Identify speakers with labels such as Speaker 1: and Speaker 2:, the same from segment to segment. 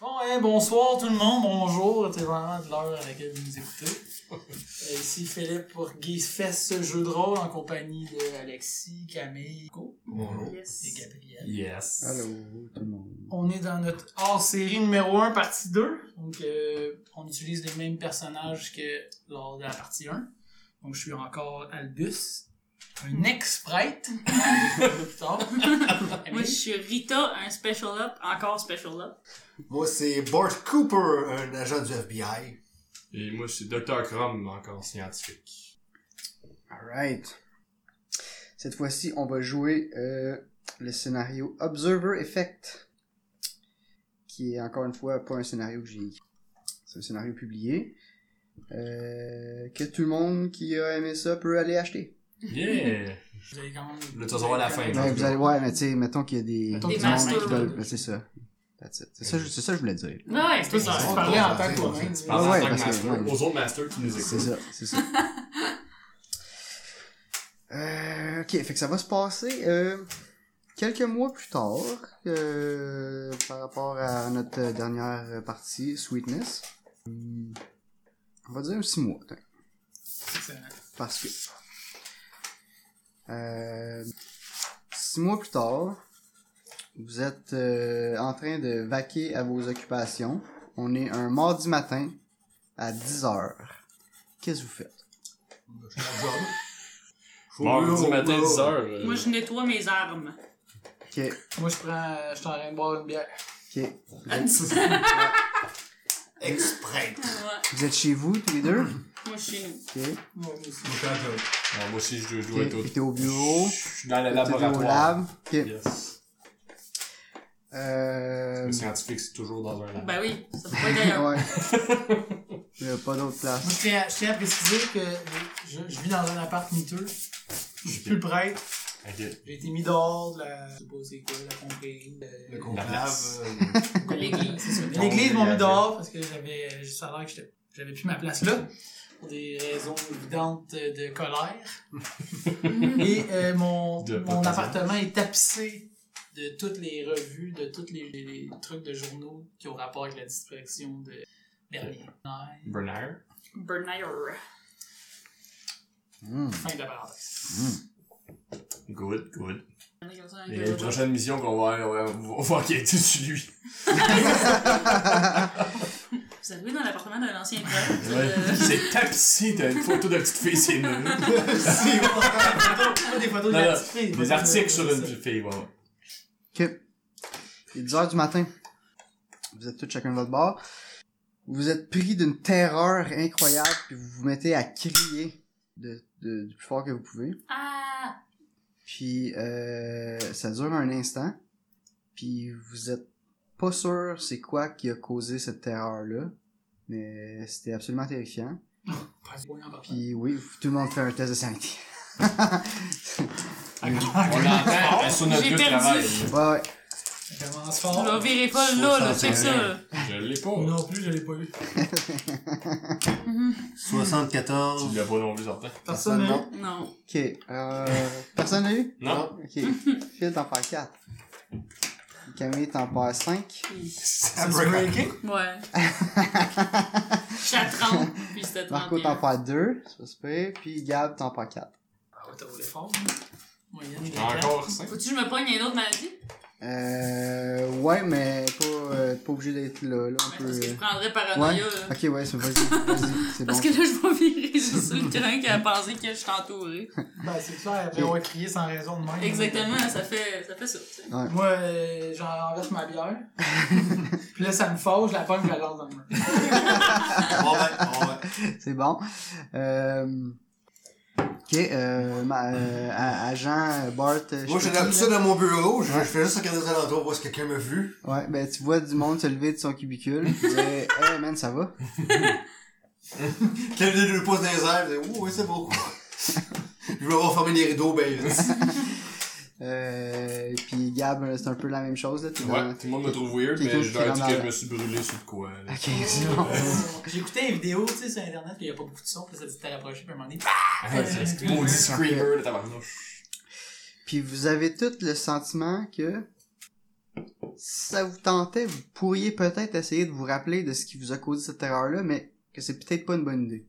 Speaker 1: matin, bonsoir tout le monde, bonjour. C'est vraiment de l'heure à laquelle vous nous écoutez. Euh, Ici Philippe pour Guy Fest ce jeu de rôle en compagnie de Alexis, Camille, Co
Speaker 2: Bonjour.
Speaker 1: et
Speaker 3: Yes.
Speaker 1: Gabriel.
Speaker 2: Yes.
Speaker 4: Allô, tout le monde.
Speaker 1: On est dans notre hors-série numéro 1, partie 2. Donc, euh, on utilise les mêmes personnages que lors de la partie 1. Donc, je suis encore Albus, un ex-prêtre. On va le dire plus tard.
Speaker 3: Moi, je suis Rita, un special up, encore special up.
Speaker 5: Moi, c'est Bart Cooper, un agent du FBI.
Speaker 2: Et moi, je suis Dr. Crum, encore scientifique.
Speaker 4: Alright. Cette fois-ci, on va jouer euh, le scénario Observer Effect, qui est encore une fois pas un scénario que j'ai écrit. C'est un scénario publié euh, que tout le monde qui a aimé ça peut aller acheter.
Speaker 2: Yeah!
Speaker 1: Vous allez quand même-
Speaker 2: Le tutoriel à la fin,
Speaker 1: Ouais,
Speaker 2: là.
Speaker 4: Ouais, vous allez voir, mais tu sais, mettons qu'il y a des,
Speaker 1: Mettons
Speaker 3: Des
Speaker 4: du monde
Speaker 3: masters.
Speaker 4: qui veulent- ben, c'est ça. That's it. C'est ça, je- c'est ça que je voulais dire.
Speaker 3: Ouais,
Speaker 1: Toi, ça, tu parlais en tant que toi-même.
Speaker 2: Par
Speaker 4: Ah Ouais,
Speaker 2: en tant
Speaker 4: parce
Speaker 2: que
Speaker 4: que-
Speaker 2: master,
Speaker 4: ouais.
Speaker 2: aux autres masters qui nous
Speaker 4: C'est
Speaker 2: écoutent.
Speaker 4: ça, c'est ça. Euh, ok, fait que ça va se passer euh, quelques mois plus tard euh, par rapport à notre dernière partie, Sweetness. Hum, On va dire six mois, tiens,
Speaker 1: Excellent.
Speaker 4: parce que... Euh, six mois plus tard, vous êtes euh, en train de vaquer à vos occupations. On est un mardi matin à 10h. Qu'est-ce que vous faites?
Speaker 5: Je suis un job. Faut
Speaker 2: Mardi
Speaker 5: là,
Speaker 2: matin,
Speaker 5: là.
Speaker 2: 10h.
Speaker 3: Moi, je nettoie mes armes.
Speaker 4: Ok,
Speaker 1: Moi, je prends. Je suis en train de boire une bière.
Speaker 4: ok. Vous êtes,
Speaker 5: Exprès.
Speaker 3: Ouais.
Speaker 4: vous êtes chez vous, tous les deux?
Speaker 3: Moi, je suis chez nous.
Speaker 4: Ok.
Speaker 1: Moi aussi.
Speaker 5: Je suis un job.
Speaker 2: Ah, Moi aussi, je, je dois
Speaker 4: Ok,
Speaker 2: être au...
Speaker 4: Puis t'es au bureau.
Speaker 2: Je suis dans le
Speaker 4: T'es au
Speaker 2: laboratoire.
Speaker 4: lab. Ok.
Speaker 2: Yes.
Speaker 4: Euh...
Speaker 2: Le scientifique, c'est toujours dans un lab.
Speaker 3: Ben oui, ça peut pas être d'ailleurs.
Speaker 4: Ouais. Il y a pas d'autre place.
Speaker 1: Moi, je tiens, à- je tiens à préciser que je, je vis dans un appart miteux. Je suis plus prêtre.
Speaker 2: Ok.
Speaker 1: J'ai été mis dehors de la. Je sais pas c'est quoi, la euh, confrérie. de-
Speaker 5: Le
Speaker 2: place.
Speaker 5: conclave.
Speaker 1: de L'église, c'est ça.
Speaker 2: Ton
Speaker 1: L'église m'ont mis
Speaker 2: avion.
Speaker 1: dehors parce que j'avais. euh, Ça a l'air que j'étais- j'avais plus ma place là. Pour des raisons évidentes de colère. Et euh, mon,
Speaker 2: De
Speaker 1: mon
Speaker 2: pas
Speaker 1: appartement est tapissé de toutes les revues, de tous les, les- les trucs de journaux qui ont rapport avec la distraction de Berlin.
Speaker 2: Bernard.
Speaker 3: Burnier.
Speaker 4: Hmm.
Speaker 1: Fin de la parenthèse.
Speaker 2: Good, good.
Speaker 3: On est comme ça, un
Speaker 2: Et
Speaker 3: peu
Speaker 2: la
Speaker 3: genre.
Speaker 2: prochaine mission qu'on va aller, on va- on va enquêter sur lui.
Speaker 3: Vous arrivez dans l'appartement d'un ancien prêtre.
Speaker 2: Ouais.
Speaker 3: euh,
Speaker 2: C'est tapissé d'une photo de petite fille, c'est nul.
Speaker 5: C'est vrai.
Speaker 1: Pas Ah, des photos de
Speaker 2: Non,
Speaker 1: la
Speaker 2: non,
Speaker 1: petite fille,
Speaker 2: Des
Speaker 1: photos
Speaker 2: articles
Speaker 1: de-
Speaker 2: sur
Speaker 1: de
Speaker 2: une
Speaker 1: ça.
Speaker 2: petite fille, voilà.
Speaker 4: Ok. Il est 10h du matin. Vous êtes tous chacun de votre bord. Vous êtes pris d'une terreur incroyable, puis vous vous mettez à crier de, de- du plus fort que vous pouvez.
Speaker 3: Ah!
Speaker 4: Puis euh, ça dure un instant. Puis vous êtes pas sûr c'est quoi qui a causé cette terreur-là. Mais c'était absolument terrifiant.
Speaker 1: Pas du point en partant.
Speaker 4: Puis oui, tout le monde fait un test de sanité.
Speaker 2: On l'entend sur notre
Speaker 3: J'ai
Speaker 2: lieu de
Speaker 3: perdu.
Speaker 2: travail.
Speaker 4: Ouais, ouais.
Speaker 1: Ça commence
Speaker 3: On la
Speaker 1: fort.
Speaker 3: verrez pas là, là, check ça. là.
Speaker 2: Je l'ai pas.
Speaker 1: Moi non plus, je l'ai pas eu.
Speaker 3: Mhm.
Speaker 5: 74.
Speaker 2: Tu l'as pas non plus sorti.
Speaker 1: Personne hein. n'a eu.
Speaker 3: Non.
Speaker 4: Ok. Euh, personne l'a eu?
Speaker 2: Non.
Speaker 4: Ok. Phil, t'en perds 4. Camille, t'en perds 5.
Speaker 1: C'est du breaking.
Speaker 3: Ouais. Je suis à 30, puis c'était 30.
Speaker 4: Marco, t'en perds 2. C'est pas super. Puis Gab, t'en perds 4.
Speaker 1: Ah ouais, t'as roulé fort. Moyenne,
Speaker 2: J'ai Encore 5.
Speaker 3: Faut-tu que je me pogne une autre maladie? Ben,
Speaker 4: Euh, ouais, mais pas, euh, pas obligé d'être là. Là, on peut... euh,
Speaker 3: Ouais, Parce que je prendrais
Speaker 4: Ouais.
Speaker 3: paranoïa, là.
Speaker 4: Ok, ouais, c'est vas-y, vas-y, c'est bon.
Speaker 3: Parce que là, je vais virer juste sur le crin qui a pensé que je suis entourée.
Speaker 1: Ben, c'est clair, mais on va crier sans raison de même.
Speaker 3: Exactement, ça fait ça. Fait ça tu sais.
Speaker 1: Moi, euh, j'enverse ma bière. Puis là, ça me fâche, je la pomme, je la lance dans le mur.
Speaker 5: Bon ben, bon ben.
Speaker 4: C'est bon. Euh... Ok, euh, ma, euh, à- agent Bart. euh,
Speaker 5: Moi,
Speaker 4: je
Speaker 5: j'étais
Speaker 4: te
Speaker 5: tout
Speaker 4: dis,
Speaker 5: ça
Speaker 4: là.
Speaker 5: dans mon bureau. Je je fais juste regarder à l'endroit où est-ce que quelqu'un m'a vu.
Speaker 4: Ouais, ben tu vois du monde se lever de son cubicule. Tu dis, hey man, ça va?
Speaker 5: Quelqu'un des deux pouces dans les airs. Je dis, ouh, ouais, c'est beau. Je vais avoir fermé les rideaux, ben.
Speaker 4: Euh, puis Gab, c'est un peu la même chose là. t'es dans-
Speaker 2: Ouais, tout le monde me trouve weird,
Speaker 4: Quelqu'un
Speaker 2: mais
Speaker 4: qui
Speaker 2: je leur ai dit
Speaker 4: ramène-
Speaker 2: que je me suis brûlé sur de quoi. là.
Speaker 4: Ok, c'est bon.
Speaker 1: J'écoutais les vidéos, tu sais, sur Internet, puis il n'y a pas beaucoup de son, puis ça dit t'as rapproché, puis à un moment donné,
Speaker 2: Ah, c'est un Maudit screamer de tabarnouche.
Speaker 4: Puis vous avez tout le sentiment que si ça vous tentait, vous pourriez peut-être essayer de vous rappeler de ce qui vous a causé cette erreur-là, mais que c'est peut-être pas une bonne idée.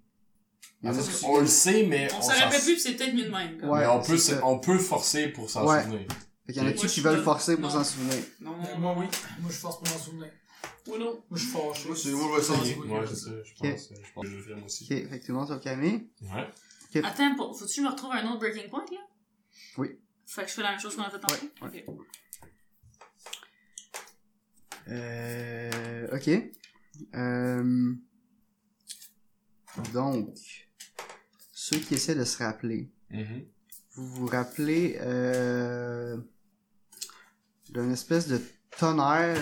Speaker 4: Il y en a-
Speaker 2: Parce qu'on le sait, mais
Speaker 3: On
Speaker 2: on
Speaker 3: s'en
Speaker 2: s'en-
Speaker 3: rappelle plus, pis c'est peut-être mieux de même. comme.
Speaker 4: Ouais.
Speaker 2: Ah, mais on peut,
Speaker 4: c'est
Speaker 2: se-
Speaker 4: ça.
Speaker 2: on peut forcer pour s'en
Speaker 4: Ouais.
Speaker 2: souvenir.
Speaker 4: Fait qu'il y en a
Speaker 3: Moi,
Speaker 4: qui
Speaker 3: je
Speaker 4: qui
Speaker 3: suis
Speaker 4: veulent
Speaker 3: pas-
Speaker 4: forcer pour
Speaker 3: non.
Speaker 4: s'en souvenir.
Speaker 3: Non,
Speaker 1: Euh,
Speaker 3: moi,
Speaker 1: moi, oui. Moi, je force pour m'en souvenir.
Speaker 3: moi non.
Speaker 1: Moi, je suis fâché.
Speaker 5: Moi, c'est- moi, je vais essayer.
Speaker 1: Oui,
Speaker 2: Ouais,
Speaker 1: oui.
Speaker 2: c'est ça, je pense. Je pense que je vais faire moi
Speaker 4: Ok,
Speaker 2: aussi.
Speaker 4: fait que tout le monde soit calmé.
Speaker 2: Ouais.
Speaker 3: Attends, pour- faut-tu que je me retrouve un autre breaking point, là?
Speaker 4: Oui.
Speaker 3: Fait que je fais la même chose qu'on a fait tantôt?
Speaker 4: Ouais,
Speaker 3: Ok.
Speaker 4: Euh, ok. Euh, donc, ceux qui essaient de se rappeler,
Speaker 2: Mhm.
Speaker 4: vous vous rappelez euh, d'une espèce de tonnerre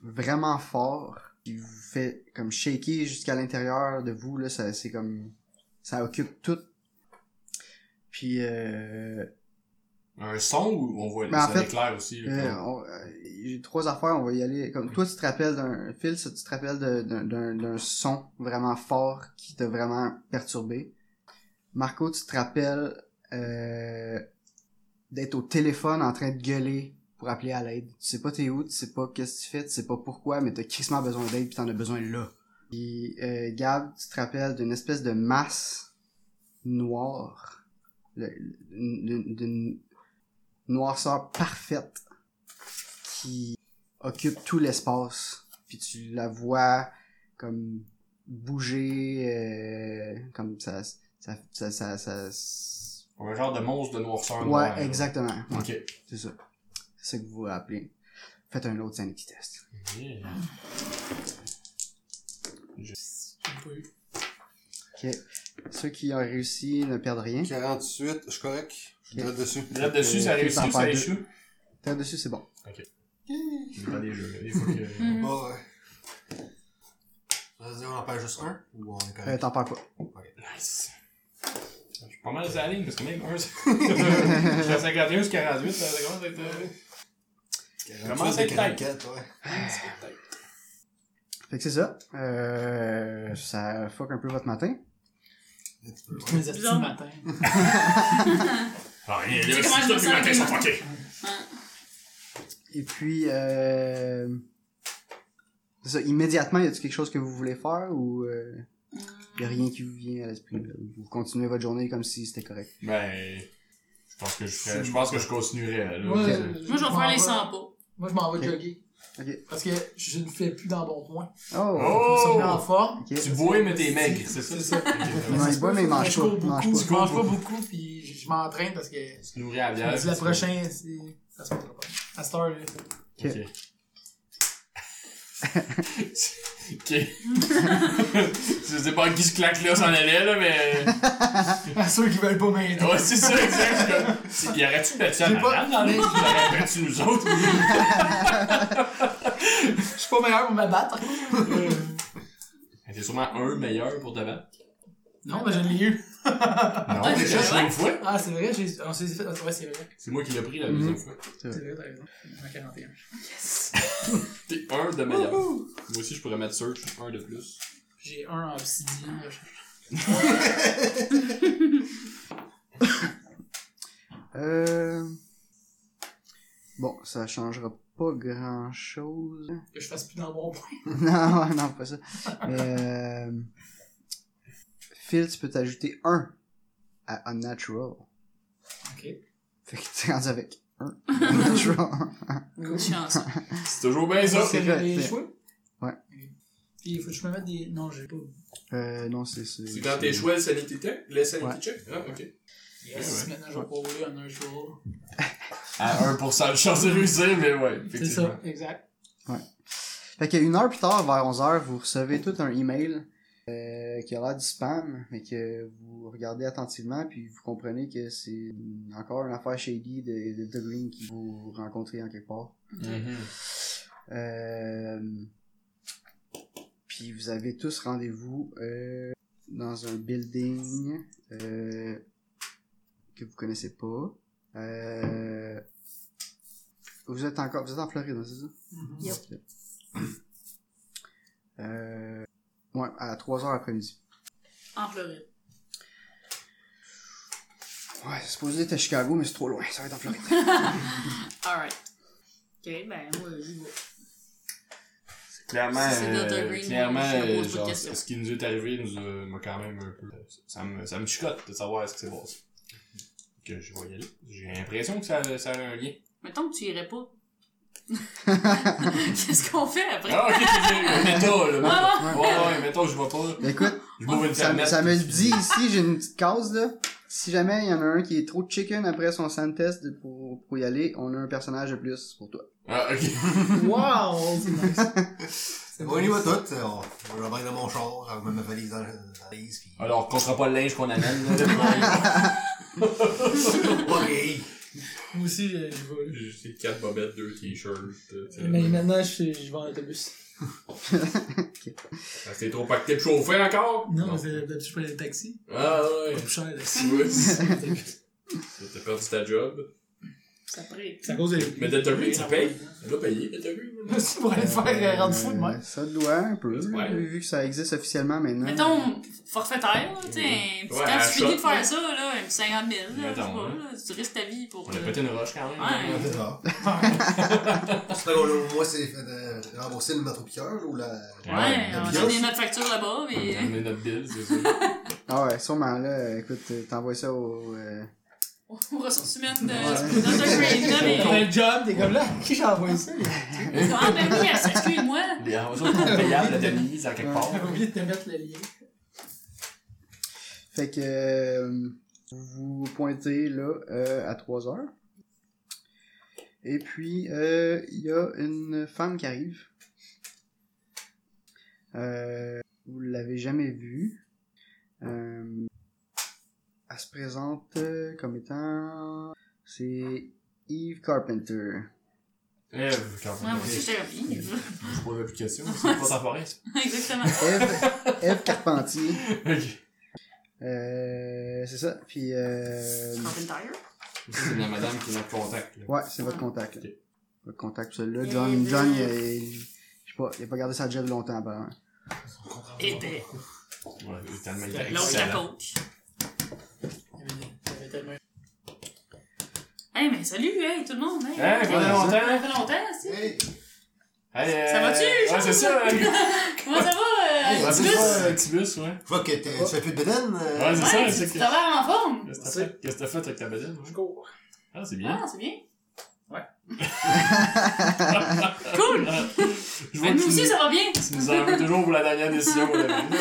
Speaker 4: vraiment fort qui vous fait comme shaker jusqu'à l'intérieur de vous là, ça c'est comme ça occupe tout. Puis euh,
Speaker 2: Un son ou on voit
Speaker 4: Ben, en
Speaker 2: ça
Speaker 4: fait,
Speaker 2: éclaire aussi? là,
Speaker 4: Euh, on- euh, J'ai trois affaires, on va y aller. Comme toi, tu te rappelles d'un fil, ça, tu te rappelles de- d'un- d'un d'un son vraiment fort qui t'a vraiment perturbé. Marco, tu te rappelles euh, d'être au téléphone en train de gueuler pour appeler à l'aide. Tu sais pas t'es où, tu sais pas qu'est-ce que tu fais, tu sais pas pourquoi, mais t'as crissement besoin d'aide pis t'en as besoin là. Puis euh, Gab, tu te rappelles d'une espèce de masse noire, le- d'une- d'une d'une noirceur parfaite qui occupe tout l'espace. Puis tu la vois comme bouger, euh, comme ça, ça, ça, ça, ça-
Speaker 2: comme Un genre de monstre de noirceur. noire,
Speaker 4: Ouais,
Speaker 2: là.
Speaker 4: exactement. Ouais,
Speaker 2: Ok.
Speaker 4: c'est ça. C'est ce que vous appelez. Faites un autre sanity test.
Speaker 2: Yeah.
Speaker 1: J'ai pas eu.
Speaker 4: Ok. Ceux qui ont réussi ne perdent rien.
Speaker 5: 48, je suis correct. Je suis
Speaker 4: Ok.
Speaker 5: direct dessus.
Speaker 2: Là, dessus,
Speaker 4: Euh,
Speaker 2: ça
Speaker 4: tout
Speaker 2: réussit
Speaker 4: en
Speaker 2: ou ça
Speaker 4: faire
Speaker 2: échoue?
Speaker 4: T'as dessus, c'est bon.
Speaker 2: Je vais aller jouer. Il faut que...
Speaker 3: Mhm.
Speaker 5: Bon, ouais. Vas-y, on en perd juste un ou on est
Speaker 4: Euh,
Speaker 5: correct?
Speaker 4: T'en perds pas.
Speaker 2: Nice. Je suis pas mal à la ligne, parce que même un, c'est- Je suis à 51, je suis 48, ça commence à être... euh,
Speaker 5: 48,
Speaker 2: commence à être
Speaker 5: 44, ouais.
Speaker 4: Fait que c'est ça. Euh, ça fuck un peu votre matin.
Speaker 5: Un petit peu, ouais.
Speaker 1: Mes astuces
Speaker 3: Bizarre.
Speaker 1: le matin.
Speaker 2: Ah, rien,
Speaker 3: Tu sais comment je me sens avec les
Speaker 2: fuckés.
Speaker 4: Et puis, euh... c'est ça. Immédiatement, y a-t-il quelque chose que vous voulez faire ou euh, y a rien qui vous vient à l'esprit? là? Vous continuez votre journée comme si c'était correct.
Speaker 2: Ben... Je pense que je ferais... Je pense que je continuerais, là.
Speaker 1: Moi,
Speaker 2: C'est-
Speaker 1: je
Speaker 3: Moi, je vais
Speaker 1: m'en
Speaker 3: faire les
Speaker 1: vais-
Speaker 3: 100 pas.
Speaker 1: Moi, je m'en vais
Speaker 4: Ok.
Speaker 1: jogger.
Speaker 4: Ok.
Speaker 1: Parce que je ne fais plus dans bon point.
Speaker 4: Oh!
Speaker 1: Je me mets en
Speaker 2: Oh!
Speaker 1: forme.
Speaker 4: Ok.
Speaker 2: Tu bois, mais t'es maigre, c'est ça?
Speaker 1: C'est ça.
Speaker 4: Ouais,
Speaker 2: Ok. ben,
Speaker 4: il boit, mais il mange
Speaker 1: Je cours
Speaker 4: pas, il mange
Speaker 1: beaucoup,
Speaker 4: pas.
Speaker 1: Je mange pas beaucoup, puis je je m'entraîne parce que je
Speaker 2: Tu nourris à la bière.
Speaker 1: me dis la
Speaker 2: puis tu-
Speaker 1: prochaine, c'est- ça se passera pas. À cette heure-là.
Speaker 2: Ok. ok. je sais pas à qui ce claque-là s'en allait, là, mais.
Speaker 1: À ceux qui veulent pas m'aider.
Speaker 2: Ouais, c'est ça, exact. je suis comme, Y aurait-tu battu à
Speaker 1: J'ai
Speaker 2: la
Speaker 1: pas-
Speaker 2: madame dans les. Y aurait battu nous autres.
Speaker 1: Je suis pas meilleur pour me battre.
Speaker 2: T'es sûrement un meilleur pour te battre.
Speaker 1: Non, mais je l'ai eu.
Speaker 2: Non,
Speaker 3: Ouais,
Speaker 2: déjà,
Speaker 3: c'est
Speaker 2: je
Speaker 3: vrai.
Speaker 2: une fois.
Speaker 1: Ah, c'est vrai, j'ai. on s'est fait- Ouais, c'est vrai.
Speaker 2: C'est moi qui l'ai pris la deuxième
Speaker 1: Mm.
Speaker 4: Mhm.
Speaker 2: fois.
Speaker 1: C'est vrai, t'as raison. En 41.
Speaker 2: T'es un de meilleur. Moi aussi, je pourrais mettre search, un de plus.
Speaker 1: J'ai un en obsidienne.
Speaker 4: Euh... Bon, ça changera pas grand-chose.
Speaker 1: Que je fasse plus dans bon point.
Speaker 4: non, non, pas ça. Mais, euh... Phil, tu peux t'ajouter un à Unnatural.
Speaker 1: Ok.
Speaker 4: Fait que tu es rendu avec un Unnatural.
Speaker 3: Une chance.
Speaker 2: C'est toujours bien ça.
Speaker 1: C'est
Speaker 4: c'est-
Speaker 1: les
Speaker 4: c'est-
Speaker 1: choix?
Speaker 4: ouais.
Speaker 1: Puis il faut que je me mette des. Non, j'ai pas.
Speaker 4: euh, non, c'est... C'est
Speaker 2: choix, le sanity check. Le sanity
Speaker 4: Ouais.
Speaker 2: check. Ah, ok.
Speaker 1: Yes,
Speaker 2: Ouais,
Speaker 1: maintenant je vais pas rouler en un jour.
Speaker 2: À 1% de chance de réussir, mais ouais.
Speaker 1: C'est ça, exact.
Speaker 4: Fait que une heure plus tard, vers 11h, vous recevez tout un email euh, qui a l'air du spam, mais que vous regardez attentivement, puis vous comprenez que c'est une- encore une affaire shady de, de, de Green qui vous rencontrez en quelque part.
Speaker 2: Mhm.
Speaker 4: Euh, puis vous avez tous rendez-vous euh, dans un building euh, que vous connaissez pas. Euh, vous êtes encore, vous êtes en Floride, hein, c'est ça?
Speaker 3: Yep.
Speaker 4: Euh, ouais, à 3h après-midi.
Speaker 3: En Floride.
Speaker 4: Ouais, c'est supposé être à Chicago, mais c'est trop loin, ça va être en Floride.
Speaker 3: Alright. Ok, ben, moi, je vois.
Speaker 2: Clairement,
Speaker 3: Si c'est
Speaker 2: euh,
Speaker 3: notre green,
Speaker 2: clairement
Speaker 3: je te pose
Speaker 2: euh,
Speaker 3: pas de
Speaker 2: genre,
Speaker 3: questions.
Speaker 2: ce qui nous est arrivé nous euh, m'a quand même un peu. Ça me, ça me chicote de savoir ce qui s'est passé. Que je vais y aller. J'ai l'impression que ça, ça a un lien.
Speaker 3: Mettons que tu irais pas. Qu'est-ce qu'on fait après?
Speaker 2: Ah, ok, ok, mettons, là. mettons.
Speaker 3: Ah,
Speaker 4: Ouais. Ben,
Speaker 2: Ouais, ouais, mettons, je vais pas.
Speaker 4: Écoute,
Speaker 2: Je m'ouvre le
Speaker 4: Ah, ça,
Speaker 2: fermette.
Speaker 4: ça me le dit ici, j'ai une petite case là. Si jamais il y en a un qui est trop chicken après son sand test pour, pour y aller, on a un personnage de plus pour toi.
Speaker 2: Ah, ok.
Speaker 1: Wow! C'est nice. C'est
Speaker 5: Bon, on y
Speaker 1: nice.
Speaker 5: va toutes. On je vais embarquer dans mon char, j'aurai même ma valise dans la dans la valise, puis...
Speaker 2: Alors, on comptera pas le linge qu'on amène, là.
Speaker 5: Ok.
Speaker 1: Moi aussi, je je vais. là.
Speaker 2: J'ai juste 4 bobettes, 2 t-shirts. euh, tu sais.
Speaker 1: Mais maintenant, je, je vais en autobus.
Speaker 2: Ah, C'était trop pacté de chauffer encore?
Speaker 1: Non, mais c'est- d'habitude, je prends le taxi.
Speaker 2: Ah,
Speaker 1: Pas
Speaker 2: ouais.
Speaker 1: plus cher, là.
Speaker 2: Tu vois, T'as perdu ta job.
Speaker 3: Ça prie.
Speaker 1: C'est à cause de.
Speaker 2: Mais Delta Green, tu payes? Elle l'a payé, Delta Green. là.
Speaker 1: Si pour aller te faire rendre fou de moi.
Speaker 4: Euh, Ça doit un peu,
Speaker 2: Ouais.
Speaker 4: vu que ça existe officiellement maintenant.
Speaker 3: Mettons, forfaitaire, là, tu sais, un petit
Speaker 2: Ouais,
Speaker 3: temps,
Speaker 2: un
Speaker 3: tu finis
Speaker 2: shot,
Speaker 3: de faire
Speaker 2: là.
Speaker 3: ça, là, un petit 50 000, là, je sais
Speaker 2: Mettons,
Speaker 3: pas,
Speaker 2: hein.
Speaker 3: là, tu risques ta vie pour...
Speaker 2: On a
Speaker 3: euh,
Speaker 2: pété une roche quand même.
Speaker 3: Ouais.
Speaker 5: C'est ça. C'est pas qu'on a- Moi, c'est euh, rembourser le matropiqueur ou la...
Speaker 3: Ouais,
Speaker 2: Ouais.
Speaker 3: on a
Speaker 5: Puis
Speaker 3: donné
Speaker 5: là,
Speaker 3: notre facture là-bas, mais...
Speaker 2: On a notre bill, c'est ça.
Speaker 4: Ah ouais, sûrement là, euh, écoute, euh, t'envoies ça au... euh,
Speaker 3: aux ressources humaines de
Speaker 4: Ouais.
Speaker 3: Dr. Green, là,
Speaker 1: T'as
Speaker 3: mais...
Speaker 1: un job, t'es comme là, qui j'envoie ça?
Speaker 3: Ah, ben oui, excuse-moi!
Speaker 2: Bien, on va sur le payable de mise en quelque part.
Speaker 1: J'avais oublié de te mettre le lien.
Speaker 4: Fait que euh, vous pointez là euh, à 3 heures. Et puis euh, il y a une femme qui arrive. Euh, vous l'avez jamais vue. Euh, elle se présente euh, comme étant c'est Eve Carpenter.
Speaker 2: Eh, quand
Speaker 3: Ouais,
Speaker 2: même.
Speaker 3: moi aussi, j'étais comme, Yves.
Speaker 2: Je pose plus de questions, c'est pas ta forêt, ça.
Speaker 3: Exactement.
Speaker 2: Euh,
Speaker 4: Eve, Eve Carpentier.
Speaker 2: Ok.
Speaker 4: Euh, c'est ça. Puis euh,
Speaker 3: Carpenter.
Speaker 2: Ça, C'est la madame qui est notre contact. là.
Speaker 4: Ouais, c'est votre contact. là.
Speaker 2: Ok.
Speaker 4: Votre contact, celui-là.
Speaker 3: Et
Speaker 4: John,
Speaker 3: ben-
Speaker 4: John il, a- il- je sais pas, il a pas gardé sa job longtemps, apparemment.
Speaker 3: Épais.
Speaker 2: Ouais, il est tellement
Speaker 1: L'autre,
Speaker 3: L'autre, la
Speaker 2: excellent.
Speaker 3: coach.
Speaker 1: T'avais tellement.
Speaker 3: Hey, mais salut, hey, tout le monde! Hey,
Speaker 2: Hein,
Speaker 3: hey,
Speaker 2: ça fait
Speaker 3: ça
Speaker 2: longtemps?
Speaker 3: fait longtemps, si!
Speaker 5: Hey!
Speaker 2: Hey,
Speaker 3: Ça
Speaker 2: euh,
Speaker 3: va-tu,
Speaker 2: Ouais,
Speaker 3: Charles?
Speaker 2: c'est ça, hein.
Speaker 3: Comment ça va, euh,
Speaker 2: Ouais,
Speaker 3: Tibus?
Speaker 2: c'est ça, un petit bus, ouais.
Speaker 5: Je vois que t'es- tu fais plus de bédaine. euh,
Speaker 2: Ouais, c'est ça,
Speaker 3: Ouais,
Speaker 2: c'est
Speaker 3: tu- tu
Speaker 2: que-
Speaker 3: t'as l'air en forme!
Speaker 2: Qu'est-ce que t'as fait- qu'est-ce que t'as fait avec ta bedaine? ouais?
Speaker 1: Je cours.
Speaker 2: Ah, c'est bien.
Speaker 3: Ah, c'est bien!
Speaker 1: Ouais.
Speaker 3: Cool!
Speaker 2: Je
Speaker 3: Mais
Speaker 2: vois que
Speaker 3: nous
Speaker 2: tu
Speaker 3: aussi,
Speaker 2: nous-
Speaker 3: ça va bien!
Speaker 2: tu nous en veux toujours pour la dernière décision. là. Non,
Speaker 1: Moi,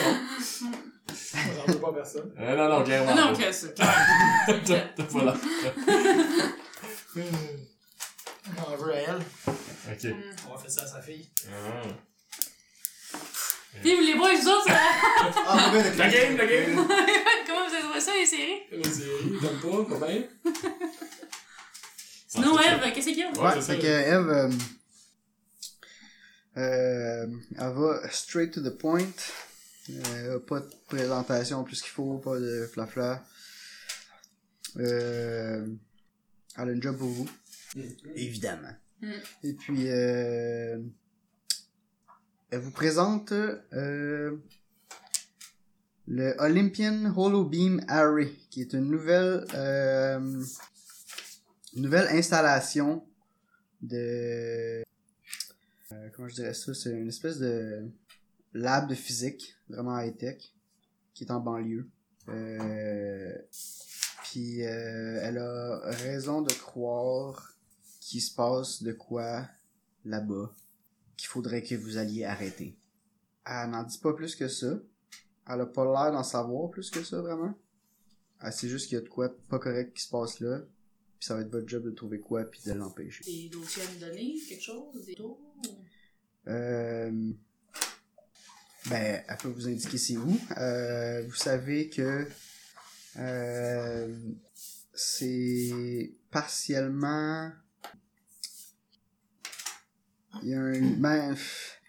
Speaker 1: J'en veux pas personne.
Speaker 2: Euh, non, non, clairement.
Speaker 3: Non, non,
Speaker 2: pas.
Speaker 3: que c'est clair.
Speaker 2: T'as pas là.
Speaker 1: On en veut à elle.
Speaker 2: Ok.
Speaker 1: On va faire ça à sa fille.
Speaker 2: Ah.
Speaker 3: Vive les boys, vous autres, ça-
Speaker 5: Ah, mon gars, le-
Speaker 2: La game, la game!
Speaker 3: comment vous avez trouvé ça, les séries?
Speaker 2: Vas-y, donne pas, pas bien. Ah,
Speaker 3: Sinon, Eve, ben, qu'est-ce qu'il y a?
Speaker 2: Ouais,
Speaker 4: Ouais, fait
Speaker 2: c'est ça.
Speaker 4: que Eve, euh, euh, elle va straight to the point. Euh, pas de présentation plus qu'il faut, pas de flafla. Euh, elle a une job pour vous. Évidemment.
Speaker 3: Mm.
Speaker 4: Et puis, euh, elle vous présente euh, le Olympian Hollow Beam Array, qui est une nouvelle, euh, une nouvelle installation de... euh, comment je dirais ça? C'est une espèce de lab de physique, vraiment high-tech, qui est en banlieue. Euh, puis euh, elle a raison de croire qu'il se passe de quoi là-bas qu'il faudrait que vous alliez arrêter. Elle n'en dit pas plus que ça. Elle a pas l'air d'en savoir plus que ça, vraiment. Elle sait juste qu'il y a de quoi pas correct qui se passe là. Puis ça va être votre job de trouver quoi puis de l'empêcher.
Speaker 3: Des dossiers à nous donner, quelque chose, des tours?
Speaker 4: Euh, ben, elle peut vous indiquer c'est où. Euh, vous savez que euh, c'est partiellement. Il y a un. Ben, pff,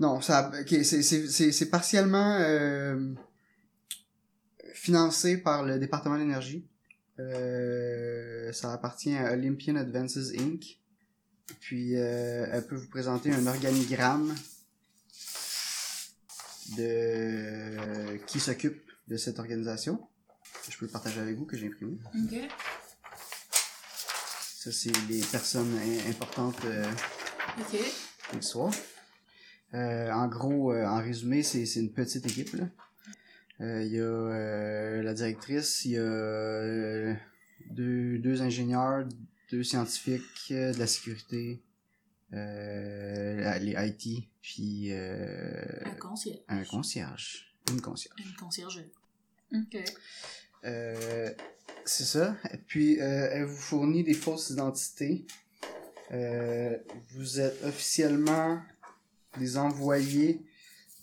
Speaker 4: non, ça. ok, c'est- c'est c'est- c'est partiellement euh, financé par le département de l'énergie. Euh, ça appartient à Olympian Advances Inc. Puis euh, elle peut vous présenter un organigramme de euh, qui s'occupe de cette organisation. Je peux le partager avec vous que j'ai imprimé.
Speaker 3: Ok.
Speaker 4: Ça, c'est les personnes i- importantes euh,
Speaker 3: Ok.
Speaker 4: de l'histoire. Euh, en gros, euh, en résumé, c'est c'est une petite équipe. là. Euh, Il y a euh, la directrice, il y a euh, deux, deux ingénieurs, deux scientifiques euh, de la sécurité, euh, la- les IT, puis euh,
Speaker 3: Un concierge.
Speaker 4: un concierge. Une concierge.
Speaker 3: Une concierge. Ok.
Speaker 4: Euh, c'est ça. Et Puis, euh, elle vous fournit des fausses identités. Euh, vous êtes officiellement des envoyés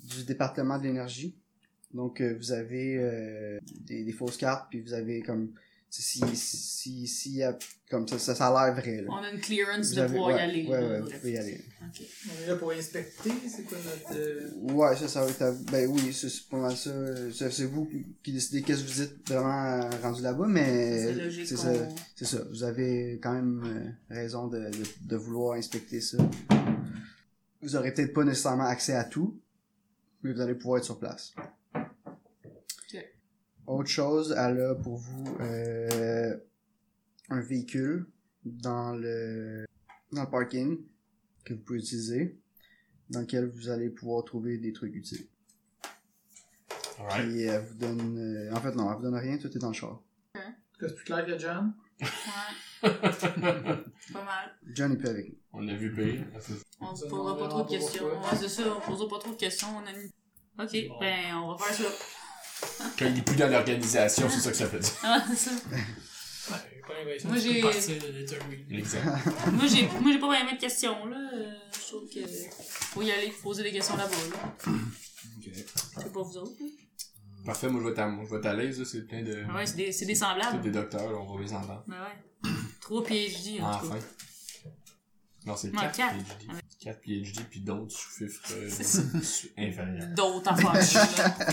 Speaker 4: du département de l'énergie. Donc, euh, vous avez euh, des, des fausses cartes, puis vous avez comme... Si, si, si, si, euh, comme ça, ça, ça a l'air vrai. Là.
Speaker 3: On a une clearance
Speaker 4: Vous
Speaker 3: de
Speaker 4: avez-
Speaker 3: pouvoir y
Speaker 4: ouais,
Speaker 3: aller.
Speaker 4: Ouais,
Speaker 3: là,
Speaker 4: ouais,
Speaker 3: bref.
Speaker 4: vous pouvez y aller.
Speaker 3: Ok.
Speaker 1: On est là pour inspecter, c'est quoi notre. euh,
Speaker 4: Ouais, ça, ça va être... à- Ben oui, c'est c'est pas mal ça. C'est c'est vous qui décidez qu'est-ce que vous êtes vraiment euh, rendu là-bas, mais...
Speaker 3: C'est logique
Speaker 4: c'est
Speaker 3: qu'on...
Speaker 4: ça. C'est ça, vous avez quand même euh, raison de, de- de vouloir inspecter ça. Vous aurez peut-être pas nécessairement accès à tout, mais vous allez pouvoir être sur place. Autre chose, elle a pour vous euh, un véhicule dans le, dans le parking que vous pouvez utiliser, dans lequel vous allez pouvoir trouver des trucs utiles.
Speaker 2: Alright.
Speaker 4: Puis elle vous donne... euh, en fait, non, elle vous donne rien, tout est dans le char.
Speaker 1: en tout cas, C'est plus clair que John.
Speaker 3: Ouais, pas mal.
Speaker 4: John est plus avec nous.
Speaker 2: on a vu pire.
Speaker 3: On se
Speaker 1: Ça
Speaker 3: posera
Speaker 1: demande
Speaker 3: pas trop de
Speaker 1: vraiment
Speaker 3: questions.
Speaker 1: pourquoi.
Speaker 3: Ouais, c'est ça, on posera pas trop de questions. On a mis- Ok,
Speaker 1: Bon.
Speaker 3: ben on va faire ça.
Speaker 2: Quand il est plus dans l'organisation, c'est ça que ça veut dire.
Speaker 3: Ah, c'est ça.
Speaker 1: Ouais, j'ai pas l'impression
Speaker 3: Moi,
Speaker 1: que tu
Speaker 3: j'ai-
Speaker 1: peux partir de déterminer.
Speaker 2: Exact.
Speaker 3: moi, j'ai, moi, j'ai pas vraiment de questions, là. Euh, Je trouve que faut y aller, faut poser des questions là-bas, là.
Speaker 5: Ok.
Speaker 3: C'est pas vous autres, là.
Speaker 2: Parfait, moi je vais t'am- moi, je vais être à l'aise, là, c'est plein de.
Speaker 3: Ah Ouais, c'est des, c'est des
Speaker 2: c'est
Speaker 3: semblables.
Speaker 2: des docteurs, là, on va les entendre.
Speaker 3: Ben ouais. Trois PhD, en tout
Speaker 2: Enfin.
Speaker 3: cas.
Speaker 2: Non, c'est
Speaker 3: Ouais,
Speaker 2: 4
Speaker 3: quatre.
Speaker 2: PhD. 4 PhD, puis d'autres sous-fifres euh,
Speaker 3: C'est ça.
Speaker 2: sous- inférieurs.
Speaker 3: D'autres affaires, là.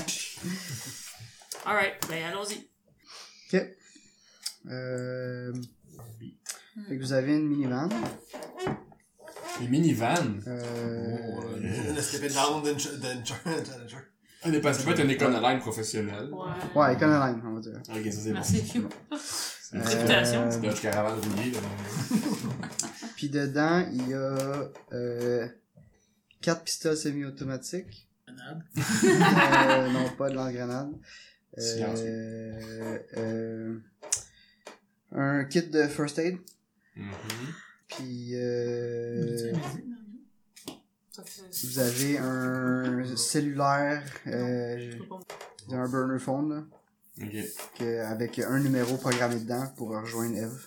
Speaker 3: Alright, ben allons-y.
Speaker 4: Euh...
Speaker 3: Hmm.
Speaker 4: Fait que vous avez une minivan.
Speaker 2: Les minivans.
Speaker 4: Euh...
Speaker 2: Oh,
Speaker 5: On
Speaker 2: euh,
Speaker 5: a skippé down d'un ch- d'un ch- challenger.
Speaker 2: On est passé pas être un éconoline professionnel.
Speaker 3: Ouais.
Speaker 4: Ouais, Econoline, on va dire.
Speaker 2: Ok, ça c'est bon.
Speaker 3: Merci, Fiu.
Speaker 2: C'est une
Speaker 3: Euh,
Speaker 2: petite
Speaker 3: Réputation.
Speaker 2: petite Dodge Caravan rouillée, là.
Speaker 4: Puis dedans, il y a euh, quatre pistoles semi-automatiques.
Speaker 1: Grenade.
Speaker 4: euh, non, pas de l'engrenade.
Speaker 2: Silence.
Speaker 4: Euh, euh, un kit de first aid.
Speaker 2: Mhm.
Speaker 4: Puis euh,
Speaker 3: Ça fait-
Speaker 4: vous avez un cellulaire, euh,
Speaker 3: Je peux pas-
Speaker 4: un burner phone, là,
Speaker 2: Ok.
Speaker 4: que- avec un numéro programmé dedans pour rejoindre Eve.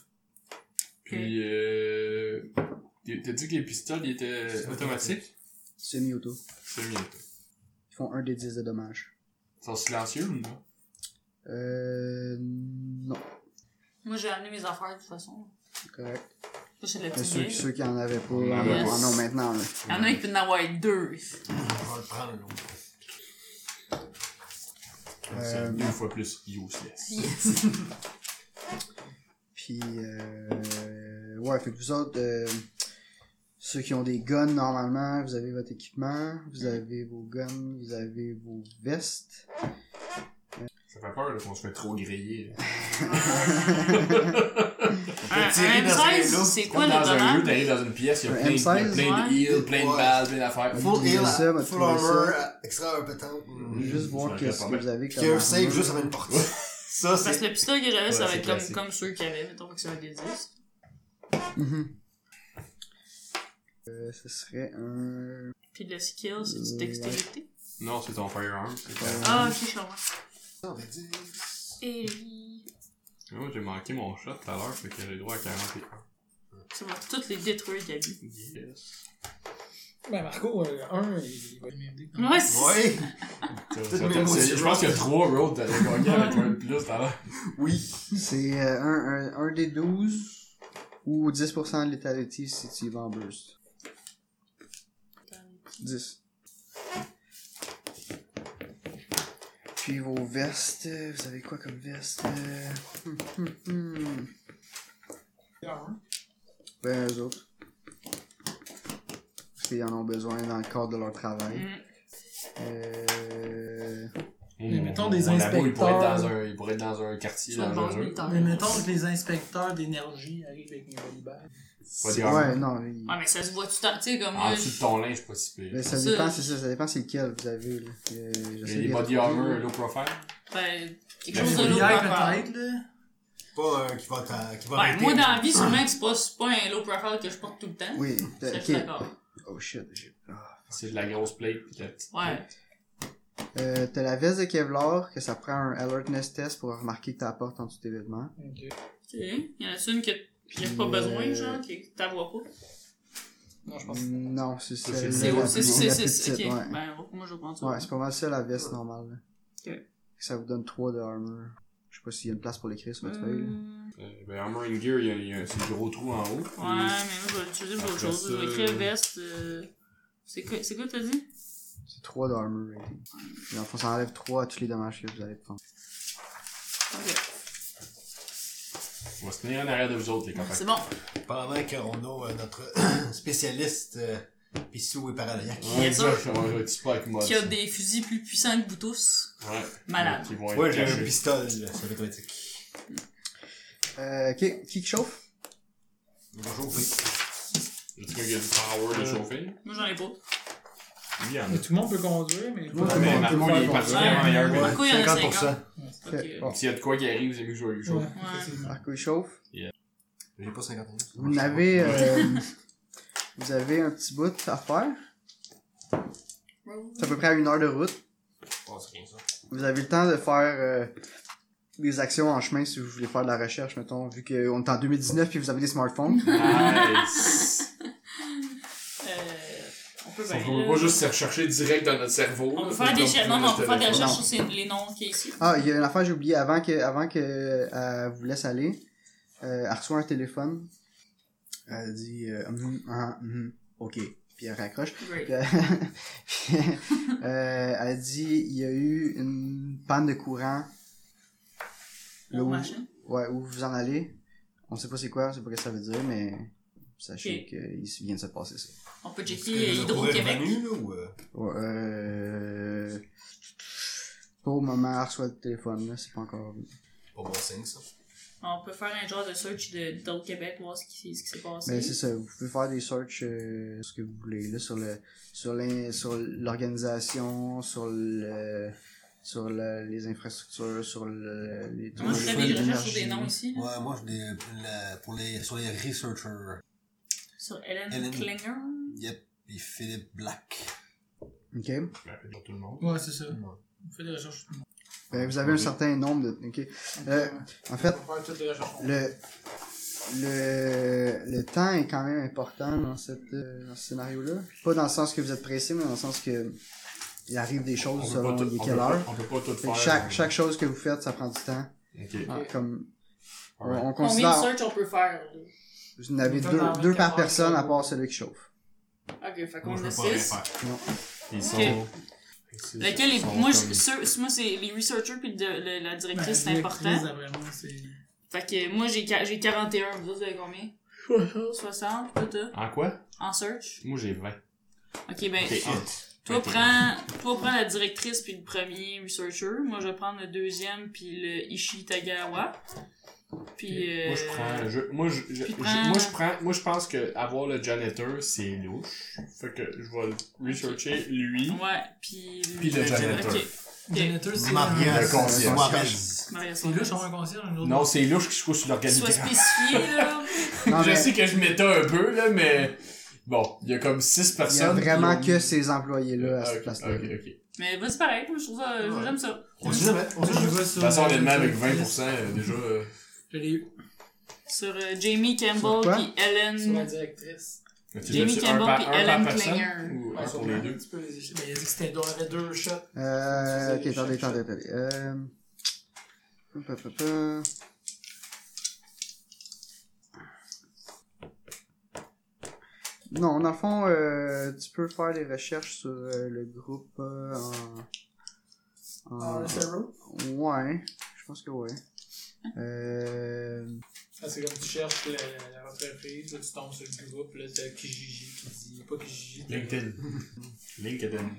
Speaker 2: Puis, euh. T'as dit que les pistoles ils étaient automatiques?
Speaker 4: Semi-auto.
Speaker 2: Semi-auto.
Speaker 4: Ils font un des 10 de dommages.
Speaker 2: Ils sont silencieux ou non?
Speaker 4: Euh. Non,
Speaker 3: Moi, j'ai amené mes affaires, de toute façon.
Speaker 4: c'est correct.
Speaker 3: Ça, c'est le
Speaker 4: Mais
Speaker 3: petit.
Speaker 4: ceux,
Speaker 3: gars.
Speaker 4: ceux qui en avaient pas,
Speaker 2: Ouais.
Speaker 4: en,
Speaker 2: Yes.
Speaker 4: en ont maintenant. là.
Speaker 3: Il y en a qui peut en avoir deux.
Speaker 5: On va le prendre, là.
Speaker 2: C'est
Speaker 4: Euh,
Speaker 2: deux fois plus useless.
Speaker 3: Yes.
Speaker 4: Puis, euh. Ouais, fait que vous autres, euh, ceux qui ont des guns normalement, vous avez votre équipement, vous avez vos guns, vous avez vos vestes.
Speaker 2: Ça fait peur là, qu'on se fait trop griller. là.
Speaker 3: Un, un
Speaker 5: tirer dans ce
Speaker 3: M16,
Speaker 5: game-là.
Speaker 3: c'est quoi
Speaker 2: Comme
Speaker 3: le
Speaker 2: dans un jeu,
Speaker 3: dommage?
Speaker 2: t'arrives dans une pièce, il y a
Speaker 4: Un
Speaker 2: plein,
Speaker 4: M16,
Speaker 2: plein de heals, plein de
Speaker 5: Ouais.
Speaker 2: balles, plein d'affaires.
Speaker 5: Full
Speaker 4: Trouvez
Speaker 5: heal,
Speaker 4: Ah, ça, va
Speaker 5: full
Speaker 4: trouver ça.
Speaker 5: armor, euh, extra pétante. Puis
Speaker 4: Juste
Speaker 2: Mm,
Speaker 4: voir
Speaker 2: ça
Speaker 4: que ce
Speaker 2: répond
Speaker 4: que
Speaker 2: bien.
Speaker 4: vous avez comme.
Speaker 5: un save
Speaker 4: armure.
Speaker 5: juste avant une partie. Ça,
Speaker 3: Parce que
Speaker 5: c'est.
Speaker 3: le pistolet que j'avais, ça
Speaker 2: Ouais,
Speaker 3: va
Speaker 2: c'est
Speaker 3: être comme,
Speaker 2: classique.
Speaker 3: comme ceux qu'il y avait, mettons que c'est un des 10.
Speaker 4: Mhm. Euh, ce serait un.
Speaker 3: Puis le skill, c'est du dextérité.
Speaker 2: Non, c'est ton firearm. c'est pas-
Speaker 3: Ah, ok, je comprends.
Speaker 5: On va dire-
Speaker 3: Et
Speaker 2: Moi, j'ai manqué mon shot tout à l'heure, fait que j'ai droit à 41.
Speaker 3: ça va toutes les détruire, Gabi.
Speaker 2: Yes.
Speaker 1: Ben, Marco, euh, le 1, il va m'aider.
Speaker 3: Ouais, c'est
Speaker 5: Ouais!
Speaker 2: Ça-
Speaker 5: Toutes
Speaker 2: ça-
Speaker 5: mes
Speaker 2: c'est-
Speaker 5: motions.
Speaker 2: Je pense qu'il y a trois roads à gagner avec un de plus tout à l'heure.
Speaker 5: Oui!
Speaker 4: C'est euh, un, un, un des 12 ou 10% de létalité si tu y vas en burst. 10. Puis vos vestes, euh, vous avez quoi comme veste euh, hum, hum, hum.
Speaker 1: Le un.
Speaker 4: Ben, eux autres. Parce qu'ils en ont besoin dans le cadre de leur travail.
Speaker 3: Mm.
Speaker 4: Euh...
Speaker 1: Mais mettons des
Speaker 2: Mon labo, Il pourrait, être
Speaker 1: inspecteurs.
Speaker 2: dans un, il pourrait être dans un quartier
Speaker 3: Sur le bord
Speaker 2: dangereux.
Speaker 3: des temps.
Speaker 1: Mais mettons que les inspecteurs d'énergie arrivent avec un volleyball.
Speaker 2: Pas
Speaker 4: Ouais,
Speaker 2: des armes.
Speaker 4: non. il-
Speaker 3: Ouais, mais ça se voit-tu dans. Tu sais, comme.
Speaker 4: Ah,
Speaker 2: En
Speaker 3: euh,
Speaker 2: dessous de ton linge, pas si pire.
Speaker 4: Mais ça
Speaker 3: Ça-
Speaker 4: dépend, c'est ça, ça dépend c'est lequel vous avez. Là. Euh, j'essaie
Speaker 2: Les
Speaker 4: de retrouver,
Speaker 2: body armor
Speaker 4: là.
Speaker 2: low profile.
Speaker 3: ben, quelque
Speaker 2: Mais
Speaker 3: chose de
Speaker 2: c'est
Speaker 1: Une
Speaker 3: l'autre
Speaker 1: bière,
Speaker 3: profile.
Speaker 1: peut-être, là.
Speaker 5: Pas un qui va t'a- qui va
Speaker 3: Ouais,
Speaker 5: arrêter,
Speaker 3: moi,
Speaker 5: mais-
Speaker 3: dans la vie, sûrement que c'est pas, c'est pas un low profile que je porte tout le temps.
Speaker 4: Oui,
Speaker 3: Ça, je suis
Speaker 4: ok.
Speaker 3: d'accord.
Speaker 4: Oh shit, j'ai. ah.
Speaker 2: C'est de la grosse plate. Pis la petite
Speaker 3: Ouais.
Speaker 4: Euh, t'as la veste de Kevlar, que ça prend un alertness test pour remarquer que t'as la porte en dessous de tes vêtements.
Speaker 3: Ok. Y en a-tu une que
Speaker 4: Puis,
Speaker 3: y'a pas besoin,
Speaker 4: euh,
Speaker 3: genre, que t'en vois pas?
Speaker 1: Non, je pense que
Speaker 4: Non, c'est
Speaker 2: Ça,
Speaker 4: celle-là.
Speaker 2: c'est-
Speaker 3: C'est
Speaker 4: la
Speaker 3: où?
Speaker 4: plus-
Speaker 3: C'est,
Speaker 4: la
Speaker 3: c'est,
Speaker 4: plus
Speaker 3: c'est, c'est,
Speaker 4: petite,
Speaker 3: ok.
Speaker 4: ouais.
Speaker 3: Ben, moi, je vais prendre ça.
Speaker 4: Ouais, c'est pas mal ça la veste normale. là.
Speaker 3: Ok.
Speaker 4: Ça vous donne 3 de armor. Je sais pas s'il y a une place pour l'écrire sur votre feuille. là.
Speaker 3: Hum,
Speaker 2: Euh, ben, armor and gear, il y a, il y a ce gros trou en haut.
Speaker 3: Ouais, mais moi, je vais l'utiliser pour autre
Speaker 2: Après
Speaker 3: chose. Je vais
Speaker 2: ça-
Speaker 3: écrire veste. euh, C'est quoi, c'est quoi, t'as dit?
Speaker 4: C'est 3 de armor rating. Dans le fond, ça enlève 3 à tous les dommages que vous allez prendre.
Speaker 3: Ok.
Speaker 2: On va se tenir en arrière de vous autres, les compacts.
Speaker 3: C'est bon.
Speaker 5: Pendant qu'on a euh, notre spécialiste euh, Pissou et Paralayak.
Speaker 2: Ouais,
Speaker 3: Bien sûr.
Speaker 2: ça, je vais- je vais petit pas avec moi.
Speaker 3: Qui a des fusils plus puissants que Boutous.
Speaker 2: Ouais.
Speaker 3: Malade.
Speaker 2: Qui vont être
Speaker 5: Moi, j'ai un
Speaker 2: cachés.
Speaker 5: pistolet, là, c'est automatique.
Speaker 4: Euh, ok, qui chauffe
Speaker 5: Bonjour, P.
Speaker 2: Le truc, il y a du power de chauffer.
Speaker 3: Moi, j'en ai pas.
Speaker 2: Lui, il y en a.
Speaker 1: Mais tout le monde peut conduire, mais.
Speaker 4: le monde
Speaker 2: Ah, mais
Speaker 4: tout le
Speaker 2: Marco,
Speaker 4: monde
Speaker 2: il est
Speaker 4: peut
Speaker 2: particulièrement
Speaker 3: conduire.
Speaker 2: meilleur que moi.
Speaker 3: Marco, il y en a
Speaker 5: 50%.
Speaker 3: Fait que-
Speaker 4: bon.
Speaker 2: S'il y a de quoi qui arrive, c'est mieux que je vais lui chauffer.
Speaker 1: Ouais, effectivement.
Speaker 4: Marco, il chauffe.
Speaker 5: J'ai pas 51.
Speaker 4: Vous n'avez, euh, vous avez un petit bout à faire. C'est à peu près à une heure de route.
Speaker 2: Oh, c'est rien, ça.
Speaker 4: Vous avez le temps de faire euh, des actions en chemin si vous voulez faire de la recherche, mettons, vu qu'on est en 2019 puis vous avez des smartphones.
Speaker 2: Nice!
Speaker 3: Euh, on peut
Speaker 2: On
Speaker 3: bien,
Speaker 2: peut
Speaker 3: là.
Speaker 2: pas juste se rechercher direct dans notre cerveau.
Speaker 3: On peut
Speaker 2: là,
Speaker 3: faire des
Speaker 2: comme
Speaker 3: recherches. Non,
Speaker 2: le
Speaker 3: non, on peut faire des
Speaker 2: téléphone.
Speaker 3: recherches sur ces- les noms qui est ici.
Speaker 4: Ah, il y a une affaire que j'ai oubliée avant que, avant que euh, elle vous laisse aller. Euh, elle reçoit un téléphone. Elle dit euh, Hum, ah, hum, OK. Puis elle raccroche.
Speaker 3: Great.
Speaker 4: Puis, euh, puis, euh, elle dit il y a eu une panne de courant. Là
Speaker 3: Mon
Speaker 4: où,
Speaker 3: machin.
Speaker 4: ouais, où vous en allez. On sait pas c'est quoi, on sait pas ce que ça veut dire, mais sachez
Speaker 3: Ok.
Speaker 4: qu'il vient de se passer ça.
Speaker 3: On peut checker Hydro-Québec.
Speaker 4: Ouais, euh... Pour le moment, elle reçoit le téléphone, là, c'est pas encore.
Speaker 5: Pas bon signe, ça.
Speaker 3: On peut faire un genre de search de- d'Hydro-Québec, voir ce qui, ce qui s'est passé.
Speaker 4: Mais c'est ça, vous pouvez faire des searches euh, ce que vous voulez, là, sur le sur l'in- sur l'organisation, sur le sur la- les infrastructures, sur le, les
Speaker 3: Moi, je fais des
Speaker 4: l'énergie.
Speaker 3: recherches sur des noms ici. là.
Speaker 5: Ouais, moi, je l'ai pour la- pour les, sur les researchers.
Speaker 3: Sur Helen,
Speaker 5: Helen.
Speaker 3: Klinger.
Speaker 5: Yep. Et Philippe Black.
Speaker 4: Ok.
Speaker 2: Ouais, pour tout le monde.
Speaker 1: Ouais, c'est ça.
Speaker 5: Ouais.
Speaker 1: On fait des recherches. sur tout le monde.
Speaker 4: Ben, vous avez un certain nombre de. Ok. Euh, en fait,
Speaker 1: On va faire toutes les recherches. sur tout le monde.
Speaker 4: le le le temps est quand même important dans cette euh, dans ce scénario là. Pas dans le sens que vous êtes pressé, mais dans le sens que il arrive des
Speaker 2: On
Speaker 4: choses
Speaker 2: peut
Speaker 4: selon
Speaker 2: pas
Speaker 4: il
Speaker 2: tout-
Speaker 4: est
Speaker 2: on
Speaker 4: quelle
Speaker 2: peut-
Speaker 4: heure.
Speaker 2: On peut pas tout
Speaker 4: Fait que
Speaker 2: faire.
Speaker 4: chaque, chaque chose que vous faites, ça prend du temps.
Speaker 2: Ok.
Speaker 4: Ah, Comme, on,
Speaker 2: Alright.
Speaker 4: on
Speaker 3: Combien de
Speaker 4: considère
Speaker 3: search on peut faire? là?
Speaker 4: vous en avez
Speaker 1: On peut
Speaker 4: deux,
Speaker 1: faire
Speaker 4: deux
Speaker 1: 24
Speaker 4: par
Speaker 1: heures,
Speaker 4: personne à
Speaker 1: ça.
Speaker 4: part celui qui chauffe.
Speaker 3: Ok, fait
Speaker 2: Moi,
Speaker 3: qu'on
Speaker 2: je
Speaker 3: a
Speaker 2: peux pas rien
Speaker 3: 6.
Speaker 2: faire.
Speaker 4: Non.
Speaker 2: Ils sont.
Speaker 3: Ok.
Speaker 2: ils
Speaker 3: Lequel est.
Speaker 2: sont
Speaker 3: Moi, je-
Speaker 2: comme-
Speaker 3: sur- sur- moi, c'est les researchers puis de- le- la
Speaker 1: Ben,
Speaker 3: directrice, c'est
Speaker 1: la
Speaker 3: important.
Speaker 1: crise, d'après moi, c'est-
Speaker 3: Fait que moi, j'ai qua- j'ai 41. Vous autres, vous avez combien? 60, toi, t'as?
Speaker 2: En quoi?
Speaker 3: En search?
Speaker 2: Moi, j'ai 20.
Speaker 3: Ok, ben,
Speaker 2: Ok,
Speaker 3: toi,
Speaker 2: Ok.
Speaker 3: prends, toi, prends la directrice puis le premier researcher. Moi, je vais prendre le deuxième puis le Ishii Tagawa. Puis. Euh...
Speaker 2: Moi, je prends. Je, moi, je, je-
Speaker 3: Puis
Speaker 2: je-
Speaker 3: prends-
Speaker 2: moi, je prends. Moi, je pense que avoir le janitor, c'est louche. Fait que je vais le researcher lui.
Speaker 3: Ouais, puis.
Speaker 2: Puis le janitor.
Speaker 3: Ok,
Speaker 1: Janitor, c'est.
Speaker 5: Maria
Speaker 1: un-
Speaker 2: Le concierge.
Speaker 5: Suarez.
Speaker 3: Maria
Speaker 1: C'est là, je suis un concierge, un autre.
Speaker 2: Non, c'est louche qui se couche sur
Speaker 3: Sois
Speaker 2: l'organigramme.
Speaker 3: spécifié, là.
Speaker 4: Non,
Speaker 2: je
Speaker 4: mais
Speaker 2: sais que je m'étais un peu, là, mais. Bon, il y a comme 6
Speaker 4: il y a
Speaker 2: personnes.
Speaker 4: vraiment
Speaker 2: qui ont-
Speaker 4: que ces employés-là à
Speaker 2: Ah,
Speaker 4: cette
Speaker 2: ok,
Speaker 4: place-là.
Speaker 2: Ok, ok.
Speaker 3: Mais vas-y, pareil. Moi, je trouve ça. euh,
Speaker 5: Ouais.
Speaker 3: J'aime ça.
Speaker 5: On sait jamais. On
Speaker 1: Moi,
Speaker 5: sait
Speaker 1: je
Speaker 5: jamais.
Speaker 1: vais
Speaker 2: De
Speaker 1: sur-
Speaker 2: toute façon, honnêtement, avec
Speaker 1: sur-
Speaker 2: 20%, euh, déjà. euh,
Speaker 1: Je l'ai eu.
Speaker 3: Sur euh, Jamie
Speaker 4: Sur
Speaker 3: Campbell
Speaker 4: quoi?
Speaker 3: puis
Speaker 1: Sur la
Speaker 3: Ellen.
Speaker 1: directrice.
Speaker 2: tu
Speaker 3: Jamie
Speaker 2: l'as-tu un
Speaker 3: Campbell
Speaker 2: par-
Speaker 3: puis
Speaker 2: un par
Speaker 3: Ellen
Speaker 2: personne?
Speaker 3: Klinger.
Speaker 2: Ou un
Speaker 1: Ouais,
Speaker 2: pour les
Speaker 1: un
Speaker 2: deux.
Speaker 1: petit peu les échecs. Mais il a dit que c'était on avait deux shots.
Speaker 4: Euh, ok,
Speaker 1: Faisais
Speaker 4: attendez,
Speaker 1: chaque-
Speaker 4: attendez, attendez. Euh... hum, hop, hop, hop, hop. Non, dans le fond, euh, tu peux faire des recherches sur euh, le groupe euh, en... en-
Speaker 1: Ah, c'est vrai?
Speaker 4: Ouais, je pense que ouais. Euh...
Speaker 1: Ah, c'est comme tu cherches le- la entreprise, là, tu tombes sur le groupe, là, t'as Kijiji qui dit, pas Kijiji.
Speaker 2: LinkedIn. LinkedIn.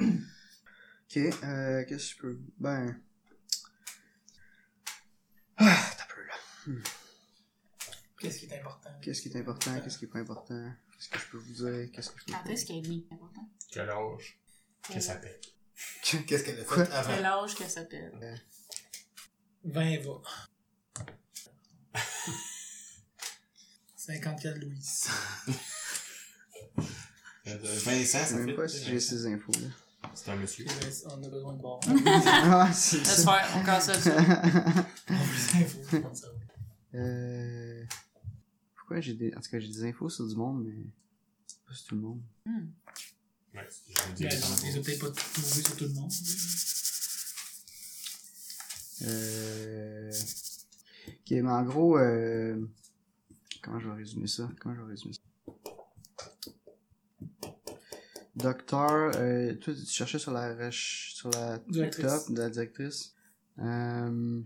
Speaker 4: Ok, euh, qu'est-ce que je peux. Ben. Ah, t'as peu là.
Speaker 1: Qu'est-ce qui est important?
Speaker 4: Qu'est-ce qui est important, qu'est-ce qui est pas important, qu'est-ce que je peux vous dire, qu'est-ce que je peux.
Speaker 3: Quand est-ce qu'elle vit? important?
Speaker 2: Quel âge? Qu'est-ce que ça paie?
Speaker 5: Qu'est-ce qu'elle a
Speaker 4: Quoi?
Speaker 5: fait avant?
Speaker 3: Quel âge qu'elle s'appelle?
Speaker 1: 20 va. 54 Louise.
Speaker 2: Euh, Vincent,
Speaker 4: Je sais
Speaker 2: ça
Speaker 4: même
Speaker 2: fait.
Speaker 4: pas si j'ai ces infos là.
Speaker 2: C'est un monsieur.
Speaker 1: On a besoin de bord.
Speaker 4: ah, c'est
Speaker 3: Laisse faire, on cancelle ça.
Speaker 1: On veut des infos, je pense ça.
Speaker 4: euh... Pourquoi j'ai des. En tout cas, j'ai des infos sur du monde, mais. c'est Pas sur tout le monde.
Speaker 2: Ouais, je me dis.
Speaker 1: Ils
Speaker 3: Ben,
Speaker 1: ont peut-être pas trouvé sur tout le monde.
Speaker 4: Euh... Ok, mais en gros, euh... comment je vais résumer ça? Comment je vais résumer ça? Docteur, euh, toi, tu cherchais sur la rech- sur la
Speaker 1: Directrice.
Speaker 4: top de la directrice. Euh,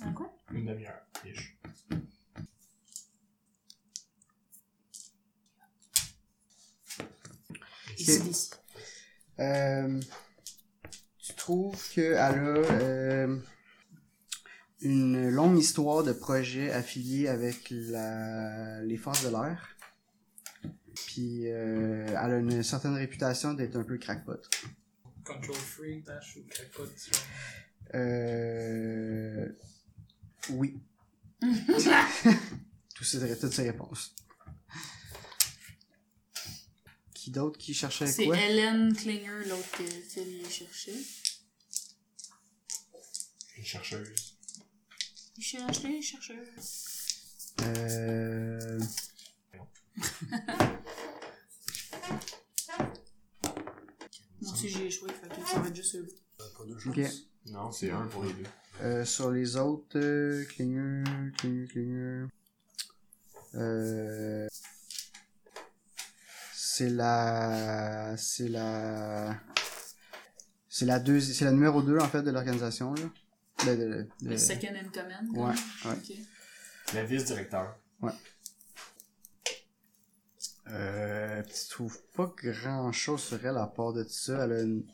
Speaker 3: Un quoi?
Speaker 2: Une demi-heure. ish.
Speaker 3: Ici, d'ici.
Speaker 4: euh, tu trouves qu'elle a euh, une longue histoire de projets affiliés avec la, les forces de l'air. Puis euh, elle a une certaine réputation d'être un peu crackpot.
Speaker 1: Control Freak, Dash ou Crackpot. genre.
Speaker 4: Euh... Oui. Tout ces, toutes ces réponses. Qui d'autre qui cherchait
Speaker 3: C'est
Speaker 4: quoi?
Speaker 3: Hélène Klinger, l'autre que Phil il cherchait.
Speaker 2: Une chercheuse.
Speaker 3: Il cherchait, il cherchait.
Speaker 4: Euh...
Speaker 3: Moi aussi, j'ai échoué, fait que ça va être juste eux.
Speaker 5: Pas deux choses.
Speaker 4: Ok.
Speaker 2: Non, c'est un pour les deux.
Speaker 4: euh, sur les autres, euh, cligneux, cligneux, cligneux. Euh... C'est la... C'est la... C'est la deuxi- c'est la numéro 2 en fait de l'organisation là. Ben, De- de- de-
Speaker 3: Le second in command.
Speaker 4: Ouais,
Speaker 3: quoi.
Speaker 4: ouais.
Speaker 3: Ok.
Speaker 2: La vice-directeur.
Speaker 4: Euh, pis tu trouves pas grand chose sur elle à part de ça. Elle a une,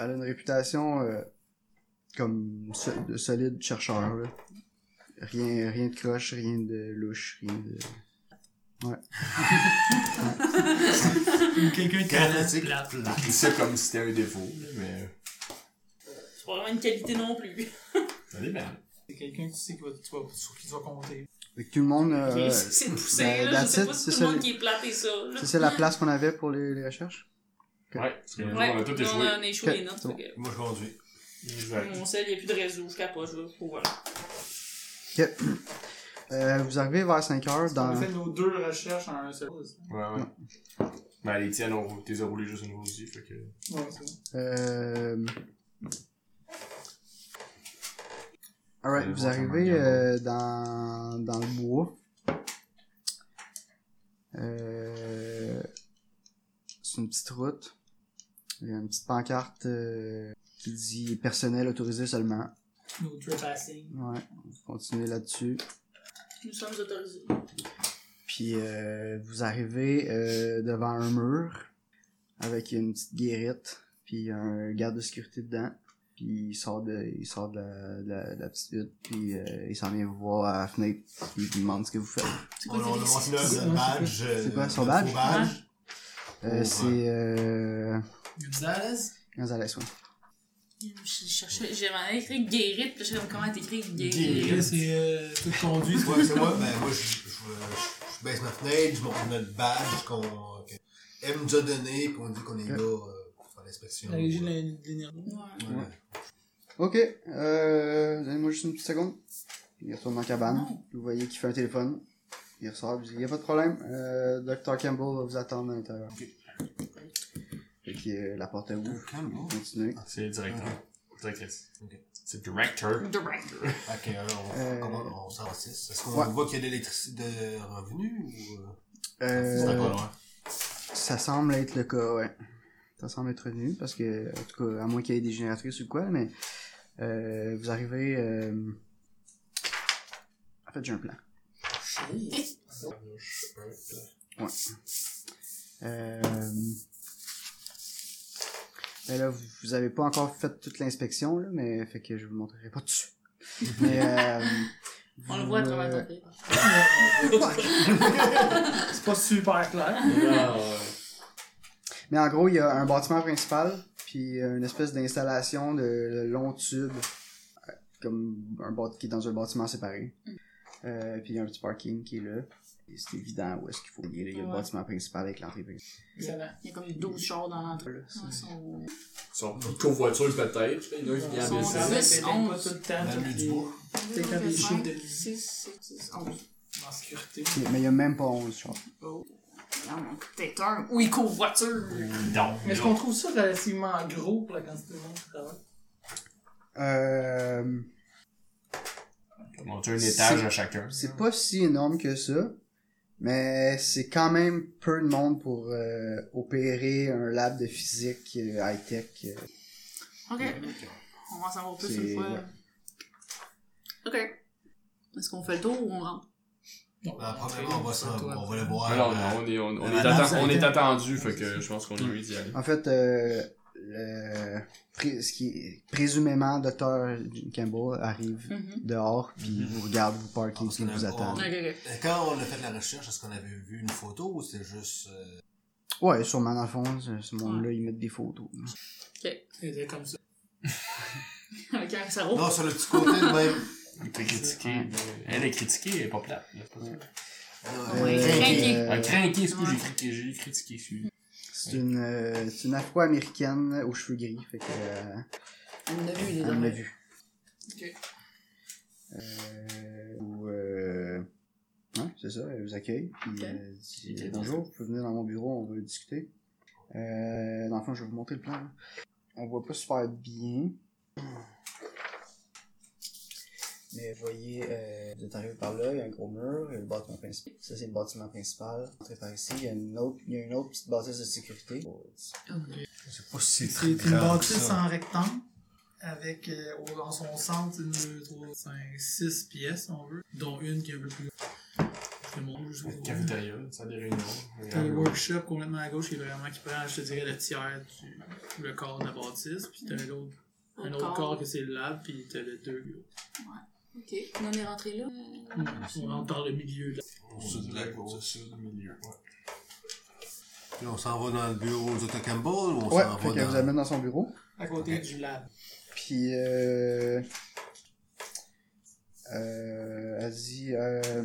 Speaker 4: elle a une réputation euh, comme so- de solide chercheur. là. Rien, rien de croche, rien de louche, rien de.
Speaker 1: Ou Quelqu'un de
Speaker 2: Caractère.
Speaker 1: plate.
Speaker 2: Il sait comme si c'était un défaut, là, mais. euh,
Speaker 3: C'est pas vraiment une qualité non plus.
Speaker 2: Ça dépend.
Speaker 1: C'est quelqu'un que tu sais qui va, tu vas, sur qui tu vas compter.
Speaker 4: Fait que tout le monde. euh,
Speaker 3: Mais c'est c'est poussé,
Speaker 4: ben,
Speaker 3: là. Je
Speaker 4: that's
Speaker 3: sais
Speaker 4: it,
Speaker 3: pas si
Speaker 4: c'est
Speaker 3: tout le
Speaker 4: ça,
Speaker 3: monde qui est platé, ça. là.
Speaker 4: c'est ça la place qu'on avait pour les, les recherches? Ok.
Speaker 2: Ouais, parce que nous,
Speaker 3: Ouais,
Speaker 2: on a tout
Speaker 3: on
Speaker 2: échoué.
Speaker 3: a échoué
Speaker 4: Ok,
Speaker 3: les notes.
Speaker 4: c'est bon.
Speaker 3: fait
Speaker 5: Moi, je conduis.
Speaker 3: que euh, Mon sel, il n'y a plus de réseau, je capote, je vais pouvoir.
Speaker 4: Ok. Euh, vous arrivez vers 5 heures dans.
Speaker 1: On a fait nos deux recherches en un seul. Ouais,
Speaker 2: Ouais, ouais. Ben, les tiennes, on les a roulées juste une fois aussi, fait que.
Speaker 1: c'est bon.
Speaker 4: Euh... Alright,
Speaker 2: Euh,
Speaker 4: vous
Speaker 2: voir ça
Speaker 4: arrivez
Speaker 2: marche bien,
Speaker 4: euh, dans, dans le bois. Euh, C'est une petite route. Il y a une petite pancarte euh, qui dit personnel autorisé seulement.
Speaker 1: Nos trespassing.
Speaker 4: Ouais, vous continuez là-dessus.
Speaker 3: Nous sommes autorisés.
Speaker 4: Puis euh, vous arrivez euh, devant un mur avec une petite guérite, puis un garde de sécurité dedans. Puis il sort de, il sort de la, de la- de la petite hutte, puis euh, il s'en vient vous voir à la fenêtre, puis il vous demande ce que vous faites. Euh,
Speaker 3: C'est
Speaker 5: On
Speaker 3: quoi
Speaker 5: a on a
Speaker 3: tes
Speaker 5: montré notre badge.
Speaker 4: C'est quoi,
Speaker 5: euh,
Speaker 4: son
Speaker 5: notre
Speaker 4: badge?
Speaker 5: faux badge?
Speaker 4: Euh,
Speaker 5: Oh,
Speaker 4: c'est euh,
Speaker 1: Gonzalez.
Speaker 4: Gonzalez, ouais.
Speaker 3: Je cherchais, j'avais écrit guérite, puis je sais comment t'écris
Speaker 1: Et
Speaker 3: guérite.
Speaker 1: là, c'est euh, tout conduit.
Speaker 5: Ouais, c'est moi. Ben, moi, je, je, je- je baisse ma fenêtre, je montre notre badge qu'on. que Elle nous a donné, qu'on dit qu'on est là euh, pour faire l'inspection.
Speaker 1: La régie de l'é- de l'énergie.
Speaker 3: Ouais.
Speaker 5: Ouais.
Speaker 4: Ok, euh, donnez-moi juste une petite seconde. Il retourne dans la cabane.
Speaker 3: Non.
Speaker 4: Vous voyez qu'il fait un téléphone. Il ressort, il n'y a pas de problème. Euh, Dr. Campbell va vous attendre à l'intérieur.
Speaker 5: Ok.
Speaker 4: Fait que euh, la porte est ouverte. Vous
Speaker 5: Ok,
Speaker 4: continuez.
Speaker 2: C'est le directeur. Directrice.
Speaker 5: Ok.
Speaker 2: C'est directeur.
Speaker 3: Director.
Speaker 5: alors, on,
Speaker 4: Euh,
Speaker 5: comment on s'en six? Est-ce qu'on
Speaker 4: ouais.
Speaker 5: voit qu'il y a de l'électricité de revenus ou. euh,
Speaker 4: Euh,
Speaker 5: c'est encore loin?
Speaker 4: Ça semble être le cas, ouais. Ça semble être revenu parce que, en tout cas, à moins qu'il y ait des génératrices ou quoi, mais euh, vous arrivez. euh,
Speaker 5: euh?
Speaker 4: En fait, j'ai un plan.
Speaker 2: Ouais.
Speaker 4: Euh, ben là, vous, vous avez pas encore fait toute l'inspection, là, mais fait que je vous le montrerai pas dessus. Mais, euh,
Speaker 3: On le
Speaker 4: vous,
Speaker 3: voit à
Speaker 4: euh,
Speaker 3: travers ton papier.
Speaker 1: C'est pas super clair.
Speaker 2: Ah,
Speaker 4: Mais en gros, il y a un bâtiment principal, puis euh, une espèce d'installation de, de long tube, euh, comme un bâtiment qui est dans un bâtiment séparé.
Speaker 3: Mm.
Speaker 4: Euh, puis il y a un petit parking qui est là. Et c'est évident où est-ce qu'il faut y aller. Il y a le
Speaker 3: Ouais.
Speaker 4: bâtiment principal avec l'entrée principale.
Speaker 1: Excellent.
Speaker 3: Il y a comme 12 chars dans l'entrée.
Speaker 4: Là,
Speaker 3: Ouais,
Speaker 4: c'est-
Speaker 3: son-
Speaker 2: Son covoiture peut-être. Il y en a un qui vient à
Speaker 3: Son-
Speaker 1: Ça
Speaker 2: Belsac.
Speaker 1: répétait pas
Speaker 3: 11.
Speaker 1: tout le temps,
Speaker 5: La
Speaker 1: toutes
Speaker 5: nuit
Speaker 1: les-
Speaker 5: du bois.
Speaker 1: C'est quand les chiffres de
Speaker 3: 6, 7, 6, 11.
Speaker 1: en sécurité.
Speaker 4: Mais il y a même pas 11 chars.
Speaker 3: Oh. Il y en a peut-être un. Oui, covoiture.
Speaker 2: Non.
Speaker 1: Mais est-ce qu'on trouve ça relativement gros pour la quantité de monde qui travaille?
Speaker 4: Euh,
Speaker 2: Monter un
Speaker 4: C'est-
Speaker 2: étage à chacun.
Speaker 4: c'est pas si énorme que ça, mais c'est quand même peu de monde pour euh, opérer un lab de physique euh, high-tech. euh.
Speaker 3: Ok. On va en savoir plus
Speaker 4: C'est-
Speaker 3: une fois.
Speaker 4: ouais.
Speaker 3: Ok. Est-ce qu'on fait le tour ou on rentre?
Speaker 1: Non,
Speaker 5: Ah, Premièrement, on va s'en-
Speaker 1: Toi.
Speaker 5: on va le voir.
Speaker 2: Alors,
Speaker 5: euh,
Speaker 2: on est, on, on
Speaker 5: la
Speaker 2: est,
Speaker 5: madame,
Speaker 2: atten- on est
Speaker 1: c'était-
Speaker 2: attendu, fait que je pense qu'on a eu d'y aller.
Speaker 4: En fait, euh, le, pré- ce qui est présumément Dr. Campbell arrive
Speaker 3: Mm-hmm.
Speaker 4: dehors, puis
Speaker 5: Mhm.
Speaker 4: vous regarde, vous parking,
Speaker 5: Parce
Speaker 4: puis
Speaker 5: qu'on
Speaker 4: vous
Speaker 5: a-
Speaker 4: attend.
Speaker 5: on-
Speaker 3: Ok,
Speaker 5: Quand on a fait la recherche, est-ce qu'on avait vu une photo ou c'était juste. euh,
Speaker 4: Ouais, sûrement dans le fond, ce, ce monde-là, ils mettent des photos.
Speaker 1: C'était comme ça.
Speaker 3: ok. Avec un cerveau.
Speaker 5: Non, sur le petit côté de même.
Speaker 2: Il peut critiquer. mais- Elle est critiquée, elle est pas plate. là.
Speaker 5: Euh,
Speaker 3: Oui.
Speaker 5: craqué.
Speaker 3: Craqué.
Speaker 2: Un crinqué, c'est que
Speaker 3: Ouais.
Speaker 2: j'ai critiqué, j'ai critiqué celui
Speaker 4: C'est une, euh, c'est une afro-américaine aux cheveux gris, fait que, euh,
Speaker 3: On a vu les
Speaker 4: on l'a
Speaker 3: amis.
Speaker 4: vu.
Speaker 3: Ok.
Speaker 4: Euh, ou, euh, ouais, c'est ça, euh, elle vous accueille, puis
Speaker 3: Ok.
Speaker 4: elle dit,
Speaker 2: Ok, donc-
Speaker 4: euh, bonjour, vous pouvez venir dans mon bureau, on veut discuter. Euh, dans le fond, je vais vous montrer le plan. hein. On voit pas super bien. Mais vous voyez, euh, vous êtes arrivé par là, il y a un gros mur, il y a le bâtiment principal. Ça, c'est le bâtiment principal. Entrez par ici, il y a une autre, il y a une autre petite bâtisse de sécurité.
Speaker 5: Je sais pas si c'est
Speaker 1: C'est
Speaker 5: très
Speaker 1: une
Speaker 5: grave,
Speaker 1: bâtisse
Speaker 5: ça.
Speaker 1: en rectangle, avec euh, au- dans son centre une, deux, trois, cinq, six pièces, si on veut, dont une qui est un peu plus. Je te montre juste.
Speaker 2: ci Cafétéria, salle des réunions.
Speaker 1: T'as le
Speaker 2: regarde.
Speaker 1: workshop complètement à gauche qui est vraiment qui prend, je te dirais, le tiers du le corps de la bâtisse, puis t'as un autre, un autre corps que c'est le lab, puis t'as le deux bureaux.
Speaker 3: Ok. On est rentré là.
Speaker 5: Ah,
Speaker 1: On rentre par le milieu là.
Speaker 5: Au sud de la cour.
Speaker 2: sud, au milieu. ouais.
Speaker 5: Puis on s'en va dans le bureau de Dr. Campbell ou on
Speaker 4: Ouais,
Speaker 5: s'en
Speaker 4: fait
Speaker 5: va
Speaker 4: qu'elle vous
Speaker 5: dans.
Speaker 4: amène dans son bureau.
Speaker 1: à côté du lab.
Speaker 4: Puis, euh, euh, elle dit, euh,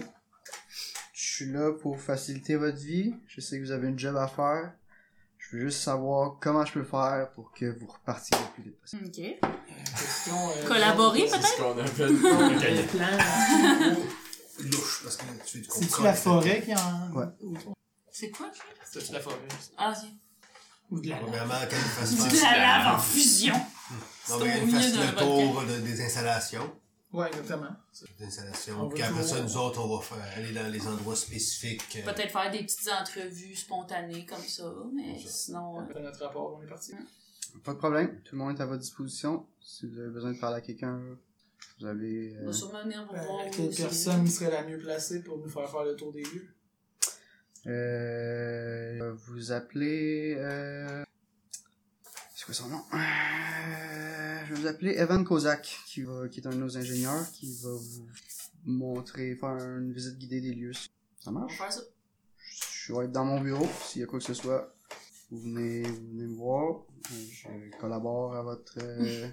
Speaker 4: je suis là pour faciliter votre vie. Je sais que vous avez une job à faire. Je veux juste savoir comment je peux faire pour que vous repartiez le plus vite possible.
Speaker 3: Ok.
Speaker 1: Question, euh,
Speaker 3: Collaborer,
Speaker 1: genre,
Speaker 2: C'est ce qu'on appelle
Speaker 1: euh,
Speaker 2: le
Speaker 1: le
Speaker 2: cahier.
Speaker 1: plan.
Speaker 5: Louche, parce que tu fais du
Speaker 1: C'est-tu
Speaker 5: contrôle.
Speaker 1: euh, la forêt qui en.
Speaker 4: Ouais.
Speaker 3: C'est quoi? ça?
Speaker 1: C'est-tu la forêt?
Speaker 3: Ah, c'est
Speaker 1: Ou de la lave?
Speaker 5: Premièrement, quand il fasse faire.
Speaker 3: de la
Speaker 2: lave.
Speaker 3: lave en fusion.
Speaker 5: Non,
Speaker 3: C'est
Speaker 5: mais
Speaker 3: au
Speaker 5: elle fasse
Speaker 3: milieu d'un
Speaker 5: le tour de- des installations.
Speaker 1: Ouais, exactement.
Speaker 5: Des
Speaker 1: On
Speaker 5: installations. Puis
Speaker 1: va
Speaker 5: après ça,
Speaker 1: tout-
Speaker 5: nous autres, on va faire- aller dans les endroits spécifiques. euh,
Speaker 3: Peut-être faire des petites entrevues spontanées comme ça, mais sinon. euh,
Speaker 1: On fait notre rapport, on est parti.
Speaker 4: Pas de problème. Tout le monde est à votre disposition. Si vous avez besoin de parler à quelqu'un, vous avez...
Speaker 3: On
Speaker 4: euh,
Speaker 3: va sûrement venir vous voir.
Speaker 1: Euh, quelle
Speaker 3: aussi.
Speaker 1: personne serait la mieux placée pour nous faire faire le tour des lieux?
Speaker 4: euh, vous appelez... Euh, c'est quoi son nom? Euh, je vais vous appeler Evan Kozak, qui, va, qui est un de nos ingénieurs, qui va vous montrer, faire une visite guidée des lieux. Ça
Speaker 3: On va
Speaker 4: marche?
Speaker 3: faire ça.
Speaker 4: Je vais être dans mon bureau, s'il y a quoi que ce soit, vous venez, vous venez me voir, je collabore à votre euh,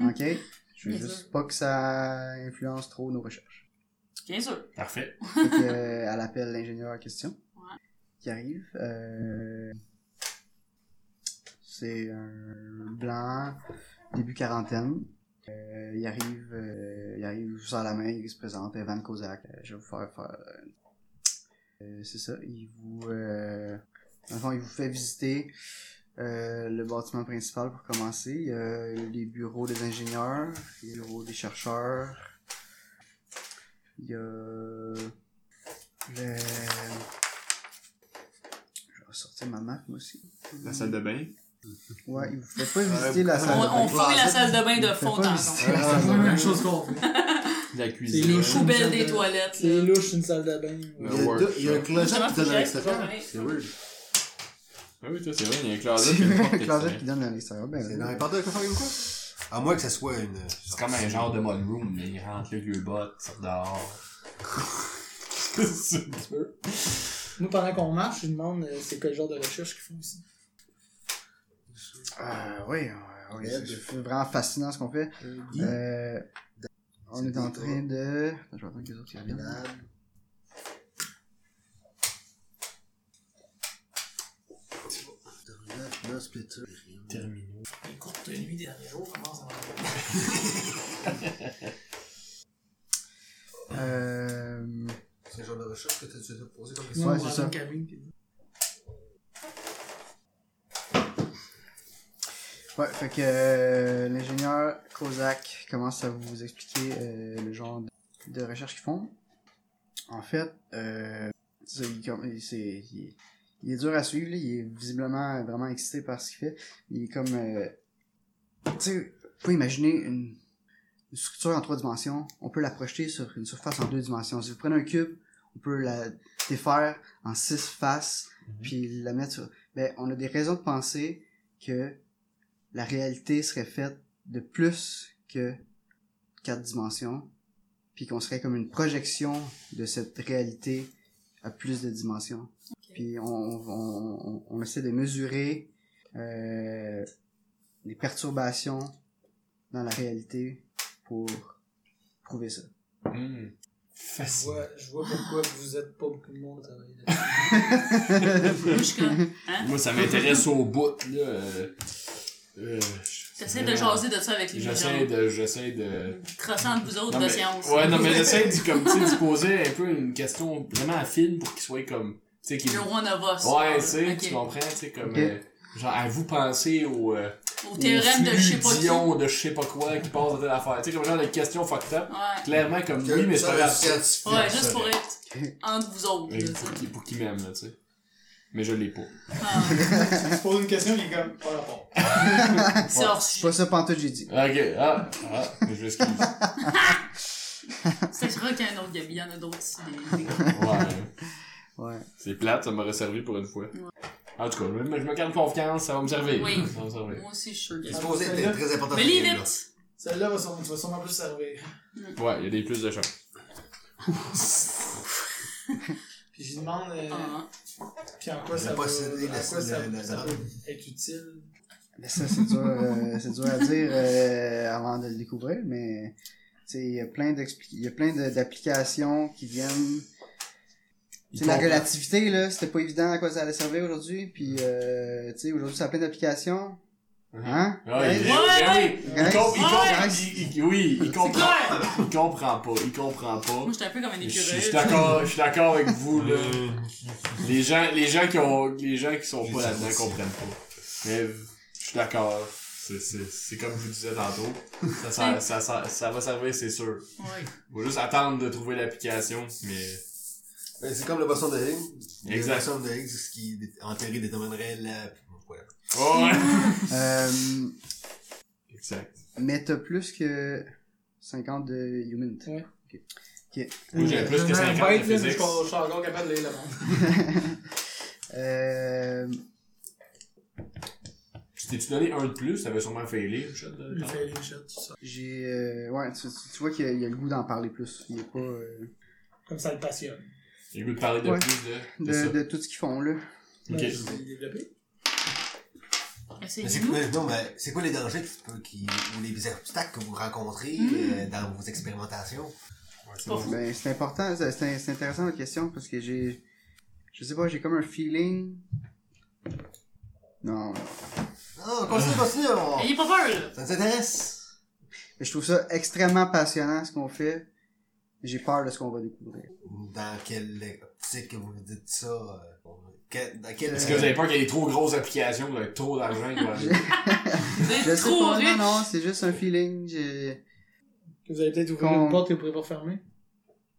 Speaker 4: enquête. Je veux
Speaker 3: Bien
Speaker 4: juste
Speaker 3: sûr.
Speaker 4: pas que ça influence trop nos recherches.
Speaker 3: Bien sûr.
Speaker 2: Parfait.
Speaker 4: Fait que, euh, elle appelle l'ingénieur en question.
Speaker 3: Ouais.
Speaker 4: Qui arrive. euh, c'est un blanc, début quarantaine. Euh, il arrive, euh, il arrive, il vous sort la main, il se présente, Evan Kozak. Euh, je vais vous faire faire. euh, euh, c'est ça, il vous. euh, dans le fond, il vous fait visiter euh, le bâtiment principal pour commencer. Il y a les bureaux des ingénieurs, les bureaux des chercheurs, il y a le... Je vais ressortir ma map, moi aussi.
Speaker 2: La salle de bain.
Speaker 4: Ouais, il vous fait pas visiter la
Speaker 3: On,
Speaker 4: salle de
Speaker 3: on
Speaker 4: bain.
Speaker 3: fouille la salle de bain
Speaker 4: Il vous
Speaker 3: de
Speaker 4: fait
Speaker 3: fond
Speaker 4: pas
Speaker 3: en
Speaker 4: visiter
Speaker 3: comble.
Speaker 4: la salle de
Speaker 1: C'est
Speaker 4: bain.
Speaker 1: la même chose qu'on fait.
Speaker 2: La
Speaker 1: C'est
Speaker 2: cuisine.
Speaker 1: louche.
Speaker 3: Poubelle des toilettes. là.
Speaker 1: louche une salle de bain.
Speaker 5: Il y a deux- il y a un closet qui donne à
Speaker 3: J'ai-
Speaker 5: l'extérieur.
Speaker 3: j'ai-
Speaker 5: C'est weird.
Speaker 2: Ah oui, toi, c'est vrai, il y a un closet. puis une porte
Speaker 4: C'est Closet
Speaker 2: extérieure.
Speaker 4: qui donne à l'extérieur. Ben,
Speaker 5: C'est
Speaker 4: ben,
Speaker 5: n'importe quoi, fucking quoi. À moins que ça soit une. euh,
Speaker 2: C'est comme un genre de mode room, mais il rentre là, vieux bot, il sort dehors. Qu'est-ce que tu veux?
Speaker 1: Nous, pendant qu'on marche, je lui demande euh, c'est quel genre de recherche qu'ils font ici.
Speaker 4: Ah oui, oui, oui,
Speaker 5: Lève.
Speaker 4: c'est c'est vraiment fascinant ce qu'on fait. Euh, on est en train de... Attends, Je vais attendre que les autres y reviennent.
Speaker 2: Terminaux.
Speaker 1: Les courtes nuits des derniers jours commencent à
Speaker 4: Euh,
Speaker 5: C'est le genre de recherche que tu tu as posé comme
Speaker 1: Nous,
Speaker 5: question.
Speaker 4: Ouais,
Speaker 1: on
Speaker 4: c'est
Speaker 1: rentre
Speaker 4: ça.
Speaker 1: dans le cabine, puis-
Speaker 4: Ouais, fait que euh, l'ingénieur Kozak commence à vous expliquer euh, le genre de, de recherche qu'ils font. En fait, euh, ça, il, comme- il- c'est, il, est- il est dur à suivre, là. il est visiblement vraiment excité par ce qu'il fait. Il est comme... euh, tu sais, vous pouvez imaginer une, une structure en trois dimensions, on peut la projeter sur une surface en deux dimensions. Si vous prenez un cube, on peut la défaire en six faces, puis la mettre sur... Ben, on a des raisons de penser que la réalité serait faite de plus que quatre dimensions, puis qu'on serait comme une projection de cette réalité à plus de dimensions. Puis on, on, on, on essaie de mesurer euh, les perturbations dans la réalité pour prouver ça.
Speaker 2: Hum.
Speaker 1: Je
Speaker 2: Facile.
Speaker 1: vois, je vois pourquoi vous êtes pas beaucoup de monde à travailler là-dessus.
Speaker 3: Moi, je suis comme,
Speaker 2: Moi, ça m'intéresse au bout, là. Euh, euh, je-
Speaker 3: T'essaies de jaser de ça avec les gens.
Speaker 2: J'essaie de. J'essaie de.
Speaker 3: Crossant entre vous autres
Speaker 2: Non,
Speaker 3: de
Speaker 2: mais-
Speaker 3: science.
Speaker 2: Ouais, non, mais j'essaie de, comme, tu sais, de poser un peu une question vraiment affine pour qu'il soit comme. Tu sais, qu'il.
Speaker 3: Le one of us.
Speaker 2: Ouais, tu sais,
Speaker 3: Ok.
Speaker 2: tu comprends, tu sais, comme.
Speaker 4: Ok.
Speaker 2: euh, genre, à vous penser au. euh,
Speaker 3: Au théorème de je sais pas qui.
Speaker 2: fluidion de je sais pas quoi qui passe de telle affaire. Tu sais, comme genre de questions fucked up.
Speaker 3: Ouais.
Speaker 2: Clairement, comme
Speaker 5: Que
Speaker 2: oui, mais c'est pas
Speaker 5: ça,
Speaker 2: grave.
Speaker 5: c'est scientifique,
Speaker 3: Ouais,
Speaker 5: ça.
Speaker 3: juste pour être entre vous autres.
Speaker 2: Mais
Speaker 3: là, tu
Speaker 2: Pour
Speaker 3: sais.
Speaker 2: qu'il- pour qu'il m'aime, là, tu sais. Mais je l'ai pas.
Speaker 3: Ah,
Speaker 1: Tu poses une question, il est comme pas rapport.
Speaker 3: C'est hors sujet.
Speaker 4: Pas ça pantoute, j'ai dit.
Speaker 2: Ok, ah, ah, mais je m'excuse.
Speaker 3: C'est vrai qu'il y a un autre Gabi, il y en a d'autres ici. des- des-
Speaker 2: Ouais.
Speaker 4: Ouais.
Speaker 2: C'est plate, ça m'aurait servi pour une fois.
Speaker 3: Ouais.
Speaker 2: En tout cas, je me, je me garde confiance, ça va me servir.
Speaker 3: Oui.
Speaker 2: Ça va me servir.
Speaker 3: Moi aussi, je suis sûr
Speaker 5: Il
Speaker 3: que
Speaker 5: est supposé être très important.
Speaker 3: Mais
Speaker 5: ce
Speaker 3: leave
Speaker 5: game-là.
Speaker 3: it!
Speaker 1: Celle-là va sûrement, tu vas sûrement plus servir.
Speaker 2: Ouais, il y a des plus de chance.
Speaker 1: Puis je lui demande euh,
Speaker 3: Ah,
Speaker 1: puis en quoi
Speaker 5: Je
Speaker 1: ça
Speaker 5: vais
Speaker 1: va,
Speaker 5: pas céder
Speaker 1: en
Speaker 5: la-
Speaker 1: quoi ça,
Speaker 5: la- la-
Speaker 1: ça
Speaker 5: la-
Speaker 1: peut être utile.
Speaker 4: Mais ça, c'est dur, euh, c'est dur à dire euh, avant de le découvrir, mais tu sais, il y a plein d'expli- il y a plein de- d'applications qui viennent. Tu sais, la relativité, là, c'était pas évident à quoi ça allait servir aujourd'hui, puis euh, tu sais, aujourd'hui, ça a plein d'applications. Hein?
Speaker 2: Ah, il-
Speaker 4: Guys?
Speaker 2: ben oui.
Speaker 4: Guys?
Speaker 2: Il com- il com-
Speaker 4: Ouais.
Speaker 2: il- il- Oui, il
Speaker 3: C'est
Speaker 2: comprend.
Speaker 3: clair!
Speaker 2: Il comprend pas. Il comprend pas.
Speaker 3: Moi, j'étais un peu comme un
Speaker 2: Je suis- je
Speaker 3: écureuil.
Speaker 2: suis d'accord, je suis d'accord avec vous là. Les gens, les gens qui ont, les gens qui sont
Speaker 5: Je
Speaker 2: pas
Speaker 5: sais
Speaker 2: là-dedans
Speaker 5: aussi.
Speaker 2: comprennent pas. Mais je suis d'accord. C'est, c'est, c'est comme je vous disais tantôt. Ça, sert- ça, sert- ça va servir, c'est sûr.
Speaker 3: Ouais.
Speaker 2: Faut juste attendre de trouver l'application, mais
Speaker 5: Ben, c'est comme le poisson de Higgs.
Speaker 2: Exact.
Speaker 5: Le poisson de Higgs, ce qui, dé- en théorie, déterminerait la... Voilà.
Speaker 2: oh, ouais.
Speaker 4: Euh,
Speaker 2: Exact.
Speaker 4: mais t'as plus que 50 de human.
Speaker 1: Ouais.
Speaker 4: Ok. Ok.
Speaker 2: Moi j'avais plus que 50 de
Speaker 1: bête, là, mais je
Speaker 2: physique.
Speaker 1: suis pas- je suis encore capable de lire le monde.
Speaker 4: Euh,
Speaker 2: Tu t'es-tu donné un de plus, ça avait sûrement failé le shot de
Speaker 1: Il fait les shots, tout ça.
Speaker 4: j'ai, euh, ouais, tu, tu- tu vois qu'il y a, il y a le goût d'en parler plus. Il est pas euh,
Speaker 1: Comme ça le passionne.
Speaker 2: J'ai le goût de parler de
Speaker 4: Ouais.
Speaker 2: plus de. de
Speaker 4: de, de tout ce qu'ils font là.
Speaker 2: ça.
Speaker 1: Ben,
Speaker 2: Ok.
Speaker 1: je vais le développer.
Speaker 3: C'est
Speaker 5: Mais c'est
Speaker 4: Mhm.
Speaker 3: nous.
Speaker 5: quoi, non, mais c'est quoi les dangers qui, peut- qui, ou les obstacles que vous rencontrez
Speaker 4: Mhm.
Speaker 5: euh, dans vos expérimentations?
Speaker 3: Pas fou.
Speaker 4: Ben, c'est important, c'est c'est- c'est intéressant votre question parce que j'ai. Je sais pas, j'ai comme un feeling. Non.
Speaker 5: Non, continue, continue, on-
Speaker 3: Ayez pas peur, là.
Speaker 5: ça nous intéresse.
Speaker 4: Mais je trouve ça extrêmement passionnant ce qu'on fait. J'ai peur de ce qu'on va découvrir.
Speaker 5: Dans quelle optique que vous me dites ça? euh, que- dans quelle...
Speaker 2: Est-ce que vous avez peur qu'il y ait des trop grosses applications, vous avez trop d'argent qui va arriver?
Speaker 3: Vous
Speaker 4: Je
Speaker 3: êtes
Speaker 4: sais
Speaker 3: trop
Speaker 4: pas,
Speaker 3: riche.
Speaker 4: non, non, c'est juste un feeling. j'ai-
Speaker 1: Que Vous allez peut-être ouvrir
Speaker 4: Qu'on-
Speaker 1: une porte que vous pourrez pas fermer.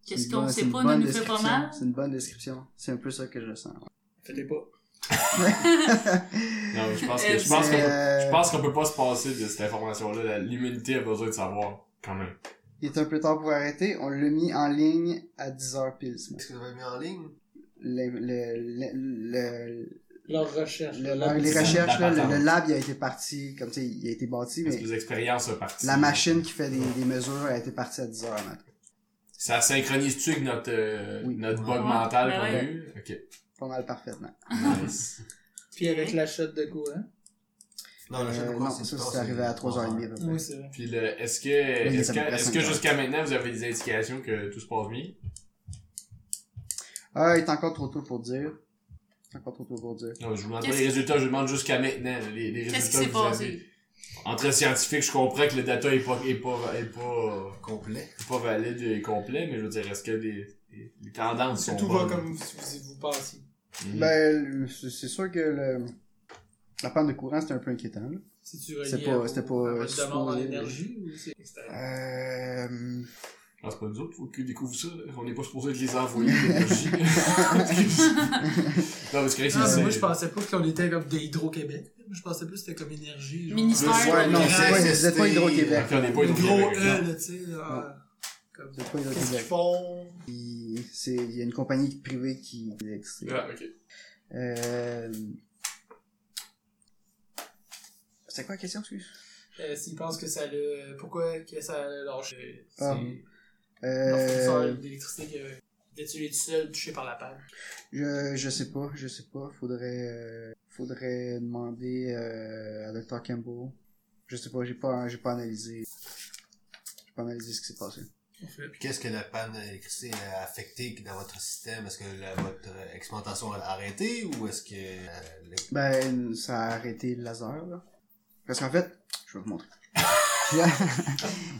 Speaker 3: Qu'est-ce
Speaker 4: c'est
Speaker 3: qu'on
Speaker 4: bon- c'est
Speaker 3: sait
Speaker 4: une
Speaker 3: pas ne
Speaker 4: bonne
Speaker 3: nous fait pas
Speaker 4: description.
Speaker 3: mal?
Speaker 4: C'est une bonne description. C'est un peu ça que je sens.
Speaker 1: Faites-les pas.
Speaker 2: Non, je pense que,
Speaker 3: Euh,
Speaker 2: je pense
Speaker 3: c'est-
Speaker 2: que,
Speaker 4: Euh,
Speaker 2: je pense qu'on peut pas se passer de cette information-là. La- L'humanité a besoin de savoir, quand même.
Speaker 4: Euh, Il est un peu tard pour arrêter. On l'a mis en ligne à 10h pile ce matin.
Speaker 5: Est-ce que vous avez mis en ligne?
Speaker 4: Le- le- le- le-
Speaker 1: Leurs recherches.
Speaker 4: Le- le- les
Speaker 2: c'est
Speaker 4: recherches, là,
Speaker 2: la patente.
Speaker 4: le, le lab, il a été parti, comme tu sais, il a été bâti,
Speaker 2: Parce
Speaker 4: mais
Speaker 2: que les expériences sont parties.
Speaker 4: la machine qui fait des, des mesures a été partie à 10 heures le matin.
Speaker 2: Ça synchronise-tu avec notre, euh,
Speaker 4: Oui.
Speaker 2: notre
Speaker 5: Ouais.
Speaker 2: bug mental qu'on a
Speaker 3: Ouais.
Speaker 2: eu? Ok.
Speaker 4: Pas mal parfaitement.
Speaker 2: Nice.
Speaker 1: Puis avec la shot de hein? courant.
Speaker 5: Non, la chaîne de
Speaker 4: Euh,
Speaker 5: quoi,
Speaker 4: non,
Speaker 5: c'est
Speaker 4: ça,
Speaker 5: plus tard,
Speaker 4: c'est arrivé à 3h30 à peu près.
Speaker 1: Oui, c'est vrai.
Speaker 2: Puis le, est-ce que,
Speaker 4: il
Speaker 2: est-ce que,
Speaker 4: était à peu près
Speaker 2: est-ce
Speaker 4: cinq
Speaker 2: que
Speaker 4: heures.
Speaker 2: jusqu'à maintenant vous avez des indications que tout se passe bien?
Speaker 4: Ah, il est encore trop tôt pour dire. Encore trop tôt pour dire.
Speaker 2: Non, je vous demande pas
Speaker 3: Qu'est-ce-
Speaker 2: les résultats, je vous demande jusqu'à maintenant, les, les résultats
Speaker 3: Qu'est-ce qui s'est
Speaker 2: que vous avez.
Speaker 3: passé?
Speaker 2: Entre scientifiques, je comprends que le data est pas, est pas, est pas,
Speaker 5: Complet.
Speaker 2: est pas valide et complet, mais je veux dire, est-ce que les, les- les tendances sont
Speaker 1: Tout va
Speaker 2: bonnes?
Speaker 1: comme vous, vous pensiez.
Speaker 2: Mhm.
Speaker 4: Ben, le- c'est c'est sûr que le, la panne de courant, c'était un peu inquiétant. là.
Speaker 1: Si tu reliais
Speaker 4: C'est pas-
Speaker 1: à vos-
Speaker 4: c'était pas,
Speaker 1: à
Speaker 4: euh,
Speaker 1: votre demande en
Speaker 4: supposé.
Speaker 1: énergie ou c'est extérieur?
Speaker 4: Euh...
Speaker 2: Ah, c'est pas nous autres, faut qu'ils découvrent ça. On n'est pas supposé de les envoyer l'énergie. non, parce que là,
Speaker 1: Ah, mais
Speaker 2: c'est-
Speaker 1: moi, je pensais pas qu'on était comme des Hydro-Québec. Je pensais plus que c'était comme énergie. genre.
Speaker 3: Ministère.
Speaker 1: Ouais,
Speaker 3: Ouais,
Speaker 4: non,
Speaker 1: non,
Speaker 4: c'est pas, vous êtes pas Hydro-Québec.
Speaker 2: Ok, on n'est pas
Speaker 1: Le
Speaker 2: une
Speaker 1: gros
Speaker 2: gros
Speaker 1: E, là, tu sais. là, Comme
Speaker 4: Vous êtes pas
Speaker 1: Qu'est-ce qu'ils
Speaker 4: Hydro-Québec.
Speaker 1: font?
Speaker 4: Il c'est- il y a une compagnie privée qui existe.
Speaker 2: Ah, ok.
Speaker 4: Euh... C'est quoi la question, excuse?
Speaker 1: Euh, S'ils pensent que ça le. Pourquoi que ça le lâche? euh, C'est
Speaker 4: Ah.
Speaker 1: leur fournisseur
Speaker 4: Euh...
Speaker 1: d'électricité qui a été tout seul, touché par la panne.
Speaker 4: Je, je sais pas, je sais pas. Faudrait, euh, faudrait demander euh, à Dr. Campbell. Je sais pas, j'ai pas, j'ai pas analysé. J'ai pas analysé ce qui s'est passé.
Speaker 5: Puis qu'est-ce que la panne d'électricité a affecté dans votre système? Est-ce que la- votre expérimentation a arrêté ou est-ce que... euh, le-
Speaker 4: Ben, ça a arrêté le laser, là. Parce qu'en fait, je vais vous montrer.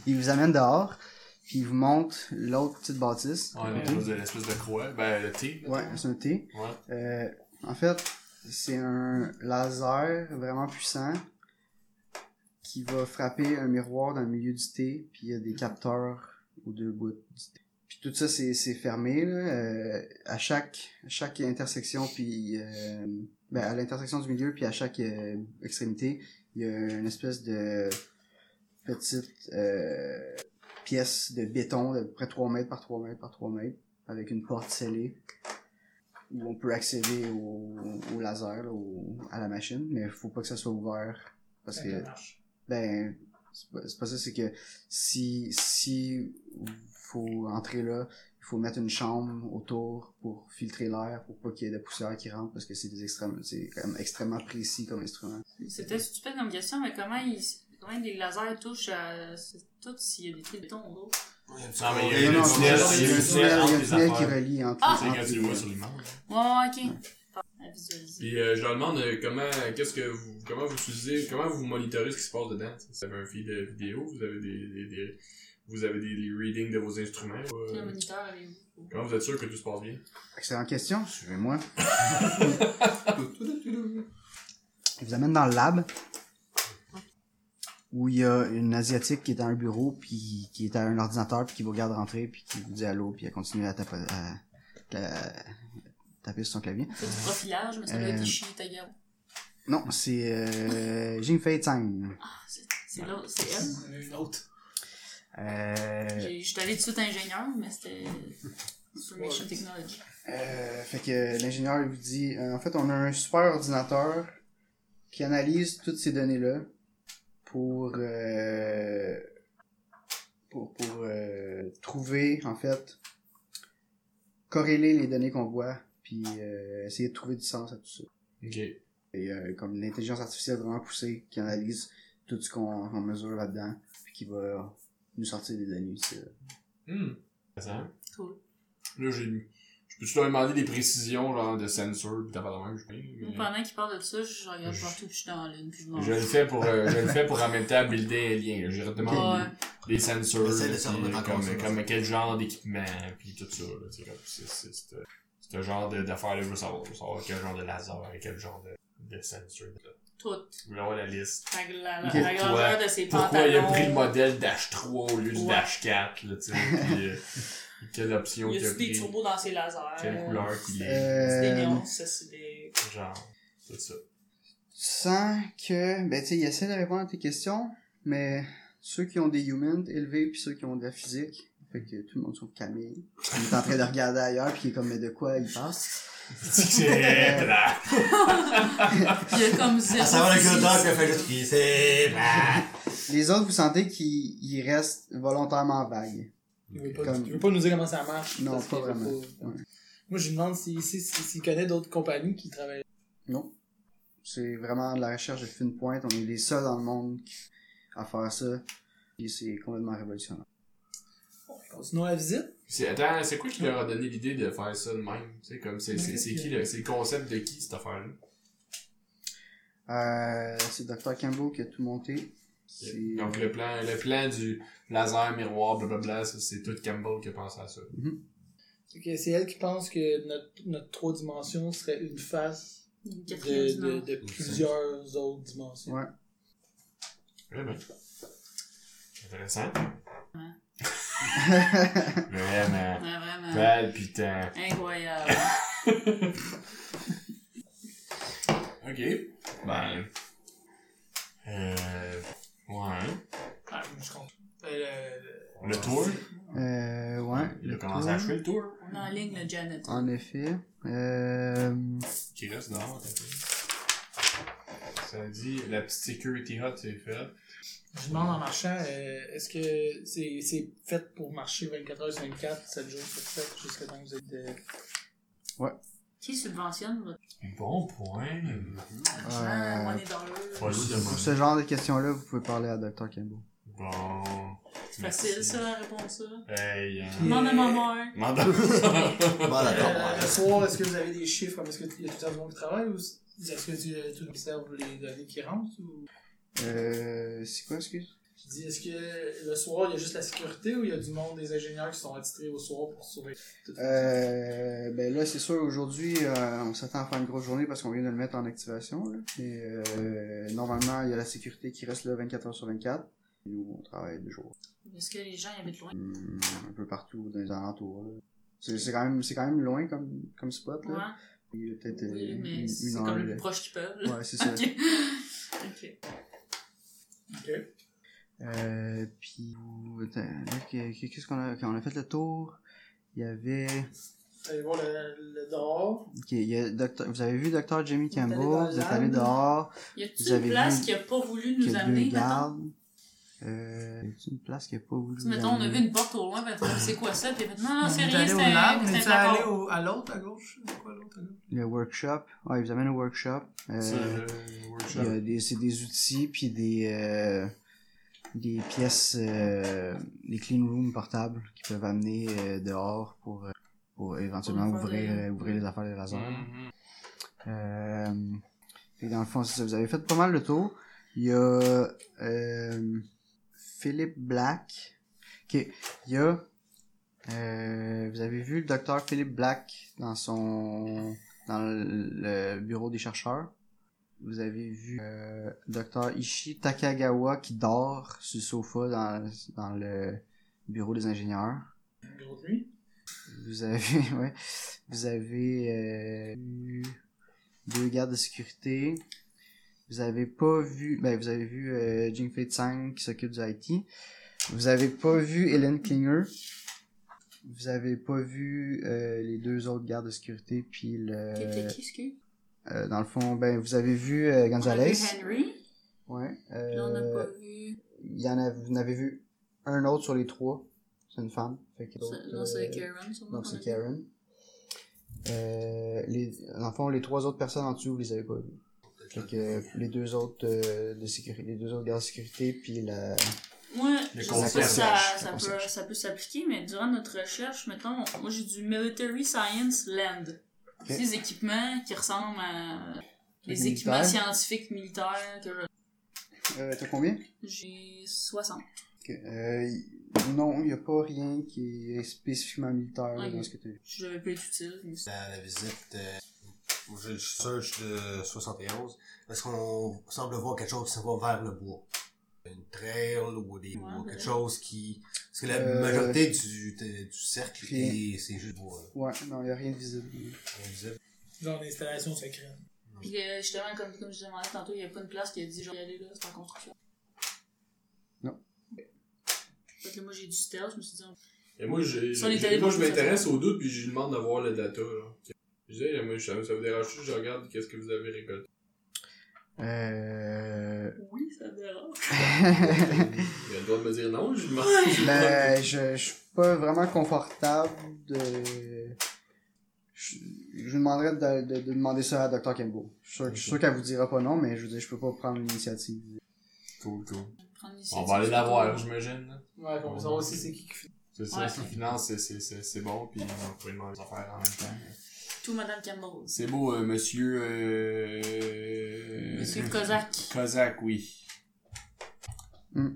Speaker 4: il vous amène dehors, puis il vous montre l'autre petite bâtisse.
Speaker 2: On est de l'espèce de croix. Ben, le T.
Speaker 4: Ouais, c'est un T.
Speaker 2: Ouais.
Speaker 4: Euh, en fait, c'est un laser vraiment puissant qui va frapper un miroir dans le milieu du thé, puis il y a des capteurs aux deux bouts du thé. Puis tout ça, c'est c'est fermé, là, euh, à chaque, à chaque intersection, puis euh, ben, à l'intersection du milieu, puis à chaque euh, extrémité, il y a une espèce de petite euh, pièce de béton d'à peu près 3 mètres par 3 mètres par 3 mètres, avec une porte scellée où on peut accéder au, au laser, là, au- à la machine, mais faut pas que ça soit ouvert. Parce que, ben, c'est pas, c'est pas ça, c'est que si, si faut entrer là, il faut mettre une chambre autour pour filtrer l'air, pour pas qu'il y ait de poussière qui rentre, parce que c'est des extrêmes, c'est quand même extrêmement précis comme instrument.
Speaker 3: C'était stupide comme question, mais comment, ils, comment les lasers touchent à c'est tout s'il y a des trucs de béton autour?
Speaker 2: Non, mais il y a
Speaker 4: Non,
Speaker 2: eu
Speaker 4: non,
Speaker 2: le
Speaker 4: il y a
Speaker 2: tunnel, il y a eu
Speaker 4: un
Speaker 2: le tunnel
Speaker 4: tunnel, il y a
Speaker 2: entre
Speaker 4: un
Speaker 2: les
Speaker 4: tunnel qui
Speaker 2: affaires.
Speaker 4: relie entre
Speaker 3: Ah!
Speaker 2: C'est quand tu le vois
Speaker 4: entre
Speaker 2: sur
Speaker 4: les-
Speaker 2: les membres.
Speaker 3: Ouais, ouais, ok. À visualiser.
Speaker 2: Puis euh, je leur demande euh, comment, qu'est-ce que vous, comment vous utilisez, comment vous monitorez ce qui se passe dedans. Vous avez un feed euh, vidéo, vous avez des, des, des- vous avez des, des readings de vos instruments. euh,
Speaker 3: Le moniteur avec vous.
Speaker 2: comment vous êtes sûr que tout se passe bien
Speaker 4: Excellente question, suivez-moi. Il vous amène dans le lab où il y a une asiatique qui est dans un bureau puis qui est à un ordinateur puis qui vous regarde rentrer puis qui vous dit allô puis elle continue à taper, à- à- à taper sur son clavier.
Speaker 3: C'est du profilage, mais ça doit
Speaker 4: Euh.
Speaker 3: être chier ta gueule.
Speaker 4: Non, c'est euh, Jingfei Tsang.
Speaker 3: Ah, c'est c'est l'autre, c'est elle.
Speaker 1: Une autre.
Speaker 4: Euh,
Speaker 3: J'ai- J'étais allée tout de suite ingénieur, mais c'était. Information Technology.
Speaker 4: Euh, fait que l'ingénieur il vous dit euh, en fait on a un super ordinateur qui analyse toutes ces données là pour euh, pour pour euh, trouver en fait corréler les données qu'on voit puis euh, essayer de trouver du sens à tout ça
Speaker 2: Ok.
Speaker 4: et euh, comme une intelligence artificielle vraiment poussée qui analyse tout ce qu'on qu'on mesure là dedans puis qui va nous sortir des données utiles.
Speaker 2: Hmm. Intéressant.
Speaker 3: Cool.
Speaker 2: Là, j'ai. Je peux-tu leur demander des précisions, genre, de censure, pis t'as pas la même, je sais pas,
Speaker 3: Moi,
Speaker 2: mais-
Speaker 3: Pendant qu'il parle de ça, je regarde
Speaker 2: Je-
Speaker 3: partout, puis je suis dans la lune, puis je m'en
Speaker 2: Je le fais pour, euh, je le fais pour en même temps builder un lien. là. J'ai redemandé
Speaker 3: Ouais.
Speaker 2: des sensors,
Speaker 5: Essaie de
Speaker 2: puis,
Speaker 5: se remettre en
Speaker 2: comme,
Speaker 5: conscience.
Speaker 2: comme quel genre d'équipement, puis tout ça. là, tu sais, comme C'est c'est- c'est, euh, c'est un genre de- d'affaire-là, je veux savoir. Je veux savoir quel genre de laser, quel genre de, de sensor. là.
Speaker 3: Tout.
Speaker 2: Je veux avoir la liste.
Speaker 3: Fait que La, la,
Speaker 4: Ok.
Speaker 3: la grandeur de ses
Speaker 2: Pourquoi
Speaker 3: pantalons.
Speaker 2: il a pris le modèle Dash 3 au lieu du
Speaker 3: Ouais.
Speaker 2: Dash 4, là, tu sais, puis, euh, quelle option
Speaker 3: Il
Speaker 2: qu'il
Speaker 3: y
Speaker 2: a
Speaker 3: a des
Speaker 2: pris,
Speaker 3: turbos dans ses lasers.
Speaker 2: quelle couleur qu'il est,
Speaker 3: C'est des
Speaker 4: Euh,
Speaker 3: néons, ça, c'est des.
Speaker 2: genre, tout ça.
Speaker 4: sans que ben tu sais il essaie de répondre à tes questions mais ceux qui ont des humans élevés puis ceux qui ont de la physique fait que tout le monde sauf Camille il est en train de regarder ailleurs puis il est comme mais de quoi il passe
Speaker 2: C'est blanc.
Speaker 3: Il y a comme zéro.
Speaker 5: À savoir Ah, le
Speaker 3: physique.
Speaker 5: culteur qui a fait juste crier, c'est blanc.
Speaker 4: Les autres, vous sentez qu'ils ils restent volontairement vagues.
Speaker 1: Il veut, pas,
Speaker 4: Comme-
Speaker 1: il veut pas nous dire comment ça marche.
Speaker 4: Non,
Speaker 1: parce
Speaker 4: pas
Speaker 1: qu'il veut
Speaker 4: vraiment.
Speaker 1: pas-
Speaker 4: Ouais.
Speaker 1: Moi, je lui demande s'il si, si, s'il connaît d'autres compagnies qui travaillent.
Speaker 4: Non. C'est vraiment de la recherche de fine pointe. On est les seuls dans le monde qui- à faire ça. Et c'est complètement révolutionnaire.
Speaker 1: Bon, continuons la visite.
Speaker 2: C'est- Attends, c'est quoi qui leur a donné l'idée de faire ça de même? Tu sais, comme, c'est c'est- c'est qui le, c'est le concept de qui, cette affaire-là?
Speaker 4: Euh, c'est Dr. Campbell qui a tout monté. C'est-
Speaker 2: Donc, le plan, le plan du laser, miroir, blablabla, ça, c'est tout Campbell qui a pensé à ça.
Speaker 1: Fait que C'est elle qui pense que notre, notre trois dimensions serait une face
Speaker 3: Une
Speaker 1: de,
Speaker 3: quatrième
Speaker 1: de-
Speaker 3: dimension.
Speaker 1: de plusieurs autres dimensions.
Speaker 4: Ouais.
Speaker 2: Très bien. ben. Intéressant. Vraiment.
Speaker 3: Ouais, vraiment.
Speaker 2: Val, putain.
Speaker 3: Incroyable.
Speaker 2: Ok. Ben. Euh. Ouais.
Speaker 1: Ah, je comprends. Euh, le-
Speaker 2: Le tour.
Speaker 4: Euh, ouais.
Speaker 2: Il a
Speaker 4: le
Speaker 2: commencé
Speaker 4: tour.
Speaker 2: à jouer le tour.
Speaker 3: On a en ligne le Janet.
Speaker 4: En effet. Euh,
Speaker 2: Qui reste dehors, t'as fait. Ça dit, la petite security hut, c'est fait.
Speaker 1: je demande en marchant, euh, est-ce que c'est c'est fait pour marcher 24 h sur 24, 7 jours sur 7, jusqu'à temps que vous êtes... euh,
Speaker 3: Qui subventionne votre
Speaker 2: Bon point.
Speaker 3: argent?
Speaker 4: Euh,
Speaker 3: Moi, on est dans le.
Speaker 2: Ouais, c'est
Speaker 4: pour ce genre de questions-là, vous pouvez parler à Dr. Campbell.
Speaker 2: Bon.
Speaker 3: C'est facile, ça, à répondre ça.
Speaker 2: Hey, hein.
Speaker 3: Demande à maman un.
Speaker 2: Mandant.
Speaker 5: Bon,
Speaker 1: Euh,
Speaker 5: d'accord.
Speaker 1: le soir, est-ce que vous avez des chiffres? comme Est-ce qu'il y a tout un monde qui travaille ou c- est-ce que tu, tu observes les données qui rentrent? Ou...
Speaker 4: Euh, c'est quoi, excuse?
Speaker 1: Je dis, est-ce que le soir, il y a juste la sécurité ou il y a du monde, des ingénieurs qui sont attitrés au soir pour surveiller? tout ça?
Speaker 4: Euh, ben là, c'est sûr, aujourd'hui, euh, on s'attend à faire une grosse journée parce qu'on vient de le mettre en activation, là. Et, euh, normalement, il y a la sécurité qui reste là 24 heures sur 24. Nous, on travaille deux jours.
Speaker 3: Est-ce que les gens y habitent loin?
Speaker 4: Hum, un peu partout dans les alentours, là. C'est c'est quand même, c'est quand même loin comme, comme spot,
Speaker 3: Ouais.
Speaker 4: là. Il y a peut-être euh,
Speaker 3: Oui,
Speaker 4: une,
Speaker 3: mais
Speaker 4: une
Speaker 3: c'est
Speaker 4: heure,
Speaker 3: comme le
Speaker 4: là.
Speaker 3: plus proche qu'ils peuvent. là.
Speaker 4: Ouais, c'est ça.
Speaker 3: Ok. Ok.
Speaker 4: Euh, puis, vous- attends, là, que- que- qu'est-ce qu'on a, quand on a fait le tour, il y avait,
Speaker 1: Allez voir le, le dehors.
Speaker 4: ok, il y a Dr- vous avez vu Dr. Jimmy
Speaker 1: est allé
Speaker 4: Campbell,
Speaker 1: dans
Speaker 4: vous êtes allé
Speaker 1: l'âme.
Speaker 4: dehors,
Speaker 3: Y
Speaker 4: Vous
Speaker 3: a-t-il
Speaker 4: avez
Speaker 3: une place
Speaker 4: vu
Speaker 3: qui a pas voulu
Speaker 4: qu'il
Speaker 3: nous
Speaker 4: y a deux
Speaker 3: amener? mettons?
Speaker 4: gardes. Euh, y a une place qui a pas voulu.
Speaker 3: Tu sais, Mettons, on a
Speaker 4: nous
Speaker 3: vu
Speaker 4: amener?
Speaker 3: une porte au loin, ben, on a dit, c'est quoi ça? Puis elle a fait, non, non, c'est
Speaker 1: On est
Speaker 3: rien,
Speaker 1: allé au
Speaker 3: c'est un
Speaker 1: lab, on
Speaker 3: c'est
Speaker 1: est
Speaker 3: un
Speaker 1: allé
Speaker 3: placard.
Speaker 1: au- à l'autre à gauche. C'est quoi l'autre à gauche?
Speaker 4: Le workshop. Ouais, ils vous amènent au workshop.
Speaker 2: C'est
Speaker 4: Euh,
Speaker 2: le
Speaker 4: il y
Speaker 2: workshop. Mhm.
Speaker 4: a des, c'est des outils puis des, euh, des pièces, euh, des clean rooms portables qui peuvent amener euh, dehors pour, euh, pour éventuellement
Speaker 3: Pour faire
Speaker 4: ouvrir,
Speaker 3: des-
Speaker 4: euh, ouvrir les affaires de laser.
Speaker 2: Mhm.
Speaker 4: Euh, fait que dans le fond, c'est ça. Vous avez fait pas mal le tour. Il y a euh, Philippe Black. Ok. Il y a. euh, vous avez vu le docteur Philippe Black dans son. dans le, le bureau des chercheurs. Vous avez vu euh, docteur Ishi Takagawa qui dort sur le sofa dans, dans le bureau des ingénieurs.
Speaker 1: Un bureau de nuit.
Speaker 4: Vous avez, ouais, vous avez euh, eu deux gardes de sécurité. Vous avez pas vu, ben vous avez vu euh, Jingfei Tsang qui s'occupe du IT. Vous avez pas vu Hélène Klinger. Vous avez pas vu euh, les deux autres gardes de sécurité puis le,
Speaker 3: Qui était qui, excuse?
Speaker 4: euh, dans le fond, ben vous avez vu euh,
Speaker 3: On a
Speaker 4: Gonzalez.
Speaker 3: vu Henry,
Speaker 4: Ouais.
Speaker 3: puis là, on n'a
Speaker 4: Euh,
Speaker 3: pas vu.
Speaker 4: il y en a, vous en avez vu un autre sur les trois. C'est une femme. Fait que
Speaker 3: ça-
Speaker 4: l'autre,
Speaker 3: Non, c'est
Speaker 4: euh,
Speaker 3: Karen, sûrement.
Speaker 4: donc
Speaker 3: qu'on a
Speaker 4: c'est
Speaker 3: vu.
Speaker 4: Karen. Euh, les, dans le fond, les trois autres personnes en dessous, vous les avez pas vues. Fait que les deux autres euh, de sécurité, les deux autres gardes de sécurité, puis la.
Speaker 3: Moi,
Speaker 2: Le
Speaker 3: je sais pas si ça,
Speaker 4: concierge.
Speaker 3: ça
Speaker 4: Le
Speaker 3: peut,
Speaker 4: concierge.
Speaker 3: ça peut s'appliquer, mais durant notre recherche, mettons, moi j'ai du Military Science Land. Ces équipements qui ressemblent à les équipements
Speaker 4: militaires.
Speaker 3: scientifiques militaires que
Speaker 4: Euh, T'as combien
Speaker 3: j'ai 60.
Speaker 4: Ok, euh, y- Non, il n'y a pas rien qui est spécifiquement militaire là,
Speaker 3: Ok.
Speaker 4: dans ce que tu as vu.
Speaker 3: Je l'avais pas être utile. mais c'est-
Speaker 5: Dans la visite, euh, je search de 71, parce qu'on semble voir quelque chose qui s'en va vers le bois. Une trail ou, des,
Speaker 3: Ouais,
Speaker 5: ou quelque
Speaker 3: ouais.
Speaker 5: chose qui... Parce que la
Speaker 4: Euh,
Speaker 5: majorité du, de- du cercle,
Speaker 4: rien.
Speaker 5: est- c'est juste bois. là.
Speaker 4: Ouais, non, il n'y a rien de visible.
Speaker 5: On disait,
Speaker 1: Genre l'installation secrète.
Speaker 2: Mm.
Speaker 3: Puis euh, justement, comme, comme je demandais tantôt, il n'y a pas une place qui a dit genre, aller là, c'est en construction.
Speaker 4: Non.
Speaker 3: Fait que là, moi j'ai du stealth, je me suis dit, on-
Speaker 2: Et moi, j'ai,
Speaker 3: Ça, on est
Speaker 2: j'ai-
Speaker 3: allé
Speaker 2: moi,
Speaker 3: dans
Speaker 2: je
Speaker 3: le
Speaker 2: m'intéresse aux doutes puis je lui demande d'avoir le data, là. Je disais, moi, je- ça vous dérange si je regarde qu'est-ce que vous avez récolté.
Speaker 4: Euh...
Speaker 3: Oui, ça me dérange.
Speaker 2: Il a le droit de me dire non, je demande.
Speaker 4: ben, je, je suis pas vraiment confortable de... Je, je vous demanderais de, de- de demander ça à Dr. Kembo. Je suis sûr, je suis sûr qu'elle vous dira pas non, mais je veux dire, je peux pas prendre l'initiative.
Speaker 2: Cool, cool.
Speaker 3: Prendre
Speaker 2: On
Speaker 3: l'initiative.
Speaker 2: va aller la voir, j'imagine. là.
Speaker 1: Ouais, on veut savoir aussi c'est qui qui fait.
Speaker 2: C'est ça,
Speaker 3: Ouais.
Speaker 2: c'est finance, c'est- c'est- c'est c'est bon, puis on peut lui demander des affaires en même temps.
Speaker 3: Tout Madame Cameron.
Speaker 2: C'est beau, euh, monsieur. Euh...
Speaker 3: Monsieur Kozak.
Speaker 2: Kozak, oui.
Speaker 4: Mm.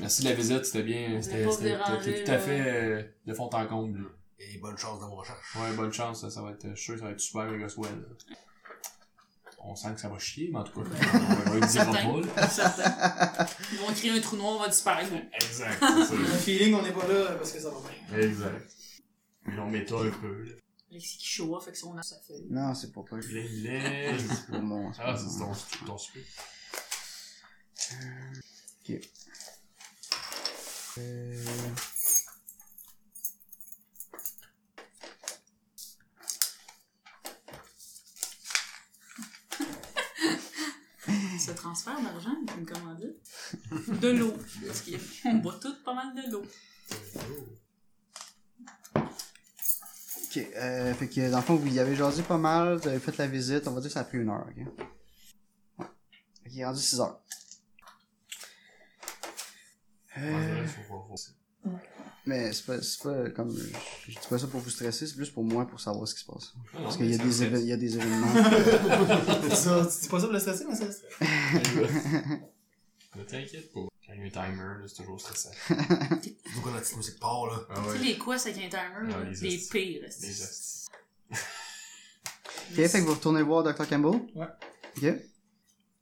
Speaker 2: Merci de la visite, c'était bien. C'était
Speaker 3: pas vous
Speaker 2: c'était-
Speaker 3: déranger,
Speaker 2: c'était tout à
Speaker 3: là.
Speaker 2: fait euh, de fond en comble.
Speaker 5: Et bonne chance dans vos recherches.
Speaker 2: Ouais, bonne chance, ça, ça va être, je suis sûr que ça va être super méga swell. là. On sent que ça va chier, mais en tout cas, on va le dire
Speaker 3: Certain.
Speaker 2: en pas. là.
Speaker 3: Certain. Ils vont créer un trou noir, on va disparaître.
Speaker 2: Exact, c'est
Speaker 1: J'ai un feeling, on n'est pas là parce que ça va bien.
Speaker 2: ça. Exact. Mais on met un peu, là.
Speaker 3: Alexis qui show off avec son arme, ça fait.
Speaker 4: Non, c'est pour pas...
Speaker 2: Il est, il est.
Speaker 4: C'est pour mon...
Speaker 2: Ah, c'est ton, ton speak.
Speaker 4: Euh,
Speaker 3: Ce transfert d'argent, vous me commandez. De l'eau. Parce qu'on boit toutes pas mal de l'eau.
Speaker 4: Ok, euh, fait que dans le fond, vous y avez jasé pas mal, vous avez fait la visite, on va dire que ça a pris une heure, ok? Ouais. Fait qu'il est rendu 6 heures. Euh,
Speaker 2: Ouais, faut voir, faut-
Speaker 4: mais c'est pas, c'est pas comme. Je je dis pas ça pour vous stresser, c'est plus pour moi pour savoir ce qui se passe.
Speaker 2: Non,
Speaker 4: Parce
Speaker 2: mais
Speaker 4: qu'il y, a
Speaker 2: ça
Speaker 4: des
Speaker 2: fait-
Speaker 4: éve- il y a des événements.
Speaker 1: C'est ça, c'est pas ça pour le stresser, mais ça le stresse.
Speaker 2: Ne t'inquiète pas. Quand il y a un timer, là, c'est toujours stressant.
Speaker 5: Vous connaissez la petite musique part, là.
Speaker 2: Ah
Speaker 3: Tu sais, les quoi, c'est qu'un timer,
Speaker 2: Ah,
Speaker 3: là,
Speaker 2: les
Speaker 3: les
Speaker 2: hosties.
Speaker 3: pires.
Speaker 2: Les hosties.
Speaker 4: ok, fait que vous retournez voir Dr. Campbell?
Speaker 1: Ouais.
Speaker 4: Ok.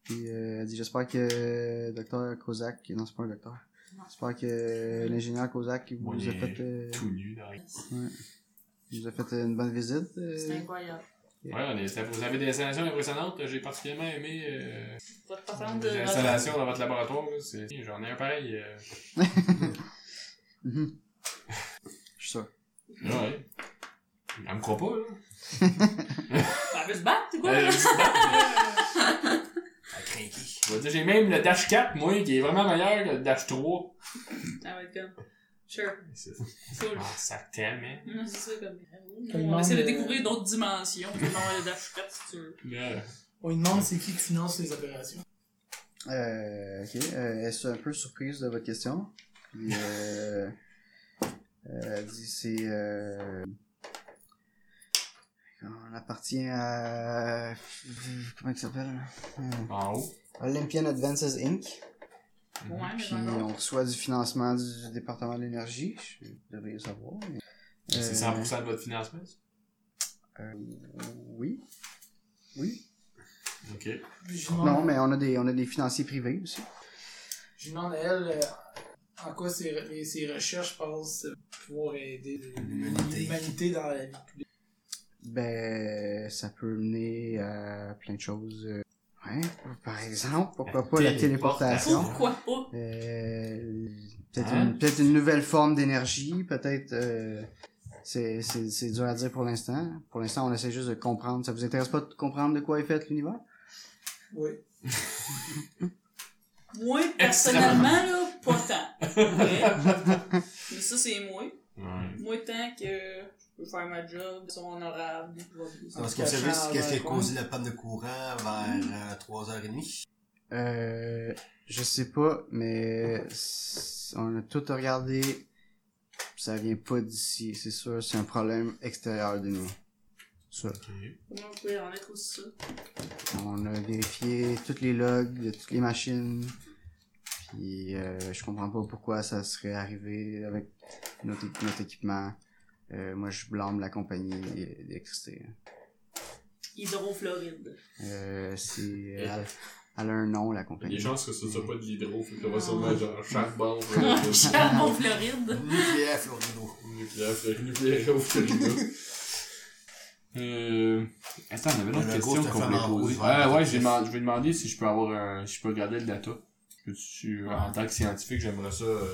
Speaker 4: Puis euh, elle dit J'espère que Dr. Kozak. Non, c'est pas un docteur.
Speaker 3: Non.
Speaker 4: J'espère que euh, l'ingénieur Kozak vous,
Speaker 2: Moi, il
Speaker 4: a
Speaker 2: est
Speaker 4: fait, euh,
Speaker 2: Tout nu dans les-
Speaker 4: vous a fait une bonne visite. euh,
Speaker 3: C'est incroyable.
Speaker 2: Ouais, on est- c'était- vous avez des installations impressionnantes. J'ai particulièrement aimé euh,
Speaker 3: Votre patron de.
Speaker 2: les installations dans votre laboratoire. là, c'est- J'en ai un pareil. euh,
Speaker 4: Mhm. Je suis sûr.
Speaker 2: Ouais. Elle me croit pas, là.
Speaker 3: Ça veut se battre, c'est quoi,
Speaker 2: Euh,
Speaker 3: là?
Speaker 5: T'as craqué.
Speaker 2: je vais dire, j'ai même le Dash 4, moi, qui est vraiment meilleur que le Dash 3.
Speaker 3: Ça va être comme. Sure,
Speaker 2: C'est-
Speaker 3: cool.
Speaker 2: Ah, ça t'aime, hein?
Speaker 3: Non, c'est ça, comme.
Speaker 1: Tellement
Speaker 3: On essaie de
Speaker 1: de-
Speaker 3: découvrir d'autres dimensions. Puis on va dash si tu veux.
Speaker 2: Ouais.
Speaker 1: On lui demande c'est qui qui finance les opérations.
Speaker 4: Euh, ok. Euh, elle est un peu surprise de votre question. Puis, euh, euh, elle dit c'est. Euh, on appartient à. Comment il s'appelle euh,
Speaker 2: En haut.
Speaker 4: Olympian Advances Inc.
Speaker 2: Mhm.
Speaker 3: Ouais, Ah, mais
Speaker 4: Puis
Speaker 3: dans l'autre.
Speaker 4: on reçoit du financement du département de l'énergie. Je devrais le savoir. mais-
Speaker 2: C'est hein? 100% de votre financement, ça?
Speaker 4: Euh, oui. Oui.
Speaker 2: OK.
Speaker 1: Puis je lui demande,
Speaker 4: Non, mais on a des, on a des financiers privés aussi.
Speaker 1: je lui demande à elle euh, en quoi ses, re- ses recherches pensent pouvoir aider
Speaker 5: L'humanité.
Speaker 1: l'humanité dans la vie publique.
Speaker 4: Ben, ça peut mener à plein de choses. euh, Ouais, par exemple, pourquoi pas la téléportation.
Speaker 3: Pourquoi pas?
Speaker 4: Euh, peut-être
Speaker 2: Hein?
Speaker 4: une, peut-être une nouvelle forme d'énergie, peut-être... euh, c'est, c'est, c'est dur à dire pour l'instant. Pour l'instant, on essaie juste de comprendre. Ça vous intéresse pas de comprendre de quoi est fait l'univers?
Speaker 1: Oui.
Speaker 3: Moi, personnellement, là, pas tant. Ouais. Mais ça, c'est moi.
Speaker 2: Ouais.
Speaker 3: Moi, tant que je peux faire ma job, ils sont honorables, je vais bien.
Speaker 4: Ah.
Speaker 5: Parce
Speaker 1: se
Speaker 5: qu'on sait
Speaker 1: cachant
Speaker 5: juste qu'est-ce qui a
Speaker 1: dans un
Speaker 5: causé la panne de courant
Speaker 3: Mm.
Speaker 5: vers euh, 3h30.
Speaker 4: Euh, je sais pas, mais c'est- on a tout regardé. Ça vient pas d'ici, c'est sûr. C'est un problème extérieur de nous. Sûr.
Speaker 3: Comment on peut en être aussi ça?
Speaker 4: On a vérifié tous les logs de toutes les machines. Puis euh, je comprends pas pourquoi ça serait arrivé avec notre, équ- notre équipement. Euh, moi, je blâme la compagnie euh, d'é- d'électricité.
Speaker 3: Hydro-Floride.
Speaker 4: Euh, c'est, elle, elle a un nom, la
Speaker 2: Il y a des
Speaker 4: compagnie.
Speaker 2: chances que ce soit pas de l'hydro, fait que ça va
Speaker 3: Non.
Speaker 2: sûrement genre euh, charbon,
Speaker 3: Charbon-Floride.
Speaker 5: Nucléaire Florido.
Speaker 2: nucléaire, fleur- nucléaire au Florida. Euh. Attends, on avait une
Speaker 5: Le
Speaker 2: autre
Speaker 5: logo,
Speaker 2: question
Speaker 5: c'est
Speaker 2: qu'on
Speaker 5: fait
Speaker 2: voulait
Speaker 5: en
Speaker 2: poser.
Speaker 5: rouge,
Speaker 2: Ouais,
Speaker 5: vert,
Speaker 2: ouais, j'ai
Speaker 5: vert.
Speaker 2: demandé- je vais demander si je peux avoir un. Si je peux regarder le data. Peux-tu, euh, en tant que scientifique, j'aimerais ça, euh,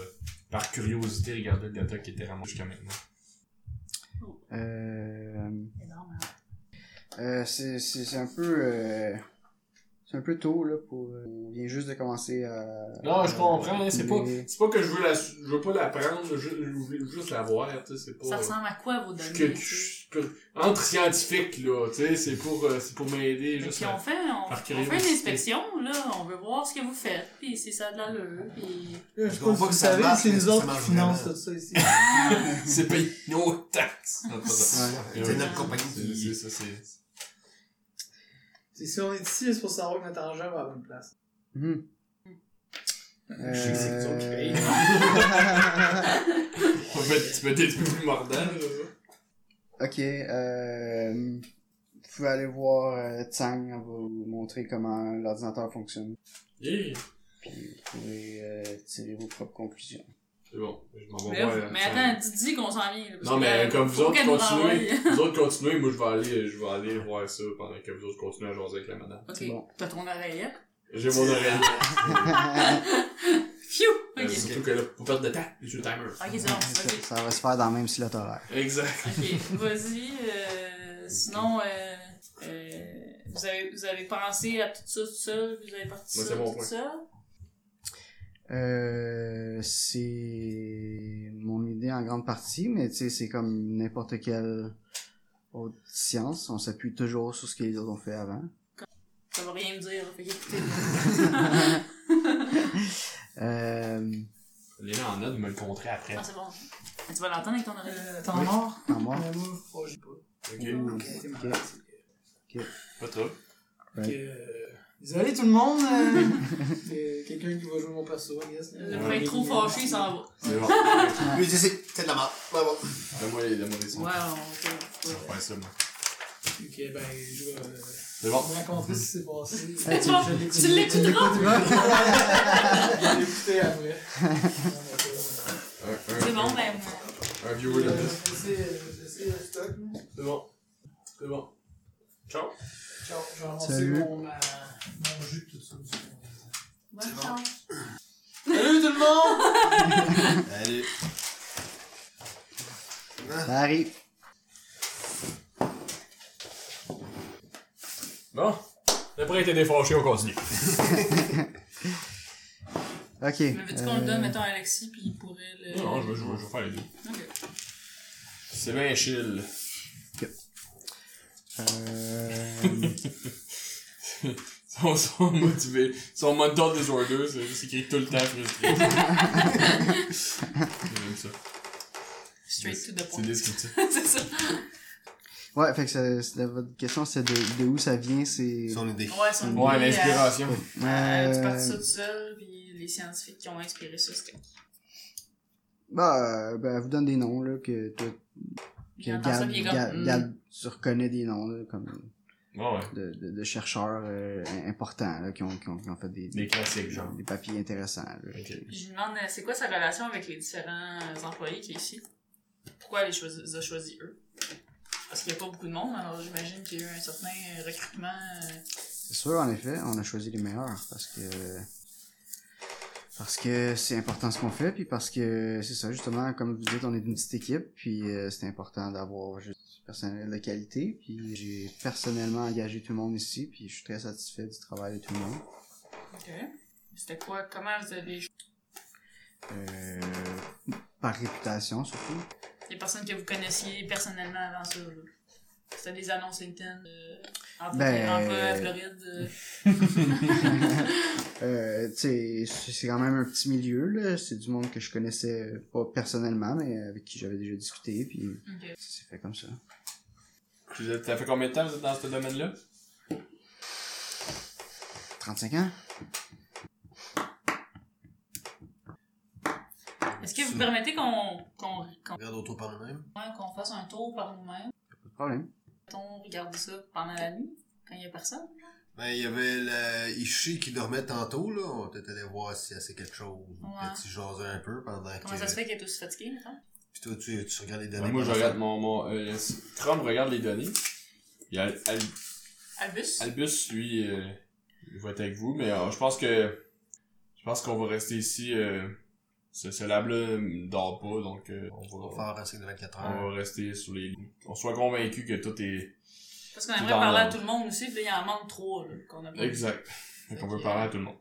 Speaker 2: par curiosité, regarder le data qui était ramassé jusqu'à maintenant.
Speaker 4: Euh,
Speaker 3: Énorme, hein?
Speaker 4: Euh, c'est c'est- c'est un peu. euh, c'est un peu tôt, là, pour. euh, on vient juste de commencer à.
Speaker 2: Non, je comprends, hein, c'est pas,
Speaker 4: Mais-
Speaker 2: c'est pas que je veux la, je veux pas la prendre, je, je veux juste la voir, tu sais, c'est pas.
Speaker 3: Ça ressemble à quoi vos
Speaker 2: Oh. je
Speaker 3: données?
Speaker 2: suis que- je suis pas- entre scientifiques, là, tu sais, c'est pour, euh, c'est pour m'aider,
Speaker 3: Fait
Speaker 2: juste
Speaker 3: qu'on
Speaker 2: à-
Speaker 3: fait, on, on
Speaker 2: par
Speaker 3: fait une
Speaker 2: curiosité.
Speaker 3: inspection, là, on veut voir ce que vous faites, puis c'est ça de l'allure, puis...
Speaker 1: Je sais
Speaker 5: Je
Speaker 1: pas si
Speaker 5: comprends
Speaker 1: vous
Speaker 5: que ça
Speaker 1: savez,
Speaker 5: marche,
Speaker 1: c'est
Speaker 5: mais
Speaker 1: nous
Speaker 5: ça
Speaker 1: autres
Speaker 5: marche
Speaker 1: qui finançons
Speaker 5: vraiment.
Speaker 1: tout ça ici.
Speaker 2: c'est payé nos taxes.
Speaker 4: Ouais.
Speaker 5: C'est notre compagnie
Speaker 2: C'est-
Speaker 5: qui.
Speaker 2: c'est- c'est- c'est-
Speaker 1: C'est- si on est ici, c'est pour savoir que notre argent va à la bonne place.
Speaker 4: Mhm.
Speaker 5: Euh,
Speaker 2: Je sais que c'est nous autres qui payons.
Speaker 4: Euh,
Speaker 2: On peut être- Tu peux être un peu plus mordant, là.
Speaker 4: ok, euh, vous pouvez aller voir euh, Tsang, elle va vous montrer comment l'ordinateur fonctionne.
Speaker 2: Yeah.
Speaker 4: Puis vous pouvez euh, tirer vos propres conclusions.
Speaker 2: C'est bon, je m'en vais
Speaker 3: Mais,
Speaker 2: voir.
Speaker 3: mais
Speaker 2: ça.
Speaker 3: attends, dis- dis qu'on s'en vient. là, parce
Speaker 2: Non,
Speaker 3: que,
Speaker 2: mais
Speaker 3: euh,
Speaker 2: comme vous
Speaker 3: faut
Speaker 2: autres,
Speaker 3: qu'elle nous
Speaker 2: continuez.
Speaker 3: renvoie.
Speaker 2: Vous autres, continuez. Moi, je vais aller, je vais aller voir ça pendant que vous autres continuez à jaser avec la madame.
Speaker 4: C'est bon.
Speaker 3: Ok, t'as ton oreillette.
Speaker 2: J'ai mon oreille.
Speaker 3: Ah! Pfiou!
Speaker 2: Euh,
Speaker 3: Ok, ok,
Speaker 2: Surtout que là, pour perdre de temps, j'ai le timer.
Speaker 3: c'est
Speaker 4: ça,
Speaker 3: bon, ok.
Speaker 4: ça va se faire dans le même slot horaire.
Speaker 2: Exact.
Speaker 3: Ok, vas-y. euh, sinon, euh, euh, vous, avez, vous avez pensé à tout ça tout seul, puis vous avez parti
Speaker 2: Moi,
Speaker 3: ça
Speaker 2: c'est mon
Speaker 3: tout
Speaker 2: point.
Speaker 3: ça.
Speaker 4: Euh, c'est mon idée en grande partie, mais tu sais, c'est comme n'importe quelle autre science. On s'appuie toujours sur ce que les autres ont fait avant.
Speaker 3: Ça va rien me dire, fait qu'écoutez.
Speaker 4: Euh,
Speaker 2: Léna en a de me le contrer après.
Speaker 3: Ah, c'est bon. Tu vas l'entendre avec ton oreillette.
Speaker 1: Euh, T'en as mort?
Speaker 4: en moi.
Speaker 1: Euh, moi, oh, j'ai pas.
Speaker 2: Ok,
Speaker 1: Ok, c'est marrant.
Speaker 2: pas trop.
Speaker 1: Fait que, euh, Désolé tout le monde! euh, C'est quelqu'un qui va jouer mon perso, I guess. euh,
Speaker 3: Il va être trop fâché, il s'en va.
Speaker 2: C'est bon.
Speaker 5: Lui, il dit, c'est c'est de la merde. Ouais, bon.
Speaker 2: Donne-moi les donne-moi les sons.
Speaker 3: Ouais, on
Speaker 2: Je vais faire ça, moi.
Speaker 1: Ok, ben, je vais euh,
Speaker 2: C'est bon.
Speaker 1: vous raconter ce qui s'est passé.
Speaker 4: Hey, tu-
Speaker 1: Je l'écoute-
Speaker 3: tu l'écouteras?
Speaker 1: Tu l'écouteras? Je vais l'écouter après.
Speaker 2: Un, un,
Speaker 3: C'est bon,
Speaker 2: un,
Speaker 3: ben.
Speaker 2: un
Speaker 1: Euh, Je
Speaker 2: viewer
Speaker 1: vais
Speaker 2: de plus.
Speaker 1: laisser- laisser le stock. là.
Speaker 2: C'est bon. C'est bon. Ciao.
Speaker 1: Ciao, je vais avancer
Speaker 4: Salut.
Speaker 1: mon euh, mon jus de tout ça.
Speaker 3: Bonne chance.
Speaker 1: Salut tout le monde!
Speaker 5: Allez.
Speaker 4: Ça arrive.
Speaker 2: Bon. Après, t'es défâché, on continue.
Speaker 4: Ok.
Speaker 3: Mais veux-tu qu'on le
Speaker 4: euh,
Speaker 3: donne, mettons, à Alexis, puis il pourrait le.
Speaker 2: Non, je vais jouer, je vais faire les deux.
Speaker 3: Ok.
Speaker 2: C'est bien chill.
Speaker 4: euh,
Speaker 2: Son, son motivé. Son mental disorder, c'est juste écrit tout le temps frustré. c'est même ça.
Speaker 3: Straight to the
Speaker 2: C'est
Speaker 3: point.
Speaker 2: descriptif.
Speaker 3: C'est ça.
Speaker 4: ouais, fait que ça- c'est- la- votre question, c'est de, de où ça vient, c'est...
Speaker 5: Son idée.
Speaker 3: Ouais, son
Speaker 2: Ouais,
Speaker 3: idée, euh,
Speaker 2: l'inspiration.
Speaker 3: euh, Tu parti ça
Speaker 4: Euh,
Speaker 3: tout seul, puis les scientifiques qui ont inspiré ça, c'était.
Speaker 4: bah, euh, ben, elle vous donne des noms, là, que toi,
Speaker 3: Il entend ça, puis il est
Speaker 4: Gab-
Speaker 3: comme.
Speaker 4: Gab-
Speaker 3: hmm.
Speaker 4: Gab- tu reconnais des noms, là, comme
Speaker 2: Ouais, ouais.
Speaker 4: de, de, de chercheurs euh, importants, là, qui ont, qui ont, qui ont fait des,
Speaker 2: Des classiques, genre.
Speaker 4: des papiers intéressants, là.
Speaker 2: Ok.
Speaker 3: Puis je lui demande, euh, c'est quoi sa relation avec les différents euh, employés qui est ici? Pourquoi elle les choisi- les a choisis eux? Parce qu'il n'y a pas beaucoup de monde, alors j'imagine qu'il y a eu un certain euh, recrutement. euh,
Speaker 4: C'est sûr, en effet, on a choisi les meilleurs parce que parce que c'est important ce qu'on fait, puis parce que c'est ça justement, comme vous dites, on est une petite équipe, puis euh, c'est important d'avoir juste du personnel de qualité. Puis j'ai personnellement engagé tout le monde ici, puis je suis très satisfait du travail de tout le monde.
Speaker 3: Ok. C'était quoi? Comment vous avez cho-
Speaker 4: Euh, par réputation surtout.
Speaker 3: les personnes que vous connaissiez personnellement avant ça? là? C'était des annonces LinkedIn euh, entre
Speaker 4: Ben,
Speaker 3: emploi à Floride. euh,
Speaker 4: Euh, tu sais, c'est c'est quand même un petit milieu là. C'est du monde que je connaissais euh, pas personnellement, mais avec qui j'avais déjà discuté, puis
Speaker 3: ok.
Speaker 4: ça s'est fait comme ça.
Speaker 2: Vous êtes- Ça fait combien de temps que vous êtes dans ce domaine-là?
Speaker 4: 35 ans.
Speaker 3: Est-ce que vous permettez qu'on qu'on qu'on-
Speaker 5: Regarde autour par nous-mêmes.
Speaker 3: ouais, qu'on fasse un tour par nous-mêmes?
Speaker 4: Pas de problème.
Speaker 3: Peut-on regarder ça pendant la nuit? Quand il n'y a personne?
Speaker 5: Ben, il y avait la Ishi qui dormait tantôt, là. On va peut-être aller voir si elle sait quelque chose.
Speaker 3: Ouais.
Speaker 5: Peut-être si jaser un peu pendant
Speaker 3: Comment
Speaker 5: que.
Speaker 3: ça se fait qu'elle est aussi fatiguée, mettons?
Speaker 5: Puis toi, tu, tu regardes les données.
Speaker 2: moi, je
Speaker 5: pendant
Speaker 2: regarde mon. mon euh, Chrome regarde les données. Puis Al- Al-
Speaker 3: Albus?
Speaker 2: Albus, lui, euh, il va être avec vous, mais euh, je pense que. Je pense qu'on va rester ici. euh, ce ce lab-là ne dort pas, donc euh, on
Speaker 5: ça. On
Speaker 2: va.
Speaker 5: va faire un cycle de 24
Speaker 2: On
Speaker 5: heures.
Speaker 2: va rester sur les. On soit convaincu que tout est.
Speaker 3: Parce qu'on aimerait
Speaker 2: Dans
Speaker 3: parler à
Speaker 2: l'ordre.
Speaker 3: tout le monde aussi, puis là, il en manque trois, là, qu'on a pas.
Speaker 2: Exact. Fait qu'on peut parler à tout le monde.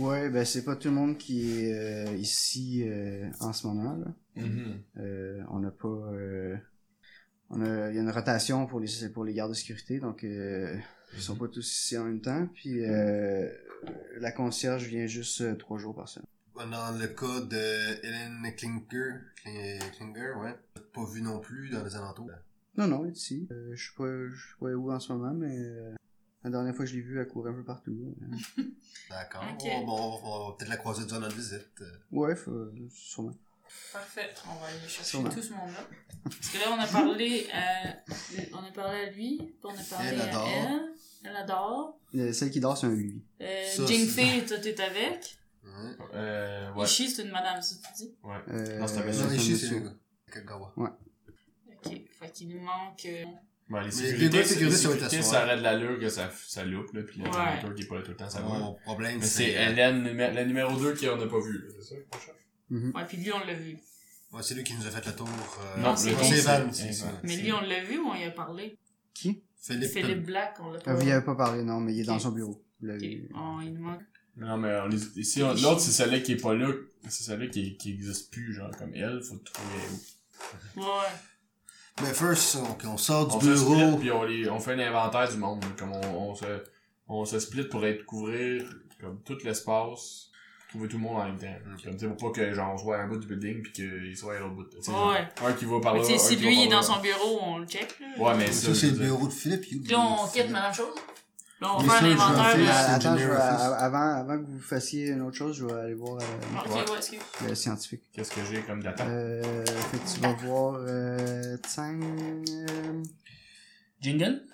Speaker 4: Ouais, ben c'est pas tout le monde qui est euh, ici euh, en ce moment. Là.
Speaker 2: Mm-hmm.
Speaker 4: Euh, on n'a pas. euh, on a, il y a une rotation pour les pour les gardes de sécurité, donc euh, ils sont pas tous ici en même temps. Puis euh, la concierge vient juste euh, trois jours par semaine.
Speaker 5: Dans le cas de Helen Klinger, Kling- Klinger, ouais. Pas vu non plus dans les alentours.
Speaker 4: Non, non, elle est ici. Euh, je sais pas, je sais pas où en ce moment, mais euh, la dernière fois que je l'ai vue, elle courait un peu partout. Euh,
Speaker 5: D'accord.
Speaker 3: Ok.
Speaker 5: Bon, bon, on va- on va peut-être la croiser durant notre visite. euh.
Speaker 4: Ouais, faut- sûrement.
Speaker 3: Parfait. On va aller chercher
Speaker 4: Sûrement.
Speaker 3: tout ce monde-là. Parce que là, on a parlé à, on a parlé à lui, puis on a parlé
Speaker 5: Elle adore.
Speaker 3: à elle. Elle adore.
Speaker 4: Euh, celle qui dort, c'est un lui.
Speaker 3: Euh,
Speaker 5: Ça,
Speaker 3: Jingfei, toi, t'es avec.
Speaker 5: Hein?
Speaker 2: Euh, ouais.
Speaker 3: Ishi, c'est une madame, ça, tu dis.
Speaker 2: Ouais.
Speaker 4: Euh,
Speaker 2: Non, c'est un
Speaker 4: euh,
Speaker 2: monsieur.
Speaker 5: Non,
Speaker 4: c'est
Speaker 5: les
Speaker 4: un
Speaker 5: chiens, c'est
Speaker 4: monsieur.
Speaker 5: le gars. Kagawa.
Speaker 3: Ok. Fait qu'il nous manque. euh,
Speaker 2: Ben, les
Speaker 5: les deux
Speaker 2: sécurités, c'est- les
Speaker 5: sécurités, ça va être
Speaker 2: sécurités,
Speaker 5: à
Speaker 2: ça
Speaker 5: soir.
Speaker 2: aurait de l'allure que ça, ça loupe, là, pis le
Speaker 3: Ouais.
Speaker 2: moniteur qui est pas là tout le temps, ça va.
Speaker 5: Mon problème,
Speaker 2: Mais Oh, c'est Hélène, numé- la numéro 2 qu'on n'a pas vue, là, c'est ça?
Speaker 3: Ouais, puis lui, on l'a vu.
Speaker 5: euh, Ouais, c'est lui qui nous a fait le tour. euh,
Speaker 2: Non,
Speaker 5: c'est
Speaker 3: le tour,
Speaker 5: c'est
Speaker 2: c'est-
Speaker 5: Evan, c'est
Speaker 2: Evan.
Speaker 5: ça.
Speaker 3: Mais lui, on l'a vu ou on y a parlé?
Speaker 4: Qui
Speaker 5: Philippe.
Speaker 3: Philippe Black, on l'a
Speaker 4: Ah,
Speaker 3: pas
Speaker 4: Vous
Speaker 3: vu.
Speaker 4: y avez pas parlé, non, mais il est dans
Speaker 3: Ok.
Speaker 4: son bureau. Vous
Speaker 3: Ok.
Speaker 4: l'avez-
Speaker 3: On- il nous manque.
Speaker 2: Non, mais on les- ici, on- l'autre, c'est celle-là qui est pas là. C'est celle-là qui, qui existe plus, genre, comme elle. Faut trouver.
Speaker 3: Ouais.
Speaker 5: Mais first, on, on sort du
Speaker 2: On se split,
Speaker 5: bureau.
Speaker 2: puis on, les, on fait un inventaire du monde. Comme on, on se, on se split pour être couvrir, comme, tout l'espace. Trouver tout le monde en même temps.
Speaker 5: Ok.
Speaker 2: Comme, tu sais, pour pas que, genre, on soit à un bout du building, puis qu'il soit à l'autre bout. Tu sais,
Speaker 3: Ouais.
Speaker 2: genre, Un qui va par là.
Speaker 3: Mais tu sais,
Speaker 2: un
Speaker 3: si
Speaker 2: qui va
Speaker 3: lui
Speaker 2: par
Speaker 3: est
Speaker 2: là.
Speaker 3: dans son bureau, on le check, là.
Speaker 2: Ouais, mais
Speaker 5: Ça, c'est
Speaker 2: je
Speaker 5: le
Speaker 2: veux dire.
Speaker 5: bureau de Philippe. il est où,
Speaker 3: Puis là, on
Speaker 5: Philippe?
Speaker 3: quitte Madame Chose. Là, on
Speaker 5: Mais
Speaker 3: fait
Speaker 5: ça,
Speaker 3: un
Speaker 5: je vais en
Speaker 3: inventaire.
Speaker 5: faire
Speaker 4: Mais
Speaker 5: la-
Speaker 3: là.
Speaker 5: c'est
Speaker 4: Euh, attends, je vais- euh,
Speaker 5: Engineer Office.
Speaker 4: avant, avant que vous fassiez une autre chose, je vais aller voir euh,
Speaker 3: Ah, Ok, ouais, excuse.
Speaker 4: le scientifique.
Speaker 2: Qu'est-ce que j'ai comme data?
Speaker 4: Euh, fait que tu vas voir euh, Tsang. euh,
Speaker 1: Jingle?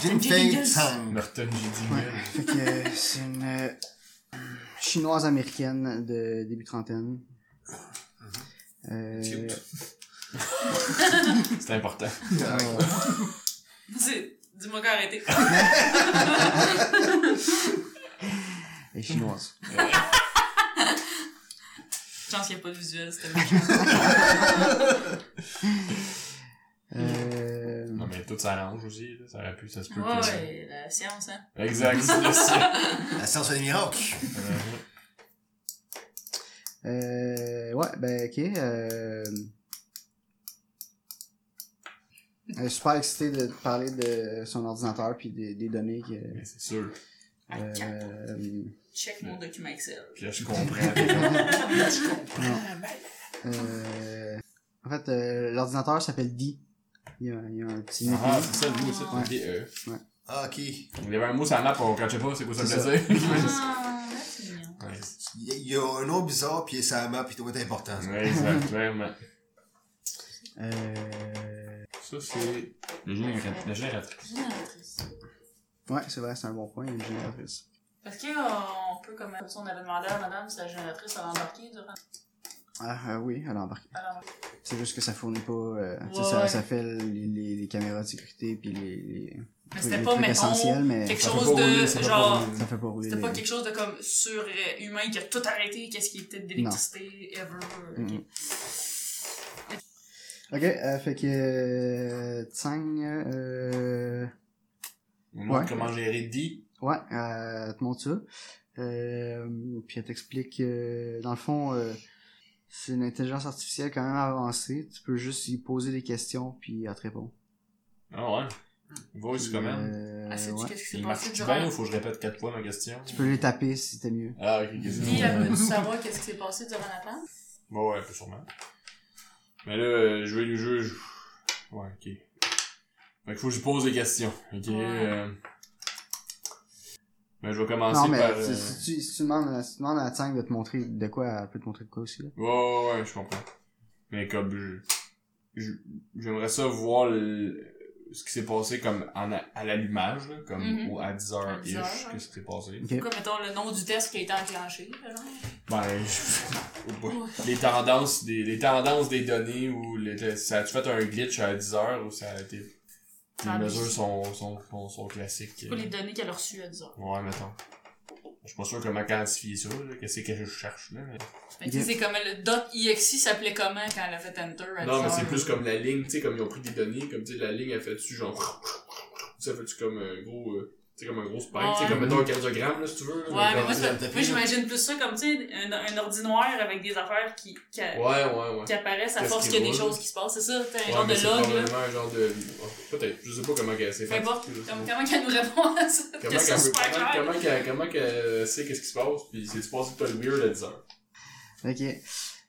Speaker 5: Jim
Speaker 3: Jim Jingles.
Speaker 5: Fay Tsang.
Speaker 2: Merton, j'ai dit
Speaker 4: ouais,
Speaker 2: mille.
Speaker 4: fait que c'est une euh, chinoise américaine de début trentaine. Euh,
Speaker 5: Cute.
Speaker 2: C'est important.
Speaker 4: euh,
Speaker 3: C'est- Dis-moi quand arrêter.
Speaker 4: elle est chinoise.
Speaker 3: Chance qu'il n'y a pas de visuel, c'était méchant.
Speaker 4: Euh,
Speaker 2: Non, mais tout s'arrange aussi, là. Ça aurait pu, ça se peut.
Speaker 3: Ouais,
Speaker 2: que-
Speaker 3: ouais, la science, hein.
Speaker 2: Exact, c'est le sien.
Speaker 5: La science des miracles.
Speaker 2: Euh,
Speaker 4: Euh, ouais, ben ok. Euh... Elle est euh, super excitée de te parler de son ordinateur puis des, des données que.
Speaker 2: Mais c'est sûr.
Speaker 3: Ah, cap.
Speaker 4: Euh,
Speaker 3: Check mon document Excel. Ah,
Speaker 2: Puis là, je comprends.
Speaker 4: euh, En fait, euh, l'ordinateur s'appelle D. Il y, a, il y a un petit
Speaker 2: ah,
Speaker 4: nickname.
Speaker 2: c'est ça, le mot, ça. c'est des E.
Speaker 5: Ah, ok.
Speaker 2: Il y avait un mot sur la map, on catchait pas, c'est quoi ça
Speaker 4: C'est
Speaker 2: me plaisait.
Speaker 3: Ah, c'est mignon.
Speaker 5: Il y a- il y a un nom bizarre, puis ça map, puis doit être important. ça.
Speaker 2: Ouais, exact, clairement.
Speaker 4: Euh...
Speaker 2: Ça, c'est. Le générateur. Le générateur.
Speaker 3: Génératrice.
Speaker 4: Ouais, c'est vrai, c'est un bon point, il y a une génératrice.
Speaker 3: Parce qu'on peut, comme comme si on avait demandé à madame si la génératrice avait embarqué durant.
Speaker 4: Ah euh, oui, elle a embarqué.
Speaker 3: Alors,
Speaker 4: C'est juste que ça fournit pas. euh, tu sais,
Speaker 3: Ouais,
Speaker 4: ça,
Speaker 3: ouais.
Speaker 4: ça fait les, les, les caméras de sécurité puis les, les,
Speaker 3: mais
Speaker 4: les
Speaker 3: c'était pas,
Speaker 4: trucs
Speaker 3: mettons,
Speaker 4: essentiels, mais
Speaker 3: quelque
Speaker 2: Ça fait
Speaker 3: chose
Speaker 2: pas rouler, ça
Speaker 3: de
Speaker 2: fait pas
Speaker 3: genre.
Speaker 2: rouler.
Speaker 4: ça fait pas rouler.
Speaker 3: C'était pas
Speaker 4: les-
Speaker 3: quelque chose de comme surhumain qui a tout arrêté, qu'est-ce qui était de l'électricité, ever. ok.
Speaker 2: Mm.
Speaker 4: Mhm. Ok, euh, fait que euh, Tsang, euh,
Speaker 2: On montre
Speaker 4: Ouais.
Speaker 2: comment gérer D.
Speaker 4: ouais, euh, elle te montre ça. Euh, puis elle t'explique, euh, dans le fond, euh, c'est une intelligence artificielle quand même avancée. Tu peux juste y poser des questions, puis elle te répond.
Speaker 2: Ah ouais. Voice
Speaker 4: Puis,
Speaker 2: command.
Speaker 4: euh,
Speaker 3: Ah, sais-tu
Speaker 4: ouais.
Speaker 3: qu'est-ce qui s'est
Speaker 2: Il
Speaker 3: passé
Speaker 2: marche bien
Speaker 3: durant.
Speaker 2: ou faut que je répète quatre fois ma question?
Speaker 4: Tu peux les taper si c'était mieux.
Speaker 2: Ah, ok, qu'est-ce
Speaker 3: Dis,
Speaker 2: que
Speaker 3: elle peut savoir qu'est-ce qui s'est passé durant la panne?
Speaker 2: Bon, ouais, sûrement. Mais là, euh, jouer du jeu, je... Ouais, ok. Fait qu'il faut que je pose des questions. Ok,
Speaker 3: Ouais.
Speaker 2: euh... Ben, je vais commencer
Speaker 4: Non, mais
Speaker 2: par...
Speaker 4: si,
Speaker 2: euh,
Speaker 4: si tu, si tu demandes, à- si tu demandes à Tsang de te montrer de quoi, elle peut te montrer de quoi aussi. Là.
Speaker 2: Ouais, ouais, ouais, je comprends. Mais comme, je... je- J'aimerais ça voir le- ce qui s'est passé comme en a- à l'allumage, là, comme
Speaker 3: Mhm.
Speaker 2: au- à 10h-ish,
Speaker 3: 10 heures, ouais.
Speaker 2: qu'est-ce qui s'est passé.
Speaker 4: Ok.
Speaker 3: Comme, mettons, le nom du test qui a été enclenché, genre.
Speaker 2: Ben, je- ouais. les tendances des les tendances des données ou le- ça a-tu fait un glitch à 10 heures ou ça a été les
Speaker 3: Ah,
Speaker 2: mesures
Speaker 3: oui.
Speaker 2: sont, sont, sont, sont classiques.
Speaker 3: C'est
Speaker 2: euh.
Speaker 3: pas les données qu'elle a reçues, elle, disons.
Speaker 2: Ouais, mettons. Je suis pas sûr comment quantifier ça, là, qu'est-ce que je cherche là. mais-
Speaker 3: Mais tu sais, c'est comme le dot .exe s'appelait comment quand elle a fait enter? elle,
Speaker 2: Non, mais
Speaker 3: genre,
Speaker 2: c'est plus comme la ligne, tu sais, comme ils ont pris des données, comme tu sais, la ligne a fait tu genre Ça fait-tu comme un gros. euh, tu sais, comme un gros spike,
Speaker 3: Ouais.
Speaker 2: tu sais, comme mettons un cardiogramme, là, si tu veux. là,
Speaker 3: Ouais, mais
Speaker 2: comme-
Speaker 3: moi, ça-
Speaker 5: dans le
Speaker 3: moi,
Speaker 5: tapis,
Speaker 3: j'imagine plus ça comme, tu sais, un, un ordi noir avec des affaires qui, qui, a-
Speaker 2: Ouais, ouais, ouais.
Speaker 3: qui apparaissent à
Speaker 2: Qu'est-ce
Speaker 3: force
Speaker 2: qui
Speaker 3: qu'il y a des
Speaker 2: roule?
Speaker 3: choses qui se passent. C'est ça, t'as un
Speaker 2: Ouais,
Speaker 3: genre
Speaker 2: mais
Speaker 3: de
Speaker 2: c'est
Speaker 3: log, là.
Speaker 2: probablement un genre de. oh, Peut-être, je sais pas comment qu'elle s'est
Speaker 3: Peu
Speaker 2: fait.
Speaker 3: importe,
Speaker 2: Je sais
Speaker 3: Comme,
Speaker 2: pas.
Speaker 3: comment qu'elle nous répond à cette
Speaker 2: Comment qu'elle
Speaker 3: question
Speaker 2: veut-
Speaker 3: super
Speaker 2: comment-
Speaker 3: claire?
Speaker 2: comment qu'elle- comment qu'elle sait qu'est-ce qui se passe, pis c'est-tu passé que t'as le weird à 10 heures?
Speaker 4: Ok.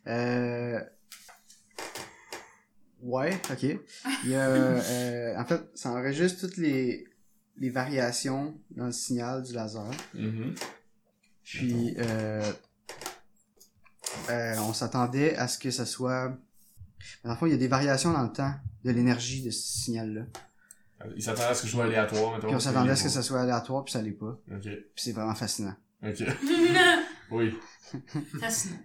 Speaker 4: Euh... Ouais, ok. Il y a, euh, en fait, ça enregistre toutes les, les variations dans le signal du laser.
Speaker 2: Mm-hmm.
Speaker 4: Puis, euh, euh, on s'attendait à ce que ça soit... Dans le fond, il y a des variations dans le temps de l'énergie de ce signal-là.
Speaker 2: Euh, Il s'attendait à ce que je sois aléatoire, mettons.
Speaker 4: Puis on s'attendait à ce que ça soit aléatoire, puis ça l'est pas.
Speaker 2: Ok,
Speaker 4: Puis c'est vraiment fascinant.
Speaker 2: ok.
Speaker 3: Non.
Speaker 2: Oui.
Speaker 3: Fascinant.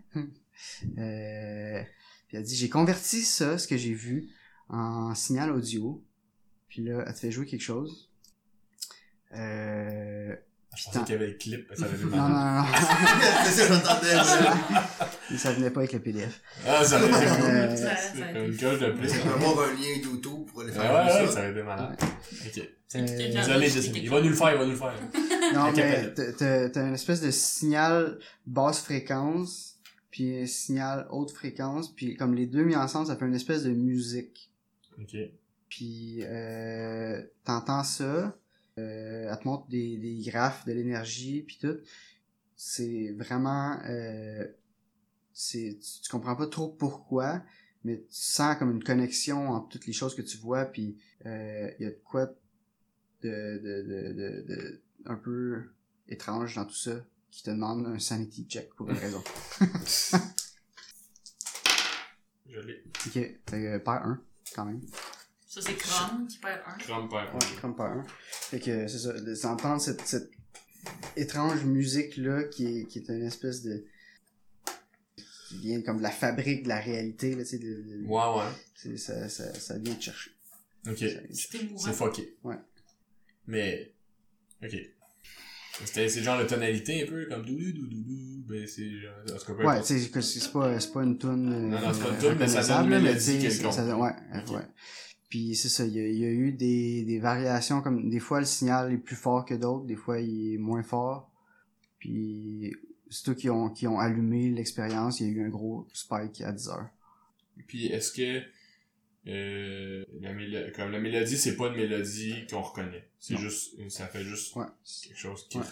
Speaker 4: Euh, puis elle dit, j'ai converti ça, ce que j'ai vu, en signal audio. Puis là, elle te fait jouer quelque chose. Euh...
Speaker 2: Je
Speaker 4: Putain.
Speaker 2: pensais qu'il y avait le clip, ça avait
Speaker 4: Non, non, non, non.
Speaker 5: C'est ça, j'entendais. là.
Speaker 4: ça venait pas avec le PDF.
Speaker 2: Ah, ça aurait été cool.
Speaker 4: Euh,
Speaker 3: Ça-
Speaker 2: C'est
Speaker 3: ça-
Speaker 2: comme Une coche de plus.
Speaker 5: On va avoir un lien YouTube pour aller
Speaker 2: Ouais,
Speaker 5: faire
Speaker 2: ouais, ouais,
Speaker 5: ça.
Speaker 2: ça aurait été malade. Ok.
Speaker 4: euh,
Speaker 2: Désolé, désolé. Il va nous le faire, il va nous le faire.
Speaker 4: non,
Speaker 2: Ok,
Speaker 4: mais
Speaker 2: appelle-le.
Speaker 4: t'as- t'as t'as une espèce de signal basse fréquence, puis un signal haute fréquence, puis comme les deux mis ensemble, ça fait une espèce de musique.
Speaker 2: Ok.
Speaker 4: Puis euh, t'entends ça, euh, elle te montre des, des graphes de l'énergie puis tout. C'est vraiment, euh, c'est tu, tu comprends pas trop pourquoi, mais tu sens comme une connexion entre toutes les choses que tu vois puis euh, il y a de quoi de, de, de, de, de- un peu étrange dans tout ça qui te demande un sanity check pour une raison.
Speaker 2: Je l'ai.
Speaker 4: ok, euh, pas un quand même.
Speaker 3: Ça, c'est Chrome qui perd un.
Speaker 2: Crampe
Speaker 4: Ouais, comme pas un. Fait que c'est ça, de- d'entendre cette, cette étrange musique-là qui est, qui est une espèce de. qui vient comme de la fabrique de la réalité, là, tu sais, de- de-
Speaker 2: Ouais, ouais.
Speaker 4: c'est- ça, ça, ça vient te chercher.
Speaker 2: Ok.
Speaker 4: Ça-
Speaker 3: C'est émouvant.
Speaker 2: C'est fucké.
Speaker 4: Ouais.
Speaker 2: Mais. Ok. C'était c'est genre la tonalité un peu comme doudou doudou doudou. Ben c'est genre. En tout cas, peu
Speaker 4: Ouais,
Speaker 2: importe.
Speaker 4: tu sais, que c'est c'est pas, c'est pas une toune euh,
Speaker 2: Non, non, c'est pas une toune, mais ça
Speaker 4: reconnaissable,
Speaker 2: donne une
Speaker 4: là,
Speaker 2: mélodie
Speaker 4: tu sais,
Speaker 2: quelconque.
Speaker 4: ça- ouais,
Speaker 2: Ok.
Speaker 4: ouais. Puis c'est ça, il y, a- il y a eu des, des variations, comme des fois le signal est plus fort que d'autres, des fois il est moins fort. Puis c'est eux qui ont, qui ont allumé l'expérience, il y a eu un gros spike à 10 heures.
Speaker 2: Puis est-ce que. Euh, la, mélo- comme la mélodie, c'est pas une mélodie qu'on reconnaît. C'est
Speaker 4: Non.
Speaker 2: juste. Ça fait juste
Speaker 4: Ouais.
Speaker 2: quelque chose qui.
Speaker 4: Ouais.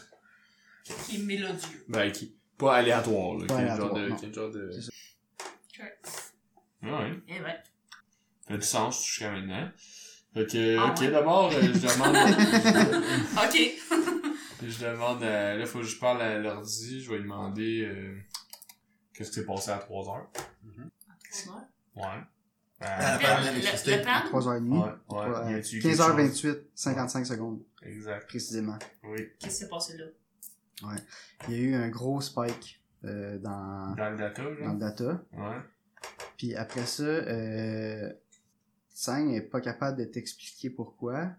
Speaker 3: Qui est mélodieux.
Speaker 2: Ben qui. Pas aléatoire,
Speaker 4: Pas
Speaker 2: là. qui est le
Speaker 4: aléatoire,
Speaker 2: genre de.
Speaker 4: non.
Speaker 2: qui est le genre de...
Speaker 4: C'est ça.
Speaker 2: Ouais, ouais.
Speaker 3: Eh ben.
Speaker 2: Fait du sens jusqu'à maintenant. Fait que,
Speaker 3: Ah
Speaker 2: ok,
Speaker 3: ouais.
Speaker 2: d'abord, euh, je demande.
Speaker 3: Ok.
Speaker 2: Je demande à... Là, faut que je parle à l'ordi. Je vais lui demander euh, qu'est-ce qui s'est passé à 3 heures. Ouais.
Speaker 5: Ah,
Speaker 2: Euh,
Speaker 5: ben,
Speaker 3: Le-
Speaker 5: c'était-
Speaker 3: Le le plan.
Speaker 4: 3h30.
Speaker 2: ouais, ouais. Y a-tu quelque chose?
Speaker 4: 15h28, 55 secondes,
Speaker 2: Exact.
Speaker 4: précisément.
Speaker 2: Oui.
Speaker 3: Qu'est-ce qui s'est passé là?
Speaker 4: Il y a eu un gros spike euh, dans,
Speaker 2: Dans le data,
Speaker 4: dans
Speaker 2: là.
Speaker 4: le data.
Speaker 2: Ouais.
Speaker 4: Puis après ça, euh, Tsang est pas capable de t'expliquer pourquoi.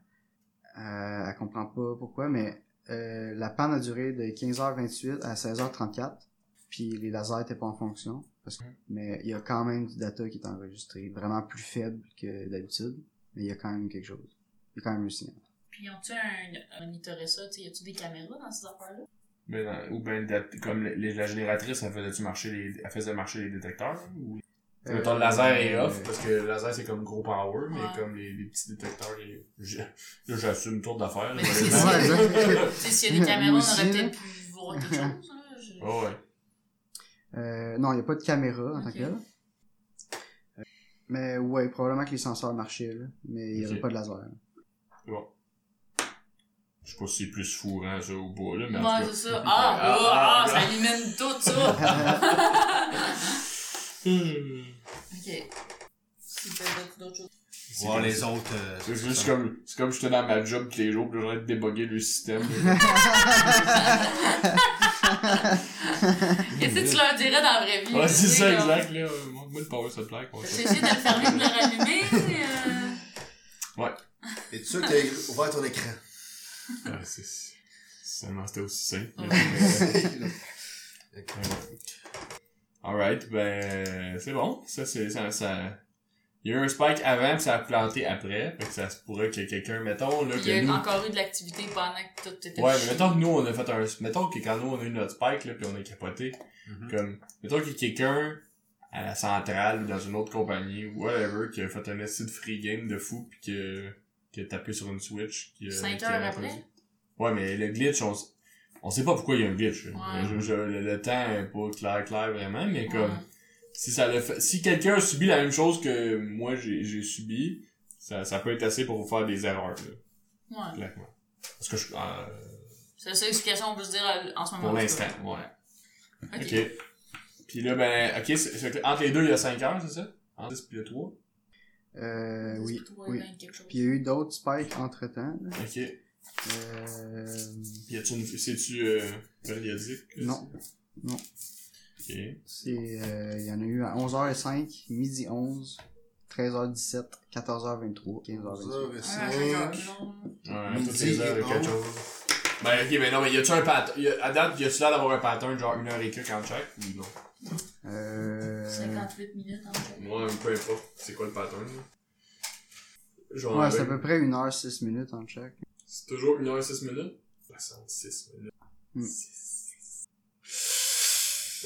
Speaker 4: Euh, elle comprend pas pourquoi, mais euh, la panne a duré de 15h28 à 16h34. Puis les lasers étaient pas en fonction. Parce que- mais il y a quand même du data qui est enregistré, vraiment plus faible que d'habitude. Mais il y a quand même quelque chose. Il y a quand même un signal.
Speaker 3: Puis, ont-tu un. Monitorer ça, tu sais, y a-tu des caméras dans ces affaires-là?
Speaker 2: Mais dans- ou ben, le dat- comme le- les- la génératrice, elle faisait-tu marcher les, elle faisait marcher les détecteurs? Ou...
Speaker 4: Euh,
Speaker 2: Mettons, le laser est
Speaker 4: euh,
Speaker 2: off, parce que le laser, c'est comme gros power, mais
Speaker 3: Ouais.
Speaker 2: comme les, les petits détecteurs, les... je- là, j'assume tour d'affaires.
Speaker 3: Mais
Speaker 2: je vais
Speaker 3: c'est
Speaker 2: les-
Speaker 3: ça.
Speaker 4: Euh, Ouais,
Speaker 3: Tu sais, s'il y a des caméras, on
Speaker 4: Nous
Speaker 3: aurait
Speaker 4: aussi,
Speaker 3: peut-être pu voir quelque chose, là. Je-
Speaker 2: Ouais, ouais.
Speaker 4: Euh, non, il n'y a pas de caméra en tant
Speaker 3: Ok.
Speaker 4: que telle. Euh, Mais ouais, probablement que les senseurs marchaient, là. Mais il n'y avait
Speaker 2: Ok.
Speaker 4: pas de laser. là.
Speaker 2: Bon. Je sais pas si c'est plus fourrant, ça, ou pas, là, mais en
Speaker 3: Ouais,
Speaker 2: tout
Speaker 3: c'est ça. Ah,
Speaker 2: Ah,
Speaker 3: ah,
Speaker 2: ah,
Speaker 3: ah, ça
Speaker 2: ah.
Speaker 3: élimine tout ça.
Speaker 2: cas... Hmm.
Speaker 3: ok. C'est peut-être d'autres choses.
Speaker 2: C'est
Speaker 5: Voir
Speaker 2: comme-
Speaker 5: les autres. euh,
Speaker 2: C'est juste comme, c'est comme j'étais dans ma job tous les jours, pis j'aurais de déboguer le système.
Speaker 3: Qu'est-ce que tu leur dirais dans la vraie vie?
Speaker 2: ouais,
Speaker 3: tu
Speaker 2: c'est
Speaker 3: sais,
Speaker 2: ça,
Speaker 3: comme,
Speaker 2: exact, là. Euh, Moi, moi, le power supply, quoi.
Speaker 3: J'ai essayé de le fermer, de le rallumer. euh,
Speaker 5: Es-tu sûr que t'as ouvert ton écran?
Speaker 2: Ah, c'est... c'est- Seulement, c'était aussi simple.
Speaker 3: Ouais.
Speaker 2: Mais-
Speaker 5: Là.
Speaker 2: Euh, mais ouais. Alright, ben, c'est bon. Ça, c'est, ça, ça... Il y a eu un spike avant, puis ça a planté après. Fait que ça se pourrait que quelqu'un, mettons, là,
Speaker 3: Il y a
Speaker 2: que nous...
Speaker 3: encore eu de l'activité pendant que tout était
Speaker 2: Ouais, mais mettons que nous, on a fait un... Mettons que quand nous, on a eu notre spike, là, puis on a capoté,
Speaker 5: Mhm.
Speaker 2: comme... Mettons qu'il y a quelqu'un à la centrale ou dans une autre compagnie ou whatever qui a fait un essai de free game de fou, puis que... qui a tapé sur une Switch. Qui a...
Speaker 3: Cinq
Speaker 2: qui a
Speaker 3: heures
Speaker 2: répondu.
Speaker 3: après?
Speaker 2: Ouais, mais le glitch, on... s- On sait pas pourquoi il y a un glitch. là.
Speaker 3: Ouais.
Speaker 2: Je- je- le, le temps est pas clair, clair vraiment, mais
Speaker 3: Ouais.
Speaker 2: comme... si ça le fait, si quelqu'un a subi la même chose que moi j'ai j'ai subi, ça, ça peut être assez pour vous faire des erreurs, là,
Speaker 3: Ouais.
Speaker 2: clairement. Parce que je, euh,
Speaker 3: C'est la seule explication qu'on peut se dire à- en ce moment.
Speaker 2: pour
Speaker 3: en tout
Speaker 2: l'instant,
Speaker 3: cas.
Speaker 2: ouais.
Speaker 3: Ok.
Speaker 2: Ok. Puis là, ben, ok, c'est- c'est que entre les deux, il y a 5 heures, c'est ça? Entre 10 puis le 3.
Speaker 4: Euh, oui,
Speaker 3: C'est toi,
Speaker 4: oui.
Speaker 3: là, quelque chose.
Speaker 4: Puis il y a eu d'autres spikes entre-temps. là.
Speaker 2: Ok.
Speaker 4: Euh...
Speaker 2: Y a-tu une, c'est-tu, euh, périodique?
Speaker 4: Non,
Speaker 2: Ok.
Speaker 4: c'est, euh, il y en a eu à 11h05, midi 11, 13h17, 14h23, 15h23.
Speaker 5: 11h05.
Speaker 4: euh,
Speaker 2: Ouais, toutes
Speaker 5: Midi
Speaker 2: les heures,
Speaker 5: et
Speaker 2: il y a
Speaker 5: 11.
Speaker 2: quelque chose. Ben, ok, ben non, mais y a-tu un pattern? y a- À date, y a-tu l'air d'avoir un pattern, genre une heure et quelques en check? Ou non?
Speaker 4: Euh...
Speaker 3: 58 minutes en fait.
Speaker 2: Moi, peu importe, c'est quoi le pattern? là. Genre,
Speaker 4: Ouais,
Speaker 2: ben,
Speaker 4: c'est à peu près 1h06 minutes en check.
Speaker 2: C'est toujours 1 heure 6 minutes? 66 minutes.
Speaker 4: Hmm.
Speaker 2: Six.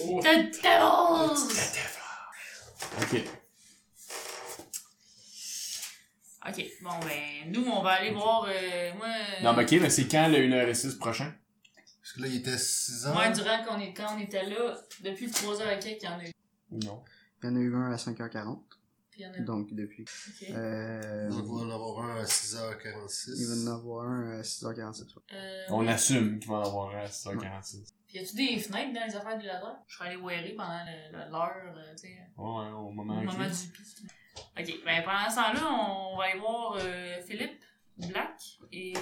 Speaker 2: Oh,
Speaker 3: Ok.
Speaker 2: catavre. Ok.
Speaker 3: Bon, ben, nous, on va aller voir. euh, moi. euh,
Speaker 2: Non, mais ok, mais c'est quand le 1h06 prochain?
Speaker 5: Parce que là, il était 6h.
Speaker 3: Moi, durant qu'on est, quand on était là, depuis 3 heures et quelques, il y en a eu.
Speaker 2: Ou non?
Speaker 4: Il y en a eu un à 5h40,
Speaker 3: Puis il y en a
Speaker 4: donc depuis.
Speaker 3: Ok.
Speaker 4: Euh...
Speaker 5: On va
Speaker 4: Il
Speaker 5: en avoir un à
Speaker 4: va en
Speaker 5: 6h46.
Speaker 4: avoir un à 6h47. ouais.
Speaker 3: Euh,
Speaker 2: On assume qu'il va en avoir euh, un à 6h46.
Speaker 3: Puis y a-tu des fenêtres dans les affaires du ladreur? Je suis allé wearer pendant le- le- l'heure, euh, tu sais,
Speaker 2: Ouais, ouais, au
Speaker 3: au
Speaker 2: moment
Speaker 3: moment
Speaker 2: où.
Speaker 3: du piste. Ok, ben pendant ce temps-là, on va aller voir euh, Philippe Black et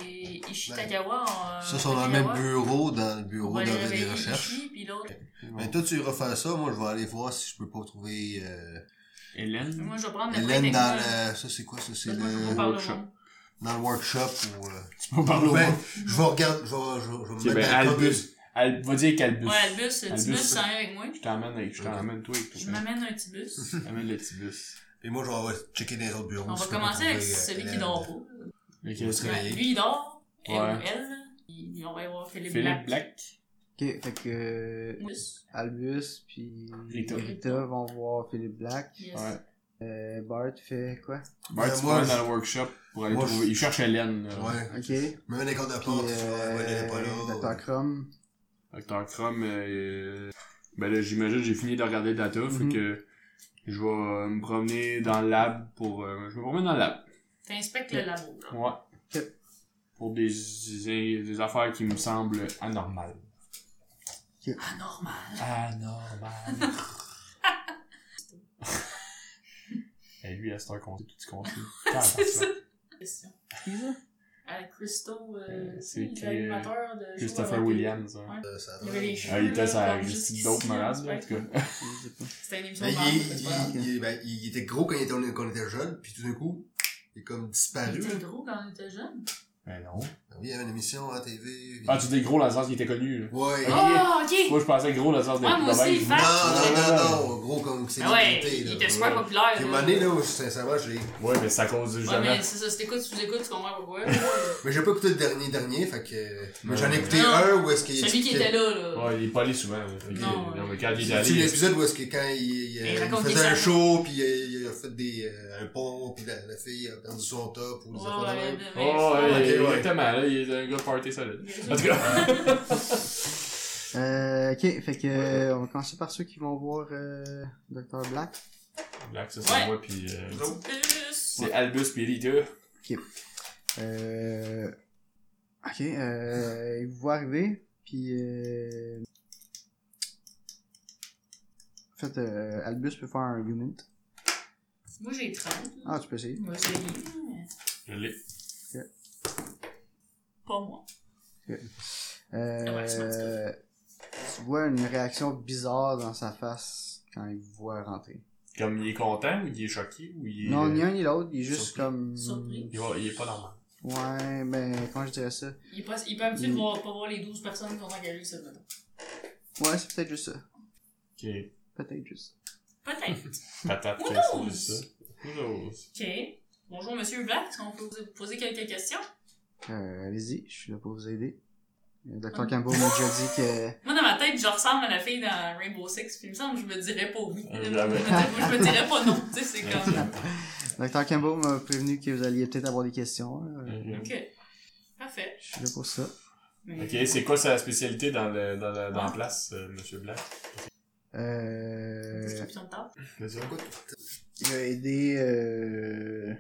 Speaker 3: Ishitakawa. en-
Speaker 5: Ça, sont dans le
Speaker 3: Ishitakawa.
Speaker 5: même bureau, dans le
Speaker 3: On
Speaker 5: bureau
Speaker 3: va
Speaker 5: de-
Speaker 3: les
Speaker 5: des
Speaker 3: réveiller
Speaker 5: recherches.
Speaker 3: ici, puis l'autre.
Speaker 5: Mais toi, tu iras faire ça. Moi, je vais aller voir si je peux pas trouver euh,
Speaker 2: Hélène?
Speaker 3: Moi, je vais prendre le
Speaker 5: Hélène dans le. Ça, c'est quoi ça C'est
Speaker 3: On
Speaker 5: le.
Speaker 3: parle
Speaker 2: workshop.
Speaker 5: Dans le workshop ou. euh,
Speaker 2: Tu peux parler au
Speaker 5: ben,
Speaker 2: moins.
Speaker 5: Je vais regarder. Je vais, je vais, je vais me
Speaker 2: Ok,
Speaker 5: mettre
Speaker 2: ben,
Speaker 5: dans le
Speaker 2: Albus.
Speaker 5: caucus.
Speaker 2: Al- Va dire qu'Albus.
Speaker 3: Ouais, Albus, le petit
Speaker 2: Albus,
Speaker 3: bus
Speaker 2: ça.
Speaker 3: s'en vient avec moi.
Speaker 2: Je t'emmène avec, je t'emmène toi avec
Speaker 3: Je
Speaker 2: toi.
Speaker 3: m'amène un petit bus.
Speaker 2: Je t'emmène le petit bus.
Speaker 5: Et moi, je vais aller checker dans les autres bureaux.
Speaker 3: On
Speaker 5: si
Speaker 3: va
Speaker 5: je peux pas
Speaker 3: commencer avec
Speaker 5: trouver, euh,
Speaker 3: celui qui
Speaker 5: Hélène.
Speaker 3: dort pas.
Speaker 2: Ok,
Speaker 5: On va se
Speaker 2: c'est
Speaker 5: réveiller.
Speaker 3: Lui, il dort. Elle
Speaker 2: Ouais.
Speaker 3: ou elle. Puis on va aller voir Philippe,
Speaker 2: Philippe
Speaker 3: Black.
Speaker 2: Black.
Speaker 4: Ok, fait que euh,
Speaker 3: Yes.
Speaker 4: Albus puis
Speaker 2: Rita.
Speaker 4: Rita vont voir Philippe Black.
Speaker 3: Yes.
Speaker 2: Ouais.
Speaker 4: Euh, Bart fait quoi?
Speaker 2: Bart,
Speaker 5: Ben,
Speaker 2: tu
Speaker 5: moi,
Speaker 2: vas
Speaker 5: je-
Speaker 2: dans le workshop pour aller
Speaker 5: Moi,
Speaker 2: trouver.
Speaker 5: je-
Speaker 2: Il cherche Hélène. euh, là.
Speaker 5: Ouais.
Speaker 4: Ok. Puis euh,
Speaker 5: Même les cordes de porte, tu vois, ouais, elle est pas là.
Speaker 4: Dr. Crum.
Speaker 2: Docteur Crum, euh, ben là, j'imagine, j'ai fini de regarder le data, fait
Speaker 4: Mhm.
Speaker 2: que je vais euh, me promener dans le lab pour. euh, je me promène dans le lab.
Speaker 3: T'inspectes le labo. là.
Speaker 2: Ouais. Pour des, des, des affaires qui me semblent anormales.
Speaker 3: Ah, Anormal.
Speaker 2: Anormales. Et Eh, lui, à cette heure qu'on sait tout ce qu'on sait.
Speaker 3: C'est ça.
Speaker 2: Tabarnak.
Speaker 3: Question.
Speaker 4: Qui ça?
Speaker 3: À Christo,
Speaker 2: Euh,
Speaker 3: euh,
Speaker 2: c'est
Speaker 3: c'est
Speaker 2: que-
Speaker 3: l'animateur de.
Speaker 2: Christopher
Speaker 3: Show
Speaker 2: Williams. Hein.
Speaker 3: Ouais.
Speaker 5: Euh, ça
Speaker 3: Il y avait les cheveux.
Speaker 2: Ah, il était
Speaker 3: là,
Speaker 2: sa
Speaker 3: comme
Speaker 2: petite
Speaker 3: jusqu'ici,
Speaker 2: dope malade,
Speaker 3: là,
Speaker 2: là, en tout cas.
Speaker 4: Je sais pas.
Speaker 3: C'était une émission
Speaker 5: Ben, il,
Speaker 3: de
Speaker 5: il,
Speaker 3: bande.
Speaker 5: il- ben, il était gros quand il était, quand on était jeune, puis tout d'un coup, il est comme
Speaker 3: Il
Speaker 5: disparu.
Speaker 3: était gros quand on était jeune.
Speaker 2: Ben non.
Speaker 5: Ben Oui, il y avait une émission à la TV.
Speaker 2: Ah, tu dis gros dans le sens qu'il était connu, là.
Speaker 5: Ben, Ouais.
Speaker 2: Ah,
Speaker 3: Oh,
Speaker 2: Moi,
Speaker 3: ok!
Speaker 2: je pensais gros dans le sens de
Speaker 3: Ouais, moi aussi,
Speaker 5: non,
Speaker 2: de-
Speaker 3: fat.
Speaker 5: non, non, non, gros comme c'est
Speaker 3: Ah ouais, il était super populaire.
Speaker 5: Puis à un
Speaker 3: là.
Speaker 5: moment donné, là, où, sincèrement, je l'ai.
Speaker 2: Ouais, mais c'est à cause du
Speaker 3: Ouais,
Speaker 2: jamais.
Speaker 3: mais c'est ça, si t'écoutes, tu écoutes, tu comprends pourquoi.
Speaker 5: Mais j'ai pas écouté le dernier dernier, fait que. Mais j'en ai écouté
Speaker 3: Non.
Speaker 5: un où est-ce qu'il
Speaker 3: Celui qui était là, là.
Speaker 2: Ouais, il est pas allé souvent. là. Fait que,
Speaker 3: Non,
Speaker 2: euh,
Speaker 3: ouais.
Speaker 2: mais quand il est
Speaker 5: C'est
Speaker 2: allé.
Speaker 5: l'épisode où est-ce que quand il, il,
Speaker 3: Il
Speaker 5: il
Speaker 3: racontait
Speaker 5: faisait un
Speaker 3: ça.
Speaker 5: show, puis euh, il a fait des, euh, un pont, puis la, la fille a perdu son top, ou des
Speaker 3: Ouais,
Speaker 5: affaires de
Speaker 3: ouais,
Speaker 5: même.
Speaker 3: mais-
Speaker 2: Oh, ouais, Ah,
Speaker 5: Ok, ouais.
Speaker 2: exactement. Là, il est un gars party solide. En tout cas.
Speaker 4: Euh, ok, fait que euh, on va commencer par ceux qui vont voir euh, Dr. Black.
Speaker 2: Black, ça,
Speaker 3: Ouais.
Speaker 2: c'est moi, pis. euh,
Speaker 3: Plus.
Speaker 2: C'est Albus pis Rita.
Speaker 4: Euh, ok, euh, ils vous voient arriver, puis euh... En fait, euh, Albus peut faire un unit.
Speaker 3: Moi, j'ai 30. là.
Speaker 4: Ah, tu peux essayer.
Speaker 3: Moi, j'ai rien.
Speaker 2: Je l'ai.
Speaker 3: Pas moi. Ouais, c'est
Speaker 4: Euh, tu vois une réaction bizarre dans sa face quand il vous voit rentrer.
Speaker 2: Comme il est content ou il est choqué ou il est.
Speaker 4: Non, ni un ni l'autre, il est juste
Speaker 2: surpris.
Speaker 4: comme...
Speaker 3: Surpris.
Speaker 2: Il, va- il est pas normal.
Speaker 4: Ouais, ben, comment je dirais ça?
Speaker 3: Il est pas, il est pas habitué
Speaker 4: Mm.
Speaker 3: de voir, pas voir les 12 personnes qui sont engagées, ça, maintenant.
Speaker 4: Ouais, c'est peut-être juste ça.
Speaker 2: Ok.
Speaker 4: Peut-être juste ça.
Speaker 3: Peut-être.
Speaker 2: Patate,
Speaker 3: Who
Speaker 2: qu'est-ce que
Speaker 3: knows?
Speaker 2: c'est ça? Who knows?
Speaker 3: Ok. Bonjour, monsieur Hubert. Est-ce qu'on peut vous poser quelques questions?
Speaker 4: Euh, allez-y, je suis là pour vous aider. Le
Speaker 3: Ah.
Speaker 4: docteur Campbell m'a déjà dit que...
Speaker 3: Moi, dans ma tête, je ressemble à la fille dans Rainbow Six, puis il me semble que je me dirais pas oui.
Speaker 2: Euh,
Speaker 3: je,
Speaker 2: jamais.
Speaker 3: me dirais, moi, je me dirais pas non. Tu sais, c'est comme.
Speaker 4: Le docteur Campbell m'a prévenu que vous alliez peut-être avoir des questions. euh,
Speaker 2: Ok,
Speaker 3: Ok. Parfait.
Speaker 4: Je suis là pour ça.
Speaker 3: Mais-
Speaker 2: Ok, c'est quoi sa spécialité dans, le, dans, la, dans
Speaker 3: Ah.
Speaker 2: la place, euh, Monsieur Black?
Speaker 4: Euh...
Speaker 3: Description de table.
Speaker 2: Vas-y.
Speaker 4: Il a aidé... Euh...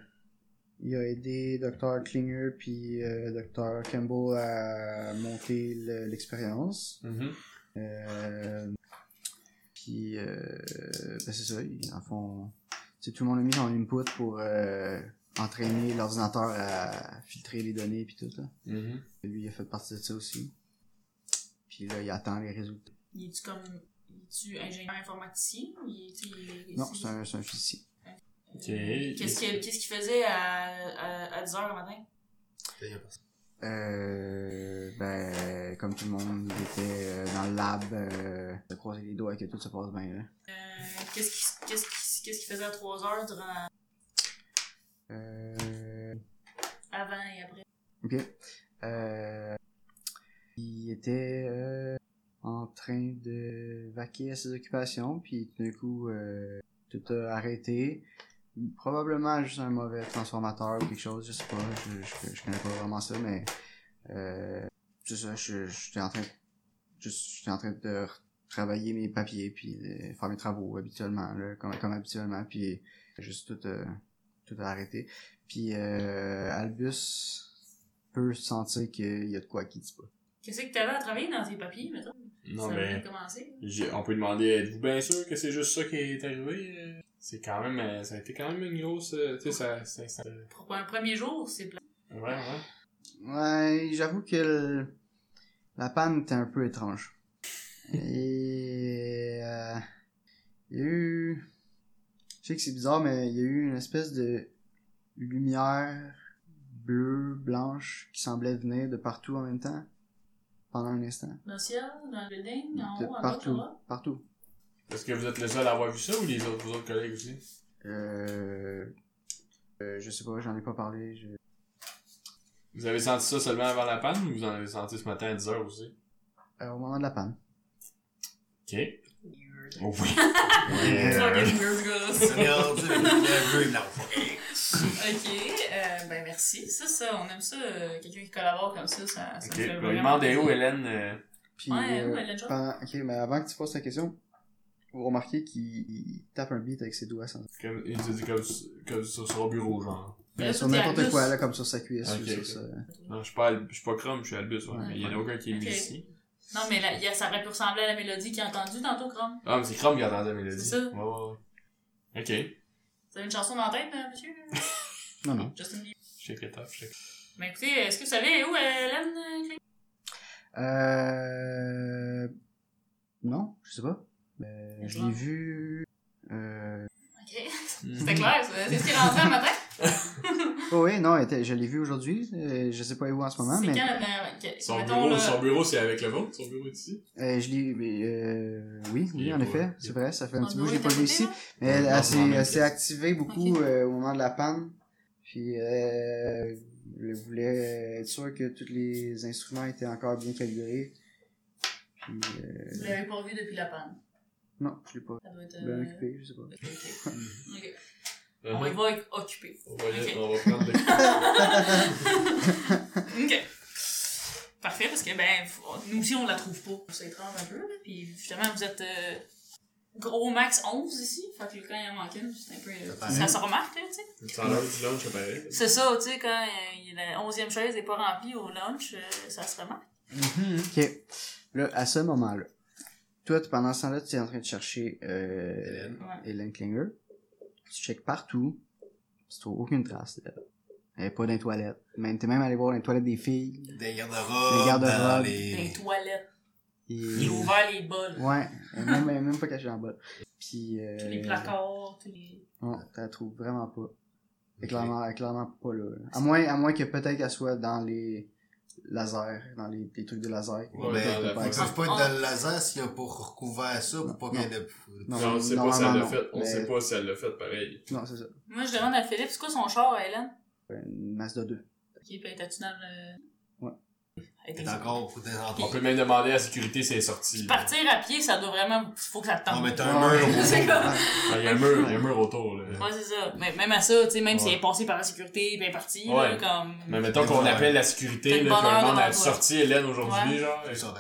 Speaker 4: Il a aidé Dr. Klinger puis euh, Dr. Campbell à monter le- l'expérience.
Speaker 2: Mhm.
Speaker 4: Euh, puis, euh, ben c'est ça, ils- en fond, tu sais, tout le monde a mis son input pour euh, entraîner l'ordinateur à filtrer les données puis tout. Là.
Speaker 2: Mhm.
Speaker 4: Lui, il a fait partie de ça aussi. Puis là, il attend les résultats.
Speaker 3: Il est-tu comme. Il est-tu ingénieur informaticien? Il est-tu. il est-
Speaker 4: Non, c'est un, c'est un physicien.
Speaker 3: Euh,
Speaker 2: Ok.
Speaker 3: Qu'est-ce qu'il qu'est-ce qu'il faisait à, à, à 10h le matin?
Speaker 4: Euh, ben, comme tout le monde, il était euh, dans le lab, euh, de croiser les doigts que tout se passe bien. Là.
Speaker 3: Euh, qu'est-ce qu'il qu'est-ce qu'il- qu'est-ce qu'il faisait à 3h durant,
Speaker 4: Euh,
Speaker 3: avant et après?
Speaker 4: Ok. Euh, il était euh, en train de vaquer à ses occupations, puis tout d'un coup, euh, tout a arrêté. Probablement juste un mauvais transformateur ou quelque chose, je sais pas, je, je, je connais pas vraiment ça, mais euh, c'est ça, je- j'étais en train juste j'étais en train de travailler mes papiers puis de faire mes travaux habituellement là, comme comme habituellement puis juste tout euh, tout a arrêté puis euh, Albus peut sentir qu'il y a de quoi qui dit pas.
Speaker 3: Qu'est-ce que t'avais à travailler dans tes papiers, mettons?
Speaker 2: Non, ben,
Speaker 3: ça
Speaker 2: mais
Speaker 3: a commencé.
Speaker 2: j'ai- on peut demander êtes-vous bien sûr que c'est juste ça qui est arrivé? euh? C'est quand même. euh, Ça a été quand même une grosse. euh, Tu sais, ça. ça- ça-
Speaker 3: Pour un premier jour, c'est plat.
Speaker 2: Ouais, ouais.
Speaker 4: Ouais, j'avoue que le- la panne était un peu étrange. Et euh, il y a eu, je sais que c'est bizarre, mais il y a eu une espèce de lumière bleue, blanche, qui semblait venir de partout en même temps, pendant un instant.
Speaker 3: Dans le ciel, dans le building, en
Speaker 4: De
Speaker 3: haut, en bas, en
Speaker 4: partout,
Speaker 3: bas.
Speaker 4: partout.
Speaker 2: Est-ce que vous êtes le seul à avoir vu ça ou les autres, vos autres collègues aussi?
Speaker 4: Euh, euh, je sais pas, j'en ai pas parlé. Je...
Speaker 2: Vous avez senti ça seulement avant la panne ou vous en avez senti ce matin à 10h aussi?
Speaker 4: Euh, au moment de la panne.
Speaker 2: Ok. Oh oui.
Speaker 3: Tu vois
Speaker 4: Euh.
Speaker 3: que je veux, ce gars-là, c'est ça.
Speaker 5: On est rendu avec le bleu et l'enfant.
Speaker 3: Ok, euh, ben merci. Ça, ça, on aime ça. euh, Quelqu'un qui collabore comme ça, ça, ça
Speaker 2: Ok,
Speaker 3: me fait
Speaker 2: ben,
Speaker 3: vraiment
Speaker 2: demandez où
Speaker 3: plaisir.
Speaker 2: Hélène. euh,
Speaker 4: Puis,
Speaker 3: Ouais,
Speaker 4: euh,
Speaker 3: ouais, la job.
Speaker 4: pendant- ok, mais avant que tu poses ta question, vous remarquez qu'il il tape un beat avec ses doigts sans.
Speaker 2: comme, il dit comme, comme sur son bureau, genre.
Speaker 3: Là,
Speaker 4: Ben, sur
Speaker 3: tout est à
Speaker 4: n'importe
Speaker 3: plus.
Speaker 4: quoi, là, comme sur sa cuisse
Speaker 2: Ok,
Speaker 4: ou sur
Speaker 2: ok.
Speaker 4: ça.
Speaker 2: Non, je suis pas, Al- je suis pas Chrome, je suis Albus, ouais.
Speaker 4: Ouais.
Speaker 2: Mais il y en a aucun qui est
Speaker 3: Ok.
Speaker 2: musicien.
Speaker 3: Non, mais la- il y a- ça aurait pu ressembler à la mélodie qu'il a entendue tantôt, Chrome.
Speaker 2: Ah, mais c'est Chrome qui entend la mélodie.
Speaker 3: C'est ça.
Speaker 2: Ouais, ouais, ouais. Ok.
Speaker 3: Vous avez une chanson dans la tête, euh, monsieur?
Speaker 4: Non, non.
Speaker 3: Justin Bieber.
Speaker 2: Je sais que top, je sais que-
Speaker 3: Ben écoutez, est-ce que vous savez où est Hélène? euh, Clé-
Speaker 4: Euh. Non, je sais pas. Euh, je l'ai
Speaker 3: Non.
Speaker 4: vu. Euh...
Speaker 3: Ok,
Speaker 2: Hmm.
Speaker 3: c'était clair, ça. C'est ce qu'il a rentré le matin?
Speaker 4: Oh, oui, non, elle était- je l'ai vu aujourd'hui. euh, je sais pas où en ce moment,
Speaker 3: C'est
Speaker 4: mais.
Speaker 3: quand la dernière. ok,
Speaker 2: Son
Speaker 3: mettons,
Speaker 2: bureau,
Speaker 3: là,
Speaker 2: son bureau, c'est avec le vôtre, son bureau est ici.
Speaker 4: Euh, je l'ai. mais, Euh... Oui,
Speaker 2: Il
Speaker 4: oui,
Speaker 2: est
Speaker 4: en
Speaker 2: pas-
Speaker 4: effet.
Speaker 2: il est
Speaker 4: C'est vrai, ça fait
Speaker 3: son
Speaker 4: un petit bout que je l'ai
Speaker 3: bureau est
Speaker 4: pas
Speaker 3: à
Speaker 4: vu
Speaker 3: côté,
Speaker 4: ici.
Speaker 3: là?
Speaker 4: Mais elle,
Speaker 2: Non,
Speaker 4: elle
Speaker 2: c'est
Speaker 4: s'est
Speaker 2: la même
Speaker 4: elle s'est
Speaker 2: pièce.
Speaker 4: activée beaucoup euh, au moment de la panne. Puis euh, elle voulait être sûre que tous les instruments étaient encore bien calibrés. Puis euh,
Speaker 3: Vous l'avez pas vu depuis la panne.
Speaker 4: non, je l'ai pas
Speaker 3: Ça doit être.
Speaker 4: bien
Speaker 3: euh,
Speaker 4: Ben, occupé, je sais pas.
Speaker 3: ok, ok. Ok.
Speaker 2: Uh-huh.
Speaker 3: On va être occupé.
Speaker 2: On va,
Speaker 3: Ok.
Speaker 2: on va prendre le.
Speaker 3: Ok. Parfait, parce que ben, faut- nous aussi on la trouve pas. Ça étrange un peu, là. Puis justement, vous êtes euh, gros max 11 ici. Fait que quand il en manque une, c'est un peu. euh,
Speaker 5: paraît.
Speaker 3: Ça se remarque, là, tu sais.
Speaker 2: Ça a l'air du lunch, pareil.
Speaker 3: C'est ça, tu sais, quand euh, la 11e chaise n'est pas remplie au lunch, euh, ça se remarque.
Speaker 4: Ok. Là, à ce moment-là, toi, t- pendant ce temps-là, tu es en train de chercher euh,
Speaker 5: Hélène.
Speaker 3: Ouais.
Speaker 4: Hélène Klinger. Tu checkes partout. Tu trouves aucune trace d'elle. Elle est pas dans les toilettes. Même, t'es même allé voir dans les toilettes des filles.
Speaker 5: Des garde-robes.
Speaker 4: Des garde-robes.
Speaker 5: dans
Speaker 3: Les
Speaker 5: Les...
Speaker 3: toilettes.
Speaker 4: Et-
Speaker 3: Il a ouvert les bols.
Speaker 4: Ouais, elle est même, elle est même pas cachée en bas. Puis. Euh,
Speaker 3: Tous les placards, tous les.
Speaker 4: Non, tu la trouves vraiment pas. Elle est
Speaker 5: Ok.
Speaker 4: clairement, elle est clairement pas là. là. À moins, à moins que peut-être qu'elle soit dans les laser, dans les, les trucs de laser.
Speaker 2: Ouais,
Speaker 4: Ouais,
Speaker 2: dans la
Speaker 4: par
Speaker 2: Ouais.
Speaker 5: Ils
Speaker 4: exemple.
Speaker 5: peuvent ben,
Speaker 3: Ah.
Speaker 5: pas être dans le laser s'il a pas recouvert ça pour pas qu'il y ait de.
Speaker 4: Non,
Speaker 2: on sait pas si elle l'a
Speaker 4: normalement,
Speaker 2: fait. On
Speaker 4: mais-
Speaker 2: sait pas si elle l'a fait pareil.
Speaker 4: Non, c'est ça.
Speaker 3: Moi, je demande à Philippe, c'est quoi son char à Hélène?
Speaker 4: Une Mazda 2.
Speaker 3: Qui peut être dans le...
Speaker 4: Ouais.
Speaker 3: Elle
Speaker 5: T'es
Speaker 3: était-
Speaker 5: encore faut des
Speaker 2: On
Speaker 5: endroits.
Speaker 2: peut même demander à la sécurité si elle est sortie. là.
Speaker 3: Partir à pied, ça doit vraiment... Faut que ça te tente.
Speaker 5: Non, mais t'as
Speaker 4: Ouais.
Speaker 5: un mur au
Speaker 3: C'est comme-
Speaker 2: Ah, Il y a un mur, il y a un mur autour. Là.
Speaker 3: Hum. Ouais, c'est ça. Mais même à ça, tu sais, même
Speaker 2: Ouais.
Speaker 3: si elle est passée par la sécurité, ben partie, là,
Speaker 2: Ouais.
Speaker 3: comme...
Speaker 2: Mais mettons qu'on
Speaker 5: Ouais.
Speaker 2: appelle la
Speaker 3: T'as
Speaker 2: sécurité,
Speaker 3: le
Speaker 2: là, qu'on
Speaker 3: bonheur
Speaker 2: demande
Speaker 3: devant
Speaker 2: à
Speaker 3: toi.
Speaker 2: sortir Hélène aujourd'hui,
Speaker 3: Ouais.
Speaker 2: genre.
Speaker 5: Je suis en-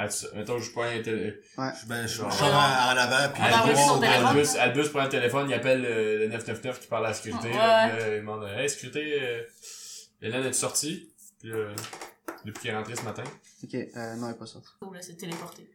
Speaker 2: Elle- Mettons, je prends un téléphone.
Speaker 5: ben, je- ben, je- je suis en
Speaker 2: Ouais.
Speaker 5: en avant, puis
Speaker 3: Elle
Speaker 5: je
Speaker 3: a enlevé son
Speaker 5: vois-
Speaker 3: téléphone.
Speaker 2: Albus, Albus prend le téléphone, il appelle euh, le 999 qui parle à la sécurité.
Speaker 3: Ouais.
Speaker 2: là, puis là, il demande Hey, sécurité, euh, Hélène est sortie Puis, euh, depuis qu'elle est rentrée ce matin.
Speaker 4: Ok, euh, non, elle est pas sortie.
Speaker 3: Oh là, c'est téléporté.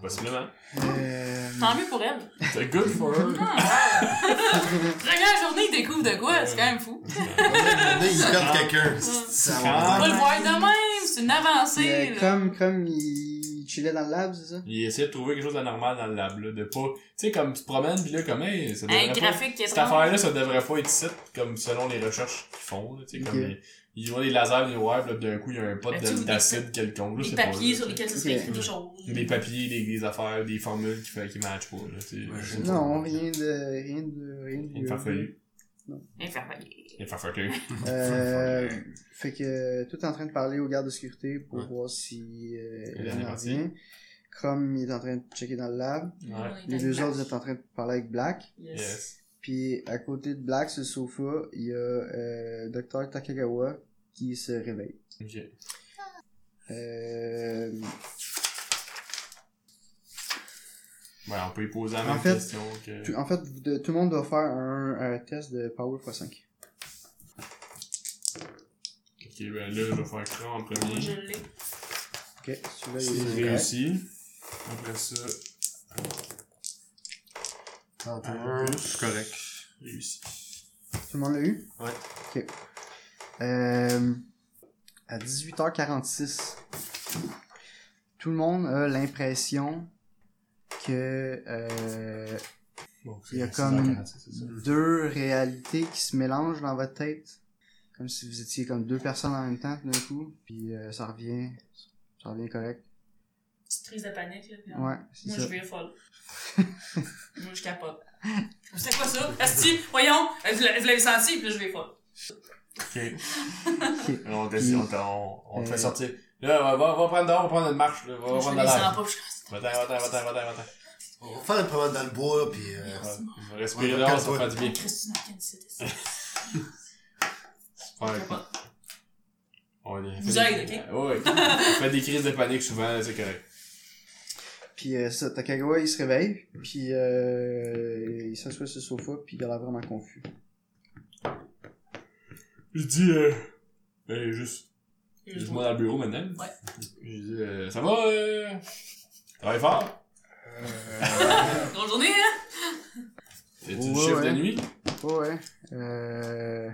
Speaker 2: Possiblement.
Speaker 4: Euh...
Speaker 3: Tant mieux pour elle. Ah,
Speaker 2: C'est good for her.
Speaker 3: Première journée, il découvre de quoi, c'est quand même fou.
Speaker 5: Là, ils
Speaker 2: Ah.
Speaker 5: perdent quelqu'un. Ça va.
Speaker 3: On va le voir de même, c'est une avancée,
Speaker 4: Mais
Speaker 3: là.
Speaker 4: comme, comme euh, il chillait dans le lab, c'est ça?
Speaker 2: Il essaie de trouver quelque chose d'anormal dans le lab, là, de pas, tu sais, comme tu te promènes, pis là, comme, hey, ça devrait
Speaker 3: Un
Speaker 2: pas,
Speaker 3: graphique qui est
Speaker 2: cette
Speaker 4: Ah.
Speaker 3: étrange.
Speaker 2: affaire-là, ça devrait pas être ici, comme selon les recherches qu'ils font, là, tu sais,
Speaker 4: Ok.
Speaker 2: comme, ils- ils voient des lasers, des wires, pis là, d'un coup, il y a un pot
Speaker 3: Mais
Speaker 2: de-
Speaker 3: Ben, tu-
Speaker 2: d'acide quelconque, là,
Speaker 3: Des
Speaker 2: je sais pas,
Speaker 3: papiers
Speaker 2: là,
Speaker 3: sur
Speaker 2: tu sais.
Speaker 3: lesquels ça serait écrit
Speaker 4: Ok.
Speaker 3: des choses.
Speaker 2: Des papiers, des, des affaires, des formules qui, fait- qui matchent pas, là, tu
Speaker 5: Ouais,
Speaker 2: sais.
Speaker 5: je-
Speaker 4: Non, rien de, rien de, rien de.
Speaker 2: Il est farfelu.
Speaker 3: Infermier.
Speaker 2: Il est farfelu.
Speaker 4: Euh, fait que euh, tout est en train de parler au garde de sécurité pour
Speaker 5: Ouais.
Speaker 4: voir si euh,
Speaker 2: Hélène
Speaker 4: Hélène
Speaker 2: est partie.
Speaker 4: revient. Chrome il est en train de checker dans le lab.
Speaker 2: Ouais.
Speaker 4: Les deux autres sont en train de parler avec Black.
Speaker 3: Yes.
Speaker 2: Yes.
Speaker 4: Puis à côté de Black sur le sofa, il y a euh, Dr Takagawa qui se réveille.
Speaker 2: Ok.
Speaker 4: Euh,
Speaker 2: Ouais, Ben, on peut y poser la
Speaker 4: En
Speaker 2: même
Speaker 4: fait,
Speaker 2: question que.
Speaker 4: tout- en fait, vous de- tout le monde doit faire un, un test de Power x5.
Speaker 2: Ok, ben là, je vais faire cran en
Speaker 3: Moi,
Speaker 2: premier.
Speaker 3: je l'ai.
Speaker 4: Ok, celui-là il
Speaker 2: Si j'ai
Speaker 4: est correct.
Speaker 2: réussi. Après ça, un, c'est correct. Réussi.
Speaker 4: Tout le monde l'a eu?
Speaker 5: Ouais.
Speaker 4: Ok. Euh, à 18h46, tout le monde a l'impression que euh,
Speaker 2: Bon,
Speaker 4: Il y a comme- deux réalités qui se mélangent dans votre tête. Comme si vous étiez comme deux personnes en même temps tout d'un coup. Puis euh, ça revient. Ça revient correct.
Speaker 3: Petite crise de panique, là. puis on-
Speaker 4: Ouais, c'est
Speaker 3: Moi,
Speaker 4: ça.
Speaker 3: je vais folle. Moi, je capote. C'est quoi ça? Asti, voyons, euh, vous l'a- vous l'avez senti, puis là, je vais folle.
Speaker 2: Ok. on t'essaie, on, t'a- on, on te
Speaker 4: Euh.
Speaker 2: fait sortir. Là, on va, va prendre dehors, on va prendre une marche, là, on va
Speaker 3: Je
Speaker 2: prendre
Speaker 3: vais
Speaker 2: dans
Speaker 3: descendre en
Speaker 2: l'air.
Speaker 3: pas, puis je suis comme,
Speaker 2: Va-t'en, va-t'en, va-t'en, va-t'en, va-t'en.
Speaker 5: On va faire une promenade dans le bois, là, puis euh,
Speaker 2: Ouais, Respirer
Speaker 5: Ouais,
Speaker 2: dehors, ça
Speaker 5: calme-toi.
Speaker 2: fait du bien.
Speaker 3: Ah, Christ, tu n'as qu'une cité, ça.
Speaker 2: Ouais.
Speaker 3: Je capote.
Speaker 2: On est-
Speaker 3: Vous aide,
Speaker 2: Ouais, on fait des crises de panique souvent, là, c'est correct.
Speaker 4: Puis euh, ça, Takagawa il se réveille. Puis euh, il s'assoit sur le sofa. Puis il a l'air vraiment confus.
Speaker 2: Je dis, euh, ben, juste,
Speaker 3: Je
Speaker 2: juste
Speaker 3: trouve-
Speaker 2: moi dans le bureau maintenant.
Speaker 3: Ouais.
Speaker 2: Je dis, euh, ça va, euh, travaille fort.
Speaker 3: Grosse journée, hein?
Speaker 2: T'es-tu
Speaker 4: Ouais,
Speaker 2: du chiffre
Speaker 4: ouais.
Speaker 2: de nuit?
Speaker 4: Ouais, ouais. Euh...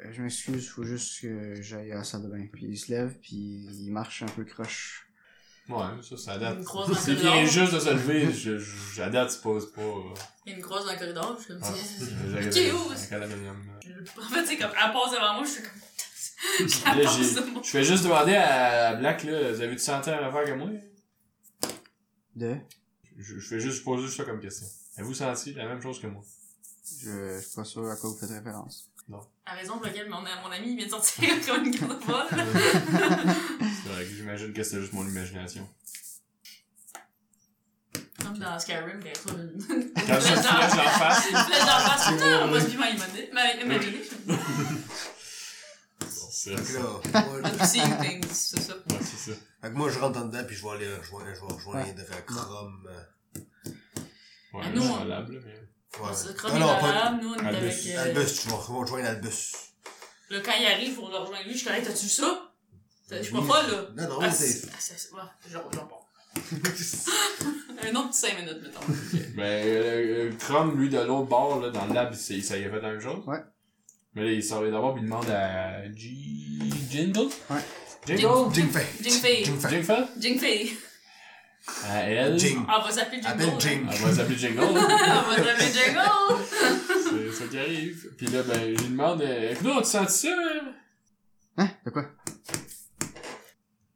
Speaker 4: euh, Je m'excuse, faut juste que j'aille à la salle de bain. Puis il se lève, puis il marche un peu croche.
Speaker 2: Ouais, ça, ça
Speaker 3: Il
Speaker 2: date.
Speaker 3: me croise dans le
Speaker 2: C'est bien
Speaker 3: corridor.
Speaker 2: juste de se lever, je, je, je- à date, tu poses pas. euh,
Speaker 3: Il me croise dans le corridor, puis je me
Speaker 2: Ouais.
Speaker 3: dis...
Speaker 2: J'avais-
Speaker 3: Qui est où?
Speaker 2: un cadavre.
Speaker 3: En fait, c'est comme, elle passe devant moi, je suis comme... Je la
Speaker 2: Là,
Speaker 3: passe
Speaker 2: j'ai-
Speaker 3: devant
Speaker 2: Je vais juste demander à Black, là, vous avez-tu senti la même affaire que moi?
Speaker 4: De?
Speaker 2: Je, je vais juste poser ça comme question. Avez-vous senti la même chose que moi?
Speaker 4: Je, je suis pas sûr à quoi vous faites référence.
Speaker 3: La raison pour laquelle mon, mon ami il vient de sortir comme une carte de vol.
Speaker 2: C'est vrai que J'imagine que c'était juste mon imagination.
Speaker 3: Comme dans Skyrim, quand il trouve une
Speaker 2: Quand je suis en face,
Speaker 3: flèche d'en face, putain, on va se vivre à imaginer. Mais imaginer, je me dis,
Speaker 2: c'est
Speaker 5: fait que
Speaker 2: ça.
Speaker 5: là, moi,
Speaker 3: I've seen things, c'est ça.
Speaker 2: Ouais, c'est ça.
Speaker 5: fait que moi, je rentre en dedans, puis je vais aller rejoindre, je vais rejoindre Chrome. euh,
Speaker 3: Mais
Speaker 2: Ouais, je
Speaker 3: Ah, nous,
Speaker 2: suis
Speaker 3: on-
Speaker 2: en lab, là, mais...
Speaker 5: ouais.
Speaker 3: C'est
Speaker 5: Non,
Speaker 3: Chrome
Speaker 5: non,
Speaker 3: est
Speaker 5: pas
Speaker 3: malade, nous on est
Speaker 2: Albus.
Speaker 3: avec. euh,
Speaker 5: Albus, tu vas rejoindre Albus.
Speaker 3: Là, quand il arrive, on le rejoint lui, je suis comme, Hey, t'as-tu vu ça? Je suis pas folle là.
Speaker 5: Non, non,
Speaker 3: Ah,
Speaker 5: mais
Speaker 3: c'est.
Speaker 5: c'est.
Speaker 3: ah, c'est- c'est- ouais, J'en j'en pars. Un autre petit 5 minutes, mettons.
Speaker 2: Ben, euh, euh, Chrome, lui, de l'autre bord, là, dans le lab, il s'est- ça y a fait la même chose.
Speaker 4: Ouais.
Speaker 2: Mais là, il sort les d'abord, puis il demande à G... Jingle?
Speaker 4: Ouais.
Speaker 2: Jingle?
Speaker 5: Jingfei.
Speaker 3: Jingfei.
Speaker 5: Jingfei.
Speaker 2: Jingle?
Speaker 3: Jingfei.
Speaker 2: À elle?
Speaker 5: Jing.
Speaker 3: Ah, on va s'appeler Jingle.
Speaker 5: Appelle
Speaker 2: Elle
Speaker 5: Jing.
Speaker 2: va s'appeler Jingle, là.
Speaker 3: Ah, on va s'appeler Jingle.
Speaker 2: C'est ça qui arrive. Puis là, ben, je lui demande, euh, écoute, tu sens ça? hein?
Speaker 4: Hein? De quoi?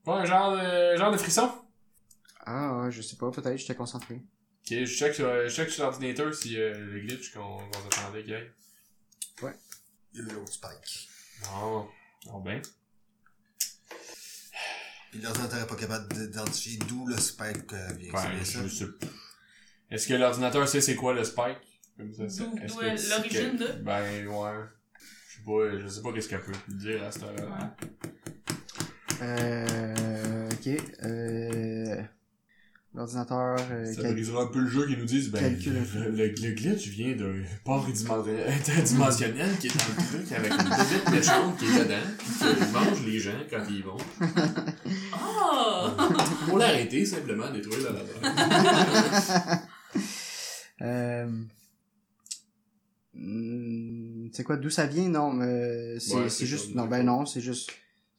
Speaker 2: Ouais, un genre de, genre de frisson.
Speaker 4: Ah, ouais, je sais pas, peut-être, j'étais concentré.
Speaker 2: Ok, je check sur, je check sur l'ordinateur si euh, le glitch qu'on qu'on s'attendait qu'il y ait.
Speaker 5: Il y a eu l'autre spike.
Speaker 2: Non, non ben.
Speaker 5: Puis l'ordinateur n'est pas capable d'identifier d'où le spike euh, vient. C'est
Speaker 2: Ben,
Speaker 5: bien ça?
Speaker 2: je sais pas. Est-ce que l'ordinateur sait c'est quoi le spike? Comme ça, c'est-
Speaker 3: D'où-
Speaker 2: est-ce
Speaker 3: d'où
Speaker 2: que
Speaker 3: est
Speaker 2: tu sais
Speaker 3: l'origine
Speaker 2: que-
Speaker 3: de?
Speaker 2: Ben, ouais. Je sais pas, je sais pas qu'est-ce qu'elle peut dire à cette heure-là.
Speaker 4: Euh, ok, euh... L'ordinateur... euh,
Speaker 2: Ça
Speaker 4: quel-
Speaker 2: brisera un peu le jeu qu'ils nous disent, ben,
Speaker 4: Calcul.
Speaker 2: le, le- le glitch vient d'un port dimen- interdimensionnel qui est dans le truc avec une petite méchante qui est dedans, puis qui mange les gens quand ils y vont.
Speaker 3: Ah!
Speaker 2: Pour l'arrêter, simplement, détruire la labeur.
Speaker 4: Euh... hmm, C'est quoi, d'où ça vient? Non, mais euh, c'est
Speaker 2: Ouais,
Speaker 4: c'est
Speaker 2: c'est
Speaker 4: juste...
Speaker 2: comme-
Speaker 4: Non, ben non, c'est juste...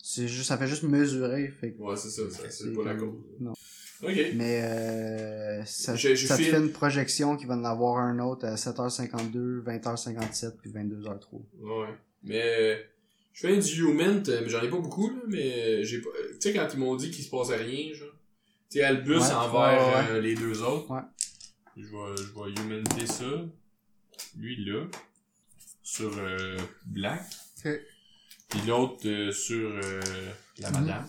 Speaker 4: C'est juste, ça fait juste mesurer, fait que-
Speaker 2: Ouais, c'est ça, ça, c'est
Speaker 4: C'est
Speaker 2: pas la
Speaker 4: comme-
Speaker 2: cause.
Speaker 4: non.
Speaker 2: Ok.
Speaker 4: Mais euh, ça,
Speaker 2: Je- je
Speaker 4: ça te
Speaker 2: file.
Speaker 4: fait une projection qu'il va en avoir un autre à 7h52, 20h57 puis 22h03.
Speaker 2: Ouais. Mais euh, je fais du human, euh, mais j'en ai pas beaucoup, là, mais euh, j'ai pas. Tu sais, quand ils m'ont dit qu'il se passait rien, genre. Tu sais, Albus
Speaker 4: Ouais,
Speaker 2: envers
Speaker 4: ouais, ouais.
Speaker 2: euh, les deux autres.
Speaker 4: Ouais.
Speaker 2: Je vais, je vais humaniter ça. Lui là. Sur euh, Black.
Speaker 4: Ok.
Speaker 2: Puis l'autre euh, sur euh, la
Speaker 4: Mhm.
Speaker 2: madame.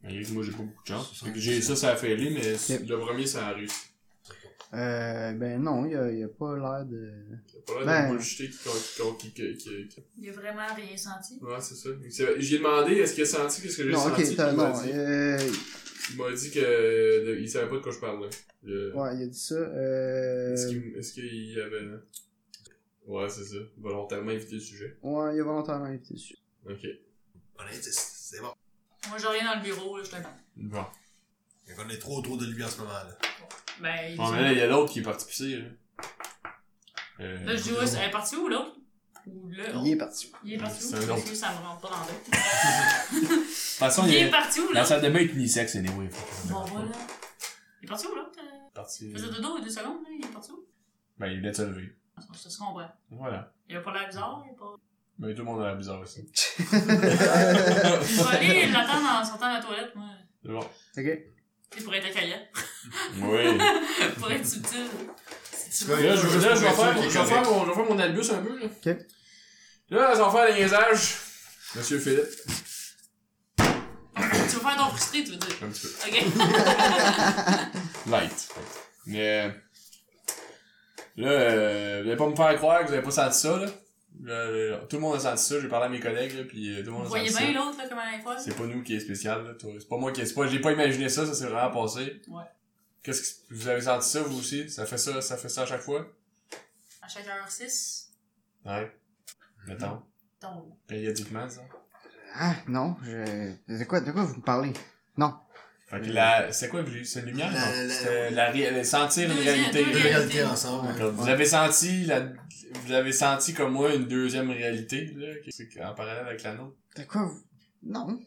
Speaker 2: Malgré que moi j'ai pas beaucoup de chance.
Speaker 5: Ça,
Speaker 2: Fait que J'ai ça, ça a failli, mais c-
Speaker 4: Yep.
Speaker 2: le premier ça a réussi.
Speaker 4: Euh, ben non, il y a, il y a pas l'air de...
Speaker 2: T'as pas l'air
Speaker 4: Ben.
Speaker 2: de me jeter qui, qui, qui, qui, qui,
Speaker 3: Il a vraiment rien senti.
Speaker 2: Ouais, c'est ça. C'est- J'ai demandé est-ce qu'il a senti qu'est-ce que j'ai
Speaker 4: Non,
Speaker 2: senti.
Speaker 4: ok,
Speaker 2: puis
Speaker 4: t'as-
Speaker 2: il m'a
Speaker 4: non,
Speaker 2: dit,
Speaker 4: euh,
Speaker 2: il m'a dit que euh, il savait pas de quoi je parlais. Euh,
Speaker 4: ouais, il a dit ça, euh,
Speaker 2: Est-ce qu'il est-ce qu'il y avait hein? Ouais, c'est ça. Volontairement éviter le sujet.
Speaker 4: ouais, il a volontairement invité dessus.
Speaker 2: OK.
Speaker 5: On a dit, c'est- c'est bon.
Speaker 3: Moi, j'ai rien dans le bureau, là, je te
Speaker 2: Bon.
Speaker 5: Fait qu'on est trop autour de lui en ce moment. là.
Speaker 3: Ben, il
Speaker 2: Bon, mais là, il y a l'autre qui est parti pisser. Là. Euh,
Speaker 3: Là, je dis, ouais, c'est- elle est partie où, l'autre? Ou là?
Speaker 4: Il est parti.
Speaker 3: Il est parti où?
Speaker 2: C'est un autre.
Speaker 3: Parce que ça me rentre pas dans l'œil.
Speaker 2: de toute façon,
Speaker 3: Il
Speaker 2: il
Speaker 3: est
Speaker 2: est...
Speaker 3: parti où,
Speaker 2: la
Speaker 3: l'autre?
Speaker 2: salle de bain est unisexe, anyway.
Speaker 3: Bon, voilà. Il est parti où, l'autre? Euh,
Speaker 2: Parti...
Speaker 3: Il faisait dodo il y a deux secondes, là. Il est parti où?
Speaker 2: Ben, il voulait se lever.
Speaker 3: Ah, Ça se comprend.
Speaker 2: Voilà.
Speaker 3: Il a pas l'air bizarre, il a pas...
Speaker 2: Mais tout le monde a la bizarre aussi.
Speaker 3: Je vais aller l'attendre en sortant de la toilette, moi.
Speaker 2: C'est bon.
Speaker 4: ok,
Speaker 3: Tu sais, pour être accueillant.
Speaker 2: Oui.
Speaker 3: pour être subtil. Si tu
Speaker 5: Ouais.
Speaker 3: veux.
Speaker 2: Là, je, là, je vais,
Speaker 5: Juste pour
Speaker 2: faire,
Speaker 5: être sûr qu'il
Speaker 2: je vais
Speaker 5: est
Speaker 2: faire mon, je vais faire mon albus un peu. Là,
Speaker 4: Ok.
Speaker 2: là on va faire les niaisages. Monsieur Philippe.
Speaker 3: Tu vas faire ton frustré, tu veux dire.
Speaker 2: Un petit peu.
Speaker 3: Ok.
Speaker 2: Light. Mais. Là, euh, vous allez pas me faire croire que vous avez pas senti ça, là. Là, là, là. Tout le monde a senti ça. J'ai parlé à mes collègues, là, puis euh, tout le monde
Speaker 3: Vous
Speaker 2: a
Speaker 3: voyez
Speaker 2: senti
Speaker 3: bien
Speaker 2: ça.
Speaker 3: l'autre, là, comment elle est folle?
Speaker 2: C'est pas nous qui est spécial, là. toi. C'est pas moi qui est. c'est Pas, j'ai pas imaginé ça, ça s'est vraiment passé.
Speaker 3: Ouais.
Speaker 2: Qu'est-ce que vous avez senti ça, vous aussi? Ça fait ça, ça fait ça à chaque fois?
Speaker 3: À chaque heure 6,
Speaker 2: Ouais. Mettons.
Speaker 3: tombe.
Speaker 2: Périodiquement, ça.
Speaker 4: ah, non, je... de quoi, de quoi vous me parlez?
Speaker 2: Fait que
Speaker 4: Mm.
Speaker 2: la, c'est quoi, Julie? c'est une lumière?
Speaker 5: La-
Speaker 2: non?
Speaker 5: la-
Speaker 2: C'était la, ré- la- sentir une
Speaker 3: Deuxième-
Speaker 2: réalité.
Speaker 5: Deux
Speaker 3: Réalité.
Speaker 5: réalités ensemble.
Speaker 4: Ouais.
Speaker 2: Quand Vous avez senti, la, vous avez senti comme moi une deuxième réalité, là, qui- c'est en parallèle avec la nôtre.
Speaker 4: De quoi vous... Non.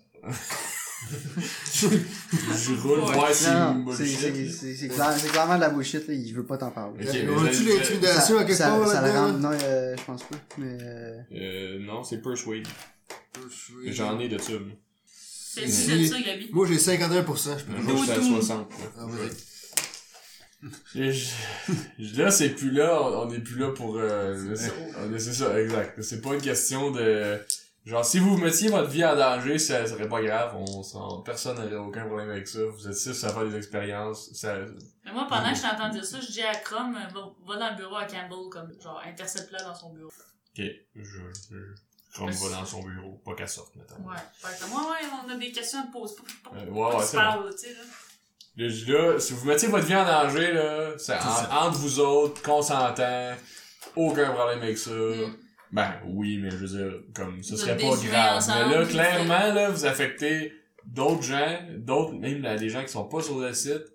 Speaker 2: Je roule
Speaker 3: Ouais.
Speaker 2: voir si
Speaker 4: Non,
Speaker 2: une
Speaker 4: non, c'est- c'est
Speaker 2: bullshit.
Speaker 4: c'est- c'est clair- c'est clairement de la bullshit, là, il veut pas t'en parler.
Speaker 2: Ok,
Speaker 5: Ouais,
Speaker 2: mais
Speaker 5: on a-tu
Speaker 2: je-
Speaker 5: l'intimidation à quelque
Speaker 4: ça,
Speaker 5: part
Speaker 4: ça la
Speaker 5: là-dedans?
Speaker 4: rend... Non, euh, je pense pas, mais... euh,
Speaker 2: Euh, non, c'est Persuade.
Speaker 5: Je-
Speaker 2: J'en ai de ça, moi.
Speaker 3: C'est le sujet de ça, Gabi.
Speaker 5: Moi, j'ai 51%, je peux
Speaker 2: Moi, j'étais à
Speaker 3: Doudou.
Speaker 2: 60.
Speaker 5: Ah, vas-y.
Speaker 2: Et je- je- Là, c'est plus là, on on est plus là pour... euh, là, c'est- on est- c'est ça, exact. C'est pas une question de... Genre, si vous mettiez votre vie en danger, ça serait pas grave. On s'en- Personne n'aurait aucun problème avec ça. Vous êtes six à faire des expériences. Ça...
Speaker 3: Mais moi, pendant que je t'entends dire ça, je dis à Chrome, euh, va, va dans le bureau à Campbell, comme, genre, intercepte-la dans son bureau.
Speaker 2: Ok, je... je... Chrome va dans son bureau, pas qu'elle sorte, mettons.
Speaker 3: Ouais. Fait que moi, ouais, on a des questions à te poser. Pas, pas, pas,
Speaker 2: Euh,
Speaker 3: pas
Speaker 2: ouais, ouais,
Speaker 3: que tu
Speaker 2: c'est bon.
Speaker 3: parles, tu sais, là.
Speaker 2: Là, je dis là, si vous mettiez votre vie en danger, là, c'est en-
Speaker 5: C'est
Speaker 2: entre vous autres, qu'on s'entend, aucun problème avec ça.
Speaker 3: Mm.
Speaker 2: Ben oui, mais je veux dire, comme ça
Speaker 3: Vous
Speaker 2: serait
Speaker 3: êtes
Speaker 2: pas
Speaker 3: des
Speaker 2: grave.
Speaker 3: humains ensemble,
Speaker 2: mais là,
Speaker 3: vous
Speaker 2: clairement, là, vous affectez d'autres gens, d'autres, même là, des gens qui sont pas sur le site.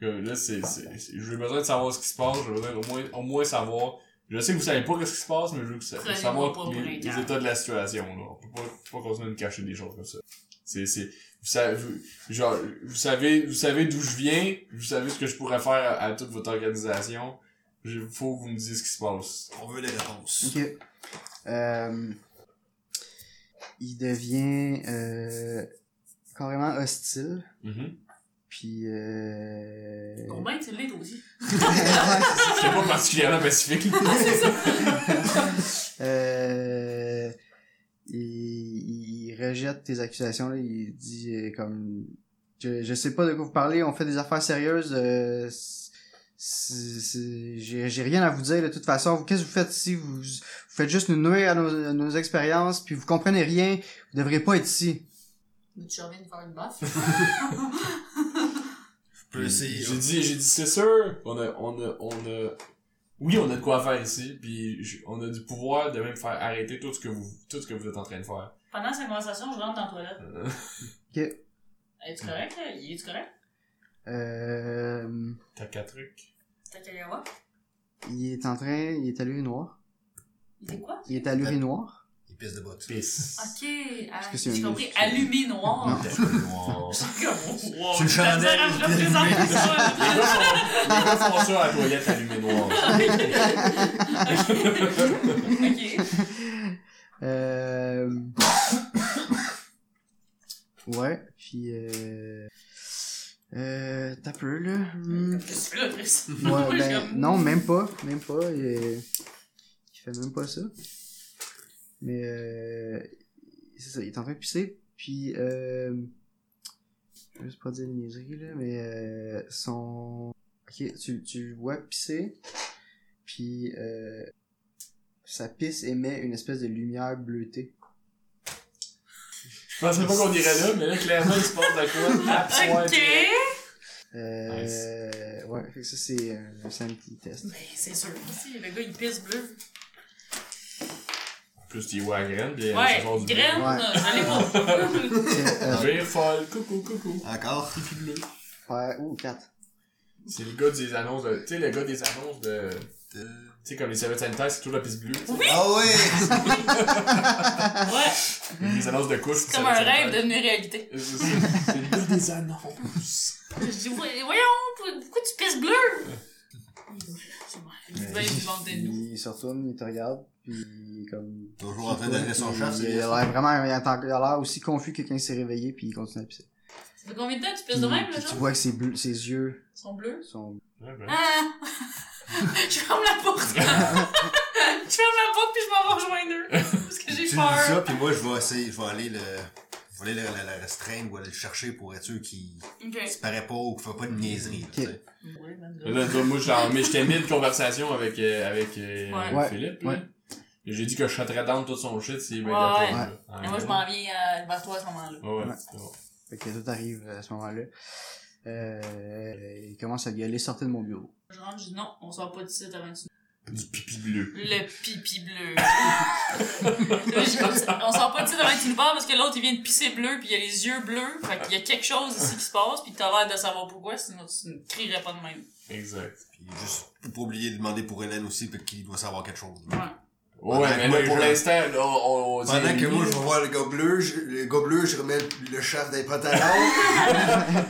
Speaker 2: Que là, c'est. c'est- c'est- J'ai besoin de savoir ce qui se passe, j'ai besoin au moins, au moins savoir. Je sais que vous savez pas ce qui se passe, mais je veux que ça,
Speaker 3: Prenez-moi pas
Speaker 2: savoir
Speaker 3: pour
Speaker 2: les,
Speaker 3: un
Speaker 2: les
Speaker 3: cave.
Speaker 2: états de la situation. Là. On peut pas, faut pas continuer de cacher des choses comme ça. C'est. c'est- Vous savez, genre, vous savez, vous savez d'où je viens, vous savez ce que je pourrais faire à, à toute votre organisation. Il faut que vous me disiez ce qui se passe.
Speaker 5: On veut les réponses.
Speaker 4: Ok. Euh... il devient euh, carrément hostile.
Speaker 2: Mhm.
Speaker 4: Puis. Euh...
Speaker 3: Combien ben, tu l'es, aussi?
Speaker 2: C'est pas particulièrement pacifique.
Speaker 4: Euh, il, il rejette tes accusations. Là. Il dit euh, comme je, je sais pas de quoi vous parlez. On fait des affaires sérieuses. euh, c'est- c'est- J'ai j'ai rien à vous dire de toute façon. Vous, Qu'est-ce que vous faites ici vous, vous faites juste nous nuire à nos, à nos expériences. Puis vous comprenez rien. Vous devriez pas être ici.
Speaker 3: Mais tu reviens de faire une baffe.
Speaker 2: Puis,
Speaker 5: hein.
Speaker 2: J'ai dit, j'ai dit, c'est sûr, on a, on a, on a, oui, on a de quoi faire ici, puis je- on a du pouvoir de même faire arrêter tout ce que vous, tout ce que vous êtes en train de faire.
Speaker 3: Pendant sa conversation, je rentre dans la toilette.
Speaker 2: Euh,
Speaker 3: Es-tu correct, là? Il est-tu correct?
Speaker 4: Euh,
Speaker 2: T'as quatre trucs.
Speaker 3: T'as qu'à aller voir?
Speaker 4: il est en train. Il est à l'urine noire.
Speaker 3: Il est quoi?
Speaker 4: Il est à l'urine noire.
Speaker 5: Il pisse de botte.
Speaker 2: Pisse.
Speaker 3: Ok, ah,
Speaker 4: que c'est
Speaker 3: j'ai
Speaker 4: un
Speaker 3: compris.
Speaker 4: livre?
Speaker 3: Allumé noir.
Speaker 2: Wow.
Speaker 3: C'est comme, wow,
Speaker 5: C'est une
Speaker 3: j'ai de la misère à
Speaker 5: chandelle.
Speaker 3: représenter
Speaker 2: Les gars font- les gars font ça à la toilette allumée noire.
Speaker 3: ça. ok.
Speaker 4: Euh... ouais, puis euh... Euh, t'as peu, là. Hmm.
Speaker 3: Qu'est-ce que tu fais là, Chris?
Speaker 4: Ouais,
Speaker 3: J'aime.
Speaker 4: ben, non, même pas, même pas. euh, Il fait même pas ça. Mais euh... c'est ça, il est en train de pisser, puis euh... Je veux juste pas dire une niaiserie, là, mais euh... son... Ok, tu, tu le vois pisser, puis euh... sa pisse émet une espèce de lumière bleutée.
Speaker 2: Je pensais pas qu'on irait là, mais là, clairement, il se passe de quoi.
Speaker 3: Ok!
Speaker 4: Euh, Ouais, fait que ça c'est euh, c'est un petit test.
Speaker 3: Ben, c'est sûr. Si, le gars, il pisse bleu.
Speaker 2: Plus t'y vois à graine, puis
Speaker 3: Ouais,
Speaker 2: ça sort du
Speaker 3: graine,
Speaker 4: Ouais.
Speaker 3: allez voir.
Speaker 4: C'est, euh,
Speaker 2: bleu. Vire folle, coucou, coucou.
Speaker 5: Encore?
Speaker 2: Pipi bleu.
Speaker 4: ouais, ouh, 4.
Speaker 2: C'est le gars des annonces de, tu sais, le gars des annonces de, tu sais, comme les serviettes sanitaires, c'est toujours la pisse bleue. tu sais.
Speaker 5: Ah ouais!
Speaker 3: Ouais,
Speaker 2: Les annonces de couches.
Speaker 3: c'est comme un rêve devenu réalité.
Speaker 2: C'est ça. C'est le gars des annonces.
Speaker 3: Je dis, voy- voyons, pour- pourquoi tu pisses bleu? C'est moi. Il va se vanter de nous.
Speaker 4: Il se retourne, il te regarde, puis il est comme.
Speaker 5: Toujours en train d'allumer son
Speaker 4: Puis
Speaker 5: chef, c'est
Speaker 4: Il
Speaker 5: bien.
Speaker 4: a l'air vraiment, il a il a l'air aussi confus que quelqu'un s'est réveillé puis il continue à pisser.
Speaker 3: Ça fait combien de temps que tu
Speaker 4: Puis,
Speaker 3: pisses de même, là,
Speaker 4: puis tu
Speaker 3: genre?
Speaker 4: vois que ses, bleu- ses yeux
Speaker 3: Ils sont bleus.
Speaker 4: sont.
Speaker 2: Ouais, ben.
Speaker 3: Ah! je ferme la porte. je ferme la porte puis je m'en vais rejoindre eux. Parce que
Speaker 5: Tu
Speaker 3: j'ai
Speaker 5: dis
Speaker 3: peur.
Speaker 5: ça, puis moi, je vais essayer, je vais aller le, je vais aller le, le- le restreindre ou aller le chercher pour être sûr qu'il
Speaker 3: Ok.
Speaker 5: se paraît pas ou qu'il fait pas de niaiserie, là, tu sais.
Speaker 2: Là, tu vois, moi, j'étais en- mais j'étais mis une conversation avec, euh, avec euh,
Speaker 3: Ouais.
Speaker 4: Ouais.
Speaker 2: Philippe.
Speaker 4: Ouais.
Speaker 2: là. Et J'ai dit que je chatterais down tout son shit s'il
Speaker 3: Ouais, ouais. Et moi, je m'en viens euh, vers toi à ce moment-là.
Speaker 2: Ouais, ouais.
Speaker 4: Ouais.
Speaker 2: c'est bon.
Speaker 4: Fait que tout arrive à ce moment-là. Euh, il commence à gueuler, sortez de mon bureau.
Speaker 3: Je rentre, je dis non, on sort pas d'ici avant que tu...
Speaker 2: Du pipi bleu.
Speaker 3: Le pipi bleu. Là, je suis comme ça, on sort pas d'ici avant que tu nous parles parce que l'autre, il vient de pisser bleu puis il a les yeux bleus. Fait qu'il y a quelque chose ici qui se passe puis t'as l'air de savoir pourquoi, sinon tu ne crierais pas de même.
Speaker 2: Exact.
Speaker 5: Puis juste pour pas oublier de demander pour Hélène aussi, peut-être qu'il doit savoir quelque chose.
Speaker 3: Ouais.
Speaker 2: Ouais,
Speaker 5: Pendant
Speaker 2: mais
Speaker 5: que moi,
Speaker 2: là, pour
Speaker 5: je-
Speaker 2: l'instant, là, on, on
Speaker 5: Pendant que
Speaker 2: c'est-
Speaker 5: moi, je vais voir le gars bleu, je, le gars bleu, je remets le chef des pantalons,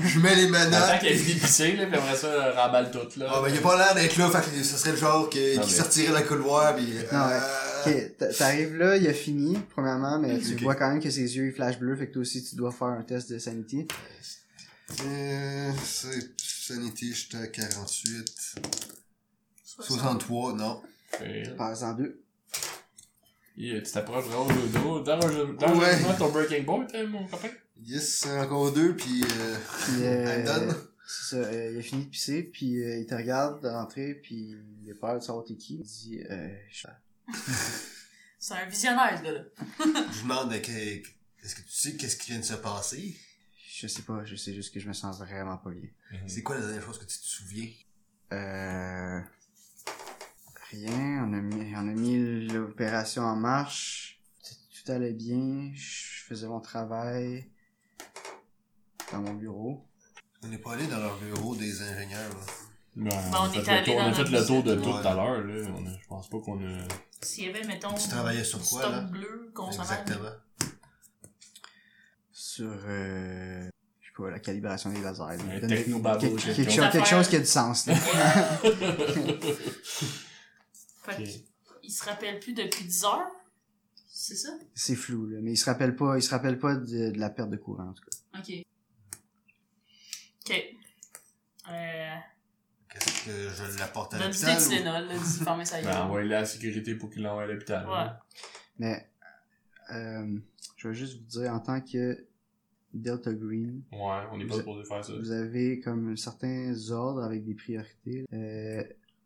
Speaker 5: je mets les
Speaker 2: Attends
Speaker 5: menottes.
Speaker 2: qu'elle finisse de pisser, là, puis après ça, elle remballe tout, là.
Speaker 5: Ah, ben, il a pas l'air d'être là, fait que ce serait le genre que-
Speaker 2: Non,
Speaker 5: qu'il
Speaker 2: mais-
Speaker 5: sortirait dans le couloir, euh, pis...
Speaker 4: Non, ouais. Ok, t'a- t'arrives là, il a fini, premièrement, mais tu
Speaker 5: Ok.
Speaker 4: vois quand même que ses yeux ils flashent bleu, fait que toi aussi tu dois faire un test de sanity.
Speaker 5: Euh, c'est Sanity, j'étais à 48. 63, non.
Speaker 2: Ouais.
Speaker 4: Passe en deux.
Speaker 2: Et, tu t'approches drôle, drôle, dangereusement dangereusement de ton breaking point, hein, mon copain.
Speaker 5: Yes, encore deux, puis euh,
Speaker 4: Puis, euh,
Speaker 5: elle donne.
Speaker 4: C'est ça, euh, il a fini de pisser, puis euh, il te regarde de l'entrée, puis il a peur de savoir t'es qui. Il dit, euh, je-
Speaker 3: C'est un visionnaire, ce gars-là.
Speaker 5: Je demande, euh, que- est-ce que tu sais qu'est-ce qui vient de se passer?
Speaker 4: je sais pas, je sais juste que je me sens vraiment pas bien.
Speaker 2: Mhm.
Speaker 5: C'est quoi la dernière chose que tu te souviens?
Speaker 4: Euh... Rien, on a mis, on a mis l'opération en marche. Tout- Tout allait bien, je faisais mon travail dans mon bureau.
Speaker 5: On n'est pas allé dans leur bureau des ingénieurs, là.
Speaker 2: Ben,
Speaker 3: on
Speaker 2: a fait
Speaker 3: était
Speaker 2: le
Speaker 3: allé
Speaker 2: tour- on a
Speaker 3: dans
Speaker 2: fait
Speaker 3: notre
Speaker 2: le tour de
Speaker 5: visite,
Speaker 2: tout
Speaker 5: ouais.
Speaker 2: à l'heure, là. On a- Je pense pas qu'on a.
Speaker 3: S'il y avait, mettons,
Speaker 5: Tu travaillais sur
Speaker 3: du
Speaker 5: quoi,
Speaker 3: stock
Speaker 5: là?
Speaker 3: bleu qu'on s'en
Speaker 5: Exactement.
Speaker 4: Sur, euh... Je sais pas, la calibration des lasers.
Speaker 2: Un
Speaker 4: Donne-
Speaker 2: technobabble,
Speaker 4: quelque,
Speaker 2: quelque
Speaker 4: quelque
Speaker 2: chose.
Speaker 4: chose, quelque chose qui a du sens. là.
Speaker 3: Fait
Speaker 2: Ok.
Speaker 3: qu'il se rappelle plus depuis 10 heures. C'est ça?
Speaker 4: C'est flou, là. Mais il se rappelle pas, il se rappelle pas de, de la perte de courant, en tout cas.
Speaker 3: Ok. Ok. Euh,
Speaker 5: Qu'est-ce que je l'apporte à
Speaker 3: donne du thé de
Speaker 5: l'hôpital? ou-
Speaker 3: Tylenol, là, dis, fermez sa gueule.
Speaker 2: Ben, envoyez-le à la sécurité pour qu'il l'envoie à l'hôpital.
Speaker 3: Ouais.
Speaker 2: là.
Speaker 4: Mais, euh, je vais juste vous dire, en tant que Delta Green,
Speaker 2: Ouais, on n'est pas
Speaker 4: Vous-
Speaker 2: supposé faire ça.
Speaker 4: vous avez comme certains ordres avec des priorités. Euh,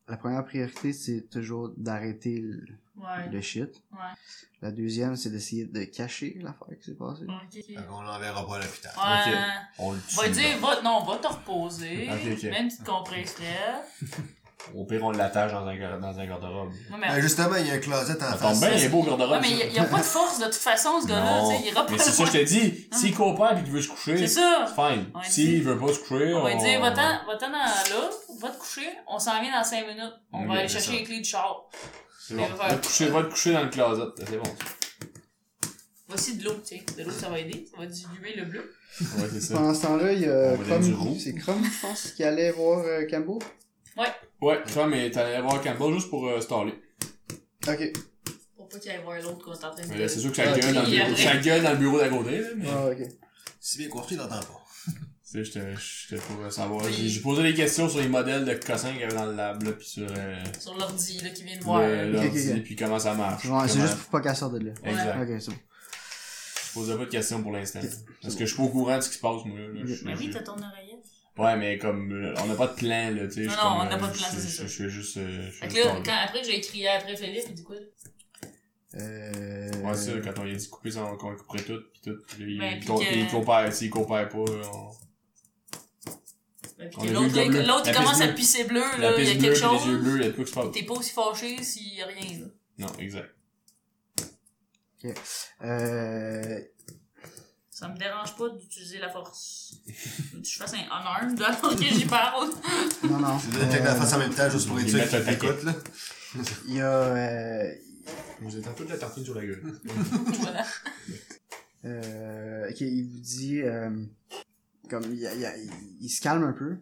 Speaker 4: la première priorité, c'est toujours d'arrêter le,
Speaker 3: Ouais.
Speaker 4: le shit.
Speaker 3: Ouais.
Speaker 4: La deuxième, c'est d'essayer de cacher l'affaire qui s'est passée.
Speaker 3: Ok. Ouais.
Speaker 5: Fait qu'on l'enverra pas à l'hôpital.
Speaker 2: On le
Speaker 3: Va
Speaker 2: tue.
Speaker 3: dire, va, non, va te reposer.
Speaker 2: Ok, ok.
Speaker 3: Même si tu comprends frère.
Speaker 2: là. Au pire, on l'attache dans un, gar- dans un garde-robe.
Speaker 3: Ouais, mais,
Speaker 5: Ben justement, il y a un closet en
Speaker 2: Ça
Speaker 5: face.
Speaker 2: tombe bien, il est beau le
Speaker 3: ouais,
Speaker 2: garde-robe.
Speaker 3: mais
Speaker 2: ça.
Speaker 3: il y a- il y a pas de force de toute façon, ce gars-là.
Speaker 2: Ah, Non.
Speaker 3: tu sais, Il ira pas
Speaker 2: Mais c'est ça, je
Speaker 3: loin.
Speaker 2: te dis. S'il coopère et qu'il veut se coucher,
Speaker 3: C'est ça.
Speaker 2: fine.
Speaker 3: On va
Speaker 2: S'il
Speaker 3: dire-
Speaker 2: veut pas se coucher,
Speaker 3: On va lui dire, va-t'en, va-t'en dans- là, va te coucher, on s'en vient dans 5 minutes. On
Speaker 2: Ok,
Speaker 3: va aller
Speaker 2: c'est
Speaker 3: chercher
Speaker 2: ça.
Speaker 3: les clés du char.
Speaker 2: C'est bon. Va te coucher, va te coucher dans le closet. C'est bon.
Speaker 3: Voici de l'eau, tiens. De l'eau, ça va aider. Ça va diluer le bleu.
Speaker 2: Ouais, c'est ça.
Speaker 4: Pendant ce temps-là, il y a
Speaker 2: On va donner du roux.
Speaker 4: Crum, c'est Crum, je pense, qui allait voir euh, Cambo.
Speaker 2: Ouais, toi, mais t'allais voir Campbell juste pour euh, staller.
Speaker 4: Ok.
Speaker 3: Pour pas qu'il aille voir l'autre qu'on est en train de
Speaker 2: Mais là, c'est sûr que ça
Speaker 4: Ah,
Speaker 2: gueule dans le
Speaker 3: il y a
Speaker 2: bureau,
Speaker 3: rien.
Speaker 2: ça gueule dans le bureau d'à côté, là, mais...
Speaker 4: Ah, ok.
Speaker 5: Si bien coiffé, il n'entend pas.
Speaker 2: Tu sais, j'étais- j'étais pour euh, savoir.
Speaker 3: Oui.
Speaker 2: J'ai j'ai posé des questions sur les modèles de cossins qu'il y avait dans le lab, là, pis sur euh,
Speaker 3: Sur l'ordi, là, qui vient de voir.
Speaker 2: le-
Speaker 4: Ok, ok,
Speaker 2: l'ordi,
Speaker 4: ok.
Speaker 2: puis comment ça marche.
Speaker 4: C'est bon, c'est
Speaker 2: Comment-
Speaker 4: juste pour pas qu'elle sorte de là.
Speaker 2: Exact.
Speaker 4: Ok, c'est bon.
Speaker 2: Je posais pas de questions pour l'instant.
Speaker 4: Ok,
Speaker 2: Parce
Speaker 4: bon.
Speaker 2: que je suis pas au courant de ce qui se passe, moi, là. là. Je-
Speaker 3: Mais oui,
Speaker 2: je-
Speaker 3: t'as ton oreillette.
Speaker 2: Ouais, mais comme, euh, on n'a pas de plan, là, tu sais.
Speaker 3: Non,
Speaker 2: je
Speaker 3: non,
Speaker 2: comme,
Speaker 3: on
Speaker 2: euh,
Speaker 3: n'a pas de plan,
Speaker 2: je-
Speaker 3: c'est
Speaker 2: Je
Speaker 3: ça.
Speaker 2: je suis juste... euh,
Speaker 3: Fait
Speaker 2: je suis
Speaker 3: que là,
Speaker 2: juste
Speaker 3: quand, après, j'ai crié après Félix, il dit quoi?
Speaker 4: Euh...
Speaker 2: Ouais, c'est ça, quand on lui a dit de couper, ça, on- qu'on couperait tout, pis tout, pis là, il,
Speaker 3: Ben,
Speaker 2: il
Speaker 3: puis
Speaker 2: co-
Speaker 3: que-
Speaker 2: il compare, s'il compare pas, là, on...
Speaker 3: Ben,
Speaker 2: On a
Speaker 3: puis que
Speaker 2: vu le gars
Speaker 3: l'autre,
Speaker 2: bleu.
Speaker 3: l'autre,
Speaker 2: La
Speaker 3: il commence
Speaker 2: piste
Speaker 3: à pisser bleu,
Speaker 2: la
Speaker 3: là, il y a quelque
Speaker 2: piste bleue, pis
Speaker 3: chose.
Speaker 2: les yeux bleus, il y a de quoi qui se passe.
Speaker 3: T'es pas aussi fâché s'il y a rien, là.
Speaker 2: Non, exact.
Speaker 4: Euh...
Speaker 3: Ça me dérange pas d'utiliser la force. Faut que Je fasse un honneur, là, alors que j'y parle.
Speaker 4: Non, non.
Speaker 5: Tu veux check la face en même temps juste pour
Speaker 2: Il
Speaker 5: être sûr
Speaker 2: met Euh, un
Speaker 5: qu'il
Speaker 2: paquet.
Speaker 5: t'écoute, là.
Speaker 4: Il y a... Euh...
Speaker 2: Vous êtes un peu de la tartine sur la gueule.
Speaker 3: voilà.
Speaker 4: euh, ok, il vous dit... Euh... Comme, il, il- il- il se calme un peu.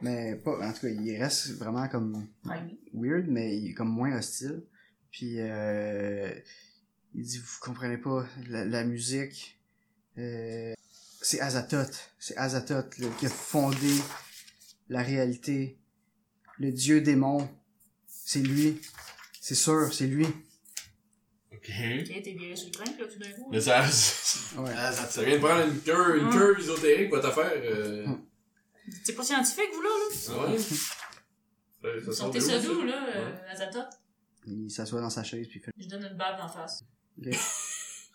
Speaker 4: Mais pas... En tout cas, il reste vraiment comme
Speaker 3: Timing.
Speaker 4: weird, mais il est comme moins hostile. Puis, euh... Il dit, vous comprenez pas, la, la musique... Euh... C'est Azathoth. C'est Azathoth là, qui a fondé la réalité. Le dieu démon. C'est lui. C'est sûr, c'est lui.
Speaker 2: Ok.
Speaker 3: Ok, t'es viré sur le train, là, tout d'un coup.
Speaker 2: Mais ça, ça
Speaker 4: Ouais.
Speaker 5: Ah, ça te
Speaker 2: vient de prendre une queue, une
Speaker 3: Mm.
Speaker 2: queue ésotérique, votre affaire. Euh...
Speaker 4: Mm.
Speaker 3: C'est pas scientifique, vous, là, là.
Speaker 2: Ça va? Ça- ça
Speaker 3: Vous
Speaker 2: sort
Speaker 3: sortez
Speaker 2: de
Speaker 3: ça
Speaker 2: où,
Speaker 3: d'où, là, euh, Azata?
Speaker 4: Il s'assoit dans sa chaise puis il fait.
Speaker 3: Je donne une bave d'en face.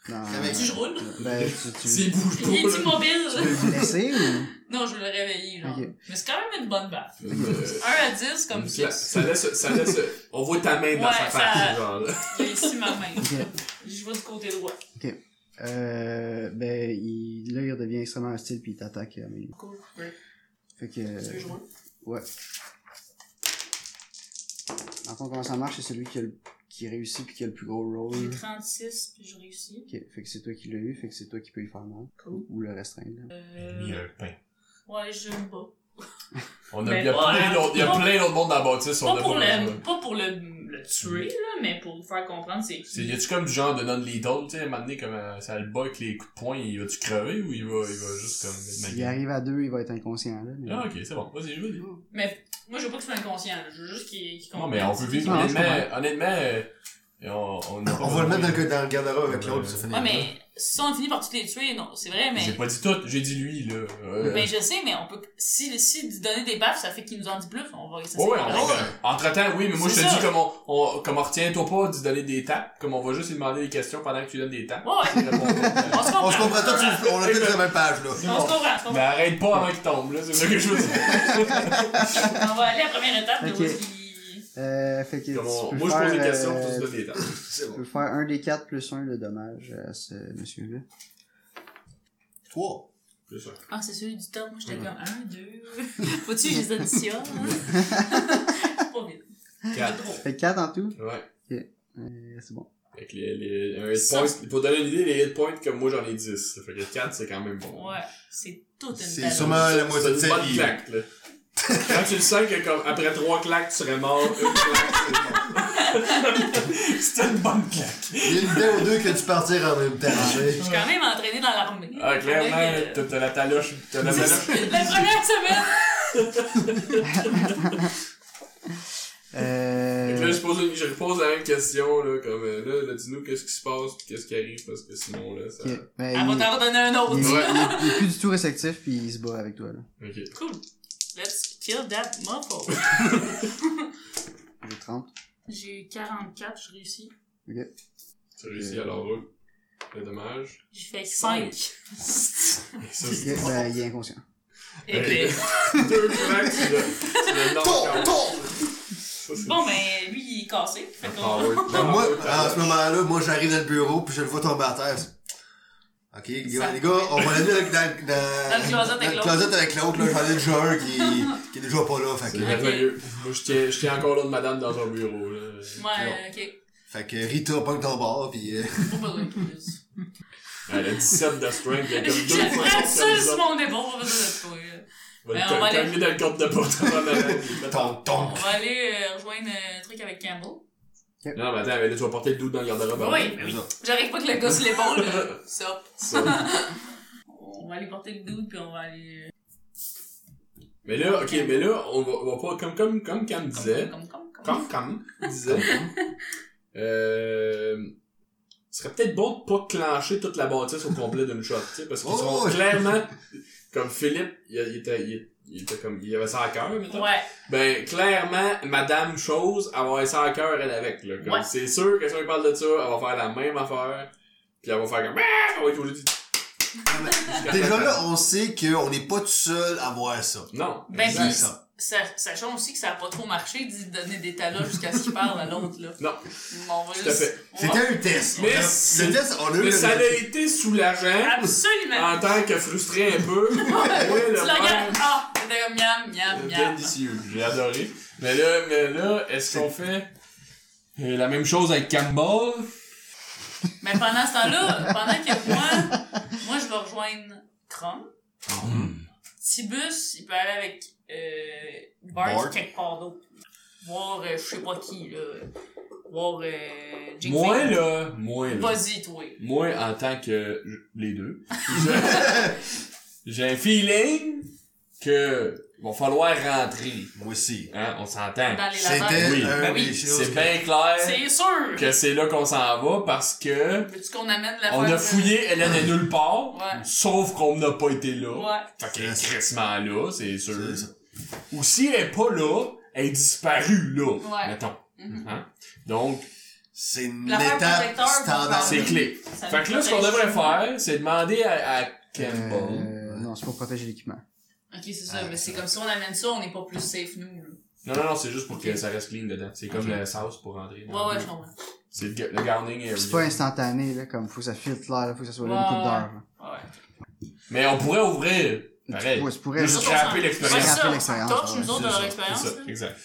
Speaker 4: Non,
Speaker 5: Avec-
Speaker 3: Tu je roule?
Speaker 4: ben, tu, tu
Speaker 2: C'est
Speaker 4: veux
Speaker 2: bouge
Speaker 3: Il est
Speaker 2: pas.
Speaker 3: immobile.
Speaker 4: tu laisser ou.
Speaker 3: non, je veux le réveiller, genre.
Speaker 4: Ok.
Speaker 3: Mais c'est quand même une bonne bave.
Speaker 2: là. Euh,
Speaker 3: 1 à 10, comme
Speaker 2: Ça,
Speaker 3: six.
Speaker 2: ça laisse, ça laisse, on voit ta main dans
Speaker 3: Ouais,
Speaker 2: sa
Speaker 3: ça-
Speaker 2: face, genre, là.
Speaker 3: Il est ici, ma main.
Speaker 4: Ok.
Speaker 3: Je vais du côté droit.
Speaker 4: Euh, ben, il, là, il redevient extrêmement hostile puis il t'attaque. euh, mais-
Speaker 3: Cool. Ouais.
Speaker 4: Fait que.
Speaker 3: Tu veux
Speaker 4: euh,
Speaker 3: jouer?
Speaker 4: En fond, comment ça marche, c'est celui qui, a le- qui réussit puis qui a le plus gros
Speaker 3: J'ai
Speaker 4: rôle.
Speaker 3: 36, puis je réussis.
Speaker 4: Ok, Fait que c'est toi qui l'as eu, fait que c'est toi qui peux lui faire mal.
Speaker 3: Cool.
Speaker 4: Ou le restreindre. là.
Speaker 2: Il y a
Speaker 3: Euh...
Speaker 2: le pain.
Speaker 3: Ouais, je me bats.
Speaker 2: On a,
Speaker 3: Mais
Speaker 2: il y a
Speaker 3: ouais.
Speaker 2: plein d'autres, il y a plein d'autres mondes dans la bâtisse, on
Speaker 3: Pas
Speaker 2: a
Speaker 3: pour,
Speaker 2: pas besoin.
Speaker 3: le, pas pour le, le tuer, là, mais pour vous faire comprendre c'est
Speaker 2: C'est,
Speaker 3: qui.
Speaker 2: y a-tu comme du genre de non-lethal, tu sais, à un moment donné, comme, euh, ça le bat avec les coups de poing, il va-tu crever ou il va, il va juste comme, être
Speaker 4: S'il arrive à deux, il va être inconscient là. mais-
Speaker 2: Ah, ok, c'est bon. Vas-y, vas-y.
Speaker 3: Mais moi, je veux pas que tu sois inconscient, là. je veux juste qu'il qu'il
Speaker 2: Non,
Speaker 3: comprenne.
Speaker 2: mais on peut vivre.
Speaker 4: Non, je
Speaker 2: honnêtement, honnêtement, euh, on, on, n'a pas
Speaker 5: On va le mettre dans
Speaker 2: besoin-
Speaker 5: le, dans le garde-robe avec l'autre,
Speaker 2: Ouais.
Speaker 5: ça finit.
Speaker 3: Ouais, mais si on finit par toutes les tuer, non, c'est vrai, mais. Ben,
Speaker 2: J'ai pas dit tout, j'ai dit lui, là. Euh,
Speaker 3: Mais je sais, mais on peut. Si, si lui donner des baffes, ça fait qu'il nous en dit bluff, on va essayer.
Speaker 2: Ouais, ouais, on va- Entre-temps, oui, mais moi, je te
Speaker 3: C'est
Speaker 2: dis,
Speaker 3: ça.
Speaker 2: comme on, on, comme on retient-toi pas d'y donner des tapes, comme on va juste lui demander des questions pendant que tu donnes des tapes.
Speaker 3: Ouais, ouais.
Speaker 2: Il répond pas.
Speaker 3: On se comprend.
Speaker 5: On se comprend tous,
Speaker 3: On
Speaker 5: on a tous la même page, là.
Speaker 3: se comprend, on se
Speaker 2: Mais
Speaker 3: comprend.
Speaker 2: arrête pas avant qu'il tombe, là, c'est ça que je veux dire.
Speaker 3: On va aller à la première étape, là,
Speaker 4: Ok.
Speaker 3: où est-ce qu'il-
Speaker 4: Euh, fait que.
Speaker 2: Comme
Speaker 4: tu
Speaker 2: on-
Speaker 4: peux
Speaker 2: moi, je pose des
Speaker 4: faire,
Speaker 2: questions
Speaker 4: euh,
Speaker 2: pour se donner des tapes.
Speaker 5: C'est
Speaker 4: Tu
Speaker 5: bon.
Speaker 4: peux faire un des quatre plus un de dommage à ce monsieur-là.
Speaker 5: Trois.
Speaker 2: C'est ça.
Speaker 3: Ah, c'est celui du temps. Moi, j'étais comme 1, 2. Faut-tu que je les additionne? Pas vite.
Speaker 2: Quatre.
Speaker 3: Trop.
Speaker 4: Fait 4 en tout.
Speaker 2: Ouais.
Speaker 4: Euh, c'est bon.
Speaker 2: Avec les, les, un hit point, pour donner une idée, les hit points, comme moi, j'en ai 10. Ça fait que 4, c'est quand même bon.
Speaker 3: Ouais, c'est toute une
Speaker 5: C'est
Speaker 3: belle-
Speaker 5: sûrement la moitié de
Speaker 2: C'est une
Speaker 5: sa
Speaker 2: bonne
Speaker 5: vie.
Speaker 2: claque, là. Quand tu le sens que comme après trois claques, tu serais mort, une claque, c'est bon. C'était une bonne claque.
Speaker 5: Il y a une idée ou deux que tu partir en même temps.
Speaker 3: Je
Speaker 5: hein.
Speaker 3: suis quand même entraînée dans l'armée.
Speaker 2: Ah,
Speaker 3: Fait
Speaker 2: clairement,
Speaker 3: que,
Speaker 2: t'as- t'as la taloche, t'as la taloche.
Speaker 3: La première semaine,
Speaker 2: Fait que là,
Speaker 4: Euh...
Speaker 2: je pose, je repose la même question, là, comme, euh, là, là, dis-nous qu'est-ce qui se passe, pis qu'est-ce qui arrive, parce que sinon, là, ça...
Speaker 4: ok. Ben,
Speaker 3: elle va
Speaker 4: il,
Speaker 3: t'en redonner un
Speaker 4: il-
Speaker 3: autre.
Speaker 2: Ouais.
Speaker 4: il- il est plus du tout réceptif, puis il se bat avec toi. Là.
Speaker 2: Ok.
Speaker 3: Cool. Let's kill that motherfucker.
Speaker 4: J'ai 30.
Speaker 3: J'ai 44, je réussis.
Speaker 2: Tu réussis, alors, roule. Le dommage.
Speaker 3: J'ai fait 5.
Speaker 2: Et ça,
Speaker 4: Ok,
Speaker 2: c'est...
Speaker 4: Ben, il est inconscient.
Speaker 3: Et ben,
Speaker 2: Deux claques, tu l'as... Tu l'as
Speaker 5: Ton,
Speaker 2: knock-out.
Speaker 5: ton!
Speaker 2: Ça, c'est-
Speaker 3: bon, ben, lui, il est cassé. Fait qu'on-
Speaker 2: Ah ouais.
Speaker 5: Ben, moi,
Speaker 2: Ah ouais,
Speaker 5: à
Speaker 2: t'as-
Speaker 5: ce moment-là, moi, j'arrive dans le bureau, puis je le vois tomber à terre. Ok, les gars, les gars, on va l'amener dans, dans,
Speaker 3: le closet avec
Speaker 5: dans le
Speaker 3: l'autre.
Speaker 5: closet avec l'autre. là. J'en ai déjà un qui, qui est déjà pas là. Fait
Speaker 2: C'est
Speaker 5: que,
Speaker 2: merveilleux. Moi, je tiens, je tiens encore l'autre madame dans un bureau, là.
Speaker 3: Ouais, ok.
Speaker 5: fait que Rita pogne ton bord, puis euh,
Speaker 3: Faut pas besoin de plus.
Speaker 2: Elle a 17 de strength, il y a comme deux
Speaker 3: J'ai frappe
Speaker 2: points
Speaker 3: ça sur mon épaule, pas besoin de toi.
Speaker 2: On
Speaker 3: Ben, on va
Speaker 2: va
Speaker 3: aller-
Speaker 2: le mis dans le corps de porte avant d'aller.
Speaker 5: ton,
Speaker 3: On
Speaker 5: ton.
Speaker 3: va aller euh, rejoindre un truc avec Campbell.
Speaker 2: Non, mais attends, mais là, tu vas porter le doute dans le garde-robe. avant.
Speaker 3: Oui, oui. J'arrive pas que le gars sur l'épaule, euh, ça.
Speaker 2: Ça.
Speaker 3: On va aller porter le doute, puis on va aller. euh,
Speaker 2: Mais là, ok, mais là, on va, on va pas, comme, comme, comme Cam disait,
Speaker 3: Comme, comme, comme. comme.
Speaker 2: comme Cam disait, euh, ce serait peut-être bon de pas clencher toute la bâtisse au complet d'une shot, tu sais, parce qu'ils
Speaker 5: Oh,
Speaker 2: sont
Speaker 5: ouais.
Speaker 2: clairement, comme Philippe, il, il était, il, il était comme, il avait ça à cœur, mettons.
Speaker 3: Ouais,
Speaker 2: Ben, clairement, Madame Chose, elle va être sans cœur, elle, avec, là. Comme,
Speaker 3: Ouais.
Speaker 2: c'est sûr que si on lui parle de ça, elle va faire la même affaire. Puis elle va faire comme, ah! Elle va être obligée de-
Speaker 5: Déjà là, on sait qu'on n'est pas tout seul à voir ça.
Speaker 2: Non.
Speaker 3: Ben,
Speaker 2: exact.
Speaker 3: pis-
Speaker 5: C'est ça.
Speaker 3: Sa- sachant aussi que ça a pas trop marché d'y donner des talons jusqu'à ce qu'il parle à l'autre, là.
Speaker 2: Non.
Speaker 3: On va
Speaker 2: Tout à
Speaker 3: juste-
Speaker 2: fait.
Speaker 3: on va-
Speaker 5: C'était un test.
Speaker 2: Mais
Speaker 5: On a-
Speaker 2: c'est-
Speaker 5: le test, on a eu
Speaker 2: Mais
Speaker 5: le
Speaker 2: ça a été soulageant.
Speaker 3: Absolument.
Speaker 2: En tant que frustré un peu.
Speaker 3: tu
Speaker 2: Oui, le
Speaker 3: la regardes.
Speaker 2: père-
Speaker 3: Ah, c'était comme miam, miam, miam.
Speaker 2: Délicieux. J'ai adoré. Mais là, mais là, est-ce qu'on fait euh, la même chose avec Campbell?
Speaker 3: Mais pendant ce temps-là, pendant que moi, moi, je vais rejoindre Chrome. Tibus, il peut aller avec euh, Bart,
Speaker 5: Bart.
Speaker 3: quelque part d'autre. Voir, euh, je sais pas qui, là. Voir euh, Jake
Speaker 2: Moi,
Speaker 3: Fink.
Speaker 2: là. Moi, là.
Speaker 3: Vas-y, toi.
Speaker 2: Moi, en tant que je- les deux, je- j'ai un feeling que va falloir rentrer.
Speaker 5: Moi aussi.
Speaker 2: Hein, on s'entend.
Speaker 3: Dans les laveurs.
Speaker 5: C'était
Speaker 2: Oui.
Speaker 5: un
Speaker 3: Ben oui.
Speaker 5: des choses
Speaker 2: C'est
Speaker 5: que-
Speaker 2: bien clair
Speaker 3: C'est sûr.
Speaker 2: que c'est là qu'on s'en va parce que
Speaker 3: Veux-tu qu'on amène la euh,
Speaker 2: on a
Speaker 3: fois-
Speaker 2: fouillé, Hélène est nulle part,
Speaker 3: Ouais.
Speaker 2: sauf qu'on n'a pas été là.
Speaker 3: Ouais.
Speaker 2: Fait qu'elle est crissement là, c'est sûr.
Speaker 5: C'est ça.
Speaker 2: Ou si elle est pas là, elle est disparue là,
Speaker 3: Ouais.
Speaker 2: mettons.
Speaker 3: Mhm.
Speaker 2: Hein? Donc,
Speaker 5: C'est une
Speaker 3: L'affaire
Speaker 5: étape
Speaker 3: protecteur,
Speaker 5: standard.
Speaker 2: c'est clé.
Speaker 3: Ça
Speaker 2: Fait
Speaker 3: nous
Speaker 2: que là, ce qu'on
Speaker 3: protège.
Speaker 2: devrait faire, c'est demander à, à Campbell...
Speaker 4: Euh, non, c'est pour protéger l'équipement.
Speaker 3: Ok, c'est ça,
Speaker 5: Ah,
Speaker 3: mais c'est
Speaker 5: ça.
Speaker 3: comme si on amène ça, on n'est pas plus safe, nous. là.
Speaker 2: Non, non, non, c'est juste pour que ça reste clean dedans. C'est comme la sauce pour rentrer. dans
Speaker 3: Ouais, ouais,
Speaker 2: le-
Speaker 3: je comprends.
Speaker 2: C'est le, ga- le garning area.
Speaker 4: C'est pas instantané, là, comme faut que ça filtre l'air, là, faut que ça soit là une
Speaker 3: Ouais,
Speaker 4: coupe
Speaker 3: ouais.
Speaker 4: d'heure. là.
Speaker 3: Ouais.
Speaker 2: Mais on pourrait ouvrir. Pareil.
Speaker 4: Ouais, tu pourrais.
Speaker 2: Juste
Speaker 3: Nous autres,
Speaker 2: scraper
Speaker 3: on s'en-
Speaker 2: l'expérience.
Speaker 3: Ouais, c'est
Speaker 4: Scraper
Speaker 3: ça, on
Speaker 4: l'expérience,
Speaker 3: s'en torche,
Speaker 4: ouais,
Speaker 3: nous autres,
Speaker 5: c'est
Speaker 3: de leur
Speaker 5: ça,
Speaker 2: C'est
Speaker 3: expérience.
Speaker 2: ça,
Speaker 3: là.
Speaker 2: exact.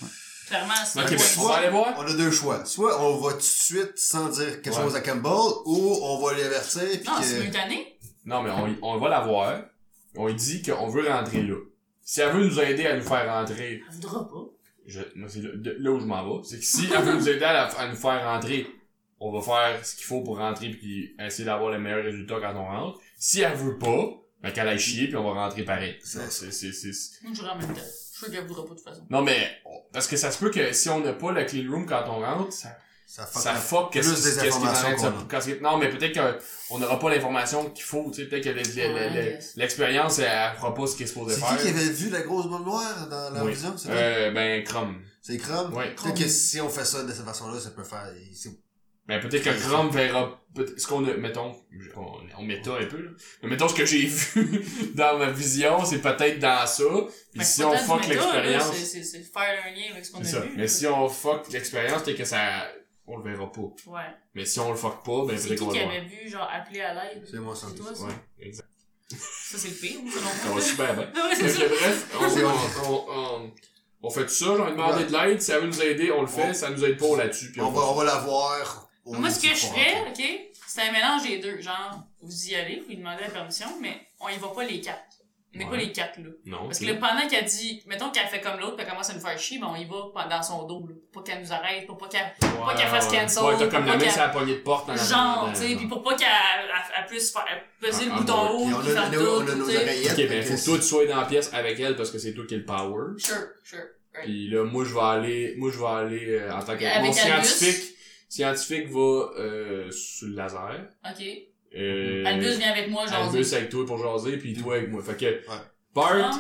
Speaker 3: Clairement, c'est
Speaker 2: Ok,
Speaker 5: Ouais.
Speaker 2: ben, on va aller voir.
Speaker 5: On a deux choix. Soit on va tout de suite sans dire quelque
Speaker 2: Ouais.
Speaker 5: chose à Campbell, ou on va l'avertir puis
Speaker 3: Non,
Speaker 5: que-
Speaker 3: c'est simultané.
Speaker 2: Non, mais on, y- on va la voir. On lui dit qu'on veut rentrer là. Si elle veut nous aider à nous faire rentrer,
Speaker 3: Elle voudra pas.
Speaker 2: je, moi, c'est là, de- là où je m'en vais. C'est que si elle veut nous aider à, la- à nous faire rentrer, on va faire ce qu'il faut pour rentrer puis essayer d'avoir le meilleur résultat quand on rentre. Si elle veut pas, ben qu'elle aille chier puis on va rentrer pareil.
Speaker 5: C'est-
Speaker 2: C'est, c'est, c'est,
Speaker 3: Moi, je ramène même temps. Je suis sûr qu'elle voudra pas de toute façon.
Speaker 2: Non, mais, parce que ça se peut que si on n'a pas la clean room quand on rentre, ça,
Speaker 5: Ça fuck
Speaker 2: ça
Speaker 5: la-
Speaker 2: fuck qu'est-ce
Speaker 5: plus
Speaker 2: qui-
Speaker 5: des
Speaker 2: qu'est-ce qui est en train de se-
Speaker 5: informations qu'on a.
Speaker 2: qu'est-ce qui- Non, mais peut-être qu'on n'aura pas l'information qu'il faut, tu sais, peut-être que le- le- le-
Speaker 3: Ouais,
Speaker 2: le-
Speaker 3: yes.
Speaker 2: l'expérience, elle, elle fera pas ce qu'elle est supposée
Speaker 5: C'est
Speaker 2: faire.
Speaker 5: qui qui avait vu la grosse boule noire dans la
Speaker 2: Oui.
Speaker 5: vision? C'est
Speaker 2: Euh, ben, Chrome.
Speaker 5: c'est Chrome?
Speaker 2: Ouais.
Speaker 5: Peut-être que si on fait ça de cette façon-là, ça peut faire... c'est-
Speaker 2: Ben, peut-être que Chrome verra, peut- ce qu'on a, mettons, on, on méta un peu, là. Mais mettons, ce que j'ai vu dans ma vision, c'est peut-être dans ça. Puis
Speaker 3: Mais
Speaker 2: si
Speaker 3: Ben, c'est
Speaker 2: on
Speaker 3: pas tant
Speaker 2: fuck
Speaker 3: du méta, là,
Speaker 2: l'expérience.
Speaker 3: c'est- C'est c'est faire un lien avec ce qu'on a
Speaker 2: C'est ça.
Speaker 3: vu.
Speaker 2: Mais
Speaker 3: là.
Speaker 2: si on fuck l'expérience, peut-être que ça, on le verra pas.
Speaker 3: Ouais.
Speaker 2: Mais si on le fuck pas, ben,
Speaker 3: C'est
Speaker 2: peut-être
Speaker 3: qui
Speaker 2: qu'on
Speaker 3: qui
Speaker 2: va le voir.
Speaker 3: avait vu, genre, appeler à l'aide?
Speaker 5: C'est moi, ça.
Speaker 3: C'est toi, ça?
Speaker 2: Ouais, exact.
Speaker 3: Ça, c'est le pire, ou
Speaker 2: Ça
Speaker 3: selon
Speaker 2: va
Speaker 3: moi?
Speaker 2: super bien.
Speaker 3: Non, mais
Speaker 2: Fait
Speaker 3: c'est ça.
Speaker 2: que bref, on, on, on, on- on fait tout ça, on demande de l'aide, si ça veut nous aider, on le fait, ça nous aide pas, on la tue, puis
Speaker 5: On
Speaker 2: on,
Speaker 5: va, on va la voir. On
Speaker 3: Moi,
Speaker 5: est
Speaker 3: ce que
Speaker 5: dit
Speaker 3: je
Speaker 5: pour
Speaker 3: ferais,
Speaker 5: rentrer.
Speaker 3: ok, c'est un mélange des deux. Genre, vous y allez, vous lui demandez la permission, mais on y va pas les quatre. On est pas
Speaker 2: Ouais.
Speaker 3: les quatre, là.
Speaker 2: Non.
Speaker 3: Parce que là, pendant qu'elle dit, mettons qu'elle fait comme l'autre, puis elle commence à nous faire chier, ben on y va pas- dans son dos, là, pour pas qu'elle nous arrête, pour pas qu'elle.
Speaker 2: pas
Speaker 3: qu'elle fasse cancel,
Speaker 2: Ouais, t'as
Speaker 3: pas
Speaker 2: comme le mec
Speaker 3: qu'elle-
Speaker 2: sur la poignée de porte. en
Speaker 3: Genre,
Speaker 2: attendant,
Speaker 3: tu sais,
Speaker 2: genre.
Speaker 3: puis pour pas qu'elle elle- elle puisse faire peser
Speaker 2: Ah,
Speaker 3: le bouton
Speaker 2: ah,
Speaker 3: haut,
Speaker 5: Puis on
Speaker 3: puis
Speaker 5: a
Speaker 3: faire
Speaker 5: nos- on a
Speaker 3: tout,
Speaker 5: nos
Speaker 3: tu sais.
Speaker 5: oreillettes.
Speaker 2: Ok, ben faut que toi
Speaker 5: tout.
Speaker 2: tu sois dans la pièce avec elle parce que c'est toi qui es le power.
Speaker 3: Sure, sure. right.
Speaker 2: Puis là, moi je vais aller, moi je vais aller euh, en tant que
Speaker 3: Avec
Speaker 2: mon
Speaker 3: Albus.
Speaker 2: scientifique, scientifique va euh, sur le laser.
Speaker 3: Ok.
Speaker 2: Euh,
Speaker 3: Albus vient avec moi, genre.
Speaker 2: Albus avec toi pour jaser, puis toi avec moi. Fait que Bart,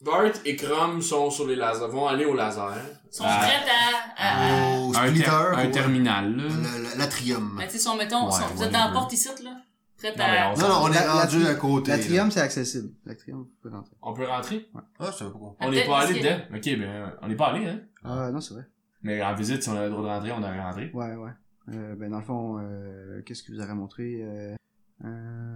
Speaker 3: Ils
Speaker 2: Bart et Crum sont sur les lasers, vont aller au laser.
Speaker 3: sont
Speaker 2: Ah.
Speaker 3: prêts à- à. à-
Speaker 5: Au
Speaker 2: un,
Speaker 5: splitter. euh,
Speaker 2: ter- un
Speaker 5: ou-
Speaker 2: terminal. Là.
Speaker 5: le- le- L'atrium.
Speaker 3: Mais tu sais, sont, mettons,
Speaker 2: Ouais,
Speaker 3: sont- vous êtes
Speaker 2: whatever.
Speaker 3: dans la porte ici, là? Prête
Speaker 2: Non, mais
Speaker 3: à.
Speaker 2: on,
Speaker 5: Non, non, on est
Speaker 4: La-
Speaker 5: rendu
Speaker 4: l'atri-
Speaker 5: à côté. là.
Speaker 4: L'atrium, c'est accessible. L'atrium, vous pouvez rentrer.
Speaker 2: on peut rentrer.
Speaker 5: Ah, je savais pas pourquoi.
Speaker 2: On n'est
Speaker 3: Peut-être
Speaker 2: pas
Speaker 3: parce
Speaker 2: allé
Speaker 3: que-
Speaker 2: dedans. Ok, ben on n'est pas allé hein.
Speaker 4: Ah, non, c'est vrai.
Speaker 2: Mais en visite, si on avait le droit de rentrer, on aurait rentré.
Speaker 4: Ouais, ouais. Euh, ben, dans le fond, euh, qu'est-ce que vous aurez montré? Euh,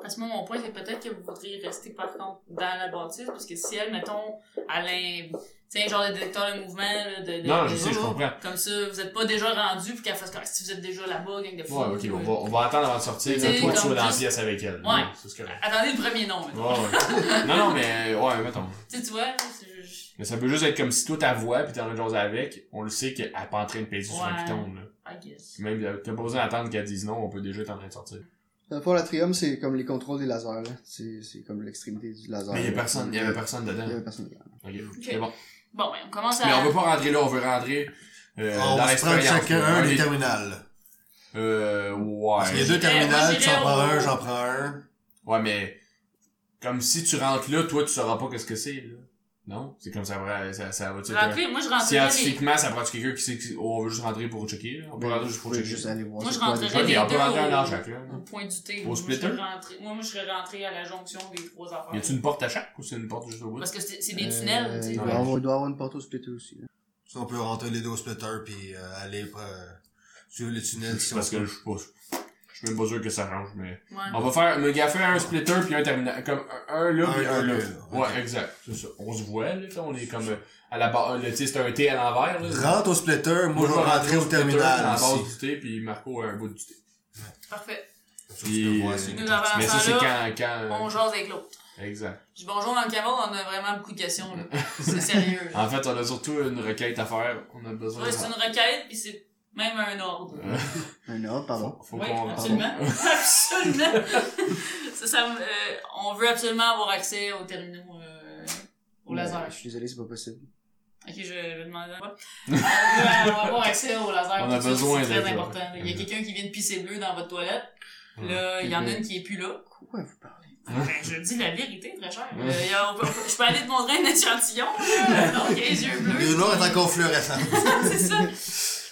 Speaker 3: Parce que moi, mon point, c'est peut-être que vous voudriez rester, par contre, dans la bâtisse, parce que si elle, mettons, elle est. Tu sais, genre de détecteur de mouvement, là, de. de-
Speaker 2: Non,
Speaker 3: de-
Speaker 2: je sais, je comprends.
Speaker 3: Comme ça, vous êtes pas déjà rendu, puis qu'elle fasse comme si vous êtes déjà là-bas, gang de fous.
Speaker 2: Ouais, ok, on va, on va attendre avant de sortir.
Speaker 3: T'sais,
Speaker 2: Là, toi,
Speaker 3: comme
Speaker 2: tu vas dans la
Speaker 3: juste-
Speaker 2: pièce avec elle.
Speaker 3: Ouais.
Speaker 2: C'est ce que... Ouais,
Speaker 3: Attendez le premier nom, mettons.
Speaker 2: ouais. non, non, mais ouais, mettons.
Speaker 3: Tu sais, tu vois, c'est- je-
Speaker 2: Mais ça peut juste être comme si toi, ta voix, puis t'en as chose avec, on le sait qu'elle n'est pas en train de péter sur un
Speaker 3: Ouais.
Speaker 2: piton, là.
Speaker 3: I guess.
Speaker 2: Puis Même, euh, t'as pas besoin d'attendre qu'elle dise non, on peut déjà être en train de sortir.
Speaker 4: Dans le fond, l'atrium, c'est comme les contrôles des lasers, là. C'est c'est comme l'extrémité du laser.
Speaker 2: Mais il y a
Speaker 4: là.
Speaker 2: personne, il y avait personne
Speaker 4: Il y
Speaker 2: dedans.
Speaker 4: avait personne dedans.
Speaker 2: Ok, c'est bon.
Speaker 3: Bon, ben, on commence à.
Speaker 2: Mais on veut pas rentrer là, on veut rentrer, euh,
Speaker 5: On
Speaker 2: dans
Speaker 5: va se prendre
Speaker 2: l'expérience.
Speaker 5: chacun
Speaker 2: là.
Speaker 5: un
Speaker 2: Ouais,
Speaker 5: des terminales.
Speaker 2: Euh,
Speaker 5: Parce qu'il y a
Speaker 2: ouais.
Speaker 5: deux
Speaker 3: j'irais-
Speaker 5: terminales,
Speaker 3: moi,
Speaker 5: tu en
Speaker 3: j'irais
Speaker 5: prends
Speaker 3: au-
Speaker 5: un, j'en prends un.
Speaker 2: Ouais, mais, comme si tu rentres là, toi, tu sauras pas qu'est-ce que c'est, là. Non? C'est comme ça, va- ça, ça va-tu être un-
Speaker 3: Rentrer, moi, je rentrerai les.
Speaker 2: Scientifiquement, ça prend quelqu'un qui sait que- on veut juste rentrer pour checker, là. On peut
Speaker 4: Ben,
Speaker 2: rentrer
Speaker 4: vous
Speaker 2: juste pour
Speaker 4: pouvez
Speaker 2: checker.
Speaker 4: juste aller voir.
Speaker 3: Moi,
Speaker 4: c'est
Speaker 3: je
Speaker 4: quoi,
Speaker 3: rentrerai
Speaker 4: déjà.
Speaker 2: Ok, on peut
Speaker 3: deux
Speaker 2: rentrer un
Speaker 3: au-
Speaker 2: dans chaque, là.
Speaker 3: Au point du thé.
Speaker 2: Au
Speaker 3: Moi, je
Speaker 2: splitter?
Speaker 3: serais rentré- Moi, moi, je serais rentré à la jonction des trois affaires.
Speaker 2: Y a-tu une porte à chaque ou c'est une porte juste au bout?
Speaker 3: Parce que c'est c'est des tunnels,
Speaker 4: Euh,
Speaker 3: tu sais.
Speaker 4: il, doit
Speaker 2: ouais.
Speaker 4: y avoir, il doit y avoir une porte au splitter aussi. là.
Speaker 5: Sinon, on peut rentrer les deux au splitter puis euh, aller euh, suivre le tunnel. si on
Speaker 2: Parce
Speaker 5: peut.
Speaker 2: que je suis pas, je suis même pas sûr que ça change, mais.
Speaker 3: Ouais.
Speaker 2: On va faire, me gaffer un splitter puis un terminal, comme un- un là puis
Speaker 5: Un
Speaker 2: un là.
Speaker 5: là,
Speaker 2: Ouais,
Speaker 5: là.
Speaker 2: exact. C'est ça. On se voit, là, on est comme, euh, à la barre, tu sais, c'est un thé à l'envers, là.
Speaker 5: Rentre au splitter, moi, je vais rentrer au
Speaker 2: splitter, à
Speaker 5: terminal.
Speaker 2: la base
Speaker 5: ici.
Speaker 2: du thé puis Marco a un bout du thé.
Speaker 3: Parfait.
Speaker 5: Ça, tu peux
Speaker 2: Puis,
Speaker 5: voir, c'est-
Speaker 3: Nous avons
Speaker 2: Mais ça, c'est
Speaker 3: là,
Speaker 2: quand, quand,
Speaker 3: On jase avec l'autre.
Speaker 2: exact.
Speaker 3: Je dis bonjour dans le cavale, on a vraiment beaucoup de questions, là. C'est sérieux, là.
Speaker 2: En fait, on a surtout une requête à faire. On a besoin
Speaker 3: Ouais, c'est une requête, puis c'est même un ordre.
Speaker 2: Euh,
Speaker 4: Un ordre, pardon.
Speaker 2: faut, faut
Speaker 3: Oui,
Speaker 2: qu'on,
Speaker 3: absolument. absolument. ça, ça, me- euh, on veut absolument avoir accès aux terminaux, euh, au
Speaker 4: Mais
Speaker 3: laser.
Speaker 4: Je suis désolé, c'est pas possible.
Speaker 3: Ok, je vais demander à moi. On veut avoir accès au laser.
Speaker 2: On
Speaker 3: tout
Speaker 2: a
Speaker 3: de suite,
Speaker 2: besoin
Speaker 3: C'est
Speaker 2: d'être
Speaker 3: très
Speaker 2: là.
Speaker 3: important. Il y a quelqu'un qui vient de pisser bleu dans votre toilette. Là, il y en a une qui est plus là.
Speaker 4: Pourquoi vous parlez
Speaker 3: Ben, je dis la vérité, très cher. Euh, y a- on peut- je peux aller te montrer un échantillon, là. Donc, il y a les yeux bleus.
Speaker 5: Le noir est encore fluorescent.
Speaker 3: c'est ça.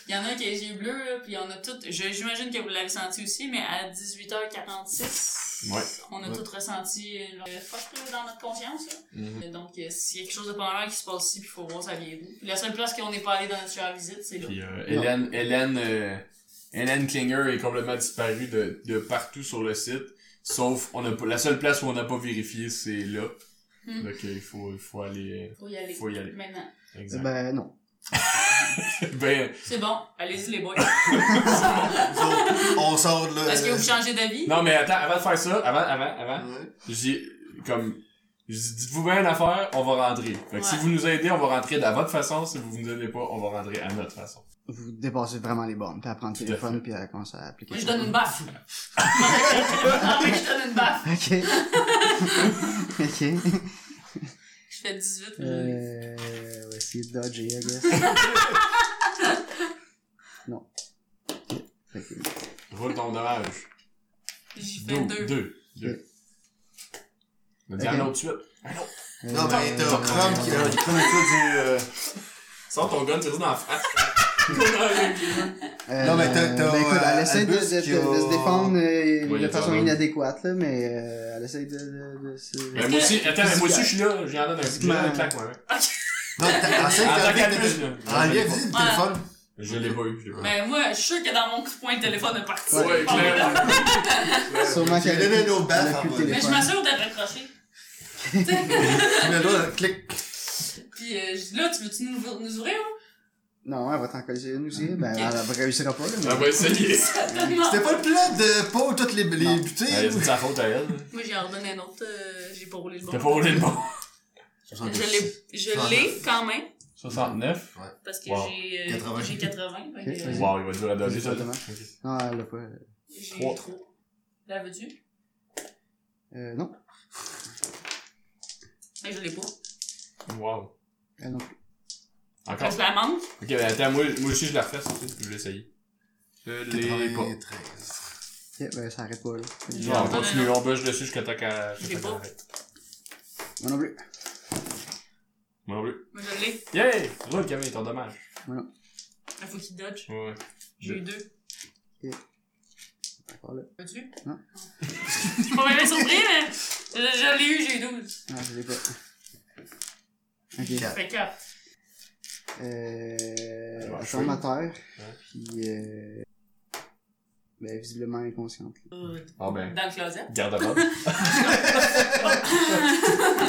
Speaker 3: Il y en a un qui a les yeux bleus, là, puis on a toutes. je- J'imagine que vous l'avez senti aussi, mais à 18h46,
Speaker 2: Ouais.
Speaker 3: on a
Speaker 5: Ouais.
Speaker 3: toutes ressenti euh, le fuck là, dans notre conscience. là.
Speaker 2: Mhm.
Speaker 3: Euh, Donc, euh, s'il y a quelque chose de pas normal qui se passe ici, puis il faut voir ça vient d'où. Puis La seule place qu'on n'est pas allé dans notre chère visite, c'est là.
Speaker 2: Puis euh, Hélène, Hélène, euh, Hélène Klinger est complètement disparue de, de partout sur le site. Sauf, on a pas, la seule place où on n'a pas vérifié, c'est là.
Speaker 3: Hmm.
Speaker 2: Donc, euh, il faut, il faut aller,
Speaker 3: Faut y aller.
Speaker 2: il faut y aller.
Speaker 3: Maintenant.
Speaker 2: Exact.
Speaker 4: Ben non.
Speaker 2: Ben,
Speaker 3: C'est bon, allez-y les boys.
Speaker 5: Nous autres, on sort de là.
Speaker 3: Est-ce que
Speaker 5: euh,
Speaker 3: vous changez d'avis?
Speaker 2: non, mais attends, avant de faire ça, avant, avant, avant,
Speaker 5: ouais.
Speaker 2: je dis, comme, je dis, dites-vous bien une affaire, on va rentrer. Fait que si
Speaker 3: Ouais.
Speaker 2: vous nous aidez, on va rentrer de votre façon. Si vous nous aidez pas, on va rentrer à notre façon.
Speaker 4: Vous dépassez vraiment les bornes. Puis à prendre le
Speaker 2: à
Speaker 4: téléphone, puis à commencer à appliquer.
Speaker 3: Moi, je
Speaker 4: ça.
Speaker 3: donne une baffe. Ah, oui, je donne une baffe.
Speaker 4: Ok. ok.
Speaker 3: Je fais 18. mais-
Speaker 4: Euh, on va essayer de dodger, I guess. non. Ok. Fait que-
Speaker 2: Roule ton dommage.
Speaker 3: J'ai fait deux.
Speaker 2: Deux. Deux. Deux. On a dit un
Speaker 4: Ok.
Speaker 2: autre suite.
Speaker 5: Non, mais t'as Chrome qui
Speaker 4: euh,
Speaker 5: est comme du. euh,
Speaker 2: Sors ton gun, tire-le dans la face.
Speaker 4: euh,
Speaker 5: Non, mais t'as- t'as,
Speaker 4: ben, écoute, elle
Speaker 5: euh,
Speaker 4: essaie de, de,
Speaker 5: Albus
Speaker 4: de,
Speaker 5: qui
Speaker 4: de
Speaker 5: a-
Speaker 4: se défendre euh,
Speaker 2: Ouais, il
Speaker 4: de
Speaker 2: a
Speaker 4: façon
Speaker 2: Jordan.
Speaker 4: inadéquate, là, mais euh, elle essaie de, de, de se...
Speaker 2: Mais Ben, moi aussi, attends, mais moi aussi, je suis là, j'ai un j'ai un claque, moi.
Speaker 5: Non, t'as Ah, enceinte
Speaker 2: hein. En tant
Speaker 5: avec le
Speaker 2: qu'Albus,
Speaker 5: téléphone.
Speaker 2: là.
Speaker 5: Enlève vite le
Speaker 3: Ouais.
Speaker 5: téléphone.
Speaker 2: Je l'ai pas eu, je l'ai pas eu.
Speaker 3: Mais Ben, moi, je suis sûr que dans mon coin, le téléphone est parti.
Speaker 2: hein. Ouais,
Speaker 3: Bon,
Speaker 2: clair.
Speaker 3: voilà.
Speaker 4: Sûrement
Speaker 5: J'ai
Speaker 4: qu'elle
Speaker 5: donné
Speaker 4: a pu-
Speaker 5: un autre baff
Speaker 4: elle a pu
Speaker 5: en
Speaker 4: le
Speaker 5: mode.
Speaker 3: Mais je m'assure d'être accroché.
Speaker 5: Tu mets là, clic.
Speaker 3: euh, Puis euh, je dis là, tu veux-tu nous, nous ouvrir? hein?
Speaker 4: Non, elle va t'en coller une aussi. Ben, elle elle réussira pas, là. mais-
Speaker 2: Ah,
Speaker 6: Elle va essayer.
Speaker 3: Certainement.
Speaker 5: C'était pas le plan de pas toutes les, les butées.
Speaker 2: Elle a dit de sa faute à elle.
Speaker 3: Moi, j'ai ordonné un autre. euh, j'ai pas roulé le bon.
Speaker 2: T'as pas roulé le bon.
Speaker 3: Je l'ai, je l'ai quand même,
Speaker 2: 69.
Speaker 3: parce que
Speaker 2: Wow.
Speaker 3: j'ai, euh,
Speaker 5: 80.
Speaker 3: j'ai 80. fait
Speaker 4: Ok,
Speaker 3: que, euh,
Speaker 4: vas-y.
Speaker 2: Wow, il va durer à donner ça.
Speaker 4: Exactement. Non, elle l'a pas. euh,
Speaker 3: J'ai
Speaker 2: Trois.
Speaker 3: trois. La veux-tu?
Speaker 4: Euh, non,
Speaker 3: Ah, je l'ai pas.
Speaker 2: Wow.
Speaker 4: elle non plus.
Speaker 2: Encore.
Speaker 3: Parce que la manque.
Speaker 2: Ok, ben attends, moi, moi aussi je la refais, ça, ça, je vais l'essayer. Je l'ai pas.
Speaker 5: 93.
Speaker 4: Ok, ben, ça arrête pas, là.
Speaker 3: J'ai
Speaker 2: Non, on
Speaker 3: ordonné
Speaker 2: continue,
Speaker 3: un autre.
Speaker 2: on bûche dessus jusqu'à temps qu'elle.
Speaker 3: Je l'ai pas.
Speaker 4: Moi non plus.
Speaker 2: Moi non plus.
Speaker 3: Moi, je l'ai.
Speaker 2: Yay! Roule, Camille, ton dommage.
Speaker 3: Il faut qu'il dodge.
Speaker 2: Ouais.
Speaker 3: J'ai eu deux.
Speaker 4: D'accord, là.
Speaker 3: Veux-tu?
Speaker 4: Non.
Speaker 3: Je suis pas même surpris, mais je, je l'ai eu, j'ai eu 12.
Speaker 4: Non, Ah, je l'ai pas. Ok.
Speaker 3: Fait 4.
Speaker 2: Ça
Speaker 4: Euh.
Speaker 2: va,
Speaker 4: Elle
Speaker 2: je
Speaker 4: tombe à
Speaker 2: sais.
Speaker 4: terre.
Speaker 2: Ouais.
Speaker 4: Puis, euh. Ben, visiblement inconsciente. là.
Speaker 2: Ah ben.
Speaker 3: Dans le closet.
Speaker 2: Garde à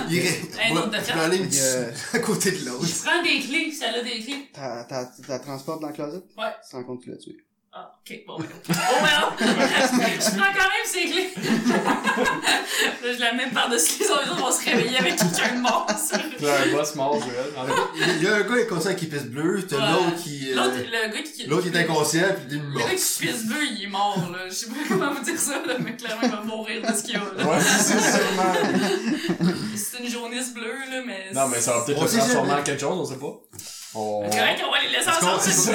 Speaker 5: Il est.
Speaker 3: Un
Speaker 5: Moi,
Speaker 3: autre de
Speaker 5: je
Speaker 3: fait.
Speaker 5: peux aller
Speaker 4: Fait que, euh,
Speaker 5: à côté de
Speaker 3: Je
Speaker 5: l'autre.
Speaker 3: prends des clés, ça a des clés.
Speaker 4: T'as, t'as, t'as transporte dans le closet?
Speaker 3: Ouais.
Speaker 4: Tu te rends compte que tu l'as tué.
Speaker 3: Ah, ok, bon, ben non. Oh, ben non! je prends quand même ces clés. Là, je la mets par-dessus les autres, on va se réveiller avec quelqu'un de mort. ça.
Speaker 2: J'ai un boss mort, Joël. En fait,
Speaker 5: Il y a un gars inconscient qui pisse bleu, t'as
Speaker 3: Ouais.
Speaker 5: l'autre qui. euh,
Speaker 3: L'autre, le gars qui.
Speaker 5: L'autre qui est inconscient, puis lui, il est
Speaker 3: Le
Speaker 5: mort.
Speaker 3: gars qui pisse bleu, il est mort, là. Je sais pas comment vous dire ça, là, mais clairement, il va mourir de ce qu'il a, là.
Speaker 2: Ouais, c'est sûrement.
Speaker 3: C'est une jaunisse bleue, là, mais.
Speaker 2: Non, mais ça va peut-être
Speaker 5: On
Speaker 2: le
Speaker 5: sait
Speaker 2: transformer
Speaker 5: jamais.
Speaker 2: en quelque chose, on sait pas. On.
Speaker 3: C'est correct, on va les laisser ensemble,
Speaker 5: C'est
Speaker 3: c'est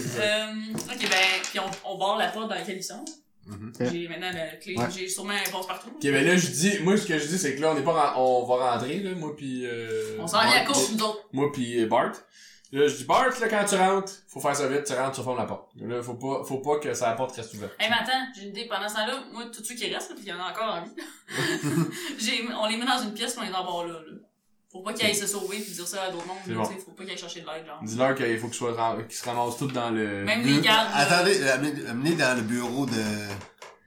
Speaker 5: ça.
Speaker 3: Euh, ok, ben, puis on, on barre la porte dans laquelle ils sont.
Speaker 5: Mhm.
Speaker 2: Mm-hmm.
Speaker 3: J'ai maintenant la clé,
Speaker 4: Ouais.
Speaker 3: j'ai sûrement un passe partout.
Speaker 2: Ok, ben là, je dis, moi, ce que je dis, c'est que là, on est pas, ren- on va rentrer, là, moi pis, euh,
Speaker 3: On s'en vient à
Speaker 2: Bart,
Speaker 3: cause, nous autres.
Speaker 2: Moi pis euh, Bart. Là, je dis, Bart, là, quand tu rentres, faut faire ça vite, tu rentres, tu fermes la porte. Là, faut pas, faut pas que sa porte reste ouverte.
Speaker 3: Hé, mais attends, j'ai une idée. Pendant ce temps-là, moi, tous ceux qui restent, là, puis il y en a encore en vie, j'ai- on les met dans une pièce, puis on les embarre là, là. Faut pas qu'ils aillent se sauver, puis dire ça à d'autres mondes,
Speaker 2: C'est
Speaker 3: là,
Speaker 2: bon.
Speaker 3: tu sais, faut pas qu'ils aillent chercher de l'aide, genre.
Speaker 2: Dis-leur qu'il faut qu'ils soient ram- qu'ils se ramassent toutes dans le...
Speaker 3: Même les gardes. là.
Speaker 5: Attendez, euh, amenez- amenez dans le bureau de.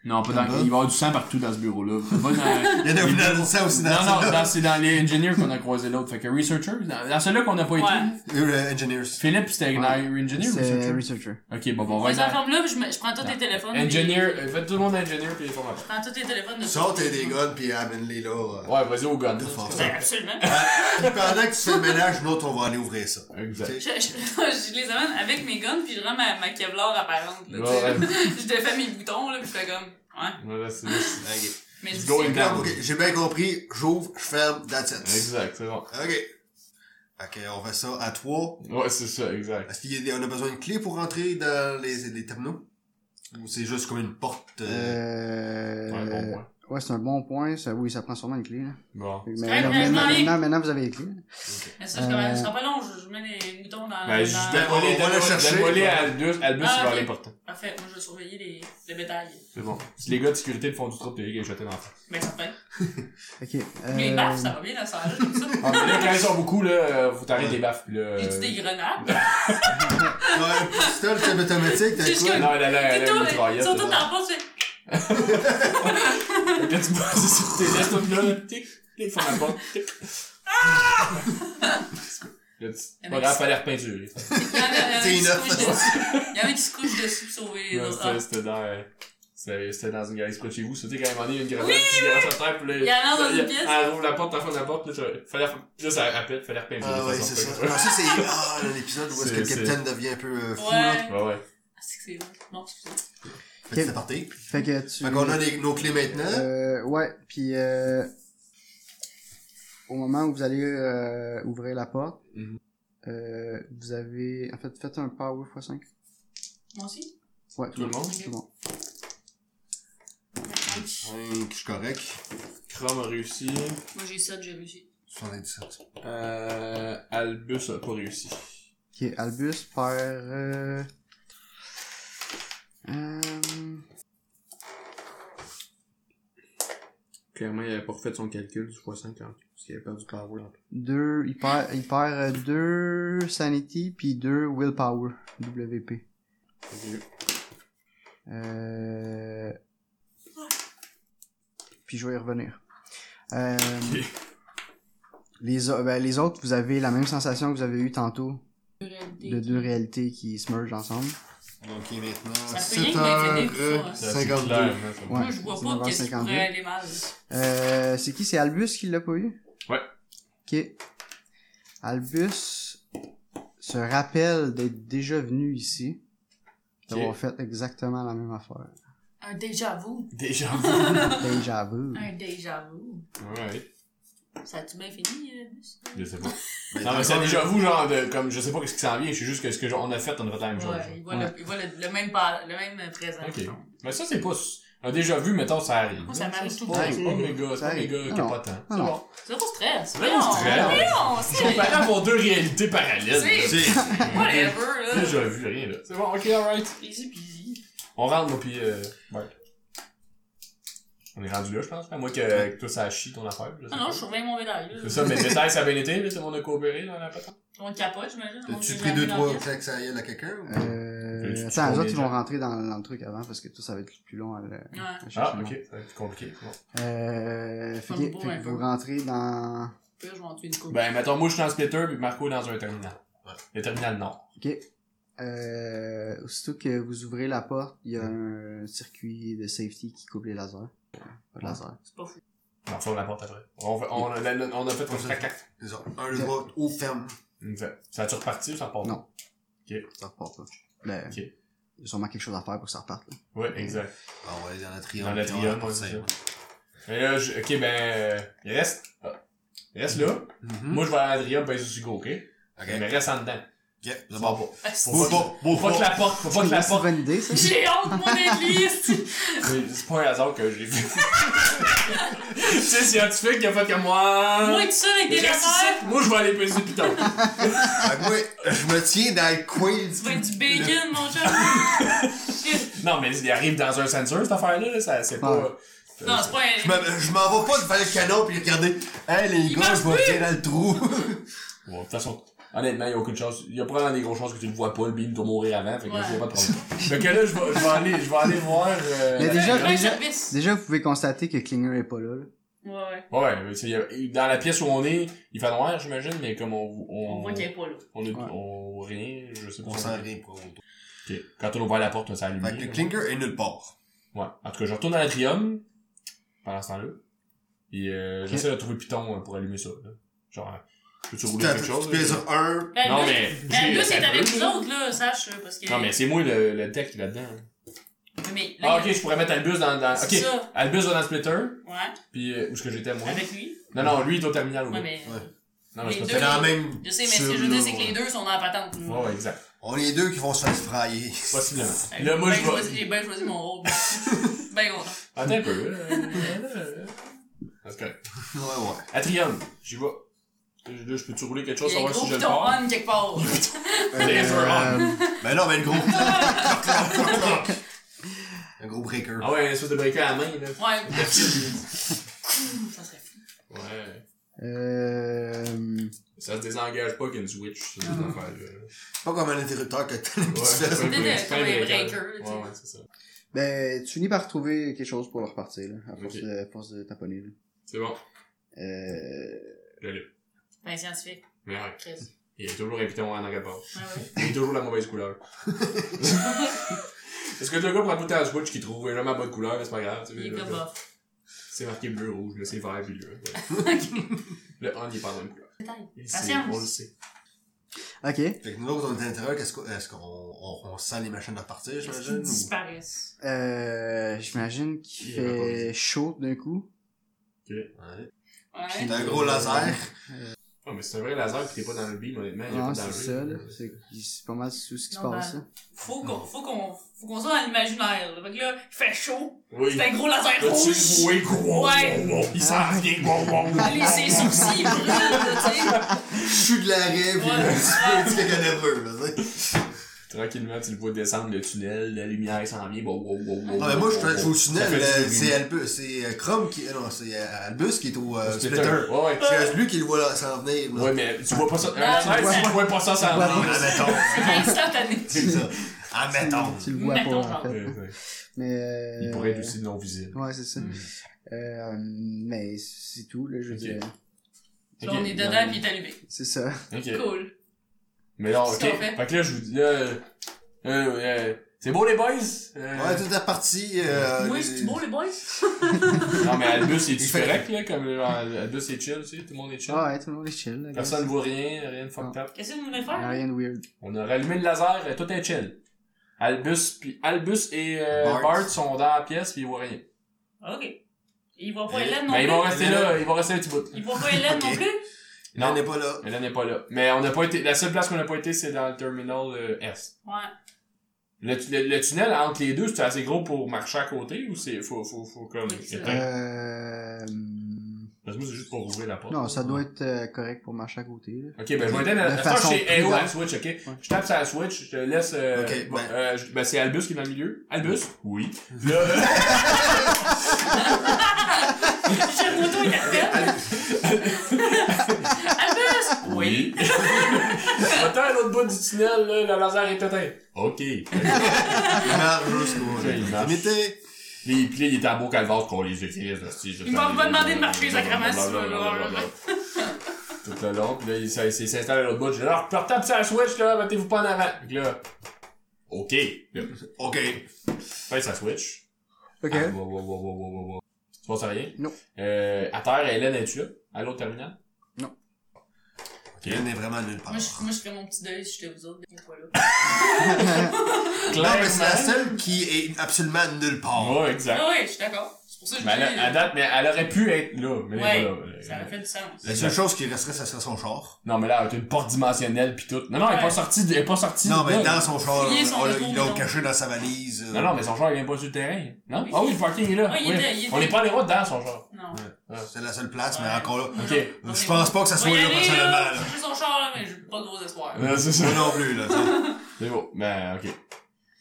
Speaker 2: Non, pas dans... Il va y avoir du sang partout dans ce bureau-là. Ça va dans-
Speaker 5: Il y en a
Speaker 2: Les
Speaker 5: dans
Speaker 2: bureaux-
Speaker 5: le sang aussi dans
Speaker 2: Non, non,
Speaker 5: le
Speaker 2: dans- c'est dans les engineers qu'on a croisé l'autre. Fait que researchers, dans, dans celui-là qu'on n'a pas été.
Speaker 3: Ouais.
Speaker 5: Euh, Engineers.
Speaker 2: Philippe, c'était un
Speaker 4: Ouais.
Speaker 2: engineer ou
Speaker 4: C'est
Speaker 2: researcher?
Speaker 4: researcher.
Speaker 2: Ok, bon, bon, on
Speaker 3: On
Speaker 2: va
Speaker 3: les
Speaker 2: dans...
Speaker 3: enferme là, puis je, me- je prends tous tes téléphones. puis-
Speaker 2: Engineer, euh, faites tout le monde engineer puis les formes
Speaker 3: Je prends tous tes téléphones de
Speaker 5: Sortez des guns, puis amène-les là. euh.
Speaker 2: Ouais, vas-y au gun.
Speaker 5: De force.
Speaker 3: Ouais, Ben, Absolument.
Speaker 5: Puis pendant que tu fais le ménage, l'autre, on va aller ouvrir ça.
Speaker 2: Exact.
Speaker 3: Je, je- je les amène avec mes guns, puis je rends ma, ma Kevlar apparente. Là, tu sais.
Speaker 2: Ouais, ouais.
Speaker 3: je défais mes boutons, là, puis je fais comme. Ouais.
Speaker 2: Voilà, c'est juste-
Speaker 5: Ok.
Speaker 3: Mais je
Speaker 2: Go
Speaker 3: dis-
Speaker 2: in
Speaker 5: Ah, ok, J'ai bien compris, j'ouvre, je ferme, that's it.
Speaker 2: Exact, c'est bon.
Speaker 5: Ok. Ok, on fait ça à trois.
Speaker 2: Ouais, c'est ça, exact.
Speaker 5: Est-ce qu'on a besoin de clé pour rentrer dans les, les terminaux? Ou c'est juste comme une porte? euh,
Speaker 4: Euh...
Speaker 2: Ouais, bon point.
Speaker 4: ouais, c'est un bon point. Ça, oui, ça prend sûrement une clé. Là.
Speaker 2: Bon.
Speaker 4: Mais
Speaker 3: correct,
Speaker 4: maintenant,
Speaker 3: mais je m'en
Speaker 4: maintenant,
Speaker 3: vais.
Speaker 4: maintenant, maintenant, vous avez les clés. là.
Speaker 3: Mais ça, je commence. Ça sera pas long, je, je mets les boutons dans.
Speaker 2: Ben, je
Speaker 3: dans...
Speaker 5: on va
Speaker 2: démolé,
Speaker 5: le chercher.
Speaker 2: démolé à Albus, Albus,
Speaker 3: Ah,
Speaker 2: il va
Speaker 3: ok.
Speaker 2: aller porter.
Speaker 3: Parfait, moi, je vais surveiller les, le bétail.
Speaker 2: C'est bon. Si les gars de sécurité font du trop, t'es les jeté dans la face.
Speaker 3: Ben, ça fait.
Speaker 4: Ok. Euh...
Speaker 3: Les baffes, ça va bien dans ça. là, comme ça.
Speaker 2: Ah, mais là, quand ils sont beaucoup, là, euh, faut t'arrêter des baffes, pis là.
Speaker 3: J'ai tu
Speaker 2: euh,
Speaker 3: des grenades.
Speaker 5: Ouais, un pistolet, c'est automatique, t'as
Speaker 3: Juste
Speaker 5: quoi?
Speaker 2: Non, elle a la,
Speaker 3: Puis
Speaker 2: elle a
Speaker 3: tout,
Speaker 2: une
Speaker 3: là, ils
Speaker 2: mitraillette.
Speaker 3: sont tous en
Speaker 2: là.
Speaker 3: bas, tu fais.
Speaker 2: Fait que Là, tu passes sur tes laisses, tout là, là, tic, ils font la porte, tic. Ah! Là, tu- Pas grave, fallait
Speaker 3: Il
Speaker 2: repeinturer.
Speaker 3: y en a-
Speaker 5: C'est
Speaker 3: il y en a qui
Speaker 5: enough.
Speaker 3: se couchent dessus. Il y en a qui se couchent dessus pour sauver les
Speaker 2: Ouais,
Speaker 3: autres.
Speaker 2: C'était c'était dans, euh, c'était c'était dans une galerie près de chez vous. C'était quand même il y a une grenade
Speaker 3: Oui,
Speaker 2: qui lance à terre, puis là,
Speaker 3: Il y en a dans une
Speaker 2: il-
Speaker 3: pièce.
Speaker 2: Elle ouvre la porte, elle ferme la porte, puis là, ça- fallait, puis là, ça appelle, fallait repeindre.
Speaker 5: Ah ouais, c'est ça. Non, ça c'est ah, là, l'épisode où est-ce que le
Speaker 2: C'est-
Speaker 5: capitaine devient un peu euh, fou, là.
Speaker 3: Ouais.
Speaker 2: Ouais, ouais.
Speaker 3: Ah, c'est que c'est bon, excusez.
Speaker 5: Fait que c'est parti.
Speaker 4: Fait que tu.
Speaker 5: Fait qu'on a les- nos clés maintenant.
Speaker 4: Euh, ouais, puis euh, au moment où vous allez euh, ouvrir la porte,
Speaker 2: Mhm.
Speaker 4: euh, vous avez en fait faites un power x5.
Speaker 3: Moi aussi.
Speaker 4: Ouais,
Speaker 2: Tout le monde?
Speaker 4: Tout le monde.
Speaker 5: Cinq, je suis correct.
Speaker 2: Chrome a réussi.
Speaker 3: Moi, j'ai 7, j'ai réussi.
Speaker 5: 77.
Speaker 2: Euh, Albus a pas réussi.
Speaker 4: Ok, Albus perd. Euh... euh,
Speaker 2: Clairement, il avait pas refait son calcul du x50, parce qu'il avait perdu power.
Speaker 4: deux, il perd, il perd euh, deux sanity puis deux willpower WP. Euh... Puis je vais y revenir. Euh... Les, au- ben, les autres, vous avez la même sensation que vous avez eue tantôt.
Speaker 3: Réellement.
Speaker 4: de deux réalités qui se mergent ensemble.
Speaker 5: Donc, il est maintenant. euh,
Speaker 3: Ça peut rien que d'infini, tout ça, hein.
Speaker 5: 7h52.
Speaker 4: Ouais,
Speaker 3: Moi, je vois pas qu'est-ce qui
Speaker 4: 19h52.
Speaker 3: pourrait aller mal.
Speaker 4: Euh, c'est qui? C'est Albus qui l'a pas eu?
Speaker 2: Ouais.
Speaker 4: Ok. Albus se rappelle d'être déjà venu ici. D'avoir fait exactement la même affaire.
Speaker 3: Un déjà vu.
Speaker 2: Déjà.
Speaker 4: Déjà
Speaker 2: Mm.
Speaker 4: vu.
Speaker 3: Un déjà vu.
Speaker 2: ouais.
Speaker 3: Ça a-tu bien fini, euh, Lucie?
Speaker 2: Je sais pas. Non, mais c'est déjà vous, genre, de, comme, je sais pas ce qui s'en vient, je sais juste que ce que genre, on a fait, on a fait la même chose.
Speaker 3: Ouais, il voit, Le, il voit le, le même par, le même euh, présent.
Speaker 2: Ok. Mais ça, c'est pas, un déjà vu, mettons, ça arrive.
Speaker 3: Moi, ça m'arrive tout le temps.
Speaker 2: Ouais, c'est pas méga, c'est
Speaker 4: Ça
Speaker 2: pas
Speaker 4: arrive.
Speaker 2: méga
Speaker 4: Non.
Speaker 2: capotant.
Speaker 4: Ah non.
Speaker 3: C'est pas stress.
Speaker 2: C'est vraiment stress.
Speaker 3: Voyons, c'est...
Speaker 2: Comparé à vos deux réalités parallèles.
Speaker 3: C'est-
Speaker 2: là.
Speaker 3: Whatever, là.
Speaker 2: Déjà vu, rien, là. C'est bon, ok, alright.
Speaker 3: Easy peasy.
Speaker 2: On rentre, moi, pis, euh, ouais. On est rendu là, je pense. À moins que, que toi, ça chie ton affaire. je sais
Speaker 3: Ah non,
Speaker 2: pas.
Speaker 3: je suis bien mon médaille, là.
Speaker 2: C'est ça, mais détail, ça a bien été, là, tout le monde a coopéré, là, la patente.
Speaker 3: On capote, j'imagine. On
Speaker 5: T'as-tu
Speaker 3: sait
Speaker 5: pris
Speaker 3: jamais
Speaker 5: 2-3
Speaker 3: l'ambiance.
Speaker 5: claques à la gueule à quelqu'un ou-
Speaker 4: Euh,
Speaker 2: Tu- tu
Speaker 4: attends, eux
Speaker 2: trouves
Speaker 4: autres, ils vont
Speaker 2: déjà?
Speaker 4: rentrer dans, dans le truc avant parce que tout ça va être plus long à, le-
Speaker 3: Ouais.
Speaker 4: à chercher
Speaker 2: Ah,
Speaker 4: le
Speaker 2: ok,
Speaker 4: nom.
Speaker 2: ça va être compliqué. bon.
Speaker 4: Euh, fait
Speaker 3: Ça
Speaker 4: que-
Speaker 3: me bourre
Speaker 4: fait
Speaker 3: un
Speaker 4: que
Speaker 3: peu.
Speaker 4: vous rentrez dans...
Speaker 3: Puis là, je vais en tuer une coupe.
Speaker 2: Ben, mettons, moi, je suis dans le splitter, puis Marco est dans un terminal.
Speaker 5: Ouais.
Speaker 2: Le terminal nord.
Speaker 4: Euh, aussitôt que vous ouvrez la porte, il y a un circuit de safety qui coupe les lasers. Euh, Pas de laser.
Speaker 3: C'est pas fou.
Speaker 2: On referme la porte après. On, on, on, a, on a fait comme ça, cac.
Speaker 5: C'est ça. Un droit ou ferme.
Speaker 2: Exact. Ça a-tu reparti ou ça repart?
Speaker 4: Non. Ça repart pas. Ben,
Speaker 2: Ok.
Speaker 4: Il y a sûrement quelque chose à faire pour que ça reparte. là.
Speaker 2: Ouais, exact.
Speaker 5: Ah ouais, il y en a Ah, triant.
Speaker 2: Dans le trium, ouais, c'est ça. Et là, je, ok, ben, il reste, ah. il reste là. Moi, je vais à Adria, ben, je suis go, ok? Mais
Speaker 5: Hmm. Mhm. Ok.
Speaker 2: reste en dedans.
Speaker 5: Ok,
Speaker 2: Ça
Speaker 5: d'abord.
Speaker 2: part
Speaker 3: Ah, c'est-
Speaker 2: Faut
Speaker 5: Bon,
Speaker 2: pas-
Speaker 5: bon,
Speaker 2: pas.
Speaker 5: bon,
Speaker 2: Faut pas que la porte, faut pas que la
Speaker 4: C'est une
Speaker 2: porte.
Speaker 4: bonne idée, ça.
Speaker 3: J'ai honte, mon église!
Speaker 2: C'est c'est pas un hasard que j'ai vu. tu sais, scientifique, il a fait comme moi.
Speaker 3: Moi, tout seul avec des
Speaker 2: Reste
Speaker 3: affaires,
Speaker 2: ici. Moi, je vais aller peser le piton.
Speaker 5: Fait que moi, je me tiens dans le coin
Speaker 3: tu vas être
Speaker 5: du.
Speaker 3: du bacon, mon chum.
Speaker 2: Non, mais il arrive dans un sensor, cette affaire-là, là, ça, c'est
Speaker 4: Ouais.
Speaker 2: pas.
Speaker 3: Non, c'est pas
Speaker 5: Je
Speaker 3: un...
Speaker 5: me- je m'en vais pas devant le canon pis regarder. Hey les
Speaker 3: Il
Speaker 5: gars,
Speaker 3: marche
Speaker 5: je vais tirer dans le trou.
Speaker 2: Ouais, de toute façon, honnêtement, il y a aucune chance. Il y a probablement des grosses chances que tu le vois pas, le beam doit mourir avant, fait que
Speaker 3: Ouais.
Speaker 2: je vois pas de problème. fait que là, je vais, je vais aller, je vais aller voir. euh,
Speaker 4: Mais
Speaker 2: la-
Speaker 4: déjà-
Speaker 3: un grand service.
Speaker 4: Déjà, vous pouvez constater que Klinger est pas là. là.
Speaker 3: Ouais, ouais.
Speaker 2: Ouais, mais tu sais, il y a- il- dans la pièce où on est, il fait noir, j'imagine, mais comme on, on,
Speaker 3: On voit qu'il est pas là.
Speaker 2: on, est-
Speaker 4: Ouais.
Speaker 2: on- rien, je sais pas.
Speaker 5: On
Speaker 2: si-
Speaker 5: sent rien pour autant.
Speaker 2: Ok. Quand on ouvre la porte, ça allume.
Speaker 5: Fait que le clinker est nulle part.
Speaker 2: Ouais. En tout cas, je retourne dans l'atrium, pendant ce temps-là, et euh, j'essaie de trouver Python euh, pour allumer ça, là. Genre, euh, peux-tu rouler
Speaker 5: T'as-
Speaker 2: quelque
Speaker 5: Tu
Speaker 2: chose? euh?
Speaker 5: pèses
Speaker 2: là?
Speaker 5: sur un.
Speaker 3: Ben,
Speaker 2: Non,
Speaker 3: là,
Speaker 2: mais.
Speaker 3: Ben, là,
Speaker 2: j'ai-
Speaker 3: c'est
Speaker 2: ça
Speaker 3: avec
Speaker 2: peut,
Speaker 3: nous
Speaker 2: là.
Speaker 3: autres, là, sache, là, parce que...
Speaker 2: Non, mais c'est moi le, le tech qui est là-dedans. hein.
Speaker 3: Mais, là,
Speaker 2: Ah,
Speaker 3: il y
Speaker 2: ok,
Speaker 3: a-
Speaker 2: je pourrais mettre Albus dans, dans...
Speaker 3: C'est
Speaker 2: ok.
Speaker 3: ça.
Speaker 2: Albus va dans le splitter,
Speaker 3: Ouais.
Speaker 2: puis euh, où est-ce que j'étais, moi?
Speaker 3: Avec lui.
Speaker 2: Non, non, lui, il est au terminal, oui.
Speaker 3: Ouais, mais...
Speaker 5: Ouais.
Speaker 2: Non, mais
Speaker 3: les
Speaker 2: c'est pas
Speaker 5: C'est
Speaker 3: deux-
Speaker 2: ça.
Speaker 5: dans la même.
Speaker 3: Je sais, mais ce que je veux
Speaker 5: cellule,
Speaker 3: dire, c'est que les
Speaker 5: ouais.
Speaker 3: deux sont dans la patente. nous.
Speaker 2: Ouais, ouais, exact.
Speaker 5: On est deux qui vont se faire frayer.
Speaker 2: Possiblement.
Speaker 3: Fait que
Speaker 2: Là, moi,
Speaker 3: ben
Speaker 2: je vais...
Speaker 3: choisi- J'ai bien choisi mon rôle. ben, gros.
Speaker 2: Attends un peu. euh, Parce que.
Speaker 5: Ouais, ouais.
Speaker 2: Atrium, j'y vais. Là, je peux-tu rouler quelque chose,
Speaker 3: Il y a un
Speaker 2: savoir
Speaker 3: gros
Speaker 2: si je le
Speaker 3: piton
Speaker 2: pars?
Speaker 3: on quelque part.
Speaker 2: Laser on.
Speaker 5: Ben non, mais le gros. Un gros breaker.
Speaker 2: Ah ouais, une espèce de briquet à la main, là.
Speaker 3: Ouais. ça serait fou.
Speaker 2: Ouais.
Speaker 4: Euh...
Speaker 2: Ça se désengage pas qu'une Switch, ça,
Speaker 3: Mm.
Speaker 2: cette affaire-là.
Speaker 5: C'est pas comme un interrupteur que t'as une
Speaker 2: Ouais,
Speaker 5: petite fesse.
Speaker 2: un breaker.
Speaker 3: comme les
Speaker 2: breaker.
Speaker 3: breakers, tu sais.
Speaker 2: Ouais, ouais, c'est ça.
Speaker 4: Ben, tu finis par trouver quelque chose pour leur partir, là, à force,
Speaker 2: Ok.
Speaker 4: de, à force de taponner. Là.
Speaker 2: C'est bon.
Speaker 4: Euh...
Speaker 2: J'allume.
Speaker 3: Ben, scientifique.
Speaker 2: Mais ouais.
Speaker 3: Chris.
Speaker 2: Il y a toujours un piton en arrière
Speaker 3: Ouais, Ah ouais.
Speaker 2: Il est toujours la mauvaise couleur. Est-ce que le gars prend tout le temps la Switch qui trouve jamais la bonne couleur, mais c'est pas grave, tu sais,
Speaker 3: Il est
Speaker 2: là,
Speaker 3: comme ah,
Speaker 2: là,
Speaker 3: bof.
Speaker 2: C'est marqué bleu, rouge, mais c'est vert, puis bleu. ouais. Le on, il est pas la même couleur. Il le
Speaker 3: La
Speaker 2: sait,
Speaker 3: science.
Speaker 2: On le sait.
Speaker 4: Ok.
Speaker 5: Fait que nous autres, on est à l'intérieur, qu'est-ce qu'on- est-ce qu'on on, on sent les machines de repartir,
Speaker 3: Est-ce
Speaker 5: j'imagine?
Speaker 3: qu'ils
Speaker 5: Ou...
Speaker 3: disparaissent?
Speaker 4: Euh... J'imagine qu'il
Speaker 2: Il y avait pas
Speaker 4: fait chaud d'un coup.
Speaker 5: Ouais.
Speaker 3: Ouais.
Speaker 5: C'est un gros laser.
Speaker 2: Ouais, Ah, mais c'est un vrai laser, puis t'es pas dans le beam, honnêtement. Il y a
Speaker 4: Non,
Speaker 2: pas
Speaker 4: Ah, c'est
Speaker 2: d'enjeu.
Speaker 4: ça, là. C'est c'est pas mal tout ce qui se
Speaker 3: Non,
Speaker 4: passe,
Speaker 3: ben,
Speaker 4: là.
Speaker 3: Faut qu'on, faut qu'on, faut qu'on soit dans l'imaginaire, là. Fait que là, il fait chaud.
Speaker 2: Oui.
Speaker 3: C'est un gros laser
Speaker 2: Là, tu
Speaker 3: rouge.
Speaker 2: joué, gros.
Speaker 3: Ouais.
Speaker 2: Il s'en
Speaker 4: Ah,
Speaker 2: vient, gros, gros, gros.
Speaker 3: Allez, ses sourcils brûlent, là, tu sais.
Speaker 5: Je suis de l'arrêt, pis
Speaker 3: Ouais.
Speaker 5: un petit peu, un petit peu nerveux, là, tu sais.
Speaker 2: Tranquillement, tu le vois descendre le tunnel, la lumière s'en vient, wow, wow, wow, wow.
Speaker 5: Non, mais moi, je suis- je suis au
Speaker 2: Ça fait
Speaker 5: tunnel,
Speaker 2: du
Speaker 5: euh,
Speaker 2: bruit.
Speaker 5: c'est Albus, c'est euh, Chrome qui, euh, non, c'est euh, Albus qui est au euh,
Speaker 2: Splitter.
Speaker 5: splitter.
Speaker 2: Ouais, ouais.
Speaker 5: C'est lui qui le voit là, s'en venir, là.
Speaker 2: Ouais, mais tu vois pas ça.
Speaker 3: Ah,
Speaker 2: Un laser,
Speaker 3: ouais.
Speaker 2: tu vois pas ça s'en
Speaker 4: Ouais.
Speaker 2: venir.
Speaker 5: Ah, mettons.
Speaker 3: C'est instantané.
Speaker 5: C'est ça. Ah, mettons.
Speaker 4: Tu le vois pas,
Speaker 3: Mettons,
Speaker 4: en
Speaker 3: genre.
Speaker 4: fait.
Speaker 2: Ouais, ouais.
Speaker 4: Mais euh...
Speaker 2: Il pourrait être aussi non visible.
Speaker 4: Ouais, c'est ça.
Speaker 3: Mm.
Speaker 4: Euh, mais c'est tout, là, je veux
Speaker 2: Ok.
Speaker 4: dire.
Speaker 3: Là, on est dedans, puis il est allumé.
Speaker 4: C'est ça.
Speaker 2: Ok.
Speaker 3: Cool.
Speaker 2: Mais non, ok.
Speaker 3: Qu'est-ce qu'on fait?
Speaker 2: Fait. que là, je vous dis, là, euh, euh, euh, c'est beau les boys? Euh,
Speaker 5: Ouais, toute la partie. Euh,
Speaker 3: Oui,
Speaker 5: les-
Speaker 3: c'est beau, les boys?
Speaker 2: non, mais Albus, il est
Speaker 5: Il fait-
Speaker 2: correct, là, comme, genre, Albus est chill, tu sais, tout le monde est chill.
Speaker 4: Ah ouais, tout le monde est chill. là,
Speaker 2: Personne
Speaker 4: gars.
Speaker 2: voit rien, rien de fucked up.
Speaker 3: Qu'est-ce que vous voulez
Speaker 4: Ah,
Speaker 3: faire?
Speaker 4: Rien de weird.
Speaker 2: On a rallumé le laser, euh, tout est chill. Albus, puis Albus et euh,
Speaker 5: Bart.
Speaker 2: Bart. sont dans la pièce, puis ils voient rien.
Speaker 3: Ok. Ils voient pas
Speaker 5: Eh,
Speaker 3: Hélène non
Speaker 2: Mais ils vont
Speaker 3: plus.
Speaker 2: ben, rester là, ils vont rester un petit bout.
Speaker 3: Ils voient pas Hélène non
Speaker 5: Ok.
Speaker 3: plus.
Speaker 5: Elle
Speaker 2: Non,
Speaker 5: n'est pas là.
Speaker 2: Hélène n'est pas là. Mais on n'a pas été, la seule place qu'on n'a pas été, c'est dans le terminal euh, S.
Speaker 3: Ouais.
Speaker 2: Le, tu- le- le tunnel entre les deux, c'est assez gros pour marcher à côté ou c'est faut faut faut comme
Speaker 3: Oui, c'est
Speaker 2: éteindre?
Speaker 4: Euh...
Speaker 2: Parce que moi c'est juste pour ouvrir la porte.
Speaker 4: Non, ça doit être euh, correct pour marcher à côté. là.
Speaker 2: Ok, ben je vais éteindre
Speaker 4: De
Speaker 2: la
Speaker 4: façon
Speaker 2: façon chez
Speaker 4: plus
Speaker 2: AO à la
Speaker 4: lente.
Speaker 2: Switch, ok? Je tape sur la Switch, je te laisse euh,
Speaker 5: Ok,
Speaker 2: bon,
Speaker 5: ben-
Speaker 2: euh, je- ben, c'est Albus qui est dans le milieu. Albus? Oui. Là,
Speaker 3: J'ai le moto, il appelle. Albus!
Speaker 2: oui. Attends à l'autre bout du tunnel, là, le laser est éteint. Ok.
Speaker 5: Il marche jusqu'au.
Speaker 2: Il marche.
Speaker 5: Limité.
Speaker 2: Les plis, il était à beau calvaire qu'on les utilise. là, si je-
Speaker 3: Il m'a pas demandé de marcher, sacrément, si tu veux, là.
Speaker 2: Blablabla. Tout le long, pis là, il s'est- il s'installe à l'autre bout. J'ai dit, ah, alors, portable sur la Switch, là, mettez-vous pas en avant. Pis là, OK. Là,
Speaker 5: Ok.
Speaker 2: Fait sa Switch.
Speaker 4: Ok.
Speaker 2: Ah, wow, wow, wow, wow, wow, wow, wow. Tu penses à rien?
Speaker 4: Non.
Speaker 2: Euh, à terre, Hélène, es-tu là? À l'autre terminal?
Speaker 4: Non.
Speaker 2: OK.
Speaker 5: Elle n'est vraiment nulle part.
Speaker 3: Moi, je, moi, je ferais mon petit deuil si j'étais vous autres. des fois, là.
Speaker 5: Non, mais c'est la
Speaker 2: Clairement.
Speaker 5: seule qui est absolument nulle part.
Speaker 2: Ouais, exact.
Speaker 3: Ah oui, je suis d'accord. C'est pour ça que je
Speaker 2: Mais elle, a- à
Speaker 3: dis.
Speaker 2: date, mais elle aurait pu être là, mais
Speaker 3: Ouais.
Speaker 2: elle est pas là.
Speaker 3: Ça aurait fait du sens.
Speaker 5: La seule chose qui resterait, ce serait son char.
Speaker 2: Non, mais là, elle a une porte dimensionnelle pis tout. Non, non, elle est pas
Speaker 3: Ouais.
Speaker 2: sortie, de- elle est pas sortie.
Speaker 5: Non,
Speaker 2: de
Speaker 5: mais
Speaker 2: là.
Speaker 5: dans son char,
Speaker 3: Fouiller son
Speaker 5: on l'a-
Speaker 3: auto,
Speaker 5: ils l'ont
Speaker 3: non.
Speaker 5: caché dans sa valise. euh.
Speaker 2: Non, non, mais son genre, il vient pas sur le terrain. Non?
Speaker 3: Oui.
Speaker 2: Ah oui, le parking est là.
Speaker 3: Ah, il
Speaker 2: Oui.
Speaker 3: était- il était-
Speaker 2: On est pas les routes dans son genre.
Speaker 3: Non.
Speaker 5: C'est la seule place, mais
Speaker 3: Ouais.
Speaker 5: encore là.
Speaker 2: Ok.
Speaker 3: Non,
Speaker 5: Je
Speaker 3: mais-
Speaker 5: pense pas que ça soit
Speaker 3: On va y
Speaker 5: là,
Speaker 3: aller,
Speaker 5: personnellement, là.
Speaker 3: J'ai vu son char, là, mais j'ai pas de gros espoir.
Speaker 2: Euh, c'est ça.
Speaker 5: Moi non plus, là. t'sais.
Speaker 2: C'est bon. Ben, ok.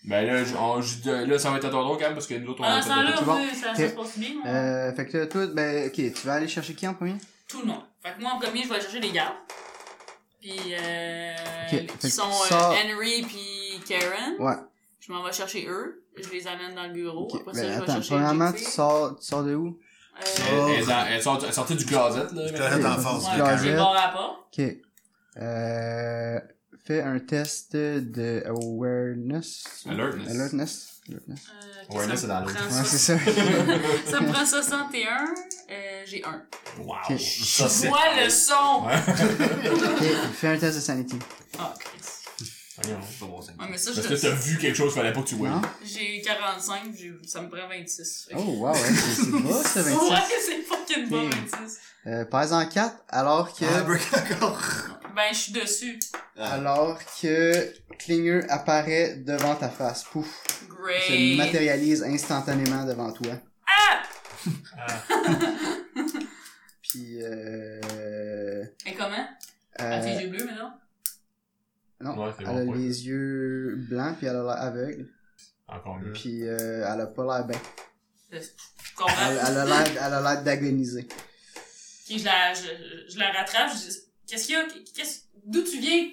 Speaker 2: Ben là, je- on- je- là, ça va être à ton tour quand même parce que nous autres, on
Speaker 3: Pendant ce temps-là,
Speaker 4: c'est
Speaker 3: on
Speaker 4: bon.
Speaker 3: peut- Ah, ça ça
Speaker 4: Ok.
Speaker 3: se passe bien. on-
Speaker 4: Euh, fait que là, toi, ben, ok, tu vas aller chercher qui en premier?
Speaker 3: Tout le monde. Fait que moi, en premier, je vais aller chercher les gardes. Puis, euh,
Speaker 4: fait que
Speaker 3: qui sont
Speaker 4: ça-
Speaker 3: euh, Henry puis Karen.
Speaker 4: Ouais.
Speaker 3: Je m'en vais chercher eux. Je les amène dans le bureau.
Speaker 4: Ok,
Speaker 3: Après ça,
Speaker 4: Ben,
Speaker 3: je vais
Speaker 4: attends,
Speaker 3: chercher
Speaker 4: premièrement,
Speaker 3: JT.
Speaker 4: tu sors, tu sors de où?
Speaker 3: Euh,
Speaker 2: Elle, elle- elle sort- elle sortait du closet, là.
Speaker 5: Je te
Speaker 2: maintenant.
Speaker 5: jette en
Speaker 4: Ouais.
Speaker 5: face,
Speaker 3: ouais,
Speaker 5: là,
Speaker 4: Closet.
Speaker 3: j'ai barré la porte.
Speaker 4: Ok. Euh, fais un test de awareness.
Speaker 2: Alertness.
Speaker 4: Alertness. Alertness.
Speaker 3: Euh,
Speaker 2: Ouais,
Speaker 3: ça
Speaker 2: là, c'est
Speaker 3: me
Speaker 2: dans l'autre.
Speaker 3: prend
Speaker 4: Ouais, c'est
Speaker 3: ça-
Speaker 4: ça.
Speaker 3: Ça me prend 61. Euh, j'ai un.
Speaker 2: Wow.
Speaker 4: Ok.
Speaker 5: Ça, c'est-
Speaker 3: Vois le son!
Speaker 4: Ok, fais un test de sanity.
Speaker 3: Ah, Christ.
Speaker 2: Voyons.
Speaker 5: C'est pas bon, ça.
Speaker 3: Ouais, mais ça, je
Speaker 2: Parce que t'as
Speaker 3: te...
Speaker 2: vu quelque chose, fallait pas que tu vois.
Speaker 4: Non?
Speaker 3: J'ai 45, j'ai- ça me prend 26. Fait que-
Speaker 4: Oh, wow, ouais, c'est c'est bas, ça, 26.
Speaker 3: Ouais, c'est fucking bon,
Speaker 4: Ok.
Speaker 3: 26.
Speaker 4: Euh, pèse en 4, alors que,
Speaker 5: Ah, break encore.
Speaker 3: Ben, je suis dessus.
Speaker 4: alors que Klinger apparaît devant ta face. Pouf. Se
Speaker 3: Great.
Speaker 4: matérialise instantanément devant toi.
Speaker 3: Ah!
Speaker 4: Puis, euh,
Speaker 3: Et comment? Ah,
Speaker 4: euh,
Speaker 3: tes yeux bleus, mais non?
Speaker 4: non,
Speaker 2: Ouais, c'est
Speaker 4: elle
Speaker 2: bon
Speaker 4: a
Speaker 2: point.
Speaker 4: les yeux blancs, puis elle a l'air aveugle.
Speaker 2: Encore mieux.
Speaker 4: Puis, euh, elle a pas l'air bien.
Speaker 3: Je comprends.
Speaker 4: Elle, elle a l'air, elle a l'air d'agoniser.
Speaker 3: Puis je la, je, je la rattrape, je dis, qu'est-ce qu'il y a? Qu'est-ce- D'où tu viens?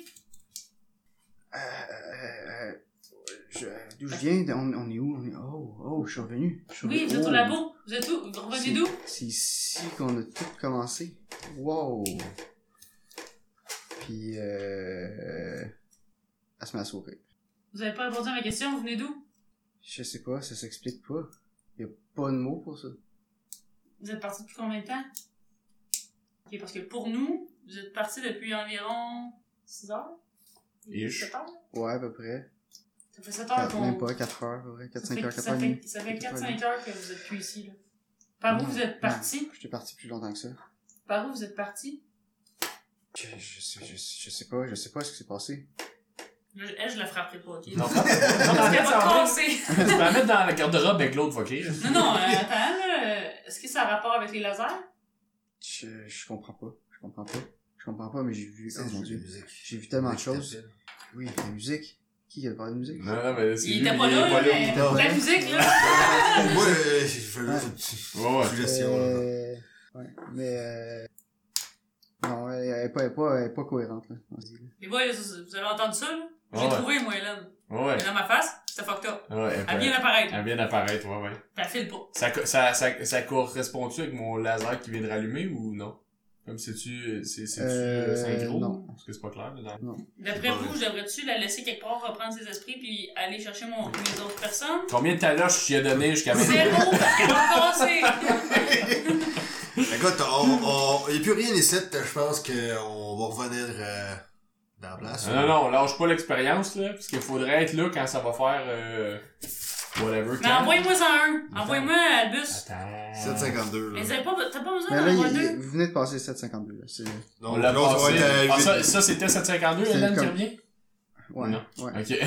Speaker 4: Euh, euh, je- D'où je viens? On, on est où? On est... Oh, oh, je suis revenu. Je suis
Speaker 3: Oui,
Speaker 4: revenu.
Speaker 3: vous êtes
Speaker 4: Oh.
Speaker 3: au labo. Vous êtes où? Vous revenez
Speaker 4: C'est-
Speaker 3: d'où?
Speaker 4: C'est ici qu'on a tout commencé. Wow! Puis, euh... euh, Elle se met à sourire.
Speaker 3: Vous avez pas répondu à ma question, vous venez d'où?
Speaker 4: Je sais pas, ça s'explique pas. Y a pas de mots pour ça.
Speaker 3: Vous êtes parti depuis combien de temps? Ok, parce que pour nous, vous êtes parti depuis environ 6 heures?
Speaker 2: Ish.
Speaker 3: 7 heures?
Speaker 4: Ouais, à peu près.
Speaker 3: Ça fait 7 heures
Speaker 4: Quatre-
Speaker 3: qu'on...
Speaker 4: même pas, 4 heures, à peu près. 4,
Speaker 3: Ah, ça fait,
Speaker 4: 5 heures, 4
Speaker 3: ça
Speaker 4: heures. et demie.
Speaker 3: fait, ça fait
Speaker 4: Quatre heures et
Speaker 3: 4-5 heures que vous êtes plus ici, là. Par où
Speaker 4: Non,
Speaker 3: vous êtes parti?
Speaker 4: J'étais parti plus longtemps que ça.
Speaker 3: Par où vous êtes parti?
Speaker 4: Je, je, sais, je, je sais pas, je sais pas ce qui s'est passé.
Speaker 3: Je, eh, je la frapperai pas, ok?
Speaker 2: Non,
Speaker 3: Parce
Speaker 2: non, parce
Speaker 3: qu'elle
Speaker 2: que
Speaker 3: va
Speaker 2: ça va.
Speaker 3: casser!
Speaker 2: Tu vas la mettre dans la garde-robe avec l'autre, ok?
Speaker 3: Non, non, euh, attends, là, euh, est-ce que ça a rapport avec les lasers?
Speaker 4: Je, je comprends pas, je comprends pas. Je comprends pas, mais j'ai vu...
Speaker 5: C'est
Speaker 4: Oh
Speaker 5: juste de la
Speaker 4: mon dieu.
Speaker 5: musique.
Speaker 4: J'ai vu tellement de choses. Oui, la musique. Qui a parlé de musique?
Speaker 2: Non, non, mais c'est
Speaker 3: Il
Speaker 2: lui,
Speaker 3: était pas
Speaker 2: il
Speaker 3: là,
Speaker 2: est
Speaker 3: là,
Speaker 2: il
Speaker 3: mais
Speaker 2: est
Speaker 4: pas là.
Speaker 3: la musique, là.
Speaker 5: Moi, euh, je veux
Speaker 4: Ouais.
Speaker 5: juste une petite
Speaker 2: Ouais, ouais.
Speaker 5: suggestion, là.
Speaker 4: Euh, ouais, mais euh, non, elle elle est pas, elle est pas, elle est pas cohérente là. Vas-y, là.
Speaker 3: Les boys, vous avez entendu ça, là? Je l'ai
Speaker 2: Ouais.
Speaker 3: trouvé, moi, Hélène.
Speaker 2: Ouais,
Speaker 3: Elle est dans ma face, c'était fucked up.
Speaker 2: ouais. elle
Speaker 3: Elle vient
Speaker 2: peut-
Speaker 3: d'apparaître, là.
Speaker 2: Elle vient d'apparaître, ouais, ouais.
Speaker 3: Elle file pas.
Speaker 2: Ça, co- ça, ça, ça correspond-tu avec mon laser qui vient de rallumer ou non? Comme c'est-tu, c'est, c'est-tu
Speaker 4: Euh,
Speaker 2: synchro?
Speaker 4: non.
Speaker 2: Parce que c'est pas clair, là, dans-
Speaker 3: D'après vous, devrais-tu la laisser quelque part reprendre ses esprits puis aller chercher mon, mes autres personnes?
Speaker 2: Combien de taloches tu as donné jusqu'à maintenant?
Speaker 3: Zéro, parce qu'elle m'a cassé!
Speaker 5: Ben, Écoute, on, on, il n'y a plus rien ici, je pense qu'on va revenir euh, dans la place.
Speaker 2: Non, non, non, lâche pas l'expérience, là, parce qu'il faudrait être là quand ça va faire, euh, whatever.
Speaker 3: Mais
Speaker 2: quand.
Speaker 3: envoyez-moi-en un! Envoyez-moi Albus!
Speaker 2: Attends.
Speaker 5: 7,52
Speaker 3: Mais
Speaker 5: là.
Speaker 3: t'as pas, t'as pas besoin
Speaker 4: Mais là,
Speaker 3: d'en avoir
Speaker 4: il- il-
Speaker 3: deux?
Speaker 4: vous venez de passer 7,52. là, c'est-
Speaker 2: On l'a
Speaker 5: là, on va
Speaker 2: passé.
Speaker 5: être à
Speaker 2: Ah, ça,
Speaker 5: huit.
Speaker 2: ça, c'était 752,
Speaker 4: C'est
Speaker 2: Hélène,
Speaker 4: comme-
Speaker 2: tu reviens?
Speaker 4: Ouais,
Speaker 2: Non.
Speaker 4: ouais.
Speaker 2: Ok. ok, c'est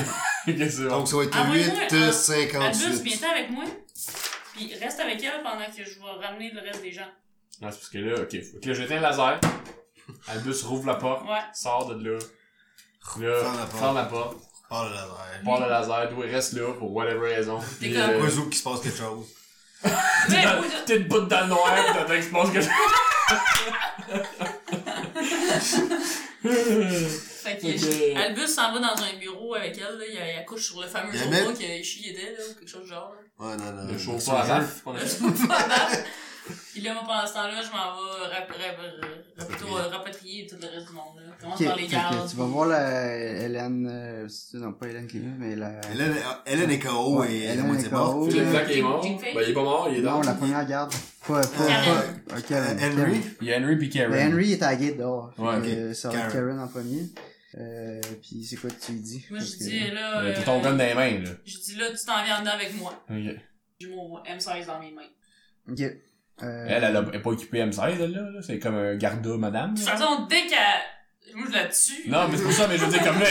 Speaker 2: bon.
Speaker 5: Donc ça va être
Speaker 3: Envoyez-moi un-
Speaker 5: 8,58.
Speaker 3: Albus, viens-t'en avec moi. Puis reste avec elle pendant que je vais ramener le reste des gens.
Speaker 2: Non, c'est parce que là, ok. Fait que là, j'éteins le laser. Albus rouvre la porte,
Speaker 3: Ouais.
Speaker 2: sort de là.
Speaker 5: Ferme la
Speaker 2: Là,
Speaker 5: porte.
Speaker 2: ferme la porte,
Speaker 5: Oh là là, ouais.
Speaker 2: part le laser, d'où il reste là, pour whatever raison.
Speaker 3: T'es
Speaker 2: Puis,
Speaker 3: comme- Ah,
Speaker 2: euh,
Speaker 5: Au cas où qu'il se passe quelque chose.
Speaker 3: Mais
Speaker 2: dans-
Speaker 3: oui, de-
Speaker 2: T'es une bout dans le noir, pis t'attends qu'il se passe quelque
Speaker 3: fait que
Speaker 2: Ok.
Speaker 3: Albus s'en va dans un bureau avec elle, là, il, il accouche sur le fameux
Speaker 5: Il y a
Speaker 3: sofa
Speaker 5: même-
Speaker 3: que Chi était, là, ou quelque chose du genre. là.
Speaker 5: Ouais, non, non.
Speaker 4: Euh,
Speaker 2: Le
Speaker 5: chauffe
Speaker 2: chauffeur à raf, qu'on a
Speaker 3: Puis là, moi, pendant ce temps-là, je m'en vais rap- rap- rap- plutôt, euh, rapatrier tout le reste du monde. Là. Commence
Speaker 4: Ok,
Speaker 3: par les
Speaker 4: fait que
Speaker 3: gardes.
Speaker 4: tu vas voir la Hélène, euh, c'est- non pas Hélène Clément, mais la...
Speaker 5: Hélène, Hélène est KO
Speaker 4: Ouais,
Speaker 5: et elle est
Speaker 4: Hélène
Speaker 5: à moitié
Speaker 4: est
Speaker 5: morte.
Speaker 4: KO.
Speaker 2: Philippe Black est mort.
Speaker 3: Jake Fay?
Speaker 2: Ben, il est pas mort, il est
Speaker 4: non,
Speaker 2: dans.
Speaker 4: la première garde. Pas, pas,
Speaker 3: Karen.
Speaker 4: pas- euh,
Speaker 5: Euh,
Speaker 4: Karen.
Speaker 5: Henry?
Speaker 2: Il y a Henry pis
Speaker 4: Karen. Mais Ben, Henry est à la gate dehors.
Speaker 2: Ouais,
Speaker 4: Fait que Ça va être
Speaker 5: Karen.
Speaker 4: Karen en premier. Euh, puis c'est quoi que tu lui dis?
Speaker 3: Moi,
Speaker 4: Parce
Speaker 3: je
Speaker 4: que-
Speaker 3: dis, là,
Speaker 2: Euh,
Speaker 3: euh,
Speaker 2: T'as ton gun dans les mains, là.
Speaker 3: je dis, là, tu t'en viens en dedans avec moi.
Speaker 2: Ok.
Speaker 3: J'ai mon M16 dans mes mains.
Speaker 4: Ok. Euh,
Speaker 2: Elle, elle a- elle est pas occupée M16, elle, là. là. C'est comme un garda, madame.
Speaker 3: De toute façon, dès qu'elle. Moi, je la tue.
Speaker 2: Non, mais c'est pour ça, mais je veux dire, comme là,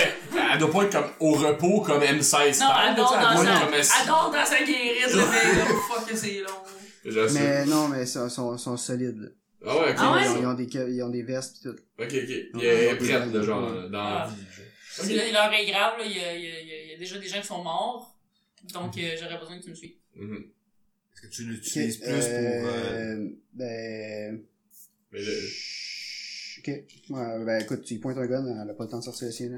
Speaker 2: elle doit pas être comme au repos comme M16.
Speaker 3: Non, elle dort dans
Speaker 2: doit être
Speaker 3: sa,
Speaker 2: comme
Speaker 3: elle dort dans sa guérite, le mec, là, oh, fuck que c'est long.
Speaker 2: Je sais.
Speaker 4: Mais non, mais ils sont, sont, sont solides. là.
Speaker 2: Ah ouais, ok.
Speaker 3: Ah ouais?
Speaker 4: Ils, ont, ils ont des, ils ont des vestes pis tout.
Speaker 2: Ok, ok. Il est prête, là, genre, euh, dans la
Speaker 3: Ah.
Speaker 2: vie.
Speaker 3: Parce que là, L'heure est grave, là, il y a, il y a- il y a- il y a déjà des gens qui sont morts. Donc, euh, j'aurais besoin que tu me suives.
Speaker 2: Mhm.
Speaker 5: Est-ce que tu l'utilises
Speaker 4: Ok,
Speaker 5: plus pour... euh,
Speaker 4: euh, Ben...
Speaker 2: Mais le-
Speaker 4: Ok. Ouais, ben écoute, tu lui pointes un gun, elle a pas le temps de sortir le sien là.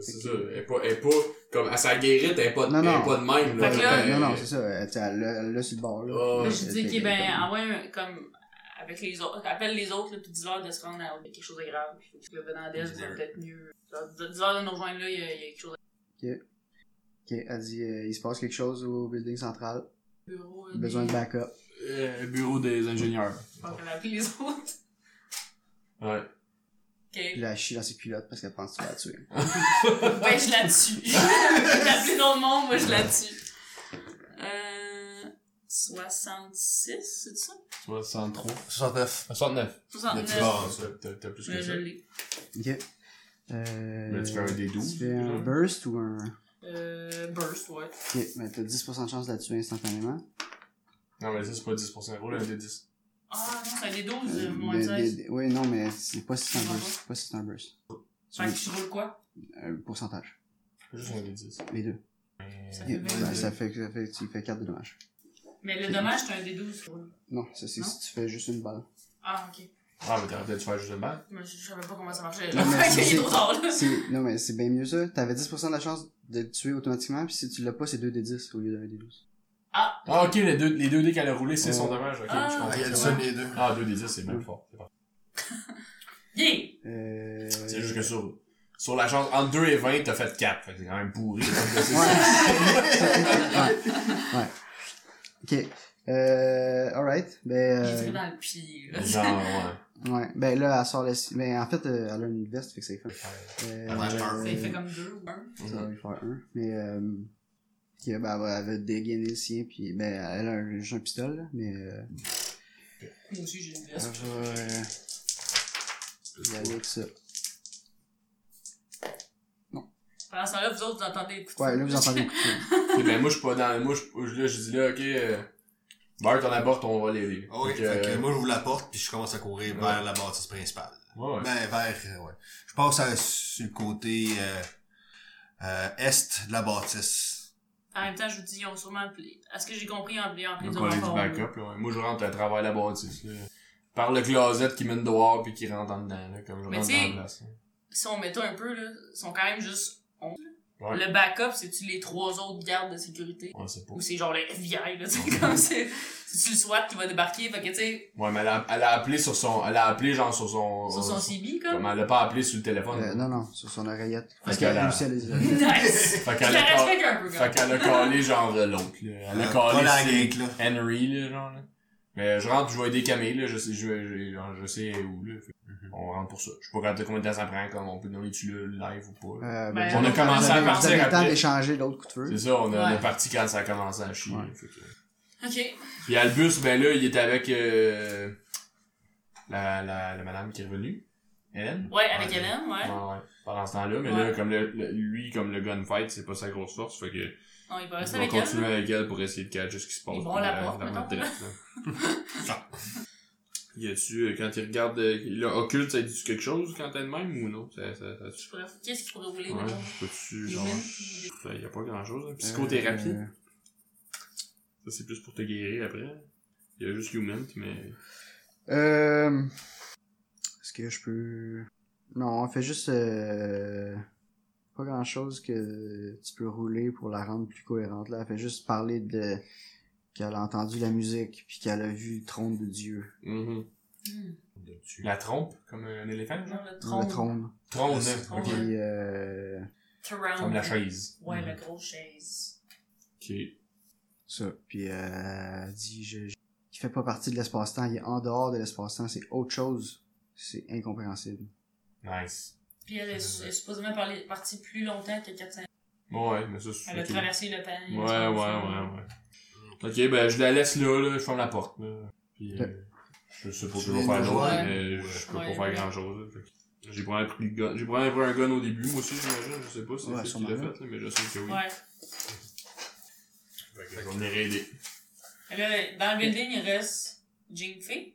Speaker 2: C'est ça. Elle est pas, elle est pas, comme, à sa guérite, elle est pas,
Speaker 4: Non,
Speaker 2: elle est
Speaker 4: non.
Speaker 2: pas de même, là.
Speaker 3: Fait que là-
Speaker 2: Elle-
Speaker 4: non, non, c'est ça. euh, tu sais, Elle l'a elle l'a sur le bord là.
Speaker 2: Ouais,
Speaker 3: Là,
Speaker 2: ouais.
Speaker 3: je dis,
Speaker 4: T'es-
Speaker 3: ok, ben,
Speaker 4: t'es-
Speaker 3: envoie un, comme, avec les autres, appelle les autres, là, puis dis-leur de se rendre à quelque chose de grave. Puis faut que le venant d'elle, c'est peut-être mieux. Genre, dis- Dis-leur de nous rejoindre là, il y, a il y a quelque chose
Speaker 4: Ok, elle dit, euh, il se passe quelque chose au building central.
Speaker 3: de bureau. là,
Speaker 4: Besoin de
Speaker 3: des-
Speaker 4: backup.
Speaker 2: Euh, bureau des ingénieurs.
Speaker 3: Je pense qu'elle a appelé les autres.
Speaker 2: Ouais.
Speaker 4: Puis
Speaker 3: Ok.
Speaker 4: là, elle chie dans ses culottes parce qu'elle pense que tu vas la tuer.
Speaker 3: Ben, je la tue. J'ai appelé dans le monde, moi, je la tue. Euh, 66, c'est ça?
Speaker 2: 63.
Speaker 5: 69.
Speaker 2: 69.
Speaker 4: Ah,
Speaker 3: 69.
Speaker 5: Bon, ça.
Speaker 2: T'as t'as plus
Speaker 3: Mais
Speaker 2: que
Speaker 3: Euh, je
Speaker 2: ça.
Speaker 4: Euh,
Speaker 3: l'ai.
Speaker 4: Ok. Euh,
Speaker 2: Mais tu fais un des douze,
Speaker 4: Tu fais un
Speaker 2: genre.
Speaker 4: burst ou un.
Speaker 3: Euh, burst, ouais.
Speaker 4: Ok, mais t'as 10% de chance de la tuer instantanément.
Speaker 2: Non, mais ça, c'est pas 10%. Roule un des 10.
Speaker 3: Ah, non, c'est des 12,
Speaker 4: Euh,
Speaker 3: euh, moins
Speaker 4: des-
Speaker 3: 16.
Speaker 4: des- des- Oui, non, mais c'est pas si c'est
Speaker 3: Ça
Speaker 4: un
Speaker 3: va.
Speaker 4: burst. Pas si c'est un burst.
Speaker 3: Fait que je roule quoi?
Speaker 4: Un pourcentage.
Speaker 2: Juste un des 10.
Speaker 4: Les deux.
Speaker 3: Ça
Speaker 4: Ok,
Speaker 3: fait
Speaker 4: ben,
Speaker 3: 22.
Speaker 4: ça fait que ça fait, tu fais 4 de dommages.
Speaker 3: Mais le dommage, c'est un des 12.
Speaker 4: Non, ça c'est
Speaker 3: Non.
Speaker 4: si tu fais juste une balle.
Speaker 3: Ah, ok.
Speaker 2: Ah, mais t'aurais peut-être faire juste le balle.
Speaker 3: Moi, je, je savais pas comment ça marchait.
Speaker 4: Non, mais
Speaker 3: Ok, il
Speaker 4: c'est-
Speaker 3: est trop tard, là.
Speaker 4: C'est- Non, mais c'est bien mieux ça. T'avais 10% de la chance de le tuer automatiquement, puis si tu l'as pas, c'est 2 des 10 au lieu d'un des 12.
Speaker 2: Ah, ok, les deux, les deux dés qu'elle a roulé, c'est son
Speaker 4: Ouais.
Speaker 2: dommage. Ok,
Speaker 3: Ah.
Speaker 2: je
Speaker 5: Ah, il y a le
Speaker 2: comprends.
Speaker 5: seul les deux.
Speaker 2: Ah, 2 des 10, c'est même fort. C'est parfait.
Speaker 3: Yeah!
Speaker 4: Euh...
Speaker 2: C'est juste que sur, sur la chance, entre 2 et 20, t'as fait 4. Fait que c'est quand même pourri.
Speaker 4: Ouais. ouais. Ouais. Ok. Euh, alright. Ben,
Speaker 3: J'ai tiré
Speaker 4: euh,
Speaker 3: dans le pied, là.
Speaker 2: Genre, ouais.
Speaker 4: ouais. Ben, là, elle sort le, si- mais en fait, euh, elle a une veste, fait que ça y fait. Euh,
Speaker 5: Ouais,
Speaker 4: euh,
Speaker 3: Ça, il fait comme deux ou un.
Speaker 4: ça va lui faire un. Mais, euh, ok, ben, elle va, elle va dégainer le sien, puis, ben, elle a un, juste un pistolet, là, mais, euh,
Speaker 3: Moi aussi, j'ai une
Speaker 4: elle
Speaker 3: veste.
Speaker 4: va, euh, y aller avec ça.
Speaker 3: Pendant ce temps-là, vous autres, vous entendez les coups de
Speaker 4: Ouais,
Speaker 3: feu.
Speaker 4: là, vous entendez écouter.
Speaker 2: Et ben, moi, je suis pas dans, moi, je, je- là, je dis là, ok, euh, Bart, on aborde, on va l'aider.
Speaker 5: Ah oui,
Speaker 2: Fait que,
Speaker 5: fait que moi j'ouvre la porte puis je commence à courir
Speaker 2: euh, Ouais.
Speaker 5: vers la bâtisse principale.
Speaker 2: ouais, ouais.
Speaker 5: Ben vers, euh, ouais. Je passe à, sur le côté euh, euh, est de la bâtisse.
Speaker 3: En même temps, je vous dis, ils ont sûrement appelé. À ce que j'ai compris, ils ont appelé en plein
Speaker 2: Donc,
Speaker 3: de
Speaker 2: on a du
Speaker 3: renfort, là.
Speaker 2: backup, là, ouais. Moi, je rentre à travers la bâtisse, là. Par le closet qui mène dehors puis qui rentre en dedans, là, comme je
Speaker 3: Mais
Speaker 2: rentre
Speaker 3: tu sais-
Speaker 2: dans la place. là.
Speaker 3: Si on mettait un peu, là, ils sont quand même juste 11.
Speaker 7: Ouais.
Speaker 3: Le backup, c'est-tu les trois autres gardes de sécurité?
Speaker 2: On sait pas.
Speaker 3: Ou c'est genre le FBI, là, tu sais, comme c'est... C'est-tu le SWAT qui va débarquer? Fait que, tu sais,
Speaker 2: Ouais, mais elle a, elle a appelé sur son. Elle a appelé genre sur son.
Speaker 3: sur son CB,
Speaker 2: Comme
Speaker 3: comme.
Speaker 2: elle a pas appelé sur le téléphone.
Speaker 4: Euh, non, non, sur son oreillette.
Speaker 2: Parce
Speaker 4: Parce
Speaker 2: qu'elle
Speaker 4: qu'elle
Speaker 2: a-
Speaker 4: a réussi à les Euh, isoler.
Speaker 3: Nice!
Speaker 2: Fait
Speaker 3: Je
Speaker 2: qu'elle
Speaker 3: le
Speaker 2: a, ca-
Speaker 3: respecte un peu,
Speaker 2: fait
Speaker 3: comme.
Speaker 2: qu'elle a calé genre euh, l'autre, là. Elle a
Speaker 5: Ah,
Speaker 2: calé
Speaker 5: pas la
Speaker 2: c'est
Speaker 5: geek, là.
Speaker 2: Henry, là, genre, là. Mais je rentre, je vais aider Camille, là. Je sais, je, je, genre, je sais où, là. Fait que On rentre pour ça. Je sais pas quand combien de temps ça prend, comme on peut donner tu le live ou pas. là.
Speaker 4: Euh,
Speaker 3: Ben,
Speaker 4: vous
Speaker 2: on a
Speaker 4: avez-
Speaker 2: commencé
Speaker 4: vous
Speaker 2: à
Speaker 4: avez-
Speaker 2: partir
Speaker 4: Vous avez le temps
Speaker 2: après.
Speaker 4: d'échanger l'autre coup de feu.
Speaker 2: C'est ça, on, a, on est
Speaker 3: Ouais.
Speaker 2: parti quand ça a commencé à chier.
Speaker 4: Ouais.
Speaker 2: fait que-
Speaker 3: Ok.
Speaker 2: Puis Albus, ben là, il était avec euh, la, la, la madame qui est revenue. Hélène.
Speaker 3: Ouais, avec
Speaker 2: Ouais.
Speaker 3: Hélène, ouais.
Speaker 2: Ouais, ouais. Pendant ce temps-là, mais
Speaker 3: Ouais.
Speaker 2: là, comme le- le- lui, comme le gunfight, c'est pas sa grosse force, fait que
Speaker 3: On il va
Speaker 2: on
Speaker 3: rester
Speaker 2: va
Speaker 3: avec elle.
Speaker 2: continuer avec elle pour essayer de catcher ce qui se passe.
Speaker 3: Ah, Ils vont
Speaker 2: pour
Speaker 3: la voir,
Speaker 2: vraiment
Speaker 3: mettons.
Speaker 2: dresse, là. Il Y a-tu, euh, quand il regarde, euh, là, occulte, ça dit quelque chose quand t'es de même ou non? Ça, ça, ça,
Speaker 3: Je pourrais- Qu'est-ce qu'il pourrait rouler,
Speaker 2: ouais,
Speaker 3: mettons?
Speaker 2: peux-tu,
Speaker 3: Human
Speaker 2: genre,
Speaker 3: ou
Speaker 2: ben, y a pas grand-chose, hein. Psychothérapie,
Speaker 4: Euh,
Speaker 2: ça c'est plus pour te guérir après. Il y a juste human, mais...
Speaker 4: Euh... Est-ce que je peux... Non, on fait juste... Euh... Pas grand-chose que tu peux rouler pour la rendre plus cohérente. Là, elle fait juste parler de... Qu'elle a entendu la musique, puis qu'elle a vu le trône de Dieu.
Speaker 2: Mhm.
Speaker 3: Hmm.
Speaker 2: La trompe, comme euh, un éléphant, genre?
Speaker 3: Non, le
Speaker 4: Trône.
Speaker 3: trône.
Speaker 4: Le trône.
Speaker 2: Trône,
Speaker 5: Le
Speaker 2: hein.
Speaker 3: trône.
Speaker 2: Ok.
Speaker 4: Puis, euh...
Speaker 3: Trône.
Speaker 2: Comme la chaise.
Speaker 3: Ouais,
Speaker 2: Mhm.
Speaker 3: la grosse chaise.
Speaker 2: Ok.
Speaker 4: Ça. Puis, euh... Elle dit... Je... je- Il fait pas partie de l'espace-temps. Il est en dehors de l'espace-temps. C'est autre chose. C'est incompréhensible.
Speaker 2: Nice.
Speaker 3: Puis elle est, elle est supposément parler- partie plus longtemps que 400.
Speaker 2: Ouais, mais ça, c'est...
Speaker 3: Elle a
Speaker 2: ok.
Speaker 3: traversé le temps.
Speaker 2: Ouais, ouais, ouais, ouais. Ok, ben je la laisse là, là je ferme la porte. Là. Puis, euh,
Speaker 4: Ouais.
Speaker 2: je sais pas
Speaker 5: Tu
Speaker 2: ce que je vais faire
Speaker 5: veux
Speaker 2: d'autre,
Speaker 3: jouer?
Speaker 2: mais je peux
Speaker 3: Ouais.
Speaker 2: pas faire grand chose. là. Fait que J'ai probablement pris le gun. J'ai probablement pris un gun au début, moi aussi, j'imagine. Je sais pas si c'est
Speaker 4: Ouais,
Speaker 2: lui qui l'a
Speaker 4: sûrement.
Speaker 2: fait, là, mais je sais que oui.
Speaker 3: Ouais.
Speaker 2: Fait que je vais venir aider.
Speaker 3: Et Là, dans le building, il reste Jing Fei,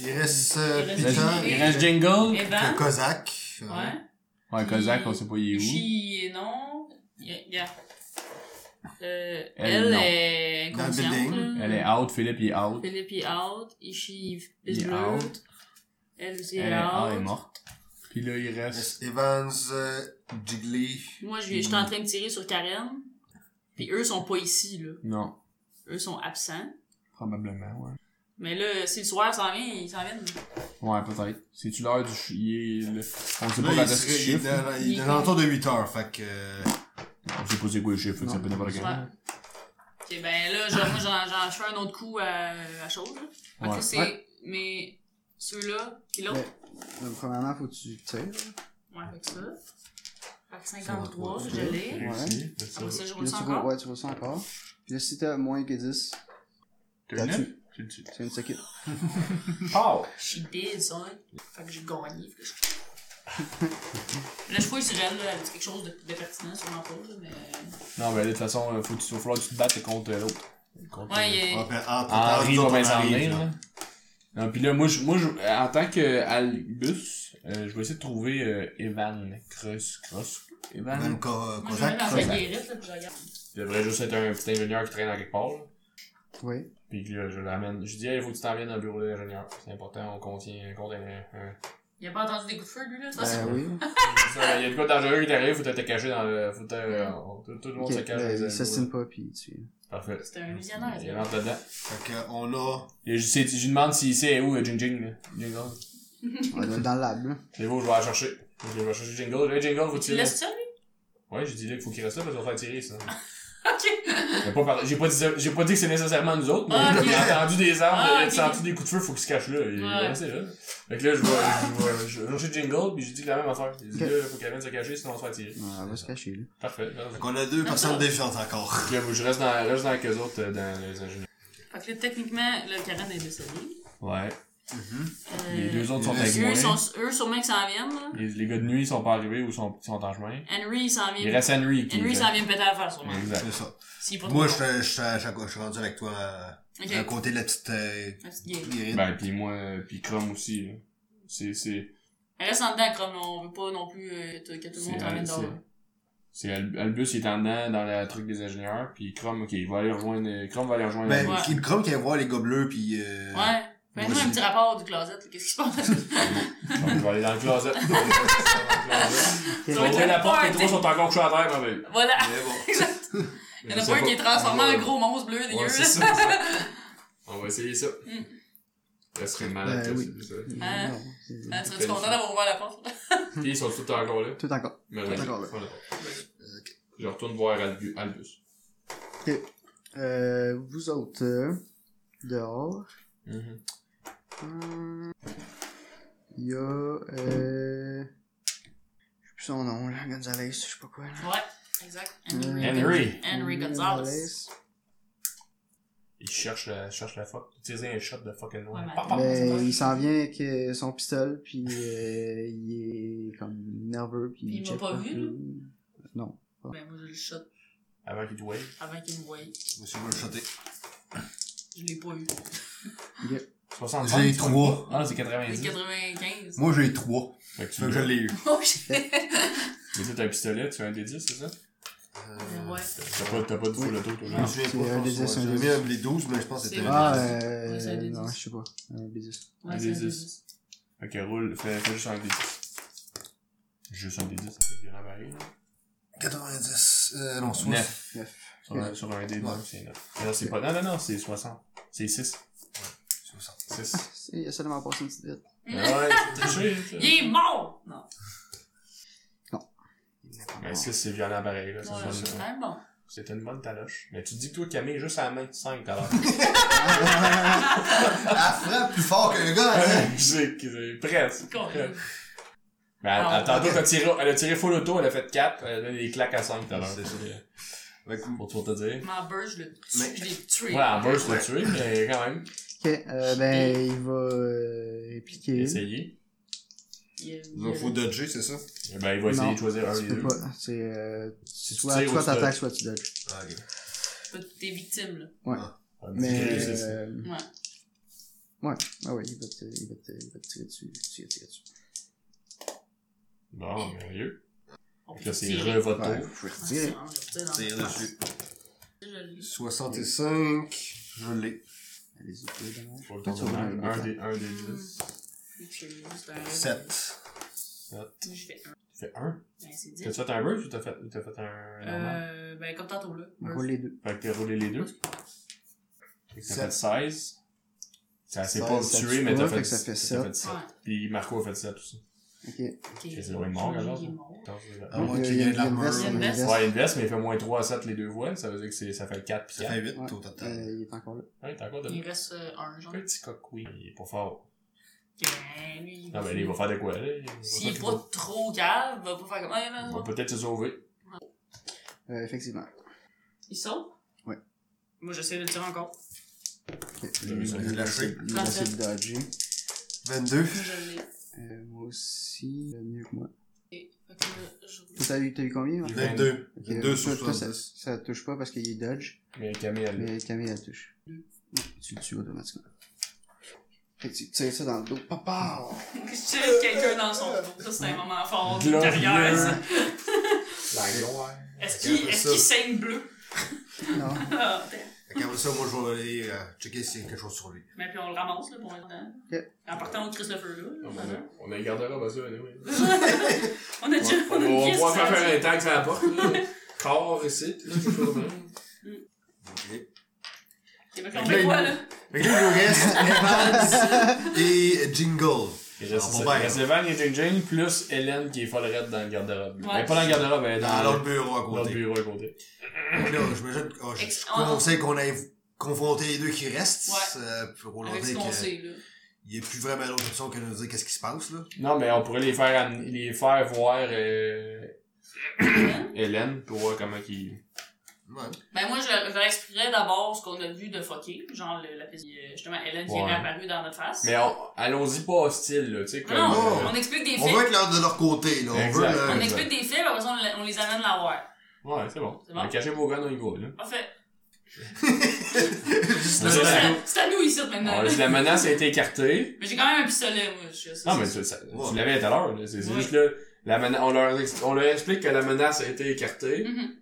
Speaker 5: Il reste euh,
Speaker 3: Il reste
Speaker 5: Pitan,
Speaker 3: Jingle.
Speaker 5: il
Speaker 3: Il
Speaker 5: reste
Speaker 3: reste
Speaker 2: Oh,
Speaker 7: Jingle.
Speaker 5: le
Speaker 3: Evan,
Speaker 5: Kozak. euh,
Speaker 3: ouais.
Speaker 7: Ouais, Kozak, on sait pas il est où.
Speaker 3: Chi, non. Y- y a- Euh,
Speaker 7: Elle,
Speaker 3: elle
Speaker 7: non.
Speaker 3: est
Speaker 5: Dans le
Speaker 3: consciente.
Speaker 5: building.
Speaker 7: Elle est out, Philippe il est out.
Speaker 3: Philippe est out. Ishi
Speaker 7: Il
Speaker 3: is
Speaker 7: est
Speaker 3: bleu.
Speaker 7: out.
Speaker 3: Elle aussi
Speaker 7: Elle
Speaker 3: est
Speaker 7: est, ah, elle est
Speaker 3: out.
Speaker 7: morte. Puis là, il
Speaker 5: il
Speaker 7: reste.
Speaker 5: reste Evans, euh, Jiggly.
Speaker 3: Moi, je suis en train de tirer sur Karen. Puis eux sont pas ici, là.
Speaker 7: Non.
Speaker 3: Eux sont absents.
Speaker 7: Probablement, ouais.
Speaker 3: Mais là, si le soir s'en vient, ils s'en viennent.
Speaker 7: Ouais, peut-être. C'est-tu l'heure du ch- il est le- On sait
Speaker 5: Là,
Speaker 7: pas quand
Speaker 5: il
Speaker 7: est-ce qu'il
Speaker 5: serait- il est
Speaker 7: chiffre.
Speaker 5: dans-
Speaker 3: Il
Speaker 5: il est
Speaker 3: est
Speaker 5: dans l'entour de 8 heures, fait que... euh,
Speaker 7: On sait pas c'est quoi le chiffre, fait que ça peut n'importe
Speaker 3: Ouais.
Speaker 7: quel.
Speaker 3: Ok, ben là, genre, moi, j'en, j'en je fais un autre coup à, à chose, là. Fait que
Speaker 7: Ouais.
Speaker 3: ça, c'est
Speaker 4: Ouais.
Speaker 3: mais ceux-là, pis l'autre.
Speaker 4: Donc, premièrement, faut que tu tires.
Speaker 3: Ouais, avec ça. Fait que 53, je l'ai.
Speaker 4: Ouais.
Speaker 3: Après ça, je
Speaker 4: Puis
Speaker 3: roule
Speaker 4: là,
Speaker 3: ça
Speaker 4: tu roules,
Speaker 3: encore.
Speaker 4: ouais, tu roules ça encore. Puis là, si t'as moins que 10,
Speaker 2: T'as
Speaker 4: Là-dessus.
Speaker 2: neuf? J'ai le dessus.
Speaker 4: c'est une seconde.
Speaker 2: Oh!
Speaker 3: She did, son. Fait que j'ai gagné. Fait que je... là, je fouille sur elle, là, elle dit quelque chose de, de pertinent, sûrement pas, là, mais.
Speaker 2: Non, mais là, de toute façon, euh, faut, tu, faut falloir que tu te battes contre euh, l'autre. Contre,
Speaker 3: Ouais,
Speaker 2: euh,
Speaker 3: il y a.
Speaker 5: entre- entre-
Speaker 2: Henri
Speaker 5: entre-
Speaker 2: va bien
Speaker 5: entre-
Speaker 2: s'en
Speaker 5: arrive,
Speaker 2: venir,
Speaker 5: là.
Speaker 2: là. Non, pis là, moi, je, moi, je, en tant que Albus, euh, je vais essayer de trouver euh, Evan Cross, Cross, Evan.
Speaker 5: Même Ko- euh,
Speaker 3: Moi, je me mets
Speaker 5: Kozak.
Speaker 3: dans
Speaker 5: Kozak.
Speaker 3: la guérite, là, pis je regarde.
Speaker 2: Il devrait juste être un petit ingénieur qui traîne à quelque part, là.
Speaker 4: Oui.
Speaker 2: Pis là, je l'amène. Je dis, hey, faut que tu t'en viennes dans le bureau de l'ingénieur. C'est important, on contient, on compte un, un-
Speaker 3: Il a pas entendu des coups de feu, lui, là, ça, Ah, c'est.
Speaker 4: Ben oui.
Speaker 2: Ça, Il y a de quoi de dangereux qui t'arrive, faut te te cacher dans le, faut te, on- tout, tout le monde
Speaker 4: Ok,
Speaker 2: se cache.
Speaker 4: ben,
Speaker 2: dans les
Speaker 4: il s'estime
Speaker 2: alcôves.
Speaker 4: pas, puis tu...
Speaker 2: Parfait.
Speaker 3: C'était un visionnaire,
Speaker 2: Il
Speaker 3: ça.
Speaker 2: rentre dedans.
Speaker 5: Fait que on a...
Speaker 2: Et je, sais- je lui demande s'il sait où, euh, Jing Jing, là. Jingle.
Speaker 4: On doit être dans le lab, là.
Speaker 2: C'est beau, je vais la chercher. Ok, je vais chercher Jingle. Hey, Jingle, faut que
Speaker 3: Tu
Speaker 2: tu
Speaker 3: laisses ça, lui?
Speaker 2: Ouais, j'ai dit là qu'il faut qu'il reste là parce qu'on va faire tirer ça.
Speaker 3: Ok.
Speaker 2: J'ai pas, parlé- j'ai pas, dit, ça- j'ai pas dit que c'est nécessairement nous autres, mais
Speaker 3: Ah, ok.
Speaker 2: j'ai entendu des euh, armes,
Speaker 3: Ah,
Speaker 2: j'ai
Speaker 3: ok.
Speaker 2: senti des coups de feu, faut qu'il se cache là. Et
Speaker 3: Ouais.
Speaker 2: ouais, c'est là. Fait que là, je vais, je vais, je vais chercher Jingle, puis j'ai dit la même affaire. J'ai dit
Speaker 4: Ok.
Speaker 2: là, faut qu'elle vienne se cacher, sinon on se fait tirer.
Speaker 4: Ouais, elle va se cacher, là.
Speaker 2: Parfait. Là,
Speaker 5: Fait qu'on a deux personnes défiantes encore.
Speaker 2: Ok, moi, je reste dans, reste dans quelques autres, euh, dans les ingénieurs.
Speaker 3: Fait que là, techniquement, là, Karen est décédée.
Speaker 2: Ouais.
Speaker 3: Euh,
Speaker 2: Les deux autres sont
Speaker 5: les
Speaker 2: avec
Speaker 3: Eux,
Speaker 2: moi.
Speaker 3: sont, eux sûrement qu'ils s'en viennent, là.
Speaker 2: Les, les gars de nuit ils sont pas arrivés ou sont, sont en chemin.
Speaker 3: Henry, il s'en
Speaker 2: Il
Speaker 3: vient.
Speaker 2: reste Henry qui. Mm.
Speaker 3: Henry, il s'en vient me péter à la face, sûrement.
Speaker 2: Exact.
Speaker 5: C'est ça.
Speaker 3: S'il est pas
Speaker 5: Moi, je
Speaker 3: trop
Speaker 5: suis- je suis à chaque fois, je suis rendu avec toi euh, à,
Speaker 3: bon.
Speaker 5: à
Speaker 3: Ok.
Speaker 5: côté de la petite euh,
Speaker 3: Un petit gay.
Speaker 5: guérite.
Speaker 2: Ben, pis moi, euh, pis Chrome aussi, là. C'est, c'est,
Speaker 3: Elle reste en dedans, comme on veut pas non plus euh, que, que tout le
Speaker 2: C'est
Speaker 3: monde t'emmène dehors.
Speaker 2: c'est- c'est Al- Albus il est en dedans dans le truc des ingénieurs, puis Chrome, ok, il va aller rejoindre. Chrome va aller rejoindre.
Speaker 5: Ben,
Speaker 3: Ouais.
Speaker 5: Kid Chrome qui va voir les gobelins, puis euh,
Speaker 3: Ouais. Fais-nous un petit rapport du closet, là, qu'est-ce qui se passe?
Speaker 2: On va aller dans le closet. On va aller dans le closet. Ils ont ouvert la porte, les trois sont encore couchés à terre, ma veille.
Speaker 3: Voilà,
Speaker 2: Mais bon.
Speaker 3: exact. Il y en
Speaker 2: Je
Speaker 3: a
Speaker 2: sais
Speaker 3: pas un qui est transformé
Speaker 2: Ouais.
Speaker 3: en gros monstre bleu dégueu,
Speaker 2: Ouais, c'est
Speaker 3: là.
Speaker 2: ça, c'est ça. On va essayer ça.
Speaker 3: Mm.
Speaker 2: Ça serait malade.
Speaker 4: Ben
Speaker 2: ça,
Speaker 4: oui.
Speaker 2: c'est ça.
Speaker 3: Ah.
Speaker 4: Non, c'est-
Speaker 3: Ah, tu serais-tu content d'avoir ouvert la porte?
Speaker 2: Puis ils sont tout encore là.
Speaker 4: Tout encore.
Speaker 2: Mais
Speaker 4: Tout
Speaker 2: ouais,
Speaker 4: encore là.
Speaker 2: voilà. Je retourne voir Albu- Albus.
Speaker 4: Euh, vous autres, euh, dehors, hum, il y a... Euh, je sais plus son nom, là, Gonzalez, je sais pas quoi. là.
Speaker 3: Ouais, exact.
Speaker 4: Euh,
Speaker 2: Henry.
Speaker 3: Henry Gonzalez.
Speaker 2: Il cherche la, cherche la fuck. Tu sais, un shot de fucking loin.
Speaker 3: Ouais, mais-
Speaker 2: Pam, pam.
Speaker 4: Ben, il s'en vient avec euh, son pistolet, puis euh, il est comme nerveux, puis
Speaker 3: Il m'a
Speaker 4: check
Speaker 3: pas
Speaker 4: partout.
Speaker 3: vu, là?
Speaker 4: Non.
Speaker 3: Ben, moi, je le shot
Speaker 2: Avant qu'il te wave.
Speaker 3: avant qu'il me voie.
Speaker 5: Monsieur va le shotter.
Speaker 3: Je l'ai pas eu.
Speaker 5: J'ai
Speaker 2: 65.
Speaker 5: trois.
Speaker 2: Ah, c'est
Speaker 3: C'est
Speaker 2: 90.
Speaker 3: 95.
Speaker 5: Moi, j'ai trois.
Speaker 2: Fait que tu
Speaker 5: Tu veux que je
Speaker 2: l'as.
Speaker 5: l'ai eu?
Speaker 3: Oh, shit.
Speaker 2: Mais tu as un pistolet, tu as un D10, c'est ça?
Speaker 5: Euh,
Speaker 3: Ouais.
Speaker 2: T'as pas, t'as pas de full auto, toi,
Speaker 5: Je me
Speaker 2: genre.
Speaker 5: souviens
Speaker 4: C'est
Speaker 5: pas.
Speaker 4: un
Speaker 5: je
Speaker 4: des dix,
Speaker 5: pense,
Speaker 4: un
Speaker 5: ouais.
Speaker 4: des
Speaker 5: J'avais mis les 12, mais je pense que c'était
Speaker 3: C'est
Speaker 5: les
Speaker 3: vrai.
Speaker 4: Ah,
Speaker 5: 10.
Speaker 4: euh,
Speaker 3: Ouais, c'est un des
Speaker 4: non,
Speaker 3: dix.
Speaker 4: je sais pas. Un business.
Speaker 3: Ouais,
Speaker 2: Des
Speaker 3: c'est
Speaker 2: dix. Fait que roule, fais, fais juste un D10. Juste un D10, ça fait violent pareil. là.
Speaker 5: 90. Euh, non, 60.
Speaker 2: Neuf. Sur un,
Speaker 4: Ok.
Speaker 2: sur un D10,
Speaker 5: Ouais.
Speaker 2: c'est 9. Non, c'est pas, non, non, non, c'est 60. C'est 6.
Speaker 5: 60.
Speaker 2: 6.
Speaker 4: C'est- Il a seulement passé une petite vite.
Speaker 2: Ouais, c'est touché, ça.
Speaker 3: Il est mort! Non.
Speaker 2: Mais 6, c'est violent pareil, là. ça
Speaker 3: Ouais,
Speaker 2: sonne,
Speaker 3: c'est
Speaker 2: euh,
Speaker 3: quand même bon.
Speaker 2: C'était une bonne taloche. Mais tu dis que toi, Camille, juste à la main de 5 alors.
Speaker 5: Elle frappe Ah, plus fort qu'un gars, hein?
Speaker 2: Je sais que c'est presque.
Speaker 3: Con. hein?
Speaker 2: Mais elle-
Speaker 3: Ah,
Speaker 2: elle- tantôt,
Speaker 5: ok.
Speaker 2: quand elle a tiré- elle a tiré full auto, elle a fait 4, elle a donné des claques à 5 tout à l'heure.
Speaker 5: C'est ça. Ben, cool.
Speaker 2: Pour tout te dire.
Speaker 3: Mais en burst, je l'ai tué.
Speaker 5: Mais-
Speaker 3: Je l'ai tué.
Speaker 2: Ouais, en burst, t'as tué, mais quand même.
Speaker 4: Ok, euh, ben, il va euh, répliquer.
Speaker 2: Essayez.
Speaker 3: Il est-
Speaker 5: Donc, faut dodger, c'est ça?
Speaker 2: Eh Ben, il va essayer
Speaker 4: Non,
Speaker 2: de choisir un
Speaker 4: Tu
Speaker 2: des
Speaker 4: peux
Speaker 2: deux.
Speaker 4: pas. C'est euh,
Speaker 2: Si tu
Speaker 4: soit
Speaker 2: tires ou
Speaker 4: soit
Speaker 2: tu dodges.
Speaker 4: t'attaques, soit tu dodges.
Speaker 5: Ah, ok.
Speaker 3: T'es victime, là.
Speaker 2: Un petit
Speaker 4: Mais.
Speaker 2: jeu, c'est-
Speaker 4: euh,
Speaker 3: Ouais.
Speaker 4: Ouais. Ah ouais, il va te, il va te, il va te tirer dessus. Tu vas tirer dessus.
Speaker 2: Bon, merveilleux.
Speaker 3: On
Speaker 2: Puis Là, c'est
Speaker 3: tirer.
Speaker 2: re votre
Speaker 4: Ouais,
Speaker 2: tour.
Speaker 4: faut
Speaker 3: Ah,
Speaker 4: tirer.
Speaker 3: c'est vraiment, je retire dans le
Speaker 5: Tire
Speaker 3: face.
Speaker 5: dessus.
Speaker 3: Je l'ai.
Speaker 5: 65. Je l'ai.
Speaker 4: Allez-y, tire dommage.
Speaker 2: Faut le
Speaker 4: Toi,
Speaker 2: tour
Speaker 4: tu vas
Speaker 2: d'un-
Speaker 4: rouler
Speaker 2: Un
Speaker 4: des
Speaker 2: des, un des 10.
Speaker 3: Je l'ai, c'est un-
Speaker 5: 7.
Speaker 3: Moi, je fais un.
Speaker 2: Tu fais un.
Speaker 3: Ben, c'est dix.
Speaker 2: T'as-tu fait un burst ou t'as fait, ou t'as fait un normal?
Speaker 3: Euh, ben, comme tantôt, là.
Speaker 4: On roule les deux.
Speaker 2: Fait que t'as roulé les deux. Fait que t'as fait 16. Ça s'est pas
Speaker 5: 16, ça
Speaker 2: tué,
Speaker 4: tue
Speaker 2: mais
Speaker 4: pas,
Speaker 2: t'as
Speaker 4: fait
Speaker 2: fait,
Speaker 4: que ça fait
Speaker 2: t'as
Speaker 4: sept.
Speaker 2: fait sept.
Speaker 3: Ouais.
Speaker 2: Puis Marco a fait 7 aussi.
Speaker 4: Ok.
Speaker 3: Ok.
Speaker 2: Fait que c'est loin de mort, alors.
Speaker 3: Il est mort.
Speaker 2: Attends, je vais la-
Speaker 5: À moins
Speaker 4: Il y a-
Speaker 5: qu'il y
Speaker 4: il y a
Speaker 5: ait
Speaker 4: une
Speaker 5: de l'armure.
Speaker 4: veste,
Speaker 3: il y a une
Speaker 5: euh,
Speaker 3: veste.
Speaker 2: Ouais, invest, mais il fait moins 3 à 7 les deux voix. Ça veut dire que c'est- ça fait 4 puis
Speaker 5: Ça
Speaker 2: 4.
Speaker 5: fait 8
Speaker 4: Ouais.
Speaker 5: au total.
Speaker 4: Euh, il est encore là.
Speaker 2: Ouais, t'as encore de
Speaker 3: Il reste euh, un, genre.
Speaker 2: petit coq, oui. Il est pas fort.
Speaker 3: Ben, lui, il
Speaker 2: Non, mais Ah, il va faire de quoi, là? Il va
Speaker 3: S'il est
Speaker 2: faire-
Speaker 3: pas trop calme, il va pas faire comme. Ah, non,
Speaker 2: Il
Speaker 3: non,
Speaker 2: va peut-être se sauver.
Speaker 4: Euh, effectivement.
Speaker 3: Il saute?
Speaker 4: Ouais.
Speaker 3: Moi, j'essaie de le tirer encore.
Speaker 4: Ok. Euh,
Speaker 2: l'as mis sur le
Speaker 4: Il va essayer- il va
Speaker 3: Parfait.
Speaker 4: essayer de dodger.
Speaker 5: 22.
Speaker 3: Moi, je l'ai.
Speaker 4: Euh, moi aussi, euh, mieux que moi.
Speaker 3: Fait que là, je roule.
Speaker 4: Toi, T'as eu, t'as eu combien? Marc?
Speaker 5: 22.
Speaker 4: Ok,
Speaker 5: 22
Speaker 4: toi,
Speaker 5: sur
Speaker 4: toi, ça,
Speaker 5: 70.
Speaker 4: ça touche pas parce qu'il est dodge,
Speaker 2: Mais Camille,
Speaker 5: Mm.
Speaker 2: elle.
Speaker 4: mais Camille la touche. Tu le tues automatiquement. Fait que tu tires ça dans le dos. Papa!
Speaker 3: Je tire quelqu'un dans son dos. Ça, c'est un moment fort de
Speaker 2: Glorieux.
Speaker 3: carrière. ça.
Speaker 2: La gloire.
Speaker 3: Est-ce
Speaker 5: Ok,
Speaker 3: qu'il
Speaker 5: après
Speaker 3: est
Speaker 5: ça.
Speaker 3: qu'il saigne bleu?
Speaker 4: Non.
Speaker 3: Ah,
Speaker 5: Fait qu'après ça, moi, je vais aller euh, checker s'il y a quelque chose sur lui.
Speaker 3: Mais puis on le ramasse, là, pour être dedans.
Speaker 4: Ok.
Speaker 3: En partant au Christopher, là.
Speaker 2: On a- on a les garde-robes à ça, anyway.
Speaker 3: On a déjà.
Speaker 2: On
Speaker 3: a une
Speaker 2: va
Speaker 3: pièce
Speaker 2: pouvoir
Speaker 3: sans-
Speaker 2: faire faire un tag sur la porte, là. Corps ici, là, quelque chose de même.
Speaker 5: Ok.
Speaker 3: Ok, fait qu'on fait quoi, là?
Speaker 5: Fait que là, il nous reste Evans et Jingle.
Speaker 2: Il reste,
Speaker 5: Ah,
Speaker 2: ça,
Speaker 5: bon, ben.
Speaker 2: il reste Evan et Jane Jane, plus Hélène qui est follerette dans le garde-robe.
Speaker 3: Ouais.
Speaker 2: Mais pas dans le garde-robe, elle est
Speaker 5: Dans
Speaker 2: dans
Speaker 5: l'autre
Speaker 2: le-
Speaker 5: bureau à
Speaker 2: l'autre
Speaker 5: côté.
Speaker 2: bureau à côté.
Speaker 5: Fait que Là, j'imagine que oh, je-
Speaker 3: Ex-
Speaker 5: je conseille qu'on aille confronter les deux qui restent.
Speaker 3: Ouais.
Speaker 5: euh, pour leur
Speaker 3: Avec ce
Speaker 5: dire
Speaker 3: qu'on
Speaker 5: qu'il
Speaker 3: sait, là.
Speaker 5: n'y a plus vraiment d'autre option que de nous dire qu'est-ce qui se passe, là.
Speaker 2: Non, mais on pourrait les faire, am- les faire voir euh, Hélène pour voir comment qu'ils...
Speaker 5: Ouais.
Speaker 3: Ben moi, je, je leur expliquerais d'abord ce qu'on a vu de fucké, genre le, la piste- euh, justement Ellen qui
Speaker 2: Ouais.
Speaker 3: est réapparue dans notre face.
Speaker 2: Mais on- allons-y pas hostile, là, tu sais, comme...
Speaker 3: Ah non,
Speaker 5: Oh.
Speaker 2: euh,
Speaker 3: on explique des
Speaker 5: On
Speaker 3: faits.
Speaker 5: veut être leur- de leur côté, là. On
Speaker 2: Exact.
Speaker 5: veut.
Speaker 3: On
Speaker 5: euh,
Speaker 2: Ouais.
Speaker 3: explique des faits, puis après ça, on, le- on les amène la voir.
Speaker 2: euh, Ouais, c'est bon.
Speaker 3: C'est bon.
Speaker 2: Mais Cachez vos guns, on y va, là.
Speaker 3: Parfait.
Speaker 5: juste
Speaker 2: Mais
Speaker 5: le-
Speaker 2: ça,
Speaker 3: C'est
Speaker 2: ça-
Speaker 5: Ouais,
Speaker 3: à- c'est à nous ici maintenant.
Speaker 2: Ouais, si la menace a été écartée...
Speaker 3: Mais j'ai quand même un pistolet, moi. Je, ça,
Speaker 2: Non, mais
Speaker 3: c'est-
Speaker 2: tu, ça- tu
Speaker 5: Ouais.
Speaker 2: l'avais tout à l'heure, là. C'est c'est
Speaker 3: Oui.
Speaker 2: juste, là, la mena- on, leur, ex- on leur explique que la menace a été écartée.
Speaker 3: Mhm.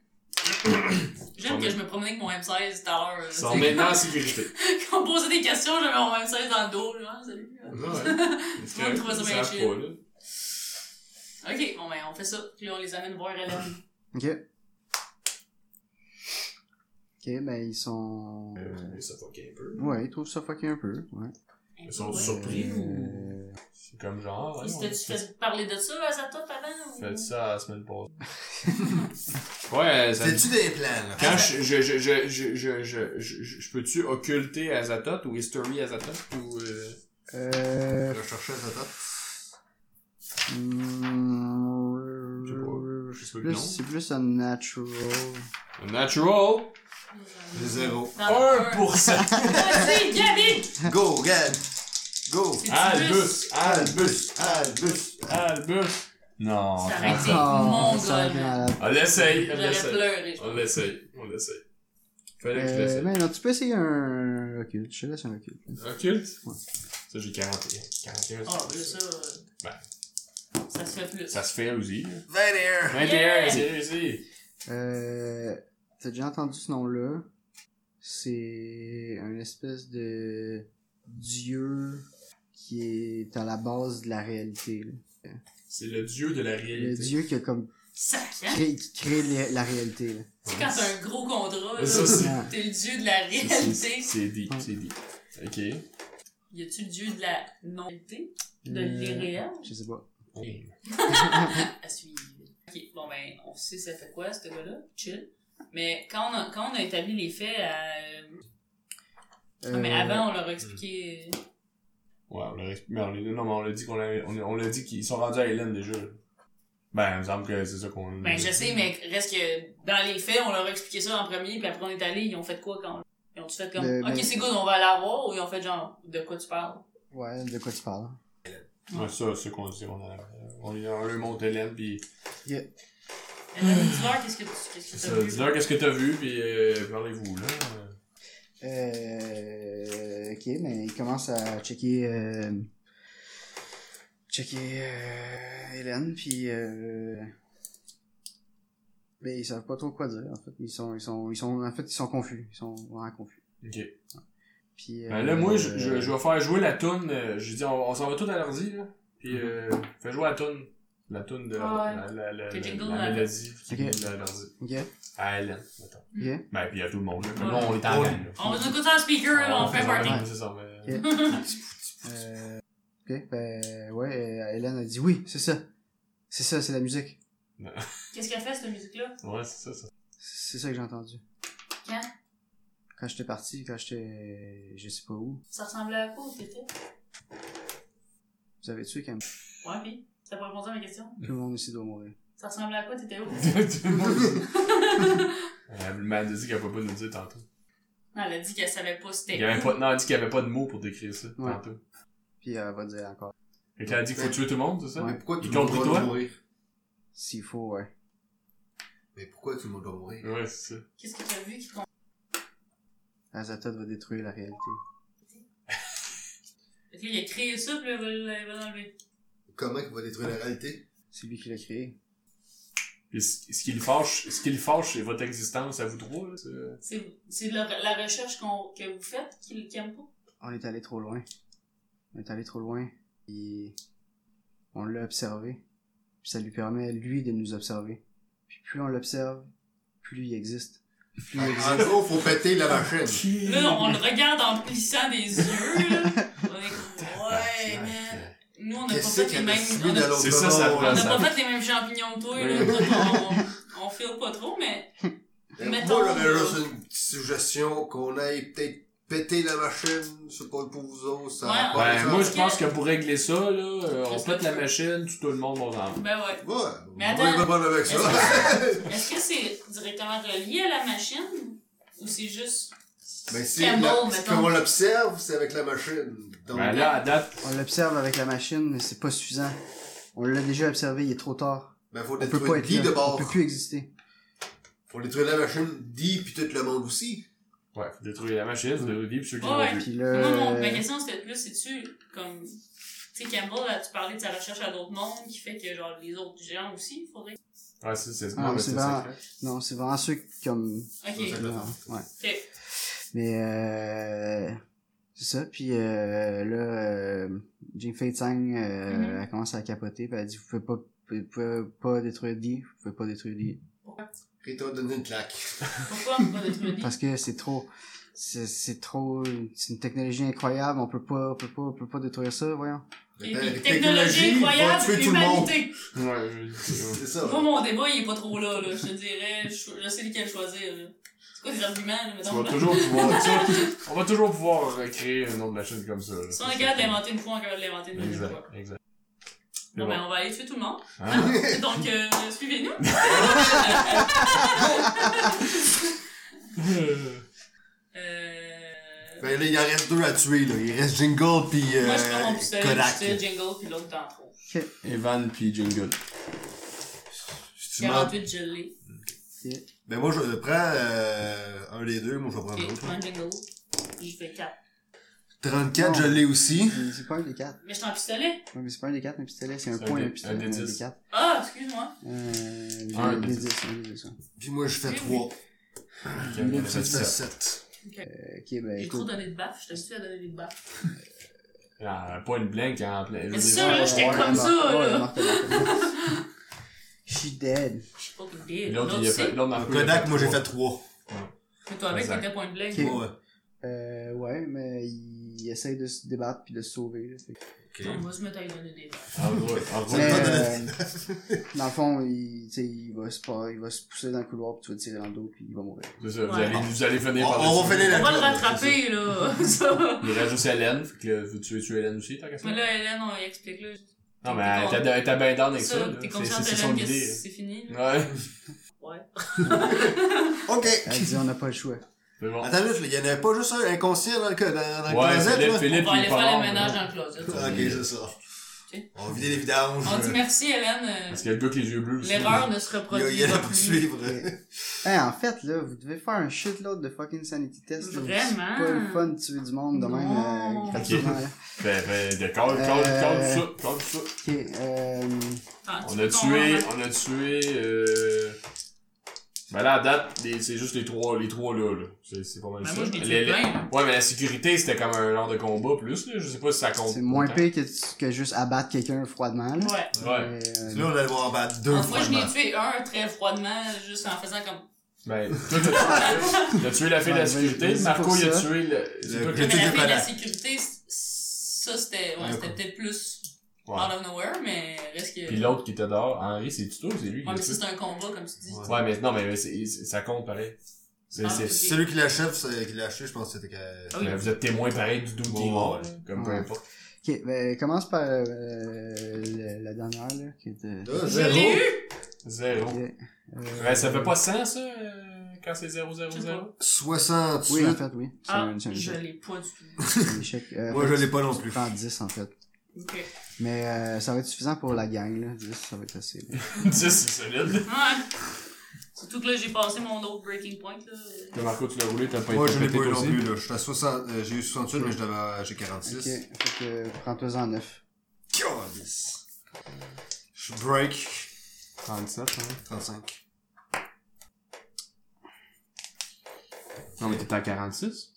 Speaker 3: J'aime que je me promenais avec mon M16 tout à l'heure.
Speaker 2: Sont maintenant en sécurité.
Speaker 3: Quand on posait des questions, j'avais mon M16 dans le dos, là. Ah, Salut. là.
Speaker 2: Est-ce
Speaker 3: Tout le monde trouve ça bien
Speaker 2: savent
Speaker 3: chill.
Speaker 2: pas, là?
Speaker 3: Ok, bon ben on fait ça. Puis là on les amène voir Hélène.
Speaker 4: Ok. Ok, ben ils sont.
Speaker 2: Euh, Ça fuck un peu.
Speaker 4: Ouais, ils trouvent ça fucké un peu. Ouais.
Speaker 2: Ils sont surpris ou. C'est comme genre. ouais,
Speaker 3: Ils
Speaker 2: on
Speaker 3: t'as-tu
Speaker 2: fait-
Speaker 3: fait parler de ça à sa top avant? ou-
Speaker 2: fait ça la semaine passée. ouais, ça.
Speaker 5: C'était-tu des plans, là?
Speaker 2: Quand je, je, je, je, je, je, je, je, je peux-tu occulter Azatoth ou History Azatoth ou. Euh...
Speaker 4: Euh.
Speaker 5: Je cherchais sa tête.
Speaker 4: hmm,
Speaker 2: Je sais pas. Je sais pas le
Speaker 4: plus-
Speaker 2: nom.
Speaker 4: C'est plus un natural.
Speaker 2: Natural!
Speaker 5: J'ai zéro.
Speaker 3: Dans le-
Speaker 2: 1%!
Speaker 3: Vas-y, Gabi!
Speaker 5: Go, Gad! Go!
Speaker 3: C'est-tu plus?
Speaker 2: Albus! Albus!
Speaker 5: Albus!
Speaker 2: Albus! Non.
Speaker 3: Ça aurait été
Speaker 4: Oh,
Speaker 3: mon
Speaker 4: ça aurait été
Speaker 3: gars.
Speaker 4: malade.
Speaker 2: On l'essaye, on
Speaker 3: J'aurais
Speaker 2: l'essaye.
Speaker 3: pleuré.
Speaker 2: On l'essaye, on l'essaye. Fallait que je
Speaker 4: Euh,
Speaker 2: l'essaye.
Speaker 4: mais non, tu peux essayer un occulte. Je te laisse un occulte.
Speaker 2: Occulte?
Speaker 4: Ouais.
Speaker 2: Ça, j'ai 41. 41.
Speaker 3: Ah, ben ça.
Speaker 2: Ben.
Speaker 3: euh, Ça se fait plus.
Speaker 2: Ça se fait aussi. hein.
Speaker 5: 21!
Speaker 2: 21, c'est réussi.
Speaker 4: Euh, t'as déjà entendu ce nom-là? C'est un espèce de dieu qui est à la base de la réalité. là.
Speaker 2: C'est le dieu de la
Speaker 4: Le
Speaker 2: réalité.
Speaker 4: dieu qui a comme
Speaker 3: Sac, hein?
Speaker 4: créé, qui crée la- la réalité. là.
Speaker 3: Tu sais, quand t'as un gros contrat, là,
Speaker 2: Ça, c'est.
Speaker 4: Ah,
Speaker 3: t'es le dieu de la
Speaker 2: c'est- c'est-
Speaker 3: réalité.
Speaker 2: C'est deep, c'est deep. Ok.
Speaker 3: Y a-tu le dieu de la non-réalité? De
Speaker 4: Euh,
Speaker 3: l'irréel?
Speaker 4: Je sais pas.
Speaker 3: à suivre. Ok, bon ben, on sait ça fait quoi, ce gars-là. Chill. Mais quand on a, quand on a établi les faits, à...
Speaker 4: Euh,
Speaker 3: Ah, mais avant, on leur a expliqué. euh,
Speaker 2: Ouais, on l'a expli- mais on l'a- non, mais on l'a dit qu'on avait- on, on l'a dit qu'ils sont rendus à Hélène déjà. Ben, il me semble que c'est ça qu'on.
Speaker 3: Ben, je sais, mais reste que dans les faits, on leur a expliqué ça en premier, puis après on est allé, ils ont fait quoi quand Ils ont-tu fait comme,
Speaker 4: Le-
Speaker 3: ok,
Speaker 4: le-
Speaker 3: c'est good, on va aller la voir, ou ils ont fait genre, de quoi tu parles
Speaker 4: Euh, Ouais, de quoi tu parles?
Speaker 2: Ouais, ça, c'est ce qu'on dit. On, a, on, lui- on lui montre Hélène, pis.
Speaker 3: Euh, Dis-leur, qu'est-ce que tu qu'est-ce que
Speaker 2: Ça,
Speaker 3: t'as vu
Speaker 2: dis-leur qu'est-ce que t'as vu, pis euh, parlez-vous, là.
Speaker 4: Euh, ok, mais il commence à checker, euh, checker euh, Hélène, puis euh, mais ils savent pas trop quoi dire. En fait, ils sont, ils sont, ils sont, en fait, ils sont confus. Ils sont vraiment confus.
Speaker 2: Ok.
Speaker 4: Puis
Speaker 2: Ben
Speaker 4: euh,
Speaker 2: là, moi, je, je,
Speaker 4: euh,
Speaker 2: je vais faire jouer la toune. euh, je dis, on, on s'en va tout à l'ordi, là.
Speaker 4: Mhm.
Speaker 2: Puis, euh, fais jouer la toune. La toune de la,
Speaker 3: Ah Ouais.
Speaker 2: la, la, la,
Speaker 3: Que
Speaker 2: la-
Speaker 3: jingle
Speaker 2: la
Speaker 3: la-
Speaker 2: mélodie qui
Speaker 4: Ok.
Speaker 2: vient de l'ordi.
Speaker 4: ok,
Speaker 2: À Hélène, mettons.
Speaker 4: ok.
Speaker 2: Ben, pis à tout le monde, là. Mais
Speaker 3: Ouais.
Speaker 2: là, on est en
Speaker 5: Ouais.
Speaker 2: Hélène, là.
Speaker 3: On va écouter un speaker, là, Ah, on fait un party.
Speaker 4: ouais.
Speaker 2: C'est ça, mais-
Speaker 4: Euh, ok, ben ouais, euh, Hélène a dit oui, c'est ça, c'est ça, c'est la musique,
Speaker 3: Qu'est-ce qu'elle fait, cette musique-là
Speaker 2: Ouais, c'est ça, ça.
Speaker 4: c'est ça que j'ai entendu.
Speaker 3: Quand
Speaker 4: Quand j'étais parti, quand j'étais, je sais pas où,
Speaker 3: Ça ressemblait à quoi, où t'étais
Speaker 4: vous avez tué quand même.
Speaker 3: Ouais, puis, t'as pas répondu à ma question.
Speaker 4: Tout le monde ici doit mourir.
Speaker 3: Ça ressemblait à quoi, t'étais où
Speaker 2: Elle m'a Euh, dit qu'elle pouvait pas nous le dire tantôt.
Speaker 3: Non, elle a dit qu'elle savait pas c'était.
Speaker 2: Il y avait pas, non, elle dit qu'il y avait pas de mots pour décrire ça,
Speaker 4: Ouais.
Speaker 2: tantôt.
Speaker 4: Puis elle va dire encore.
Speaker 2: Fait qu'elle a dit qu'il faut tuer tout le monde, c'est ça?
Speaker 4: Ouais.
Speaker 5: Mais pourquoi tout
Speaker 2: Il
Speaker 5: le monde
Speaker 2: compte
Speaker 5: doit
Speaker 2: toi?
Speaker 5: mourir?
Speaker 4: S'il faut, euh, ouais.
Speaker 5: Mais pourquoi tout le monde doit mourir?
Speaker 2: Ouais, c'est ça.
Speaker 3: Qu'est-ce que t'as vu qui compte
Speaker 4: Azatoth va détruire la réalité.
Speaker 3: Fait que là, il a créé ça, puis là, il va l- il va l'enlever.
Speaker 5: Comment il va détruire la réalité?
Speaker 4: C'est lui qui l'a créé.
Speaker 2: Puis ce ce qui le fâche, ce qui le fâche, c'est votre existence à vous trois, là. c'est- euh,
Speaker 3: C'est c'est la, la recherche qu'on que vous faites qu'il qui aime pas.
Speaker 4: On est allé trop loin. On est allé trop loin. Et on l'a observé. Puis ça lui permet, lui, de nous observer. Puis plus on l'observe, plus il existe. Plus il existe.
Speaker 5: En gros, faut péter la machine.
Speaker 3: Là, on le regarde en plissant des yeux, là. On est comme, ouais, man. Nous, on a pas
Speaker 5: Qu'est-ce
Speaker 3: fait les
Speaker 5: qu'il y a
Speaker 3: mêmes.
Speaker 5: de
Speaker 3: on
Speaker 5: dans
Speaker 3: a-
Speaker 5: l'autre
Speaker 2: C'est ça, ça
Speaker 5: monde?
Speaker 2: prend
Speaker 3: On n'a
Speaker 2: ça.
Speaker 3: pas fait les mêmes champignons que toi, là.
Speaker 2: Oui.
Speaker 3: On- On, on file pas trop, mais.
Speaker 5: Euh,
Speaker 3: Mettons-
Speaker 5: Moi, j'aurais juste une petite suggestion qu'on aille peut-être péter la machine, c'est pas pour vous autres, ça
Speaker 3: Ouais.
Speaker 5: a pas
Speaker 2: Ben,
Speaker 5: de
Speaker 2: moi,
Speaker 5: sens.
Speaker 2: je pense que pour régler ça, là, euh, on pète la machine, tout le monde, on
Speaker 5: Ah.
Speaker 2: en
Speaker 3: Ben ouais.
Speaker 5: Ouais, on
Speaker 3: Mais
Speaker 5: est
Speaker 3: attends.
Speaker 5: pas bon avec
Speaker 3: Est-ce
Speaker 5: ça.
Speaker 3: que- Est-ce que c'est directement relié à la machine? Ou c'est juste.
Speaker 5: Mais si,
Speaker 3: Campbell,
Speaker 5: la-
Speaker 3: mettons.
Speaker 5: comme on l'observe, c'est avec la machine. Donc,
Speaker 2: Ben là, à date,
Speaker 4: On l'observe avec la machine, mais c'est pas suffisant. On l'a déjà observé, il est trop tard.
Speaker 5: ben, faut
Speaker 4: On peut
Speaker 5: détruire
Speaker 4: pas
Speaker 5: le
Speaker 4: être
Speaker 5: dit de
Speaker 4: là. On
Speaker 5: bord.
Speaker 4: peut plus exister.
Speaker 5: Faut détruire la machine, dit puis tout le monde aussi.
Speaker 2: ouais, faut détruire la machine, faut détruire ceux qui
Speaker 3: Ouais.
Speaker 2: l'ont vu.
Speaker 4: Puis
Speaker 3: Moi, mon-
Speaker 4: là, euh,
Speaker 3: ma question, c'était plus, c'est-tu comme. Tu sais, Campbell, là, tu parlais de sa recherche à d'autres mondes qui fait que, genre, les autres gens aussi, il faudrait.
Speaker 2: Ouais, c'est, c'est,
Speaker 4: Ah,
Speaker 2: non, mais
Speaker 4: c'est
Speaker 2: c'est
Speaker 4: vraiment-
Speaker 2: secret.
Speaker 4: Non, c'est vraiment ceux qui, comme.
Speaker 3: Ok.
Speaker 4: non, hein, ouais.
Speaker 3: Ok.
Speaker 4: Mais euh, c'est ça. Puis euh, là, euh, Jing Fei Tsang, euh,
Speaker 3: Mhm.
Speaker 4: elle commence à capoter. Puis elle dit, vous pouvez pas, vous pouvez pas détruire Di, vous pouvez pas détruire Di.
Speaker 5: Rita donne une claque.
Speaker 3: Pourquoi on va détruire Dee?
Speaker 4: Parce que c'est trop, c'est c'est trop, c'est une technologie incroyable. On peut pas, on peut pas, on peut pas détruire ça, voyons.
Speaker 3: Et
Speaker 5: Ben,
Speaker 3: puis, technologie
Speaker 5: vont
Speaker 3: incroyable,
Speaker 5: tuer tout le monde.
Speaker 3: humanité.
Speaker 2: Ouais, je-
Speaker 5: C'est ça.
Speaker 3: Moi, mon débat, il est pas trop là, là. Je te dirais, je, je sais lequel choisir, là. C'est quoi tes arguments, là,
Speaker 2: Tu
Speaker 3: mettons?
Speaker 2: vas
Speaker 3: là?
Speaker 2: toujours pouvoir, tu vas- on va toujours pouvoir recréer le nom de la chaîne comme ça. là.
Speaker 3: Si on est capable d'inventer une fois, on est capable de l'inventer une deuxième fois.
Speaker 2: Exact, exact. C'est
Speaker 3: Bon,
Speaker 2: bon.
Speaker 3: ben, on va aller tuer tout le monde.
Speaker 5: Ah
Speaker 2: Hein?
Speaker 3: Donc, euh, suivez-nous. Euh...
Speaker 5: Ben là, il en reste deux à tuer, là. Il reste Jingle pis euh,
Speaker 3: Moi, je prends mon pistolet, je
Speaker 5: Kodak.
Speaker 3: tire Jingle, puis l'autre dans le trou.
Speaker 8: Evan puis Jingle.
Speaker 5: Si tu m'en-
Speaker 3: 48 gelées.
Speaker 5: Ben moi, je le prends euh, un des deux, moi je vais prendre
Speaker 3: Ok, je
Speaker 5: l'autre.
Speaker 3: prends Jingle. J'y fais 4.
Speaker 5: 34,
Speaker 4: Non.
Speaker 5: je l'ai aussi.
Speaker 4: Mais C'est pas un des quatre.
Speaker 3: Mais je suis en pistolet.
Speaker 4: Ouais, mais c'est pas un des quatre, un pistolet, c'est un
Speaker 2: C'est un
Speaker 4: point,
Speaker 2: des-
Speaker 4: un pistolet.
Speaker 2: un des
Speaker 4: mais
Speaker 2: dix.
Speaker 4: quatre.
Speaker 3: Ah, excuse-moi.
Speaker 4: Euh,
Speaker 2: Un
Speaker 4: un
Speaker 2: des
Speaker 4: des dix, un des dix, ouais.
Speaker 5: Puis moi, je fais
Speaker 3: Oui,
Speaker 5: 3.
Speaker 2: Camille,
Speaker 5: Ça fait
Speaker 2: c'est ça.
Speaker 5: 7.
Speaker 4: Euh, Ok, ben
Speaker 3: J'ai trop
Speaker 4: écoute.
Speaker 3: donné de baffes. Je suis habituée à donner des baffes.
Speaker 2: Ah, pas une blank en plein.
Speaker 3: Mais c'est ça, là, j'étais
Speaker 4: Ouais,
Speaker 3: comme
Speaker 4: marque-
Speaker 3: ça,
Speaker 4: ouais,
Speaker 3: là.
Speaker 4: marque- marque- marque. Je suis dead.
Speaker 3: Je sais pas que dire.
Speaker 2: euh, L'autre, il a fait. L'autre, Marco, il a
Speaker 5: Kodak,
Speaker 2: fait
Speaker 5: moi j'ai
Speaker 2: trois.
Speaker 5: fait 3.
Speaker 3: Mais toi, avec,
Speaker 2: Exact.
Speaker 3: t'étais point de blague.
Speaker 4: Ok.
Speaker 5: Ouais.
Speaker 4: Euh, ouais, mais il essaye de se débattre puis de se sauver. là, fait que-
Speaker 3: On va se mettre à lui donner des baffes.
Speaker 2: En gros, en gros,
Speaker 4: Mais,
Speaker 5: pas
Speaker 4: euh, dans le fond, il, tu sais, il, va se, pas- il va se pousser dans le couloir puis tu vas tirer dans le dos puis il va mourir.
Speaker 2: c'est ça. Vous
Speaker 3: Ouais.
Speaker 2: allez, vous allez finir
Speaker 5: On-
Speaker 2: par
Speaker 5: on va
Speaker 2: dessus.
Speaker 5: finir
Speaker 3: On
Speaker 5: la-
Speaker 3: va le rattraper, là. Ça.
Speaker 2: Il reste juste Hélène, fait que là, vous tuez, tuez Hélène aussi, tant qu'à
Speaker 3: Mais
Speaker 2: faire.
Speaker 3: là, Hélène, on lui explique, là.
Speaker 2: Non, mais elle était- elle était bien down avec ça.
Speaker 3: Ça,
Speaker 2: là.
Speaker 3: t'es
Speaker 2: C'est-
Speaker 3: consciente,
Speaker 2: C'est c'est son
Speaker 3: Hélène, que
Speaker 2: idée. hein.
Speaker 3: c'est fini, là?
Speaker 2: là. Ouais.
Speaker 3: Ouais.
Speaker 5: Ok.
Speaker 4: Elle dit on n'a pas le choix.
Speaker 2: C'est bon.
Speaker 5: Attends, juste, là, il y en avait pas juste un inconscient dans le, co- dans, dans le
Speaker 2: Ouais,
Speaker 5: closet,
Speaker 2: Philippe,
Speaker 5: là.
Speaker 2: Philippe,
Speaker 3: On va
Speaker 2: il est
Speaker 3: aller
Speaker 2: pas
Speaker 3: faire
Speaker 2: mort,
Speaker 3: le ménage dans
Speaker 2: là.
Speaker 3: le closet.
Speaker 5: Ok, c'est ça.
Speaker 3: Ok.
Speaker 5: On va vider les vidanges.
Speaker 3: On dit
Speaker 5: euh,
Speaker 3: merci, Hélène. euh,
Speaker 2: Parce qu'il y a le gars avec les yeux bleus aussi.
Speaker 3: L'erreur ne se
Speaker 5: Il y a- il y en
Speaker 3: reproduit
Speaker 5: a
Speaker 3: pas
Speaker 5: pour
Speaker 3: plus.
Speaker 5: suivre.
Speaker 4: Hey, en fait, là, vous devez faire un shitload de fucking sanity test. là.
Speaker 3: Vraiment?
Speaker 4: C'est pas le fun de tuer du monde de même.
Speaker 3: Non.
Speaker 4: euh, gratuitement, là.
Speaker 2: Ben, ben, de calme, calme,
Speaker 4: Euh,
Speaker 2: calme ça, calme ça.
Speaker 4: Ok, euh,
Speaker 3: Ah, tu
Speaker 2: On a
Speaker 3: peux
Speaker 2: tué,
Speaker 3: comprendre.
Speaker 2: on a tué, euh... Ben là, à date, les- c'est juste les trois, les trois là, là. C'est, c'est pas mal
Speaker 3: Ben,
Speaker 2: ça.
Speaker 3: moi, je l'ai
Speaker 2: Les-
Speaker 3: tué
Speaker 2: les-
Speaker 3: plein.
Speaker 2: Ouais, mais la sécurité, c'était comme un genre de combat plus, là. Je sais pas si ça compte.
Speaker 4: c'est moins
Speaker 2: autant.
Speaker 4: pire que, tu- que juste abattre quelqu'un froidement. Là.
Speaker 3: Ouais.
Speaker 2: Ouais.
Speaker 4: Mais, euh,
Speaker 5: Là, on allait voir battre deux
Speaker 3: Ah, Moi, je
Speaker 5: froidement.
Speaker 3: l'ai tué un très froidement, juste en faisant comme.
Speaker 2: Ben, toi, t'as tué, t'as tué la fille de la
Speaker 4: Ouais,
Speaker 2: sécurité,
Speaker 4: vas-y, vas-y
Speaker 2: Marco,
Speaker 4: pour
Speaker 2: il a
Speaker 4: ça.
Speaker 2: tué le... c'est
Speaker 5: Le-
Speaker 2: toi qui-
Speaker 5: J'ai tué
Speaker 3: Mais la
Speaker 5: des
Speaker 3: fille de la
Speaker 5: connards.
Speaker 3: sécurité, c- ça, c'était ouais,
Speaker 5: Ouais,
Speaker 3: c'était
Speaker 5: quoi.
Speaker 3: peut-être plus
Speaker 2: Ouais.
Speaker 3: out of nowhere, mais reste que.
Speaker 2: Pis l'autre qui était dehors, Henri, c'est tuto, c'est lui
Speaker 3: Ouais,
Speaker 2: qui l'a
Speaker 3: mais
Speaker 2: tué.
Speaker 3: si c'est un combat, comme tu dis.
Speaker 2: Ouais, mais non, mais c'est- c'est- ça compte pareil. C'est,
Speaker 3: Ah,
Speaker 2: c'est-
Speaker 3: ok.
Speaker 5: Celui qui l'achève, c'est- euh, qui l'a acheté, je pense que c'était que.
Speaker 3: Ah oui.
Speaker 2: ben, vous êtes témoin pareil du double qui est
Speaker 5: Ouais,
Speaker 2: mort,
Speaker 5: ouais.
Speaker 2: là. Comme peu
Speaker 4: Ouais.
Speaker 2: importe.
Speaker 4: ok, ben, commence par euh, le- la dernière, là, qui est de...
Speaker 5: Ah,
Speaker 3: Je
Speaker 5: zéro.
Speaker 3: l'ai eu!
Speaker 2: Zéro.
Speaker 4: Ok, euh,
Speaker 2: Ouais, ça fait pas 100, ça, euh, quand c'est 0, 0,
Speaker 3: Je sais
Speaker 2: 0?
Speaker 3: pas.
Speaker 5: 68.
Speaker 4: Oui, en fait, oui. C'est
Speaker 3: Ah,
Speaker 4: un, c'est un
Speaker 3: je
Speaker 4: échec.
Speaker 3: l'ai pas du tout.
Speaker 4: C'est un échec. Euh,
Speaker 5: Moi,
Speaker 4: fait
Speaker 5: je
Speaker 4: que
Speaker 5: l'ai pas non
Speaker 4: tu
Speaker 5: plus.
Speaker 4: prends 10, en fait.
Speaker 3: Ok. Ouais.
Speaker 4: Mais euh, ça va être suffisant pour la gang, là. 10, ça va être assez. là.
Speaker 2: 10, c'est solide.
Speaker 3: Surtout que là, j'ai passé mon autre breaking point, là.
Speaker 2: Là, Marco, tu l'as roulé, t'as pas
Speaker 5: Moi,
Speaker 2: été
Speaker 5: je l'ai
Speaker 2: pété
Speaker 5: pas eu non
Speaker 2: aussi.
Speaker 5: plus, là. J'étais à 60, euh, j'ai eu 68, mais je devais- j'ai
Speaker 4: Ok,
Speaker 5: 46.
Speaker 4: fait que euh, prends-toi-en 9.
Speaker 5: Câlisse. Je break.
Speaker 8: 37, hein.
Speaker 5: 35.
Speaker 8: Non, mais t'étais à 46?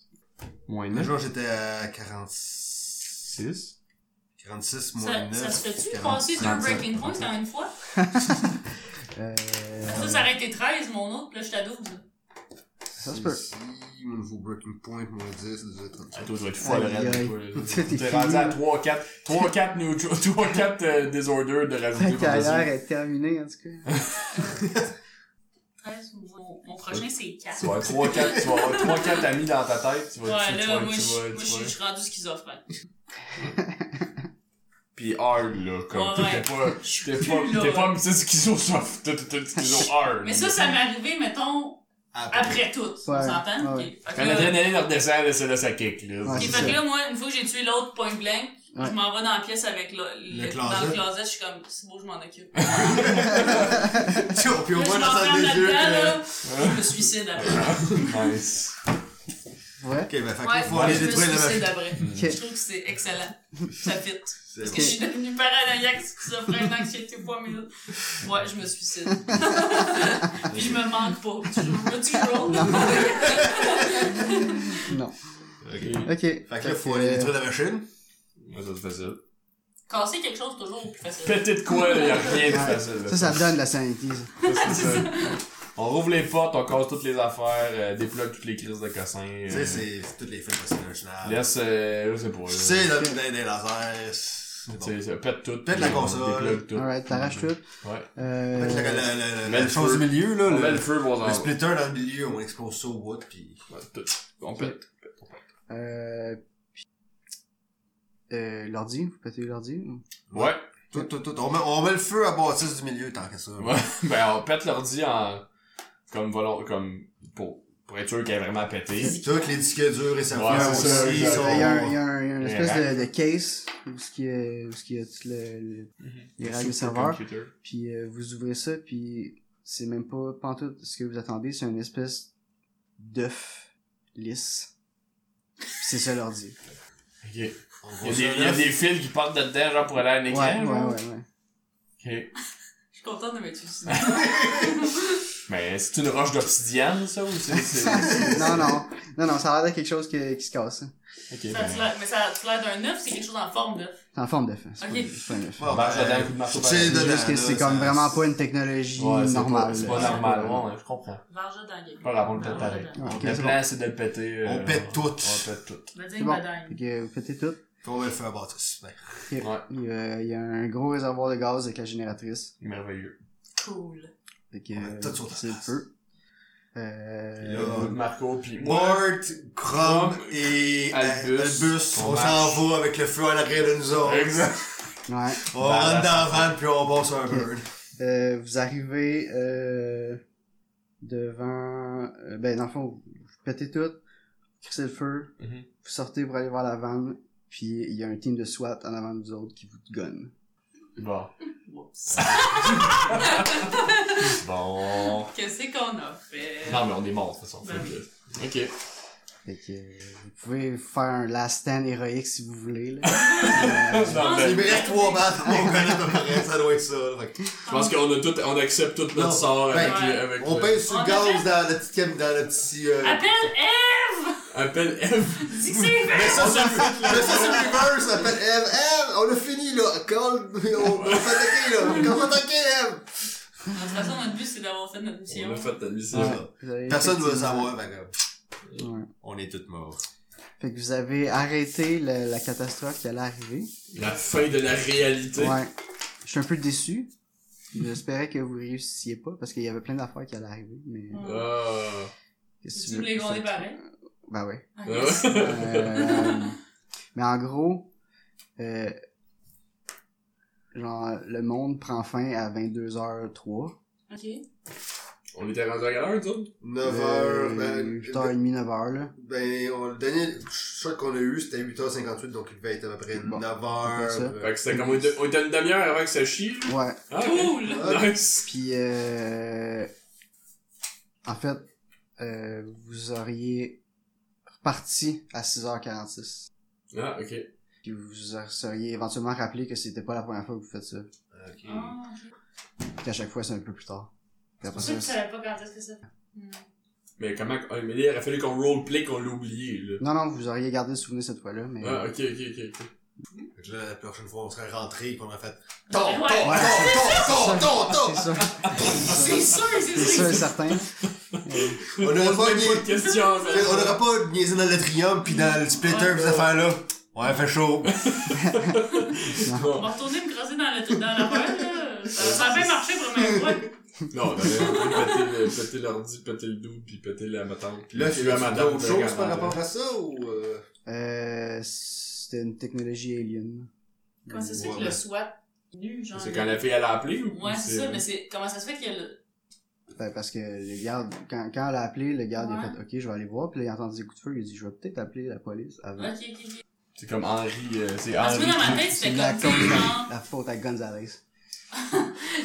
Speaker 8: Moins
Speaker 5: Le
Speaker 8: 9?
Speaker 5: jour, j'étais à 46.
Speaker 8: 6?
Speaker 5: 46 moins
Speaker 3: Ça,
Speaker 5: 9.
Speaker 3: ça se fait-tu
Speaker 5: 40,
Speaker 3: passer deux
Speaker 5: 45.
Speaker 3: breaking points en une fois?
Speaker 4: Euh,
Speaker 3: Parce que ça, ça aurait été 13, mon autre, puis là, j'étais à 12.
Speaker 4: ça se peut.
Speaker 5: Ici, mon nouveau breaking point, moins 10, déjà 35.
Speaker 2: Ah, toi, tu vas être folle,
Speaker 4: Aïe,
Speaker 2: raide,
Speaker 4: aïe.
Speaker 2: toi, là.
Speaker 4: T'es
Speaker 2: T'es
Speaker 4: fini.
Speaker 2: rendu à 3, 4, 3, 4 new, 3, 4 euh, désordres de
Speaker 4: Ta
Speaker 2: rajouter par-dessus.
Speaker 4: carrière est terminée, en tout cas.
Speaker 3: 13, mon, mon prochain, c'est 4.
Speaker 2: Tu vas avoir 3, 4, tu vas avoir 3, 4 amis dans ta tête, tu vas,
Speaker 3: Ouais,
Speaker 2: tu,
Speaker 3: là,
Speaker 2: vas,
Speaker 3: moi,
Speaker 2: tu
Speaker 3: je
Speaker 2: vas,
Speaker 3: moi,
Speaker 2: tu
Speaker 3: je- je
Speaker 2: vas.
Speaker 3: suis rendu schizophrène.
Speaker 2: Pis hard, là, comme,
Speaker 3: Ouais, ouais.
Speaker 2: t'es pas, t'es
Speaker 3: plus
Speaker 2: pas,
Speaker 3: là.
Speaker 2: t'es pas, c'est schizo soft, t'es t'es- t'es schizo hard.
Speaker 3: Mais ça, ça m'est arrivé, mettons, après tout. On s'entend?
Speaker 4: ouais.
Speaker 3: Ok. Fait que
Speaker 2: Quand
Speaker 3: là-
Speaker 2: l'adrénaline redescend, là, c'est là, ça kick, là.
Speaker 4: Ouais,
Speaker 3: ok,
Speaker 4: c'est
Speaker 3: fait
Speaker 4: ça.
Speaker 3: que là, moi, une fois que j'ai tué l'autre point blank,
Speaker 4: Ouais.
Speaker 3: je m'en vais dans la pièce avec le, le-
Speaker 5: Le
Speaker 3: dans le
Speaker 5: closet.
Speaker 3: closet, je suis comme, c'est beau, je m'en occupe.
Speaker 5: Puis on- puis
Speaker 3: Là,
Speaker 5: on voit
Speaker 3: je
Speaker 5: dans euh,
Speaker 3: m'enferme
Speaker 5: la salle des yeux
Speaker 3: là-dedans,
Speaker 5: que.
Speaker 3: là, je me suicide après.
Speaker 2: Nice.
Speaker 4: Ouais.
Speaker 5: Ok, ben, fait que là,
Speaker 3: Ouais,
Speaker 5: faut aller
Speaker 3: je me
Speaker 5: détruire la
Speaker 3: suicide
Speaker 5: machine.
Speaker 3: après.
Speaker 4: Ok.
Speaker 3: Je trouve que c'est excellent. Ça fit.
Speaker 5: C'est
Speaker 3: Parce
Speaker 5: bon.
Speaker 3: que je suis devenue paranoïaque, schizophrène, anxiété, poids, mais là, Ouais, je me suicide. Puis je me manque pas. Toujours, toujours.
Speaker 4: Non.
Speaker 5: Ok.
Speaker 4: Ok. Euh, Fait
Speaker 5: Fait que là, faut aller détruire la machine.
Speaker 2: Ouais, ça c'est facile.
Speaker 3: Casser quelque chose, toujours plus facile.
Speaker 2: Pété de quoi, là, y a rien de facile. là.
Speaker 4: Ça, ça donne la sanity. ça.
Speaker 2: Ça, c'est ça. On rouvre les portes, on casse toutes les affaires, euh, déploie toutes les crises de cossin. euh,
Speaker 5: Tu sais, c'est c'est tous les films possibles originaux.
Speaker 2: Laisse, euh, je sais pas. là.
Speaker 5: Tu sais, là, des des lasers. c'est
Speaker 2: Tu
Speaker 5: bon.
Speaker 2: sais, ça pète tout.
Speaker 5: Pète la
Speaker 2: puis on
Speaker 5: console.
Speaker 2: déplogue tout.
Speaker 4: Alright, t'arraches tout.
Speaker 2: Ouais.
Speaker 5: En fait, la-
Speaker 4: Euh...
Speaker 5: la- la- la-
Speaker 2: met
Speaker 5: La
Speaker 2: le
Speaker 5: chose
Speaker 2: feu.
Speaker 5: au milieu, là.
Speaker 2: On met
Speaker 5: le-
Speaker 2: le feu pour
Speaker 5: Le splitter dans le milieu, on expose ça au bout, pis.
Speaker 2: tout. On pète.
Speaker 4: Euh... puis- Euh, l'ordi, vous pétez l'ordi? ou?
Speaker 2: Ouais.
Speaker 5: Tout, tout, tout. On met, on met le feu à bâtisse du milieu, tant que ça.
Speaker 2: Ouais. Ben, on pète l'ordi en. Comme volon... comme. Pour... pour être sûr qu'elle est vraiment pété.
Speaker 5: Toutes les disques durs et
Speaker 2: Ouais,
Speaker 5: serveurs
Speaker 2: Ah, c'est ça,
Speaker 5: aussi
Speaker 2: exact.
Speaker 5: sont...
Speaker 4: Il y a, un, il y a un- il y a une
Speaker 2: Les
Speaker 4: espèce de, de case où ce qui est, où ce qui est tout le, le-
Speaker 2: Mm-hmm.
Speaker 4: les radios serveurs. Puis euh, vous ouvrez ça, puis c'est même pas pantoute ce que vous attendez, c'est une espèce d'œuf lisse. Puis C'est ça l'ordi.
Speaker 2: Ok. Il
Speaker 5: On
Speaker 2: y, a
Speaker 5: voit
Speaker 2: des,
Speaker 5: ça,
Speaker 2: il y a
Speaker 5: là.
Speaker 2: des fils qui partent de dedans, genre pour aller à un
Speaker 4: Ouais,
Speaker 2: écran.
Speaker 4: ouais,
Speaker 2: genre.
Speaker 4: ouais, ouais.
Speaker 2: Ok.
Speaker 3: Je suis contente de me suicider.
Speaker 2: Mais c'est une roche d'obsidiane, ça, ou c'est. c'est-
Speaker 4: non, non. Non, non, ça a l'air de quelque chose que- qui se casse. hein.
Speaker 2: Ok,
Speaker 3: Ça a
Speaker 2: ben.
Speaker 3: l'air- Mais ça a l'air d'un œuf, c'est quelque chose en forme d'œuf.
Speaker 4: C'est en forme d'œuf. hein, C'est
Speaker 3: Ok.
Speaker 4: pas- c'est pas un œuf.
Speaker 5: Bon,
Speaker 2: On marche
Speaker 5: ben,
Speaker 2: dedans, coup de marteau
Speaker 5: tu sais,
Speaker 2: pareil.
Speaker 5: dedans,
Speaker 4: C'est juste que
Speaker 5: là,
Speaker 4: c'est
Speaker 5: ça-
Speaker 4: comme vraiment pas une technologie
Speaker 2: Ouais, c'est pas-
Speaker 4: normale.
Speaker 2: C'est pas
Speaker 4: là.
Speaker 2: normal, ouais, ouais, je comprends.
Speaker 3: Varja dans la gueule.
Speaker 2: Pas la bonne tête
Speaker 3: Varja
Speaker 2: pareil.
Speaker 3: dans-
Speaker 4: Ouais, ok,
Speaker 2: Le
Speaker 4: c'est
Speaker 2: plan, c'est de le péter. euh,
Speaker 5: Ah, On pète tout.
Speaker 2: On pète tout.
Speaker 3: Bading,
Speaker 4: C'est bon.
Speaker 3: bading.
Speaker 4: Fait que vous pétez tout.
Speaker 5: Puis on met le feu à bâtisse. Ben,
Speaker 4: Ok.
Speaker 2: Ouais.
Speaker 4: Il, y a, il y a un gros réservoir de gaz avec la génératrice.
Speaker 2: Merveilleux.
Speaker 3: Cool.
Speaker 4: Fait que
Speaker 5: On va tout sauter.
Speaker 4: c'est le feu. Euh,
Speaker 5: Là,
Speaker 2: Marco, puis moi.
Speaker 5: Mort, Chrome et
Speaker 2: Albus.
Speaker 5: Albus,
Speaker 2: On
Speaker 5: on, s'en
Speaker 2: marche.
Speaker 5: va avec le feu à l'arrière de nous autres.
Speaker 2: Exact.
Speaker 4: ouais.
Speaker 5: On rentre dans la vanne puis on bosse un bird.
Speaker 4: Euh, vous arrivez euh, devant... euh, ben, dans le fond, vous vous pétez tout, crissez le feu,
Speaker 5: Mm-hmm.
Speaker 2: Mhm.
Speaker 4: vous sortez pour aller voir la vanne, puis il y a un team de SWAT en avant de vous autres qui vous gonne.
Speaker 2: Bon.
Speaker 3: Whoops.
Speaker 2: Bon.
Speaker 3: Qu'est-ce qu'on a fait?
Speaker 2: Non, mais on est mort, de toute façon.
Speaker 3: Ben
Speaker 2: Fait
Speaker 3: oui.
Speaker 2: que- Ok.
Speaker 4: Fait que euh, vous pouvez faire un last stand héroïque si vous voulez. Là. Euh,
Speaker 2: Non,
Speaker 5: Il
Speaker 2: ben,
Speaker 5: me reste trois balles pour mon gars de pareil, ça doit être ça. là. Fait que-
Speaker 2: je pense qu'on a tout, on accepte tout notre
Speaker 5: Non.
Speaker 2: sort
Speaker 5: Ben,
Speaker 2: avec,
Speaker 3: ouais.
Speaker 2: le- avec euh,
Speaker 5: On
Speaker 2: le-
Speaker 5: pèse sur
Speaker 3: On
Speaker 5: le gaz dans le petit... cam- Dans le petit euh,
Speaker 3: Appelle Eve!
Speaker 2: Appelle Eve.
Speaker 3: Dis que c'est
Speaker 5: Mais
Speaker 3: fait!
Speaker 5: ça, c'est mais ça, c'est le reverse, ça s'appelle Eve. Eve, on a fini, là. Call, on, on fait attaquer, là. On fait attaquer, Eve.
Speaker 3: De toute façon, notre but, c'est d'avoir fait notre
Speaker 2: On
Speaker 3: mission.
Speaker 2: a fait ta mission.
Speaker 4: Ouais. vous avez
Speaker 5: Personne ne veut
Speaker 4: effectivement-
Speaker 5: savoir, fait que,
Speaker 4: Ouais.
Speaker 5: On est tous morts.
Speaker 4: Fait que vous avez arrêté la, la catastrophe qui allait arriver.
Speaker 2: La fin de la réalité.
Speaker 4: Ouais. Je suis un peu déçu. J'espérais que vous réussissiez pas parce qu'il y avait plein d'affaires qui allaient arriver. Mais
Speaker 2: Ah.
Speaker 4: qu'est-ce
Speaker 3: Mm. Tu voulais qu'on est pareil?
Speaker 4: Bah ouais.
Speaker 3: Ah,
Speaker 2: Ah ouais.
Speaker 3: yes.
Speaker 4: Euh, mais en gros, euh, genre, le monde prend fin à 22h03.
Speaker 3: Ok.
Speaker 2: On était rendu à quelle heure, toi?
Speaker 5: 9
Speaker 4: Eh,
Speaker 5: heures,
Speaker 4: Euh,
Speaker 5: ben,
Speaker 4: 8h30, 9h, là.
Speaker 5: ben, on, le dernier shot qu'on a eu, c'était 8h58, donc il devait être à peu près
Speaker 4: Bon.
Speaker 5: 9
Speaker 4: C'est ça.
Speaker 5: heures.
Speaker 2: Fait que c'était comme, on était on était une demi-heure avant que ça chie.
Speaker 4: Ouais.
Speaker 2: Ah, ouais.
Speaker 3: Cool!
Speaker 2: Nice.
Speaker 4: Puis, euh, en fait, euh, vous auriez reparti à 6h46.
Speaker 2: Ah, ok.
Speaker 4: Puis vous vous seriez éventuellement rappelé que c'était pas la première fois que vous faites ça.
Speaker 3: Ah, ok.
Speaker 4: Qu'à chaque fois, c'est un peu plus tard. Puis après
Speaker 3: C'est sûr que
Speaker 4: ça,
Speaker 3: tu
Speaker 4: c'est-
Speaker 3: savais pas quand est-ce que ça fait. Hmm.
Speaker 2: Mais comment, ah, mais il aurait fallu qu'on roleplay, qu'on l'ait oublié, là.
Speaker 4: Non, non, vous auriez gardé le souvenir cette fois-là, mais...
Speaker 2: Ah, ok, ok, ok, ok.
Speaker 5: Fait que là, la prochaine fois, on serait rentré et on aurait fait
Speaker 3: Ton,
Speaker 5: ton,
Speaker 3: ton,
Speaker 5: ton,
Speaker 3: ton,
Speaker 5: ton, ton, ton, ton,
Speaker 4: C'est ça. ah, C'est
Speaker 3: C'est
Speaker 4: ça.
Speaker 3: sûr, c'est
Speaker 4: C'est ça,
Speaker 3: sûr!
Speaker 4: et certain.
Speaker 5: On aurait
Speaker 2: Pose
Speaker 5: pas
Speaker 2: même pas de
Speaker 5: niaisé,
Speaker 2: questions, mais-
Speaker 5: on aurait pas niaisé dans l'atrium pis dans le splitter pis ces affaires-là. Ouais, fait chaud.
Speaker 3: On va retourner me crasser dans le- dans l'affaire, là. Ça- Ça a bien marché première fois.
Speaker 2: Non, on avait envie de péter, le- péter l'ordi, péter le dos, puis péter la matante.
Speaker 5: Là,
Speaker 2: Puis
Speaker 5: tu as d'autres
Speaker 2: de
Speaker 5: choses
Speaker 2: Gandalf.
Speaker 5: par rapport à ça ou. euh,
Speaker 4: Euh, c'était une technologie alien.
Speaker 3: Comment ça se fait
Speaker 5: Ouais,
Speaker 3: que le
Speaker 5: ouais.
Speaker 3: SWAT est nu, genre.
Speaker 2: C'est quand la fille, elle a appelé ou?
Speaker 3: Ouais, c'est ça, mais c'est. Comment ça se fait qu'il y a le.
Speaker 4: Ben, parce que le garde, quand, quand elle a appelé, le garde il a
Speaker 3: Ouais.
Speaker 4: fait « Ok, je vais aller voir », puis là, il a entendu des coups de feu, il a dit « Je vais peut-être appeler la police avant.
Speaker 3: Ok, ok, ok.
Speaker 2: C'est comme Henri, euh, Ah, c'est
Speaker 3: Parce que
Speaker 2: Henri.
Speaker 3: moi, dans ma
Speaker 2: qui-
Speaker 3: tête,
Speaker 4: C'est
Speaker 3: c'était
Speaker 4: de la,
Speaker 3: comme. tu
Speaker 4: faute
Speaker 3: sais, genre,
Speaker 4: à- la faute à Gonzalez.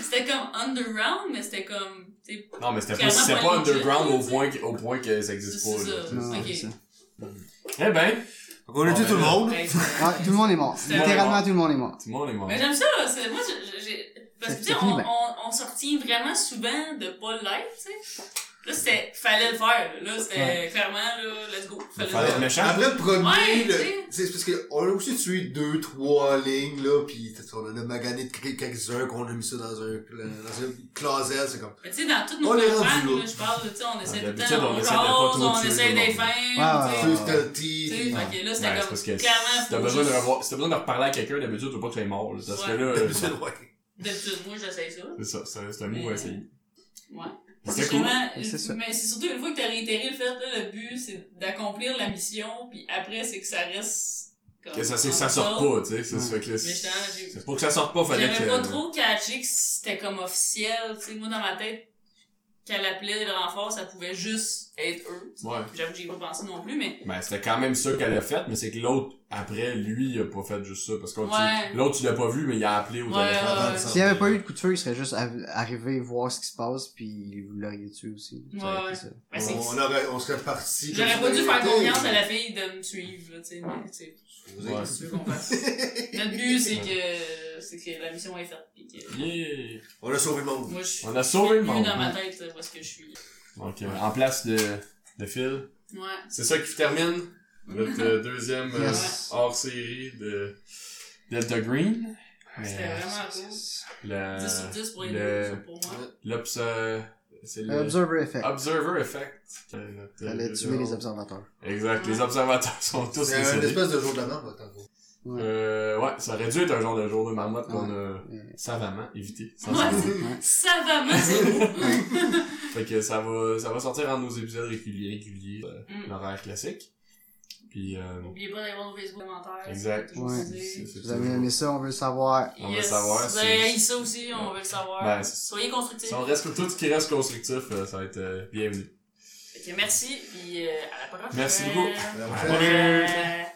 Speaker 3: C'était comme underground, mais c'était comme. tu sais,
Speaker 2: Non, mais c'était pas,
Speaker 3: Clairement,
Speaker 2: c'était
Speaker 3: pas
Speaker 2: pas
Speaker 3: legit,
Speaker 2: underground au
Speaker 3: tu sais.
Speaker 2: point, que- au point que ça existe
Speaker 3: C'est
Speaker 2: pas, là.
Speaker 3: ça.
Speaker 4: Non,
Speaker 3: Ok.
Speaker 4: c'est ça.
Speaker 2: Eh ben,
Speaker 5: On a tué tout le monde.
Speaker 3: Hey,
Speaker 2: Ah,
Speaker 4: Ouais, tout le monde est mort.
Speaker 3: C'est
Speaker 4: Littéralement, tout le monde est mort.
Speaker 2: tout le monde est mort.
Speaker 3: Mais j'aime ça, c'est, moi, j'ai- j'ai, parce que, tu sais,
Speaker 4: C'est
Speaker 3: on,
Speaker 4: fini, ben.
Speaker 3: on, on sortit vraiment souvent de pas le live, tu sais. Là, c'était, fallait le faire, là, c'était clairement, là, let's go, fallait le
Speaker 2: Fallait
Speaker 3: faire.
Speaker 2: être méchant.
Speaker 5: Après le premier,
Speaker 3: Ouais,
Speaker 5: le-
Speaker 3: tu sais.
Speaker 5: c'est c'est parce qu'on a aussi tué deux, trois lignes, là, pis t'as- on en a magané de quelques- quelques-uns qu'on a mis ça dans un, dans un closet, c'est comme.
Speaker 3: Mais tu sais, dans toutes nos
Speaker 5: On est
Speaker 3: campagnes,
Speaker 5: rendu là.
Speaker 3: là, je parle, tu sais, on essaie tout le
Speaker 2: d'habitude,
Speaker 3: temps,
Speaker 2: on
Speaker 3: on
Speaker 2: essaie de pas
Speaker 3: jase,
Speaker 2: trop
Speaker 3: on
Speaker 2: tuer
Speaker 3: essaie
Speaker 2: le monde.
Speaker 3: des fins,
Speaker 4: Ouais,
Speaker 3: tu sais.
Speaker 5: Plus
Speaker 4: ouais.
Speaker 5: stealthy.
Speaker 3: Tu sais,
Speaker 5: pis-
Speaker 3: fait que là,
Speaker 2: Ouais,
Speaker 3: c'était
Speaker 2: c'est
Speaker 3: comme,
Speaker 2: parce que
Speaker 3: clairement,
Speaker 2: si t'as
Speaker 3: faut
Speaker 2: besoin, de
Speaker 3: juste-
Speaker 2: revoir- si t'as besoin de reparler à quelqu'un, d'habitude, tu veux pas que tu sois mort. là, Parce que
Speaker 3: Ouais.
Speaker 2: là,
Speaker 5: T'as
Speaker 2: euh,
Speaker 5: plus
Speaker 2: c'est
Speaker 5: le droit.
Speaker 3: D'habitude, moi, j'essaie ça.
Speaker 2: ça, c'est c'est un mot
Speaker 3: Mais-
Speaker 2: à essayer.
Speaker 3: Ouais.
Speaker 2: C'était
Speaker 3: C'est
Speaker 2: cool.
Speaker 3: vraiment,
Speaker 4: Et c'est ça.
Speaker 3: mais c'est surtout une fois que t'as réitéré le fait, là, le but, c'est d'accomplir la mission, puis après, c'est que ça reste comme.
Speaker 2: Que ça, c'est- ça sort
Speaker 3: comme
Speaker 2: pas, tu sais. c'est-
Speaker 4: Ouais.
Speaker 2: c'est fait que là,
Speaker 3: ça. Mais j'étais
Speaker 2: c'est-
Speaker 3: là, j'ai-
Speaker 2: C'est pour que ça sorte pas, fallait que.
Speaker 3: J'avais pas trop catché que c'était comme officiel, tu sais, moi dans ma tête, qu'elle appelait le renfort, ça pouvait juste être eux.
Speaker 2: Ouais.
Speaker 3: J'avoue que j'y ai pas pensé non plus, mais
Speaker 2: Ben, c'était quand même ça qu'elle a fait, mais c'est que l'autre, après, lui, il a pas fait juste ça. Parce que
Speaker 3: Ouais.
Speaker 2: tu- l'autre, tu l'as pas vu, mais il a appelé au
Speaker 3: Ouais,
Speaker 2: téléphone.
Speaker 3: ouais, ouais.
Speaker 5: Ça,
Speaker 4: S'il n'y avait
Speaker 5: euh,
Speaker 4: pas eu de coup de feu, il serait juste av- arrivé voir ce qui se passe, puis vous l'auriez tué aussi. Ça aurait
Speaker 3: Ouais,
Speaker 4: été ça.
Speaker 3: ben, c'est-
Speaker 5: On, aurait, on serait parti.
Speaker 3: j'aurais pas dû faire confiance à la fille de me suivre, là, tu sais, mais c'est
Speaker 2: Ouais.
Speaker 3: c'est ce qu'on fasse. Notre but, c'est que, c'est que la mission est faite, pis que,
Speaker 2: Yeah.
Speaker 5: On a sauvé le monde.
Speaker 3: moi, je suis
Speaker 2: On a sauvé le
Speaker 3: mieux
Speaker 2: monde. hein.
Speaker 3: dans ma tête, là, parce que je suis.
Speaker 2: Donc, euh, en place de, de Phil.
Speaker 3: Ouais.
Speaker 2: C'est ça qui termine notre euh, deuxième euh,
Speaker 4: Yes.
Speaker 2: hors-série de Delta Green.
Speaker 3: C'était
Speaker 2: Euh,
Speaker 3: vraiment cool.
Speaker 2: la-
Speaker 3: 10 sur 10 pour les
Speaker 2: Euh, le-
Speaker 3: deux, ça, pour moi.
Speaker 2: l'obs- euh, c'est le
Speaker 4: Euh, Observer Effect.
Speaker 2: Observer Effect. Euh, notre-
Speaker 4: Fallait
Speaker 2: euh,
Speaker 4: tuer les observateurs.
Speaker 2: Exact, les observateurs sont tous
Speaker 5: C'est un
Speaker 2: décédés.
Speaker 5: espèce de jour de la mort, attends.
Speaker 2: Euh, ouais, ça aurait dû être un genre de jour de marmotte qu'on a
Speaker 4: Ouais.
Speaker 2: savamment évité. sans
Speaker 3: Ouais.
Speaker 2: savoir.
Speaker 3: Savamment, c'est beau.
Speaker 2: Fait que ça va, ça va sortir en nos épisodes réguliers, réguliers, euh,
Speaker 3: Mm.
Speaker 2: l'horaire classique. Puis, euh,
Speaker 3: N'oubliez pas d'aller voir nos Facebook commentaires.
Speaker 2: Exact.
Speaker 3: c'est toujours
Speaker 4: Ouais.
Speaker 3: plaisir.
Speaker 2: c'est-
Speaker 4: Si vous avez aimé ça, on veut le savoir.
Speaker 2: On veut savoir
Speaker 3: Vous
Speaker 2: si-
Speaker 3: avez haï ça aussi, on veut le savoir.
Speaker 2: Ben, c'est-
Speaker 3: Soyez constructifs.
Speaker 2: Si on reste tout ce qui reste constructif, euh, ça va être euh, bienvenu.
Speaker 3: Fait que merci, puis euh, à la prochaine.
Speaker 2: Merci beaucoup.
Speaker 5: À la
Speaker 3: Bye.